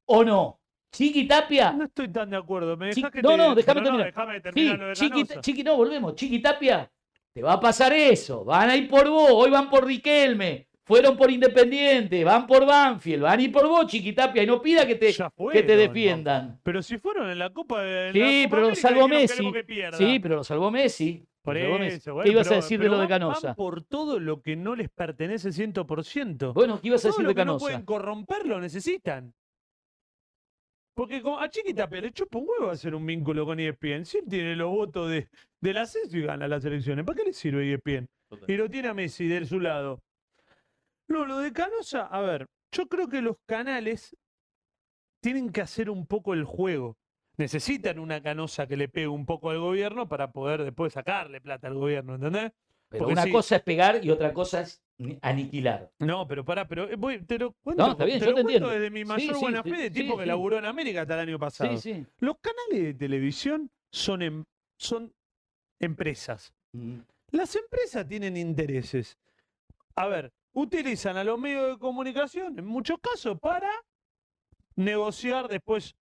¿O no? Chiqui Tapia No estoy tan de acuerdo. Me Chi- dejás que no, te- no, déjame pero terminar. dejame Sí, terminar lo de Chiqui, Canosa. Chiqui, no, volvemos. Chiqui Tapia, te va a pasar eso. Van a ir por vos, hoy van por Riquelme, fueron por Independiente, van por Banfield, van a ir por vos, Chiqui Tapia, y no pida que te, Ya que te fueron, defiendan. Pero si fueron en la Copa en la Sí, Copa pero lo América salvó dijeron, Messi. "Queremos que pierda". Sí, pero lo salvó Messi. Por Lo salvó Messi. eso, bueno, ¿Qué ibas a pero- decir de pero lo de van- Canosa? van por todo lo que no les pertenece 100%. Bueno, ¿qué ibas a Todo decir lo de que no Canosa? pueden corromper lo necesitan. Porque como a Chiquita Pérez le chupa un huevo hacer un vínculo con E ESPN. Si él tiene los votos de, del ascenso y gana las elecciones, ¿para qué le sirve E ESPN? Total. Y lo tiene a Messi de su lado. No, lo de Canosa, a ver, yo creo que los canales tienen que hacer un poco el juego. Necesitan una canosa que le pegue un poco al gobierno para poder después sacarle plata al gobierno, ¿entendés? Pero porque una sí. cosa es pegar y otra cosa es ni- aniquilar. No, pero pará, pero eh, voy- te lo cuento, está bien, te yo lo te cuento entiendo. desde mi Sí, mayor sí, buena sí, fe de sí, tipo que sí. laburó en América hasta el año pasado. Sí, sí. Los canales de televisión son, em- son empresas. Mm. Las empresas tienen intereses. A ver, utilizan a los medios de comunicación en muchos casos para negociar después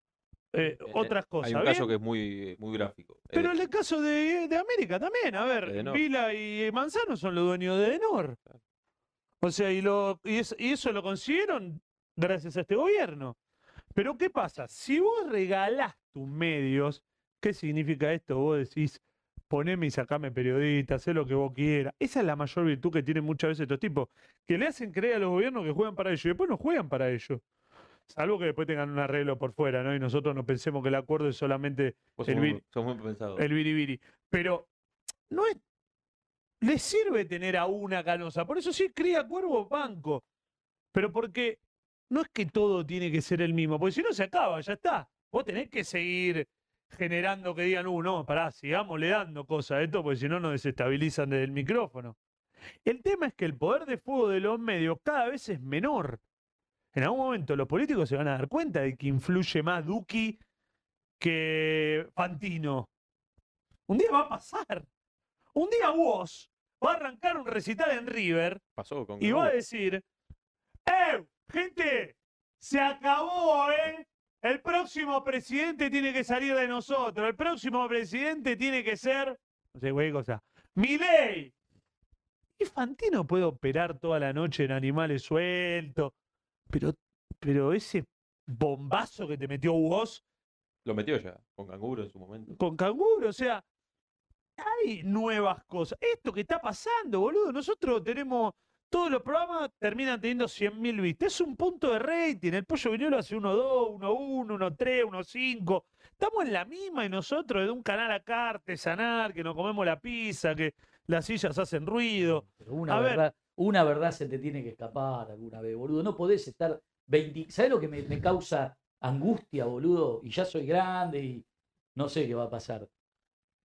eh, eh, otras cosas. hay un ¿bien? caso que es muy, eh, muy gráfico. Eh, Pero en el caso de, de América también, a ver, De Edenor. Vila y eh, Manzano son los dueños de Edenor. O sea, y, lo, y, es- y eso lo consiguieron gracias a este gobierno. Pero ¿qué pasa? Si vos regalás tus medios, ¿qué significa esto? Vos decís, poneme y sacame periodista, hacé lo que vos quieras. Esa es la mayor virtud que tienen muchas veces estos tipos, que le hacen creer a los gobiernos que juegan para ellos y después no juegan para ellos. Salvo que después tengan un arreglo por fuera, ¿no? Y nosotros no pensemos que el acuerdo es solamente vos el sos, muy, Vir- sos muy pensado. el biribiri. Pero no es. Le sirve tener a una canosa. Por eso sí cría cuervo banco. Pero porque no es que todo tiene que ser el mismo. Porque si no se acaba, ya está. Vos tenés que seguir generando que digan, uh, no, pará, sigamos le dando cosas a esto, porque si no nos desestabilizan desde el micrófono. El tema es que el poder de fuego de los medios cada vez es menor. En algún momento los políticos se van a dar cuenta de que influye más Duki que Fantino. Un día va a pasar. Un día vos va a arrancar un recital en River Pasó con y va a Grau. decir, ¡Eh, gente! Se acabó, ¿eh? El próximo presidente tiene que salir de nosotros. El próximo presidente tiene que ser, no sé, güey, cosa, Milei. Y Fantino puede operar toda la noche en animales sueltos, pero, pero ese bombazo que te metió vos Lo metió ya, con canguro en su momento. con canguro, o sea, hay nuevas cosas. Esto que está pasando, boludo, nosotros tenemos, todos los programas terminan teniendo 100.000 vistas, es un punto de rating, el pollo vinilo hace 1.2, 1.1, 1.3, 1.5, estamos en la misma y nosotros de un canal acá artesanal, que nos comemos la pizza, que las sillas hacen ruido. Pero una A ver, verdad, Una verdad se te tiene que escapar alguna vez, boludo. No podés estar 20... ¿Sabés lo que me, me causa angustia, boludo? Y ya soy grande y no sé qué va a pasar.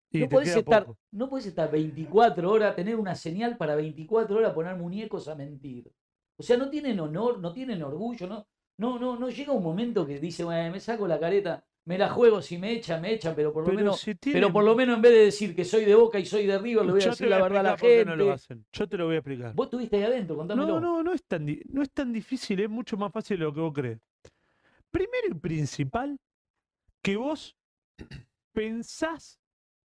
Y No te podés, queda estar, poco. no podés estar 24 horas, tener una señal para 24 horas poner muñecos a mentir. O sea, no tienen honor, no tienen orgullo, no, no, no, no llega un momento que dice, bueno, me saco la careta, me la juego, si me echan, me echan, pero por lo Pero menos, si pero tienen- por lo menos en vez de decir que soy de Boca y soy de River, le voy a Yo te decir la voy verdad a la explicar por qué gente. No lo hacen. Yo te lo voy a explicar. Vos estuviste ahí adentro, contámelo. No, no, no es tan, di- no es tan difícil, es mucho más fácil de lo que vos crees. Primero y principal, que vos pensás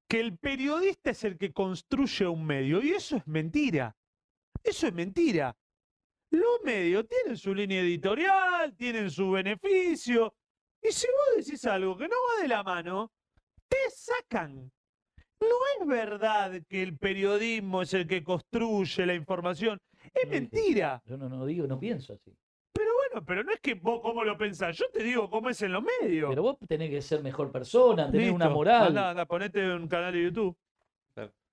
que el periodista es el que construye un medio, y eso es mentira. Eso es mentira. Los medios tienen su línea editorial, tienen su beneficio, y si vos decís algo que no va de la mano, te sacan. No es verdad que el periodismo es el que construye la información. Es No dije eso. mentira. Yo no, no digo, no pienso así. Bueno, pero no es que vos cómo lo pensás. Yo te digo cómo es en los medios. Pero vos tenés que ser mejor persona, tener una Listo. moral, Andá, andá, ponete un canal de YouTube.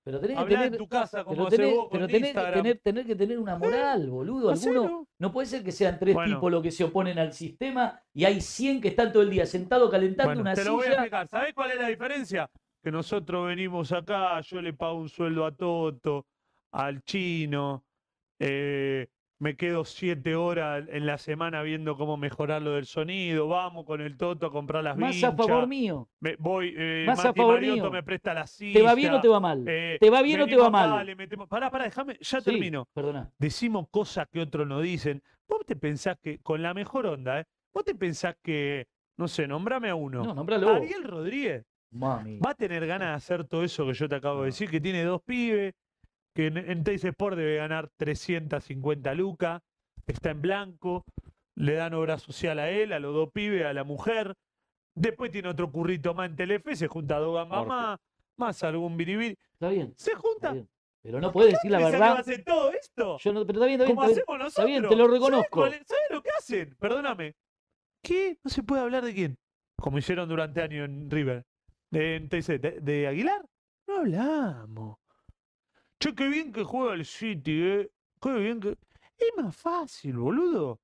pero tenés que Hablá tener, en tu casa pero como haces tenés- vos pero con tenés que Instagram. tener, tener que tener una moral, boludo. Alguno, Hacelo. No puede ser que sean tres Bueno. tipos los que se oponen al sistema y hay 100 que están todo el día sentados calentando Bueno, una te lo voy a silla. explicar. ¿Sabés cuál es la diferencia? Que nosotros venimos acá, yo le pago un sueldo a Toto, al chino, eh, me quedo siete horas en la semana viendo cómo mejorar lo del sonido, vamos con el Toto a comprar las Más vinchas, a favor mío. me- voy, eh, más a Mati favor Mariotto mío. me presta la silla. ¿Te va bien o te va mal? eh, ¿Te va bien o te venimos va acá, mal? le metemos- Pará, pará, déjame, ya Sí, termino. Perdona. decimos cosas que otros no dicen. Vos te pensás que, con la mejor onda, ¿eh? Vos te pensás que, no sé, nombrame a uno. No, nombralo vos. Ariel Rodríguez Mami. va a tener ganas de hacer todo eso que yo te acabo de decir, que tiene dos pibes, que en, en Teis Sport debe ganar 350 lucas, está en blanco, le dan obra social a él, a los dos pibes, a la mujer. Después tiene otro currito más en Telefe, se junta a dos Morte. mamá, más algún biribiri. Está bien. Se está junta. bien. Pero no puedes decir la Pensá que va a verdad. hacer todo esto? Yo no, pero está bien, está bien, como está bien. hacemos Está nosotros. bien, te lo reconozco. ¿Sabes lo que hacen? Perdóname. ¿Qué? No se puede hablar de quién. Como hicieron durante años en River. De, en TC, de, de Aguilar. No hablamos. Che, qué bien que juega el City, eh. Qué bien que. Es más fácil, boludo.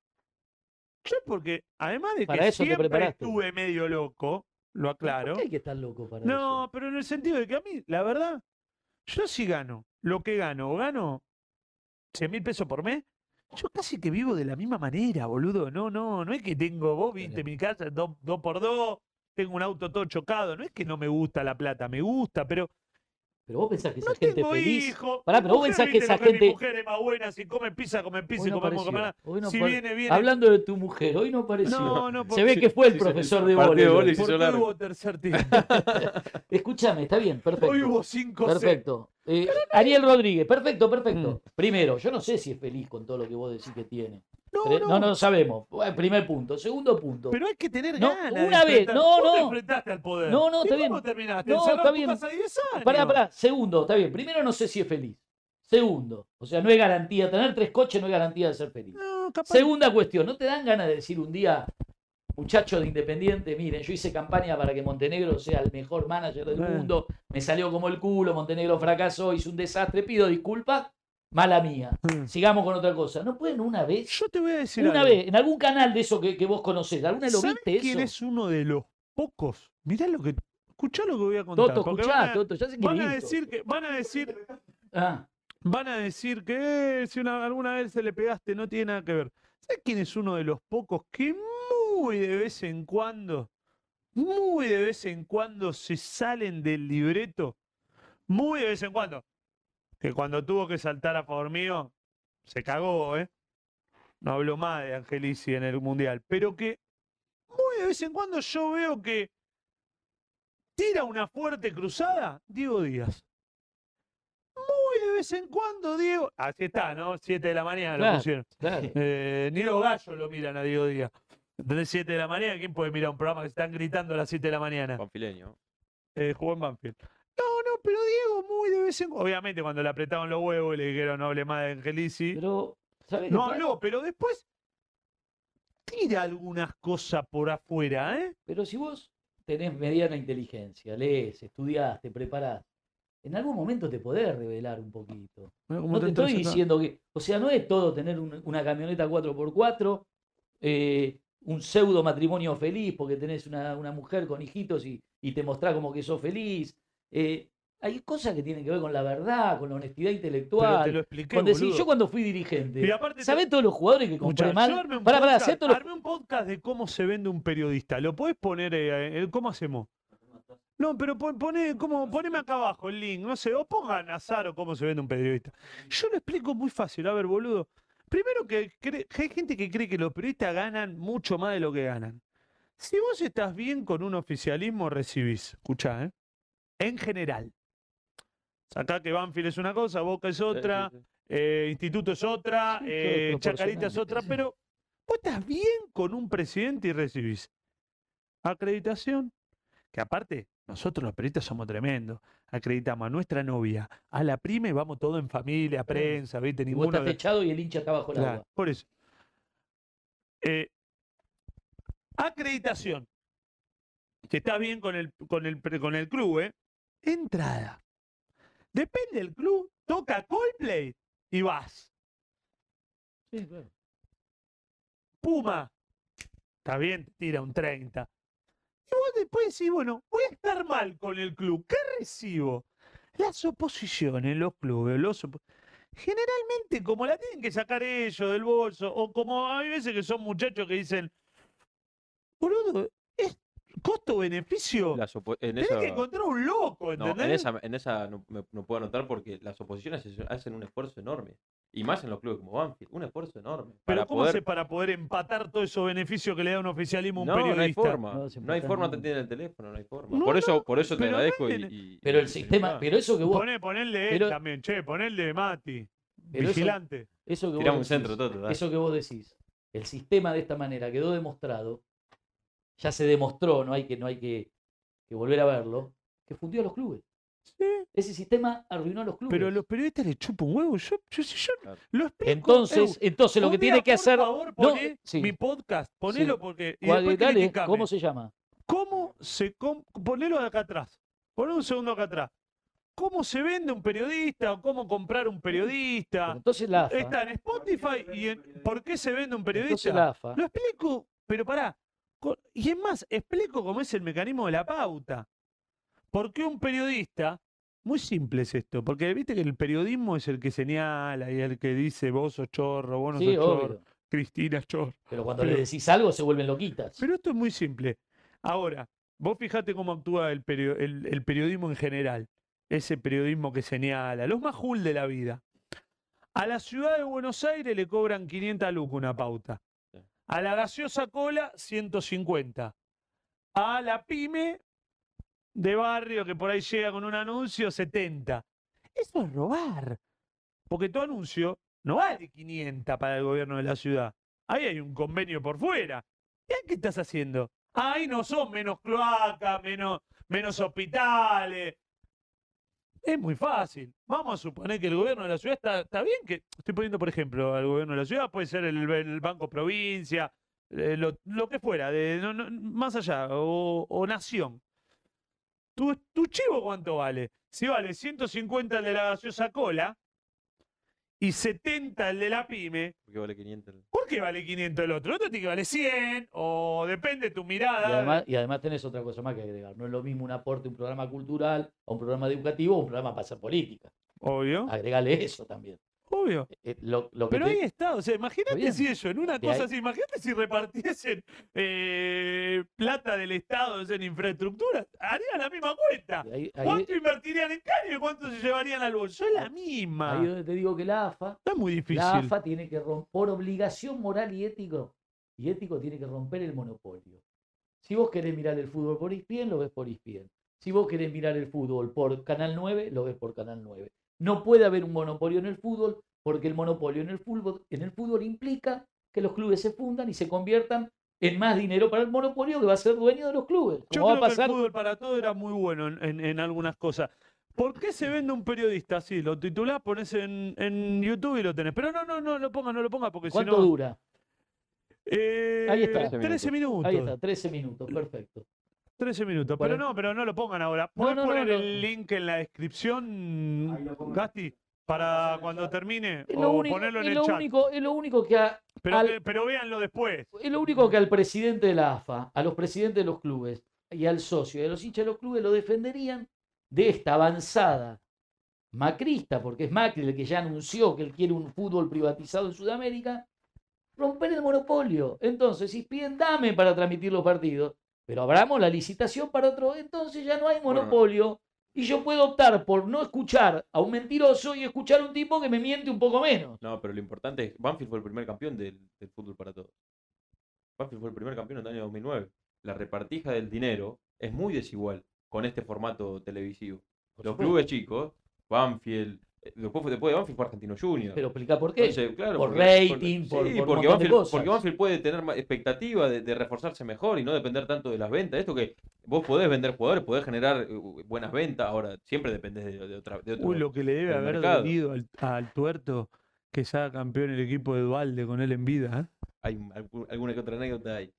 Yo porque, además de Para que eso te siempre preparaste. estuve medio loco, lo aclaro. ¿Por qué hay que estar loco para No, eso? pero en el sentido de que a mí, la verdad, yo sí gano. Lo que gano, gano 100 mil pesos por mes. Yo casi que vivo de la misma manera, boludo. No, no, no es que tengo, vos viste Claro. mi casa dos, dos por dos, tengo un auto todo chocado. No es que no me gusta la plata, me gusta, pero Pero vos pensás que esa no gente tengo feliz. hijo. Pará, mi pero vos mujer, pensás que viste esa lo gente- Mi mujer es más buena, si come pizza, come pizza, Hoy si no comemos, apareció, comemos nada. hoy no si apare- viene, viene. Hablando de tu mujer, hoy no apareció. no, no, Se ve que fue el profesor de partido de vóley. vóley. se ¿por hizo qué largo. hubo tercer tiempo? Escúchame, está bien, perfecto. Hoy hubo cinco seis. Perfecto. Eh, Ariel Rodríguez, perfecto, perfecto. Primero, yo no sé si es feliz con todo lo que vos decís que tiene. Pero- No, no, lo sabemos. Bueno, primer punto. Segundo punto. Pero hay que tener No, ganas. de una vez, enfrentar. no, Vos te no. enfrentaste al poder. No, no, ¿Y está bien. cómo terminaste? No, Encerrado está en tu bien. casa 10 años. Pará, pará. Segundo, está bien. Primero, no sé si es feliz. Segundo, o sea, no es garantía. Tener tres coches no es garantía de ser feliz. No, capaz. Segunda cuestión, ¿no te dan ganas de decir un día, muchachos de Independiente, miren, yo hice campaña para que Montenegro sea el mejor manager del Eh. mundo, me salió como el culo, Montenegro fracasó, hizo un desastre, pido disculpas, mala mía. Mm. Sigamos con otra cosa. ¿No pueden una vez Yo te voy a decir Una algo. vez, en algún canal de eso que, que vos conocés, ¿alguna lo ¿Sabés viste quién eso? es uno de los pocos? Mirá lo que... Escuchá lo que voy a contar. Toto, porque escuchá, van a- Toto, ya sé quién Van a es Toto. decir que... Van a decir... Ah, Van a decir que eh, si una- alguna vez se le pegaste no tiene nada que ver. ¿Sabes quién es uno de los pocos que muy de vez en cuando, muy de vez en cuando se salen del libreto? Muy de vez en cuando. Que cuando tuvo que saltar a favor mío, se cagó, ¿eh? No habló más de Angelici en el Mundial. Pero que muy de vez en cuando yo veo que tira una fuerte cruzada, Diego Díaz. Muy de vez en cuando, Diego. Así está, ¿no? Siete de la mañana Claro. lo pusieron. claro. Eh, ni los gallos lo miran a Diego Díaz. Desde 7 de la mañana, ¿quién puede mirar un programa que están gritando a las 7 de la mañana? Panfileño. Eh, jugó en Banfield. No, no, pero Diego muy de vez en cuando. Obviamente, cuando le apretaron los huevos y le dijeron no hable más de Angelici. Pero, ¿sabés No qué pasa? habló, pero después tira algunas cosas por afuera, ¿eh? Pero si vos tenés mediana inteligencia, lees, estudiaste, preparás, en algún momento te podés revelar un poquito. Mirá cómo No te te estoy interesa. diciendo que. O sea, no es todo tener un- una camioneta 4x4, eh, un pseudo matrimonio feliz porque tenés una, una mujer con hijitos y, y te mostrás como que sos feliz. Eh, hay cosas que tienen que ver con la verdad, con la honestidad Pero te lo intelectual. expliqué, Con decir, boludo. yo cuando fui dirigente, Pero aparte te- ¿sabés todos los jugadores que compré Escuchá, yo mal? armé un, Pará, pará, podcast, ¿sabés todos los- armé un podcast de cómo se vende un periodista. ¿Lo podés poner? eh, eh, ¿Cómo hacemos? No, pero pon- poné, ¿cómo? poneme acá abajo el link, no sé, o pongan azar o cómo se vende un periodista. Yo lo explico muy fácil, a ver, boludo. Primero que, cre- que hay gente que cree que los periodistas ganan mucho más de lo que ganan. Si vos estás bien con un oficialismo, recibís, escuchá, ¿eh? En general. Acá que Banfield es una cosa, Boca es otra, eh, Instituto es otra, Sí, todo eh, Chacarita es proporcionalmente, otra, sí. pero vos estás bien con un presidente y recibís acreditación. Que aparte, nosotros los periodistas somos tremendos. Acreditamos a nuestra novia, a la prima y vamos todo en familia, prensa, ¿viste? Y vos Ninguno. estás de- techado y el hincha está bajo el Claro, agua. por eso. Eh, acreditación. Que estás bien con el, con el, pre- con el club, ¿eh? Entrada. Depende del club, toca Coldplay y vas. Sí, claro. Puma. Está bien, tira un 30. Y vos después decís, bueno, voy a estar mal con el club. ¿Qué recibo? Las oposiciones, los clubes, los opo- Generalmente, como la tienen que sacar ellos del bolso, o como hay veces que son muchachos que dicen, boludo, es costo-beneficio. Las opo- en Tenés esa, que encontrar un loco, no, ¿entendés? en esa, en esa no, me- no puedo anotar porque las oposiciones es- hacen un esfuerzo enorme. Y más en los clubes como Banfield, un esfuerzo enorme. Pero para ¿cómo poder... hace para poder empatar todos esos beneficios que le da un oficialismo a un no, periodista? no hay forma. No, se No, hay empatan forma, un- te atienden el teléfono, no hay forma. No, por, eso, no, por eso te pero agradezco y, venden- y- Pero y- el sistema, pero eso que vos. Poné, ponle Pero- también, che, ponle Mati. Pero eso- Vigilante. Eso que Tiramos vos un decís, centro, todo. Eso que vos decís, el sistema de esta manera quedó demostrado, ya se demostró, no hay que, no hay que, que volver a verlo, que fundió a los clubes. Ese sistema arruinó a los clubes. Pero a los periodistas les chupa un huevo. Yo, yo, si yo Claro. lo explico. entonces, Eu, entonces lo un que día, tiene que por hacer. favor, no, poné sí. mi podcast, ponelo Sí. porque. Y Juan, después dale, criticame. ¿Cómo se llama? ¿Cómo se com- ponelo acá atrás? Ponelo un segundo acá atrás. ¿Cómo se vende un periodista o cómo comprar un Pero periodista? Entonces la AFA. Está en Spotify y en ¿Por qué se vende un periodista? entonces la AFA. Lo explico, pero pará. co- Y es más, explico cómo es el mecanismo de la pauta. Porque un periodista, muy simple es esto, porque viste que el periodismo es el que señala y el que dice vos sos chorro, vos no sí, sos chorro, obvio. Cristina es chorro. Pero cuando Pero- le decís algo se vuelven loquitas. Pero esto es muy simple. Ahora, vos fijate cómo actúa el, perio- el- el periodismo en general. Ese periodismo que señala, los majul de la vida. A la ciudad de Buenos Aires le cobran 500 lucas una pauta. Sí. A la gaseosa cola, 150. A la pyme de barrio que por ahí llega con un anuncio, 70. Eso es robar. Porque tu anuncio no vale 500 para el gobierno de la ciudad. Ahí hay un convenio por fuera. ¿Qué, qué estás haciendo? Ay, no son menos cloacas, menos, menos hospitales. Es muy fácil. Vamos a suponer que el gobierno de la ciudad está, está bien, que estoy poniendo, por ejemplo, al gobierno de la ciudad, puede ser el, el Banco Provincia, eh, lo, lo que fuera, de, no- no- más allá, o, o nación. ¿Tu, ¿Tu chivo cuánto vale? Si vale 150 el de la gaseosa cola y 70 el de la pyme, Porque vale 500. el- ¿Por qué vale 500 el otro? El otro tiene que vale 100 o depende de tu Y mirada. además, y además tenés otra cosa más que agregar. No es lo mismo un aporte, un programa cultural, a un programa educativo, o un programa para hacer política. obvio, Agregale eso también. obvio. Eh, lo, lo que Pero te- ahí está, o sea, imagínate bien. si eso, en una De cosa ahí- así, imagínate si repartiesen eh, plata del Estado en infraestructura, harían la misma cuenta. ahí- ahí- ¿Cuánto invertirían en cario y cuánto se llevarían al bolso? Es la misma. ahí donde te digo que la AFA, Está muy la difícil. AFA tiene que romper, por obligación moral y ético, y ético tiene que romper el monopolio. Si vos querés mirar el fútbol por E ESPN, lo ves por ESPN. Si vos querés mirar el fútbol por Canal 9, lo ves por Canal 9. No puede haber un monopolio en el fútbol, porque el monopolio en el fútbol, en el fútbol implica que los clubes se fundan y se conviertan en más dinero para el monopolio que va a ser dueño de los clubes. Yo creo como va a que pasar el fútbol para todo era muy bueno en, en- en algunas cosas. ¿Por qué se vende un periodista así? Lo titulás, pones en, en YouTube y lo tenés. Pero no, no, no lo pongas, no lo pongas porque si ¿Cuánto no. dura? Eh, Ahí está. 13 Eh, minutos. Ahí está, 13 minutos, perfecto. 13 minutos. Pero Cuarenta. no, pero no lo pongan ahora. ¿Puedes no, no, poner no. el link en la Ahí lo descripción, pongo. Gasti? Para cuando termine. Es lo O único, ponerlo en es el lo chat. único, es lo único que a- Pero, al- que- pero véanlo después. es lo único que al presidente de la AFA, a los presidentes de los clubes y al socio y a los hinchas de los clubes lo defenderían de esta avanzada macrista, porque es Macri el que ya anunció que él quiere un fútbol privatizado en Sudamérica, romper el monopolio. Entonces, si piden dame para transmitir los partidos, pero abramos la licitación para otro, entonces ya no hay Bueno. monopolio. Y yo puedo optar por no escuchar a un mentiroso y escuchar a un tipo que me miente un poco menos. No, pero lo importante es Banfield fue el primer campeón del, del fútbol para todos. Banfield fue el primer campeón en el año 2009. La repartija del dinero es muy desigual con este formato televisivo. Los clubes chicos, Banfield, eh, después, fue- después de Banfield fue Argentino Junior. Pero explica por qué. Entonces, claro, Por rating, por- sí, por un porque, montón de Banfield, cosas. porque Banfield puede tener más expectativa de, de reforzarse mejor y no depender tanto de las ventas. Esto que vos podés vender jugadores, podés generar eh, buenas ventas. Ahora, siempre dependés de, de otra. De otro- Uy, lo que le debe del haber mercado. dolido al, al tuerto que sea campeón el equipo de Dualde con él en vida. ¿eh? Hay algún- alguna que otra anécdota ahí.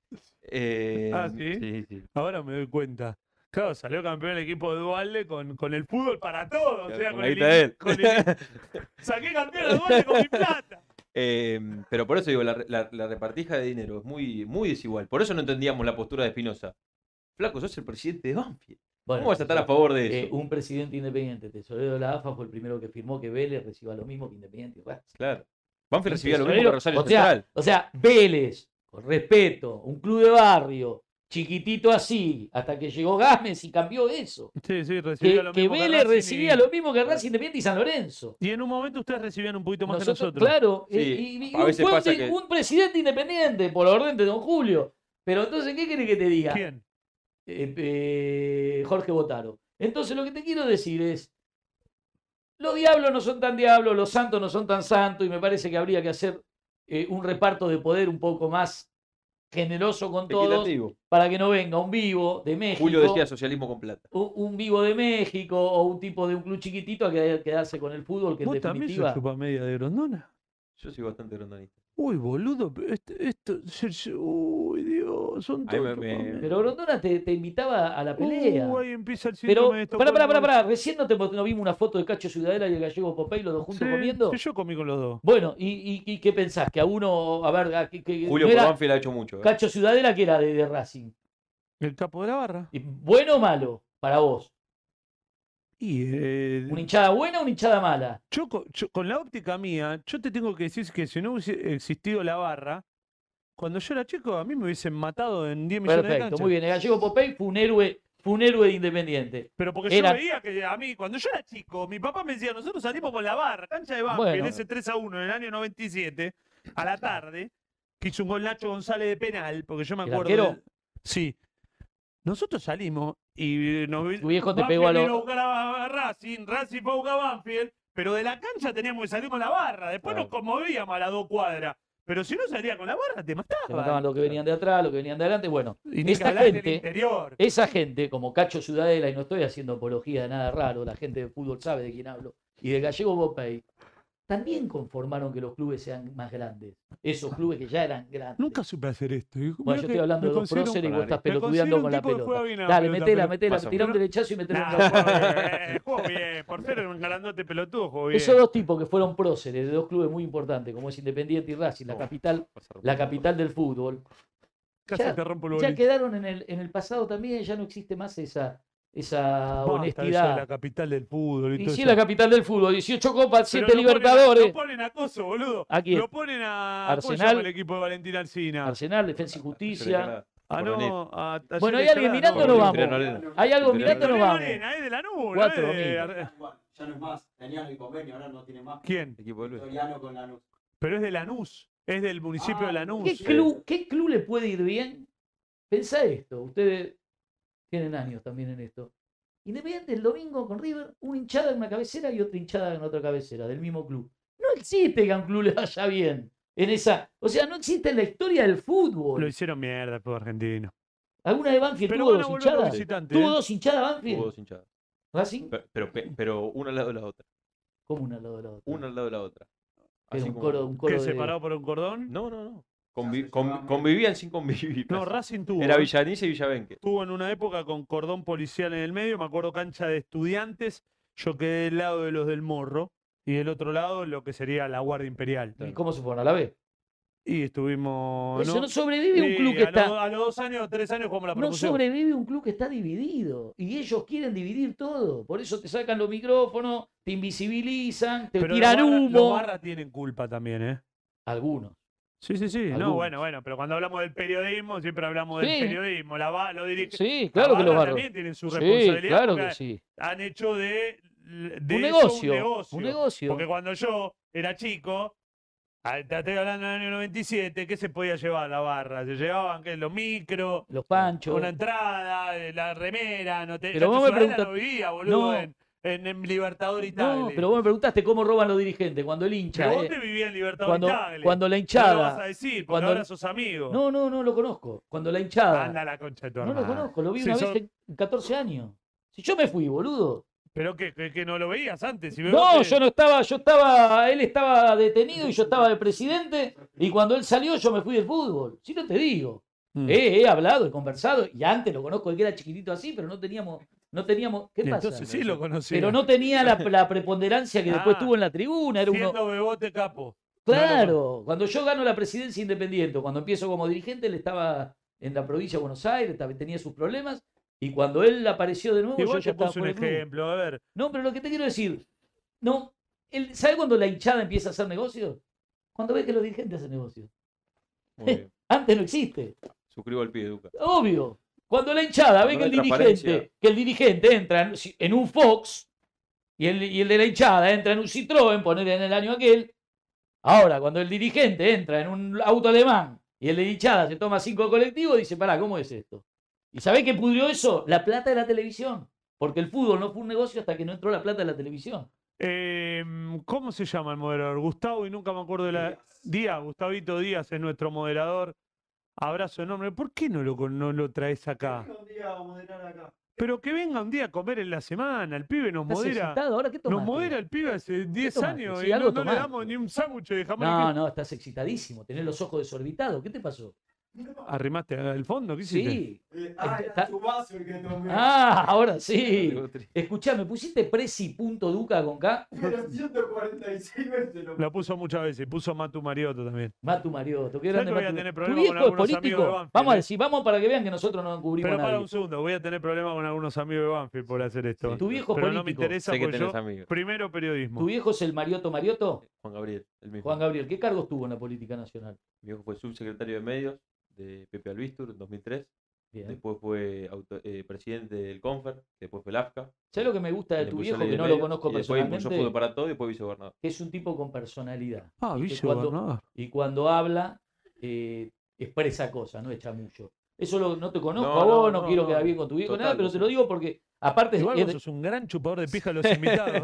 Eh, Ah, ¿sí? Sí, sí. Ahora me doy cuenta. Claro, salió campeón el equipo de Dualde con, con el fútbol para todos. O Claro, sea, con con la el, guita de in- él. con el- Saqué campeón a Dualde con mi plata. Eh, pero por eso digo, la, re- la- la repartija de dinero es muy, muy desigual. Por eso no entendíamos la postura de Espinosa. Flaco, sos el presidente de Banfield. Bueno, ¿Cómo vas a estar a entonces- favor de Eh, eso? un presidente independiente, tesorero de la AFA, fue el primero que firmó que Vélez reciba lo mismo que Independiente. y Racing. Claro. Un Banfield recibía lo mismo que tesorero, Rosario o sea, Central. O sea, Vélez, con respeto, un club de barrio, chiquitito así, hasta que llegó Gámez y cambió eso. Sí, sí, Que, recibía lo que mismo. Vélez Racing recibía y, lo mismo que Racing Independiente y San Lorenzo. y en un momento ustedes recibían un poquito más que nosotros. Claro, Sí, eh, y, y a un, veces fue un pasa di- que- un presidente independiente, por orden de Don Julio. Pero entonces, ¿qué quiere que te diga? ¿Quién? eh, eh, Jorge Botaro. Entonces lo que te quiero decir es, los diablos no son tan diablos, los santos no son tan santos, y me parece que habría que hacer eh, un reparto de poder un poco más generoso con todos Equitativo. para que no venga un vivo de México, Julio decía socialismo con plata. un, un vivo de México o un tipo de un club chiquitito a que- quedarse con el fútbol que en ¿Vos también definitiva... sos chupa media de Grondona? Yo soy bastante rondonista. Uy, boludo, pero este- esto, se- se- uy, Dios, son A mí me- todos me- chupamedias. Pero Grondona te, te invitaba a la pelea. Uh, ahí empieza el Pero, síndrome de pará, pará, pará, Estocolmo. pará. Recién no, te, no vimos una foto de Cacho Ciudadela y el gallego Popey, los dos juntos Sí, comiendo. que yo comí con los dos. Bueno, ¿y, y, y qué pensás? Que a uno, a ver, a- que, que- Julio no por era Banfield ha hecho mucho. ¿eh? Cacho Ciudadela que era de, de Racing. El capo de la barra. Y ¿Bueno o malo para vos? Y eh, ¿Una hinchada buena o una hinchada mala? yo, co- yo- con la óptica mía, yo te tengo que decir que si no hubiese existido la barra, cuando yo era chico, a mí me hubiesen matado en 10 millones de Perfecto, canchas. muy bien. El gallego Popey fue un héroe, fue un héroe de Independiente. Pero porque Era- yo veía que a mí, cuando yo era chico, mi papá me decía, nosotros salimos con la barra, cancha de Banfield, Bueno. ese 3 a 1 en el año 97, a la tarde, que hizo un gol Nacho González de penal, porque yo me ¿El acuerdo. arquero? del- Sí. Nosotros salimos y nos vi- Tu viejo te pegó a Banfield vino los. buscar a a Racing, Racing fue a buscar a Banfield, pero de la cancha teníamos que salir con la barra, después nos Claro. conmovíamos a las dos cuadras. Pero si no salía con la barra, te Se mataban. mataban los que venían de atrás, los que venían de adelante. Bueno, Y ni que Esta hablar del gente- interior. Esa gente, como Cacho Ciudadela, y no estoy haciendo apología de nada raro, la gente de fútbol sabe de quién hablo, y de Gallego Bopey, también conformaron que los clubes sean más grandes. Esos clubes que ya eran grandes. Nunca supe hacer esto. Y mirá bueno, yo que estoy hablando me de los considero un próceres y vos pará, estás me pelotudeando considero con un la tipo que pelota. juega bien a la Dale, pelota, metela, pero- metela, Pasa, tirá un pero- derechazo y metela en Nah, jugó la bien, jugó bien. Por ser un grandote pelotudo, jugó bien. Esos dos tipos que fueron próceres de dos clubes muy importantes, como es Independiente y Racing, la Oh. capital, la capital del fútbol, Casi ya- te rompo el ya bolito. quedaron en el, en el pasado también, ya no existe más esa, esa Basta eso de honestidad. la capital del fútbol y, Y todo si es eso. la capital del fútbol, 18 copas, Pero 7 lo ponen a- libertadores. Lo ponen a Coso, boludo. ¿A quién? Lo ponen a. ¿cómo se Arsenal. llama el equipo de Valentín Alcina. Arsenal, Defensa y Justicia. Ah, no. A, a Bueno, Talleres hay alguien Colorado. mirando o no vamos? ¿Hay algo Pero mirando o no Victoria vamos? Lorena, es de la nube. Cuatro no es de- domingos. Ar- Igual, Ya no es más. Tenían el convenio, ahora no tiene más. ¿Quién? Equipo de Luis. Victoriano con Lanús. Pero es de Lanús. Es del municipio Ah, de Lanús. ¿Qué Sí. club, ¿Qué club le puede ir bien? Pensá esto, ustedes tienen años también en esto. Independiente el domingo con River, una hinchada en una cabecera y otra hinchada en otra cabecera, del mismo club. No existe que a un club le vaya bien. En esa, o sea, no existe en la historia del Lo fútbol. hicieron mierda, el pueblo argentino. ¿Alguna de Banfield Pero tuvo van a dos volver los hinchadas? visitantes. ¿Tuvo ¿eh? dos hinchadas Banfield? Hubo dos hinchadas. ¿Racing? Pero, pero, pe- pero una al lado de la otra. Como una al lado de la otra. Una al lado de la otra. Era Así un como- coro, un coro Que de- separado por un cordón. No, no, no. Convi- se con- llevaban- convivían sin convivir. No, casi. Racing tuvo. Era ¿eh? Villanice y Villavenque. Estuvo en una época con cordón policial en el medio, me acuerdo cancha de estudiantes, yo quedé del lado de los del Morro y del otro lado lo que sería la Guardia Imperial. ¿Y cómo se fueron a la B? Y estuvimos... Eso no sobrevive un Sí, club que a, los, está. a los dos años o tres años como la No promoción. sobrevive un club que está dividido. Y ellos quieren dividir todo. Por eso te sacan los micrófonos, te invisibilizan, te Pero los tiran barra- Los humo. barra tienen culpa también, ¿eh? Algunos. Sí, sí, sí. No, Algunos. bueno, bueno, pero cuando hablamos del periodismo, siempre hablamos Sí. del periodismo. La, va- lo dirige- Sí, la claro que barra los barro. también tienen su Sí, responsabilidad. claro porque que sí. Han hecho de, de Un eso negocio. Un negocio. Porque cuando yo era chico, a- te estoy hablando del año 97, ¿qué se podía llevar la barra? Se llevaban ¿qué? los micros, Los panchos. una entrada, eh, la remera, no te Pero ya vos tu me sudadera preguntás- no vivía, boludo, No. en, en, en Libertador y No, Tagle. pero vos me preguntaste cómo roban los dirigentes cuando el hincha. Pero vos eh, te vivías en Libertador cuando, y Tagle. cuando la No lo vas hinchada. a decir, porque cuando- ahora sos amigo. No, no, no lo conozco. Cuando la hinchada. Anda la concha de tu no lo hermana. conozco, lo vi Si una sos- vez en- en 14 años. Si yo me fui, boludo. Pero que, que, que no lo veías antes. si me- No, vos te- yo no estaba, yo estaba, él estaba detenido y yo estaba de presidente. Y cuando él salió, yo me fui del fútbol. Si no te digo. Mm. He, he hablado, he conversado. Y antes lo conozco, él que era chiquitito así, pero no teníamos, no teníamos. ¿Qué Y pasa? Entonces sí lo conocía. Pero no tenía la, la preponderancia que después Ah. tuvo en la tribuna. Era uno, Siendo bebote capo. Claro, cuando yo gano la presidencia independiente, cuando empiezo como dirigente, él estaba en la provincia de Buenos Aires, tab- tenía sus problemas, y cuando él apareció de nuevo, Y yo vos te ya estaba puse un fuera del club. ejemplo, a ver. No, pero lo que te quiero decir, no, él, ¿sabe cuando la hinchada empieza a hacer negocios? Cuando ves que los dirigentes hacen negocios. Muy bien. Antes no existe, Suscribo al pie, Duca. obvio. Cuando la hinchada ve Cuando que el no hay transparencia. dirigente, que el dirigente entra en, si- en un Fox y el, y el de la hinchada entra en un Citroën, poner en el año aquel. Ahora, cuando el dirigente entra en un auto alemán y el de la hinchada se toma cinco colectivos, dice, pará, ¿cómo es esto? ¿Y sabés qué pudrió eso? La plata de la televisión. Porque el fútbol no fue un negocio hasta que no entró la plata de la televisión. Em, ¿Cómo se llama el moderador? Gustavo, y nunca me acuerdo de Eh, la. Díaz, Gustavito Díaz es nuestro moderador. Abrazo enorme. ¿Por qué no lo, con- no lo traes acá? Un día a moderar acá. Pero que venga un día a comer en la semana. El pibe nos ¿Estás modera. excitado ahora? ¿Qué Nos tomaste? modera el pibe hace 10 tomaste? años Sí, y algo no, no le tomaste. damos ni un sándwich de jamón. No, y no, estás excitadísimo. Tenés los ojos desorbitados. ¿Qué te pasó? queso. ¿Arrimaste al fondo? ¿Qué hiciste? Sí. Eh, ah, Está- era Chubasio el que tomé. Ah, ahora sí. Algo triste. Escuchame, ¿pusiste presi.duca con K? Pero 146 veces lo Lo puso muchas veces. Puso Matu Mariotto también. Matu Mariotto, qué ¿Sabés grande que voy a Matu- tener ¿Tu problemas viejo con es algunos amigos de político? Banfield, vamos a eh? decir, vamos para que vean que nosotros no encubrimos Pero a para nadie. un segundo. Voy a tener problemas con algunos amigos de Banfield por hacer esto. Sí. Tu viejo es Pero no me político. interesa Sé que porque yo. tenés amigos. Primero periodismo. ¿Tu viejo es el Mariotto Mariotto? Juan Gabriel, el mismo. Juan Gabriel, ¿qué cargos tuvo en la política nacional? Mi viejo fue subsecretario de medios de Pepe Albistur en 2003. Bien. Después fue auto- eh, presidente del Confer. Después fue el AFCA. ¿Sabes lo que me gusta de tu Después viejo, ley que de no lo medios, conozco y después impulsó Fútbol personalmente? para todo y después vicegobernador. Que es un tipo con personalidad. Ah, Y que Villa cuando- Gobernador. Y cuando habla, eh, expresa cosas, no echa mucho. Eso lo- no te conozco No, a vos, no, no, no, quiero no. quedar bien con tu viejo, Total, nada, pero te lo digo porque, aparte, Igual es vos de- sos un gran chupador de pija a los invitados.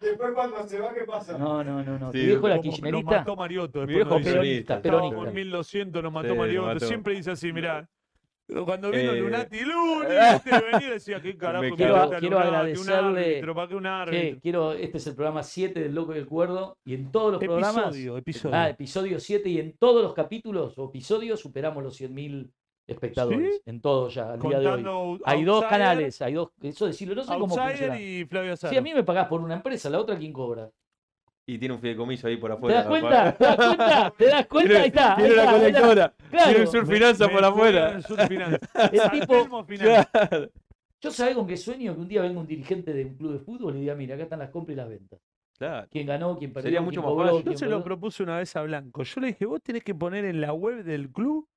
Después cuando se va, ¿qué pasa? No, no, no, no. Sí, tu viejo era Como Nos kirchnerista. mató Mariotto. Mi después viejo nos dice. peronista, peronista. Estábamos peronista. con 1200, nos mató Sí, nos Mariotto. mató. Siempre dice así, mirá. Cuando vino Eh, Lunati, Luni, antes de venir decía, qué carajo, Me me quiero- gusta quiero Lunati, un agradecerle- árbitro, ¿para qué un Che, árbitro? quiero, este es el programa 7 del Loco y el Cuerdo. Y en todos los programas. Episodio, episodio. Ah, episodio 7. Y en todos los capítulos o episodios superamos los 100.000 espectadores. ¿Sí? En todos ya, al día de hoy. Contando Hay dos Outsider, canales, hay dos. Eso decirlo, no sé cómo funciona. Outsider y Flavio Saro. Si a mí me pagás por una empresa, la otra, ¿quién cobra? Y tiene un fideicomiso ahí por ¿Te afuera. das cuenta? ¿Te das cuenta? ¿Te das cuenta? Ahí está. ahí Tiene una está, ahí está. colectora. Tiene Claro. un surfinanza por afuera. El tipo, final. yo sabés con qué sueño que un día venga un dirigente de un club de fútbol y diga, mira, acá están las compras y las ventas. Claro. quién ganó, quién perdió. Sería quién mucho más cobró, fácil. Yo quién se lo perdió. propuse una vez a Blanco. Yo le dije, vos tenés que poner en la web del club,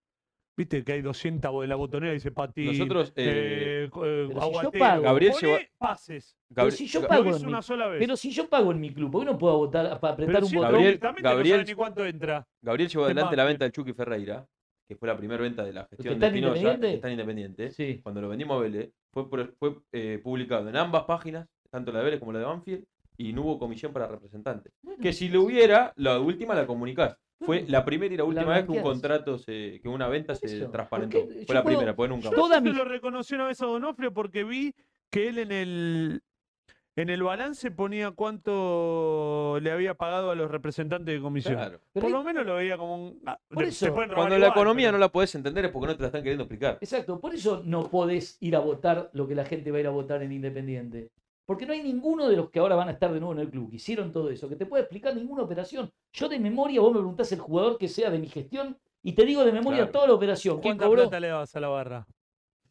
viste que hay 200 bo- en la botonera, dice Pati. Nosotros, eh, si yo pago- Gabriel Gabriel lleva... llevó- pases. Pero Gabri- si yo Ga- pago Lo en hizo mi- una sola vez. Pero si yo pago en mi club, ¿por qué no puedo votar, para apretar Pero un si botón? Gabriel- directamente Gabriel- no sabe ni cuánto entra. Gabriel llevó Qué adelante la mafia. venta del Chucky Ferreira, que fue la primera venta de la gestión está de en Pinoza, Independiente? que está en Independiente. Sí. Cuando lo vendimos a Vélez, fue, por- fue eh, publicado en ambas páginas, tanto la de Vélez como la de Banfield, y no hubo comisión para representantes. Bueno, Que si lo hubiera, la última la comunicás. Fue Claro. la primera y la última vez que un blanqueás. contrato, se, que una venta se Eso. transparentó. ¿Por qué? Yo Fue la puedo- primera, pues nunca. Yo Toda se mi- lo reconocí una vez a Donofrio porque vi que él en el En el balance ponía cuánto le había pagado a los representantes de comisión. Claro. Por lo menos lo veía como un. ah, Por se- se eso, pueden robar Cuando la igual, economía pero- no la podés entender es porque no te la están queriendo explicar. Exacto, por eso no podés ir a votar lo que la gente va a ir a votar en Independiente. Porque no hay ninguno de los que ahora van a estar de nuevo en el club que hicieron todo eso, que te puede explicar ninguna operación. Yo de memoria, vos me preguntás el jugador que sea de mi gestión y te digo de memoria Claro. toda la operación. ¿Quién ¿Cuánta cobró? plata le dabas a la barra?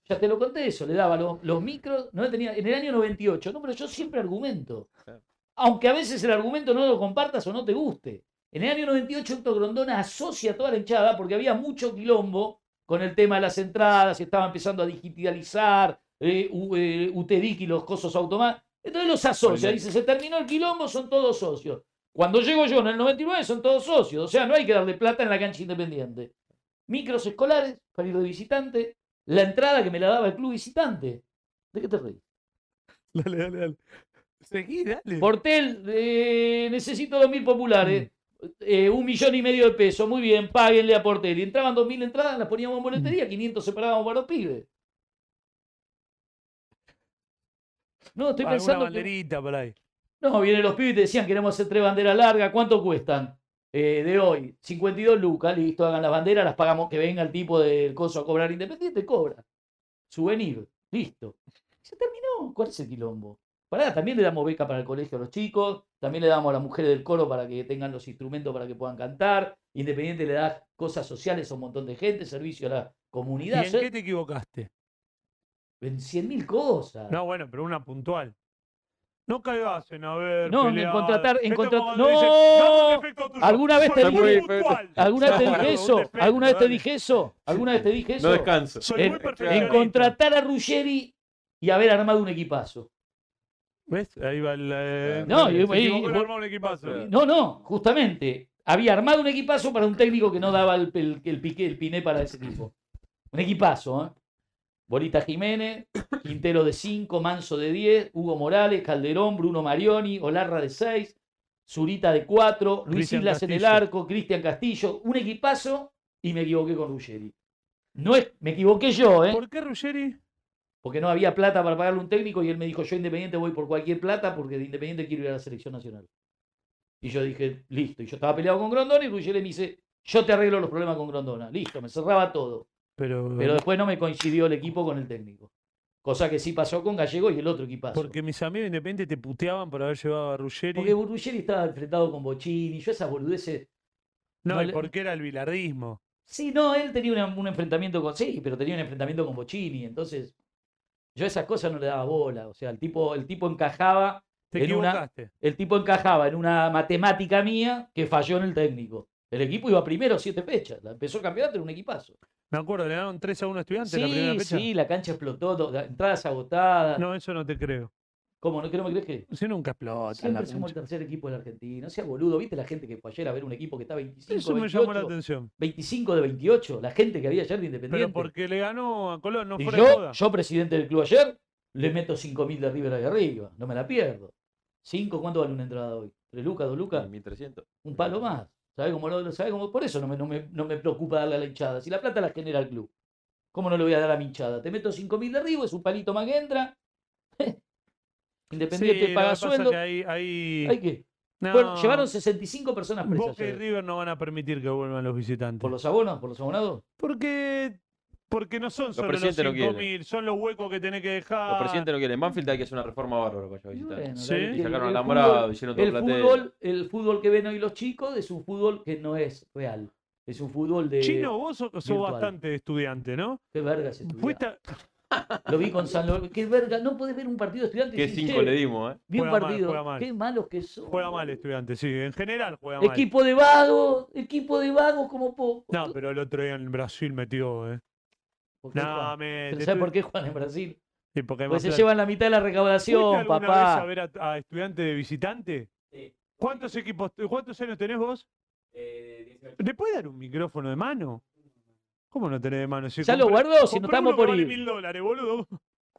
Ya te lo conté eso, le daba lo- los micros, no le tenía, en el año 98, no, pero yo siempre argumento. Claro. Aunque a veces el argumento no lo compartas o no te guste. En el año 98 Héctor Grondona asocia a toda la hinchada porque había mucho quilombo con el tema de las entradas, se estaba empezando a digitalizar, eh, U- eh, UTEDIC y los cosos automáticos. Entonces los asocia, Olvidate. dice, se terminó el quilombo, son todos socios. Cuando llego yo en el 99 son todos socios, o sea, no hay que darle plata en la cancha independiente. Micros escolares para ir de visitante, la entrada que me la daba el club visitante. ¿De qué te reís? Dale, dale, dale. Seguí, dale. Portel, eh, necesito 2.000 populares, eh, un millón y medio de pesos, muy bien, páguenle a Portel. Y entraban 2.000 entradas, las poníamos en boletería, 500 separábamos para los pibes. No, estoy Alguna pensando que... banderita por ahí. No, vienen los pibes y te decían, queremos hacer tres banderas largas, ¿cuánto cuestan? Eh, de hoy, 52 lucas, listo, hagan las banderas, las pagamos, que venga el tipo del coso a cobrar independiente, cobra. Souvenir, listo. Se terminó, ¿cuál es el quilombo? Pará, también le damos beca para el colegio a los chicos, también le damos a las mujeres del coro para que tengan los instrumentos para que puedan cantar, Independiente le da cosas sociales a un montón de gente, servicio a la ¿Y comunidad, en qué te equivocaste? en 100.000 cosas. No, bueno, pero una puntual. No caigas en haber. No, en peleado. contratar- en Esto contratar- como cuando dicen, ¡No! "Dame un defecto tuyo". Alguna vez Soy te muy dije- puntual. ¿Alguna vez te Claro, dije un eso? defecto, ¿Alguna vez te dale. dije eso? ¿Alguna vez te dije eso? No descanso. Eh, Soy muy En- en perfeccionista. contratar a Ruggeri y haber armado un equipazo. ¿Ves? Ahí va el. eh, No, se y- equivocó y- en y- armar un equipazo. No, no, justamente. Había armado un equipazo para un técnico que no daba el, el, el piqué, el piné para ese tipo. Un equipazo, ¿eh? Bolita Jiménez, Quintero de 5, Manso de 10, Hugo Morales, Calderón, Bruno Marioni, Olarra de 6, Zurita de 4, Luis Cristian Islas en el Castillo. arco, Cristian Castillo. Un equipazo y me equivoqué con Ruggeri. No es, me equivoqué yo, ¿eh? ¿Por qué Ruggeri? porque no había plata para pagarle un técnico y él me dijo, yo Independiente voy por cualquier plata porque de Independiente quiero ir a la selección nacional. Y yo dije, listo. Y yo estaba peleado con Grondona y Ruggeri me dice, yo te arreglo los problemas con Grondona. Listo, me cerraba todo. Pero, Pero después no me coincidió el equipo con el técnico. Cosa que sí pasó con Gallego y el otro equipazo. porque mis amigos independientes te puteaban por haber llevado a Ruggeri. Porque Ruggeri estaba enfrentado con Bochini, yo esas boludeces... no, no y le- porque era el bilardismo. Sí, no, él tenía una- un enfrentamiento con. Sí, pero tenía un enfrentamiento con Bochini. Entonces, yo esas cosas no le daba bola. O sea, el tipo, el tipo encajaba. Te en una, equivocaste. el tipo encajaba en una matemática mía que falló en el técnico. El equipo iba primero siete fechas. La empezó el campeonato en un equipazo. Me acuerdo, le dieron 3 a 1 a estudiantes la primera Sí, fecha. sí, la cancha explotó, do- las entradas agotadas. No, eso no te creo. ¿Cómo? ¿No, que no me crees que? Si nunca explota. la Siempre somos el cancha. tercer equipo de la Argentina. No sea boludo, ¿viste la gente que fue ayer a ver un equipo que está 25, Eso me llamó la 28, atención. 25 de 28? La gente que había ayer de Independiente. Pero porque le ganó a Colón, no Y fuera de yo, joda. yo, presidente del club ayer, le meto 5.000 de River ahí arriba. No me la pierdo. ¿Cinco? ¿Cuánto vale una entrada hoy? ¿Tres lucas, dos lucas? 1300. Un palo más. ¿Sabes cómo lo, lo- sabe cómo? Por eso no me, no, me, no me preocupa darle a la hinchada. Si la plata la genera el club, ¿cómo no le voy a dar a mi hinchada? Te meto 5.000 de arriba, es un palito más que entra. Independiente Sí, lo que paga pasa sueldo. que ahí- ahí- Hay que. No, Bueno, llevaron 65 personas presas Boca y ayer. River no van a permitir que vuelvan los visitantes. ¿Por los abonos? ¿Por los abonados? Porque, porque no son solo los presidentes no quieren. 5.000, son los huecos que tenés que dejar. Los presidentes no quieren. En Banfield hay que hacer una reforma bárbara para allá Ah. Y visitar. bueno, Sí. la- el- Y sacaron el alambrado, fútbol- hicieron todo el platel. fútbol, el fútbol que ven hoy los chicos es un fútbol que no es real. Es un fútbol de. Eh, Chino, vos so- sos, eh, virtual. bastante estudiante, ¿no? Qué verga se Fuiste a- Lo vi con San Lorenzo. Qué verga. No podés ver un partido de estudiantes. Qué y decir, 5 "Che, le dimos, ¿eh? Vi un Juega mal, partido. juega mal. Qué malos que son. Juega mal boludo. estudiante, sí. En general juega mal. Equipo de vagos. Equipo de vagos como poco. No, pero el otro día en Brasil metió, ¿eh? ¿Por qué No, juegan? me. Pero te ¿sabes tu- por qué juegan en Brasil? Sí, porque hay Pues más se plata. llevan la mitad de la ¿Fuiste recaudación, alguna vez a papá. ver a, a estudiante de visitante? Sí. ¿Cuántos equipos, cuántos años tenés vos? Eh, 18. ¿Le puede dar un micrófono de mano? ¿Cómo no tenés de mano? Si Ya lo compré- guardó, si no compré estamos uno que por vale ir. mil dólares, boludo.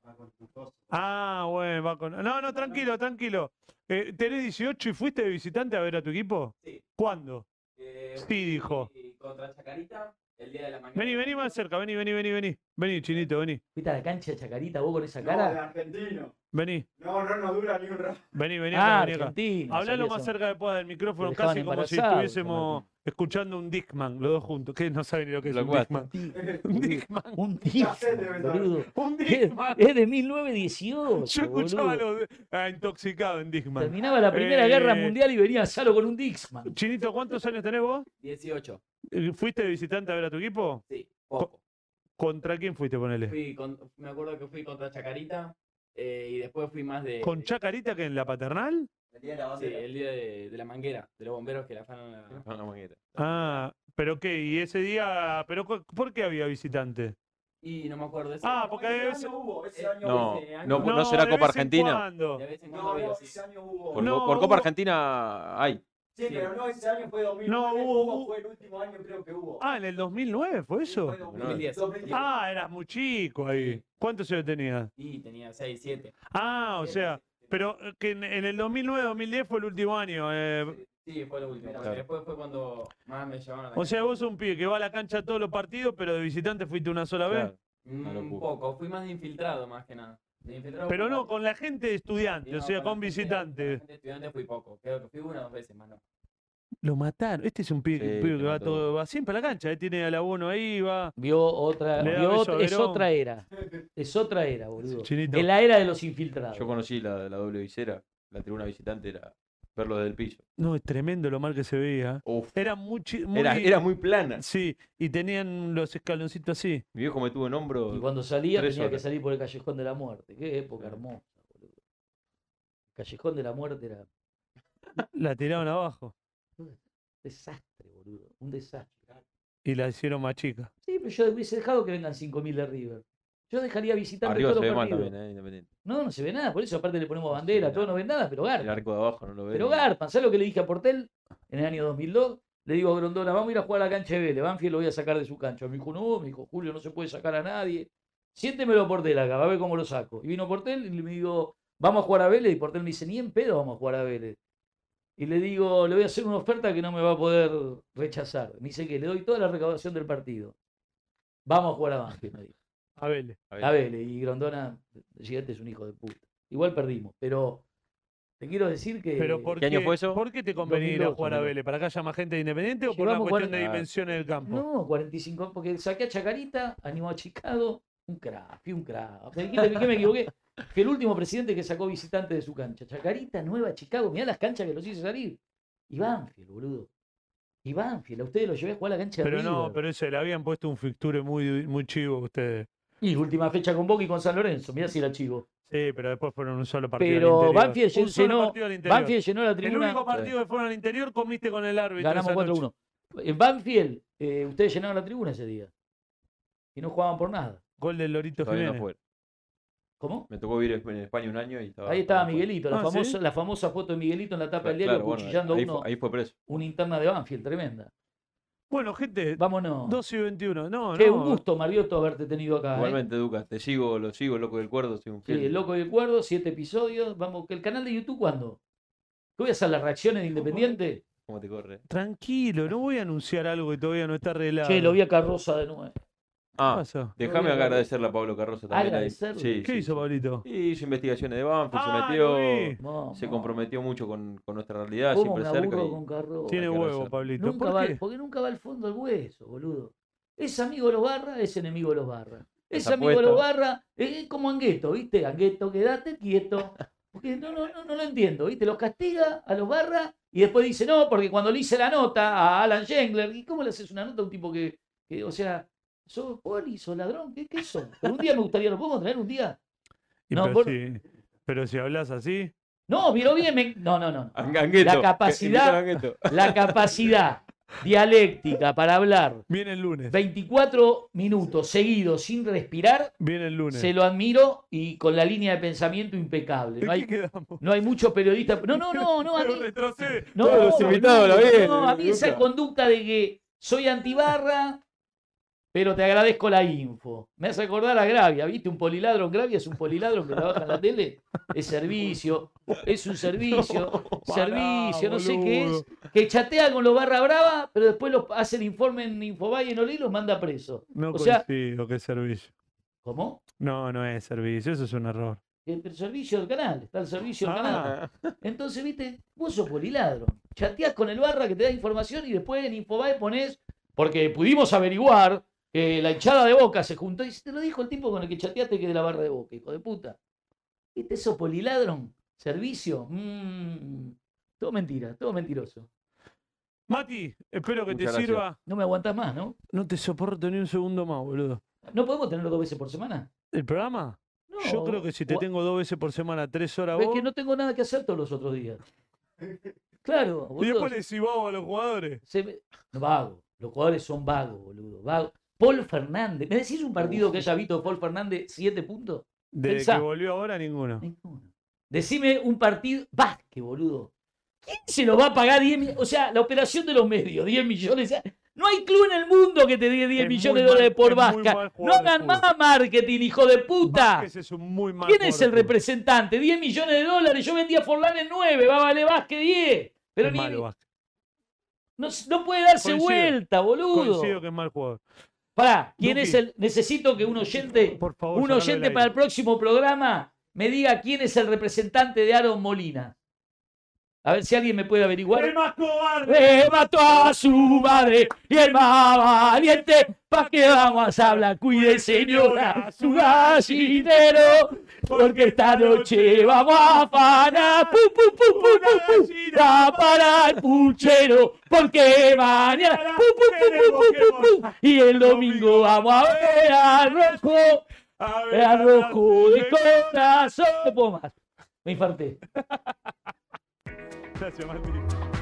Va con tu coso. Ah, bueno, va con. No, no, tranquilo, tranquilo. Eh, ¿Tenés 18 y fuiste de visitante a ver a tu equipo? Sí. ¿Cuándo? Eh, Sí, dijo. y Contra Chacarita, el día de la mañana. Vení, vení más cerca, vení, vení, vení, vení. Vení, chinito, vení. Fuiste a la cancha de Chacarita vos con esa No, de cara. argentino. Vení, No, no, no dura ni un rato. vení, vení acá, Ah, vení acá. Argentina. Hablalo sabía más eso. cerca que puedas del micrófono, Te dejaban casi como si embarazado, estuviésemos escuchando un Dickman, los dos juntos. Que no saben ni lo que es Lo un cual. Dickman. Un Yo Dickman. Un tío, cassette debe estar. boludo. Un Es Dickman. es de 1918. Yo escuchaba boludo. los ah, intoxicado en Dickman. Terminaba la Primera Eh, Guerra Mundial y venía Salo con un Dixman. Chinito, ¿cuántos años tenés vos? 18, Eh, ¿Fuiste de visitante a ver a tu equipo? sí, poco. ¿Contra quién fuiste, ponele? Fui con- me acuerdo que fui contra Chacarita eh, y después fui más de. ¿Con Chacarita que en la paternal? El día de la bandera. el día de, de la manguera, de los bomberos que la afanan la. Ah, la manguera. Ah, pero qué, y ese día, pero cu- ¿por qué había visitante? Y no me acuerdo ese. Ah, porque debe Ese ser- año hubo, ese Eh, año No, hubo. no, no, será de Copa vez en Argentina. cuando. De vez en cuando No, veo, no, sí. ese año hubo. Por, No, por Copa hubo- Argentina hay. Sí, pero no, ese año fue 2009. No, hubo- Fue el último año creo que hubo. Ah, en el 2009 fue eso. Fue 2010. 2010. Ah, eras muy chico ahí. Sí. ¿Cuántos años tenías? Y tenía 6, 7. Ah, o sea, pero eh, que en, en el 2009-2010 fue el último año. eh, Sí, fue lo último. porque Claro. Después fue cuando más me llevaron a la o sea, cancha. vos sos un pibe que va a la cancha a todos los partidos, pero de visitante fuiste una sola vez. Claro. Mm, Una Un locura. poco, fui más de infiltrado más que nada. De infiltrado Pero fui no, poco. con la gente de estudiante, Sí, o no, sea, la con gente- visitantes. la gente estudiante fui poco, creo que fui una o dos veces más, no. Lo mataron. Este es un pibe, Sí, un pibe lo que va, mató. todo, va siempre a la cancha, eh, tiene al abono ahí, va. Vio otra. Le da vio beso a ot- es Verón. otra era. Es otra era, boludo. Chinito. De la era de los infiltrados. Yo conocí la, la doble visera, la tribuna visitante era verlo desde el piso. No, es tremendo lo mal que se veía. Uf, Era muy, chi- muy- era, era muy plana. Sí, y tenían los escaloncitos así. Mi viejo me tuvo en hombro. Y cuando salía Tres tenía que horas. salir por el Callejón de la Muerte. Qué época Claro. hermosa, boludo. El Callejón de la Muerte era un La tiraron abajo desastre, boludo. Un desastre. y la hicieron más chica. Sí, pero yo hubiese dejado que vengan 5.000 de River. Yo dejaría visitantes Arriba se todos ve los mal partidos. también, eh, independiente. No, no se ve nada. Por eso aparte le ponemos No se bandera, ve todos nada. no ven nada, pero El garpan. arco de abajo no lo veo. Pero garpan. ¿Sabes lo que le dije a Portel en el año 2002? Le digo a Grondona, vamos a ir a jugar a la cancha de Vélez. Banfield lo voy a sacar de su cancha. Me dijo, no, me dijo, Julio, no se puede sacar a nadie. Siéntemelo a Portel acá, va a ver cómo lo saco. Y vino Portel y me digo, vamos a jugar a Vélez. Y Portel me dice, ni en pedo vamos a jugar a Vélez. Y le digo, le voy a hacer una oferta que no me va a poder rechazar. Me dice que le doy toda la recaudación del partido. Vamos a jugar a Banfield, me dijo. A ver, A ver, y Grondona, Gigante es un hijo de puta. Igual perdimos, pero te quiero decir Eh, que. pero ¿por ¿qué año fue eso? ¿Por qué te convenía ir a 2002, jugar a 2002. Vélez? ¿Para acá haya más gente de Independiente o por una Llevamos cuestión de 40. dimensiones del campo? No, 45, porque saqué a Chacarita, animó a Chicago, un crack, fui un crack. ¿De qué, de qué me equivoqué? Fui el último presidente que sacó visitante de su cancha. Chacarita, Nueva Chicago, mirá las canchas que los hice salir. Y Banfield, boludo. Y Banfield, a ustedes los llevé a jugar a la cancha de pero no, River. pero eso, le habían puesto un fixture muy, muy chivo a ustedes. Y última fecha con Boca y con San Lorenzo, mirá si era chivo. Sí, pero después fueron un solo partido. al Pero interior. Banfield un solo llenó- partido al interior. Banfield llenó la el tribuna. único partido que fueron al interior comiste con el árbitro. Ganamos esa noche. 4-1. En Banfield, eh, ustedes llenaron la tribuna ese día. Y no jugaban por nada. Gol del Lorito Todavía no Jiménez. fue. ¿cómo? Me tocó vivir en España un año y estaba. Ahí estaba afuera. Miguelito, la, Ah, ¿sí? famosa, la famosa foto de Miguelito en la tapa del diario, Claro, bueno, cuchillando a ahí, uno, fue, ahí fue preso. una interna de Banfield, tremenda. Bueno, gente, Vámonos. 12 y 21. No, Qué no. un gusto, Mariotto, haberte tenido acá. ¿eh? Igualmente, Duca, te sigo, lo sigo, loco del cuerdo, soy un Sí, fiel. El Loco del Cuerdo, siete episodios. Vamos, ¿que ¿el canal de YouTube cuándo? ¿Qué voy a hacer las reacciones de Independiente? ¿Cómo te corre? Tranquilo, no voy a anunciar algo que todavía no está arreglado. Che, lo vi a Carroza de nuevo. ¿Qué Ah, pasó? déjame Lo vi- agradecerle a Pablo Carroza también. ahí. Agradecerle. Sí, ¿Qué sí, hizo sí. Pablito? Y hizo investigaciones de Banfield, Ah, lo se vi. metió, se comprometió mucho con, con nuestra realidad, ¿Cómo me siempre cerca. aburro y- con Carroza? Tiene hay que huevo, agradecer. Pablito. Nunca ¿Por va, qué? porque nunca va al fondo al hueso, boludo. Es amigo de los barras, es enemigo de los barras. Es Las amigo de los apuestas. barras, es como Angueto, ¿viste? Angueto, quédate quieto. Porque no, no, no, no lo entiendo, ¿viste? Los castiga a los barras y después dice, no, porque cuando le hice la nota a Alan Jengler, ¿y cómo le haces una nota a un tipo que, que, o sea, sos poli, sos ladrón? ¿Qué, qué sos? Pero un día me gustaría, ¿lo podemos traer un día? Y No, pero, vos- si, pero si hablas así, No, miró bien, me- no, no, no. Ang- Angueto, Eh, La capacidad- invítalo a Angueto. La capacidad dialéctica para hablar viene el lunes. 24 minutos seguidos sin respirar, Viene el lunes. se lo admiro y con la línea de pensamiento impecable. ¿De No qué hay, quedamos? no hay muchos periodistas. No, no, no, no, a mí, Pero retrocede. no, Todos los invitados lo no, ven, no, a mí esa Luca. conducta de que soy antibarra, pero te agradezco la info. Me hace acordar a Gravia, ¿viste? Un poliladro. Gravia es un poliladro que trabaja en la tele. Es servicio, es un servicio, pará, servicio, no sé qué es boludo. que chatea con los barra brava, pero después los hace el informe en Infobay y no y los manda preso. No o sea, coincido, qué servicio. ¿cómo? No, no es servicio, eso es un error. entre el servicio del canal, está el servicio del canal. Ah, Entonces, viste, vos sos poliladro. Chateás con el barra que te da información y después en Infobae ponés, porque pudimos averiguar que la hinchada de boca se juntó. Y te lo dijo el tipo con el que chateaste que es de la barra de boca, hijo de puta. ¿Viste eso, poliladrón? ¿Servicio? Mm, todo mentira, todo mentiroso. Mati, espero que te Muchas gracias. sirva. No me aguantás más, ¿no? No te soporto ni un segundo más, boludo. ¿No podemos tenerlo dos veces por semana? ¿El programa? No. Yo creo que si te o- tengo dos veces por semana, tres horas Es vos. que no tengo nada que hacer todos los otros días. Claro, Y boludo. después le decís vamos a los jugadores. se me- Vago. Los jugadores son vagos, boludo. Vago. Paul Fernández. ¿Me decís un partido que haya visto de Paul Fernández siete puntos? Desde Pensá. que volvió ahora, ninguno. Ninguno. Decime un partido. Vázquez, boludo. ¿Quién se lo va a pagar 10 millones? O sea, la operación de los medios, 10 millones. O sea, No hay club en el mundo que te dé 10 Es muy millones de dólares mal- por es muy Vasca. mal No jugador de hagan fútbol. más marketing, hijo de puta. Vázquez es un muy mal ¿Quién es el jugador de fútbol. representante? 10 millones de dólares. Yo vendía a Forlán en 9. Va a valer Vázquez 10. Pero Es ni- malo, Vázquez. no, no puede darse Coincido. vuelta, boludo. Coincido que es mal jugador. Pará, ¿quién Duki. es el.? Necesito que un oyente, Por favor, un sacalo del oyente aire. para el próximo programa me diga quién es el representante de Aaron Molina. A ver si alguien me puede averiguar. ¡El más cobarde! Le mató a su madre y el más valiente. ¿Para qué vamos a hablar? Cuide, señora, su gallinero. Porque esta noche vamos a afanar. ¡Pum, pum, pum, pum, pum, pum! La para el puchero. Porque mañana. ¡Pum, pum, pum, pum, pum, pum, pum! Y el domingo vamos a ver al rojo. A ver, Al rojo de Gracias, corazón. No puedo más. Me infarté. Mati.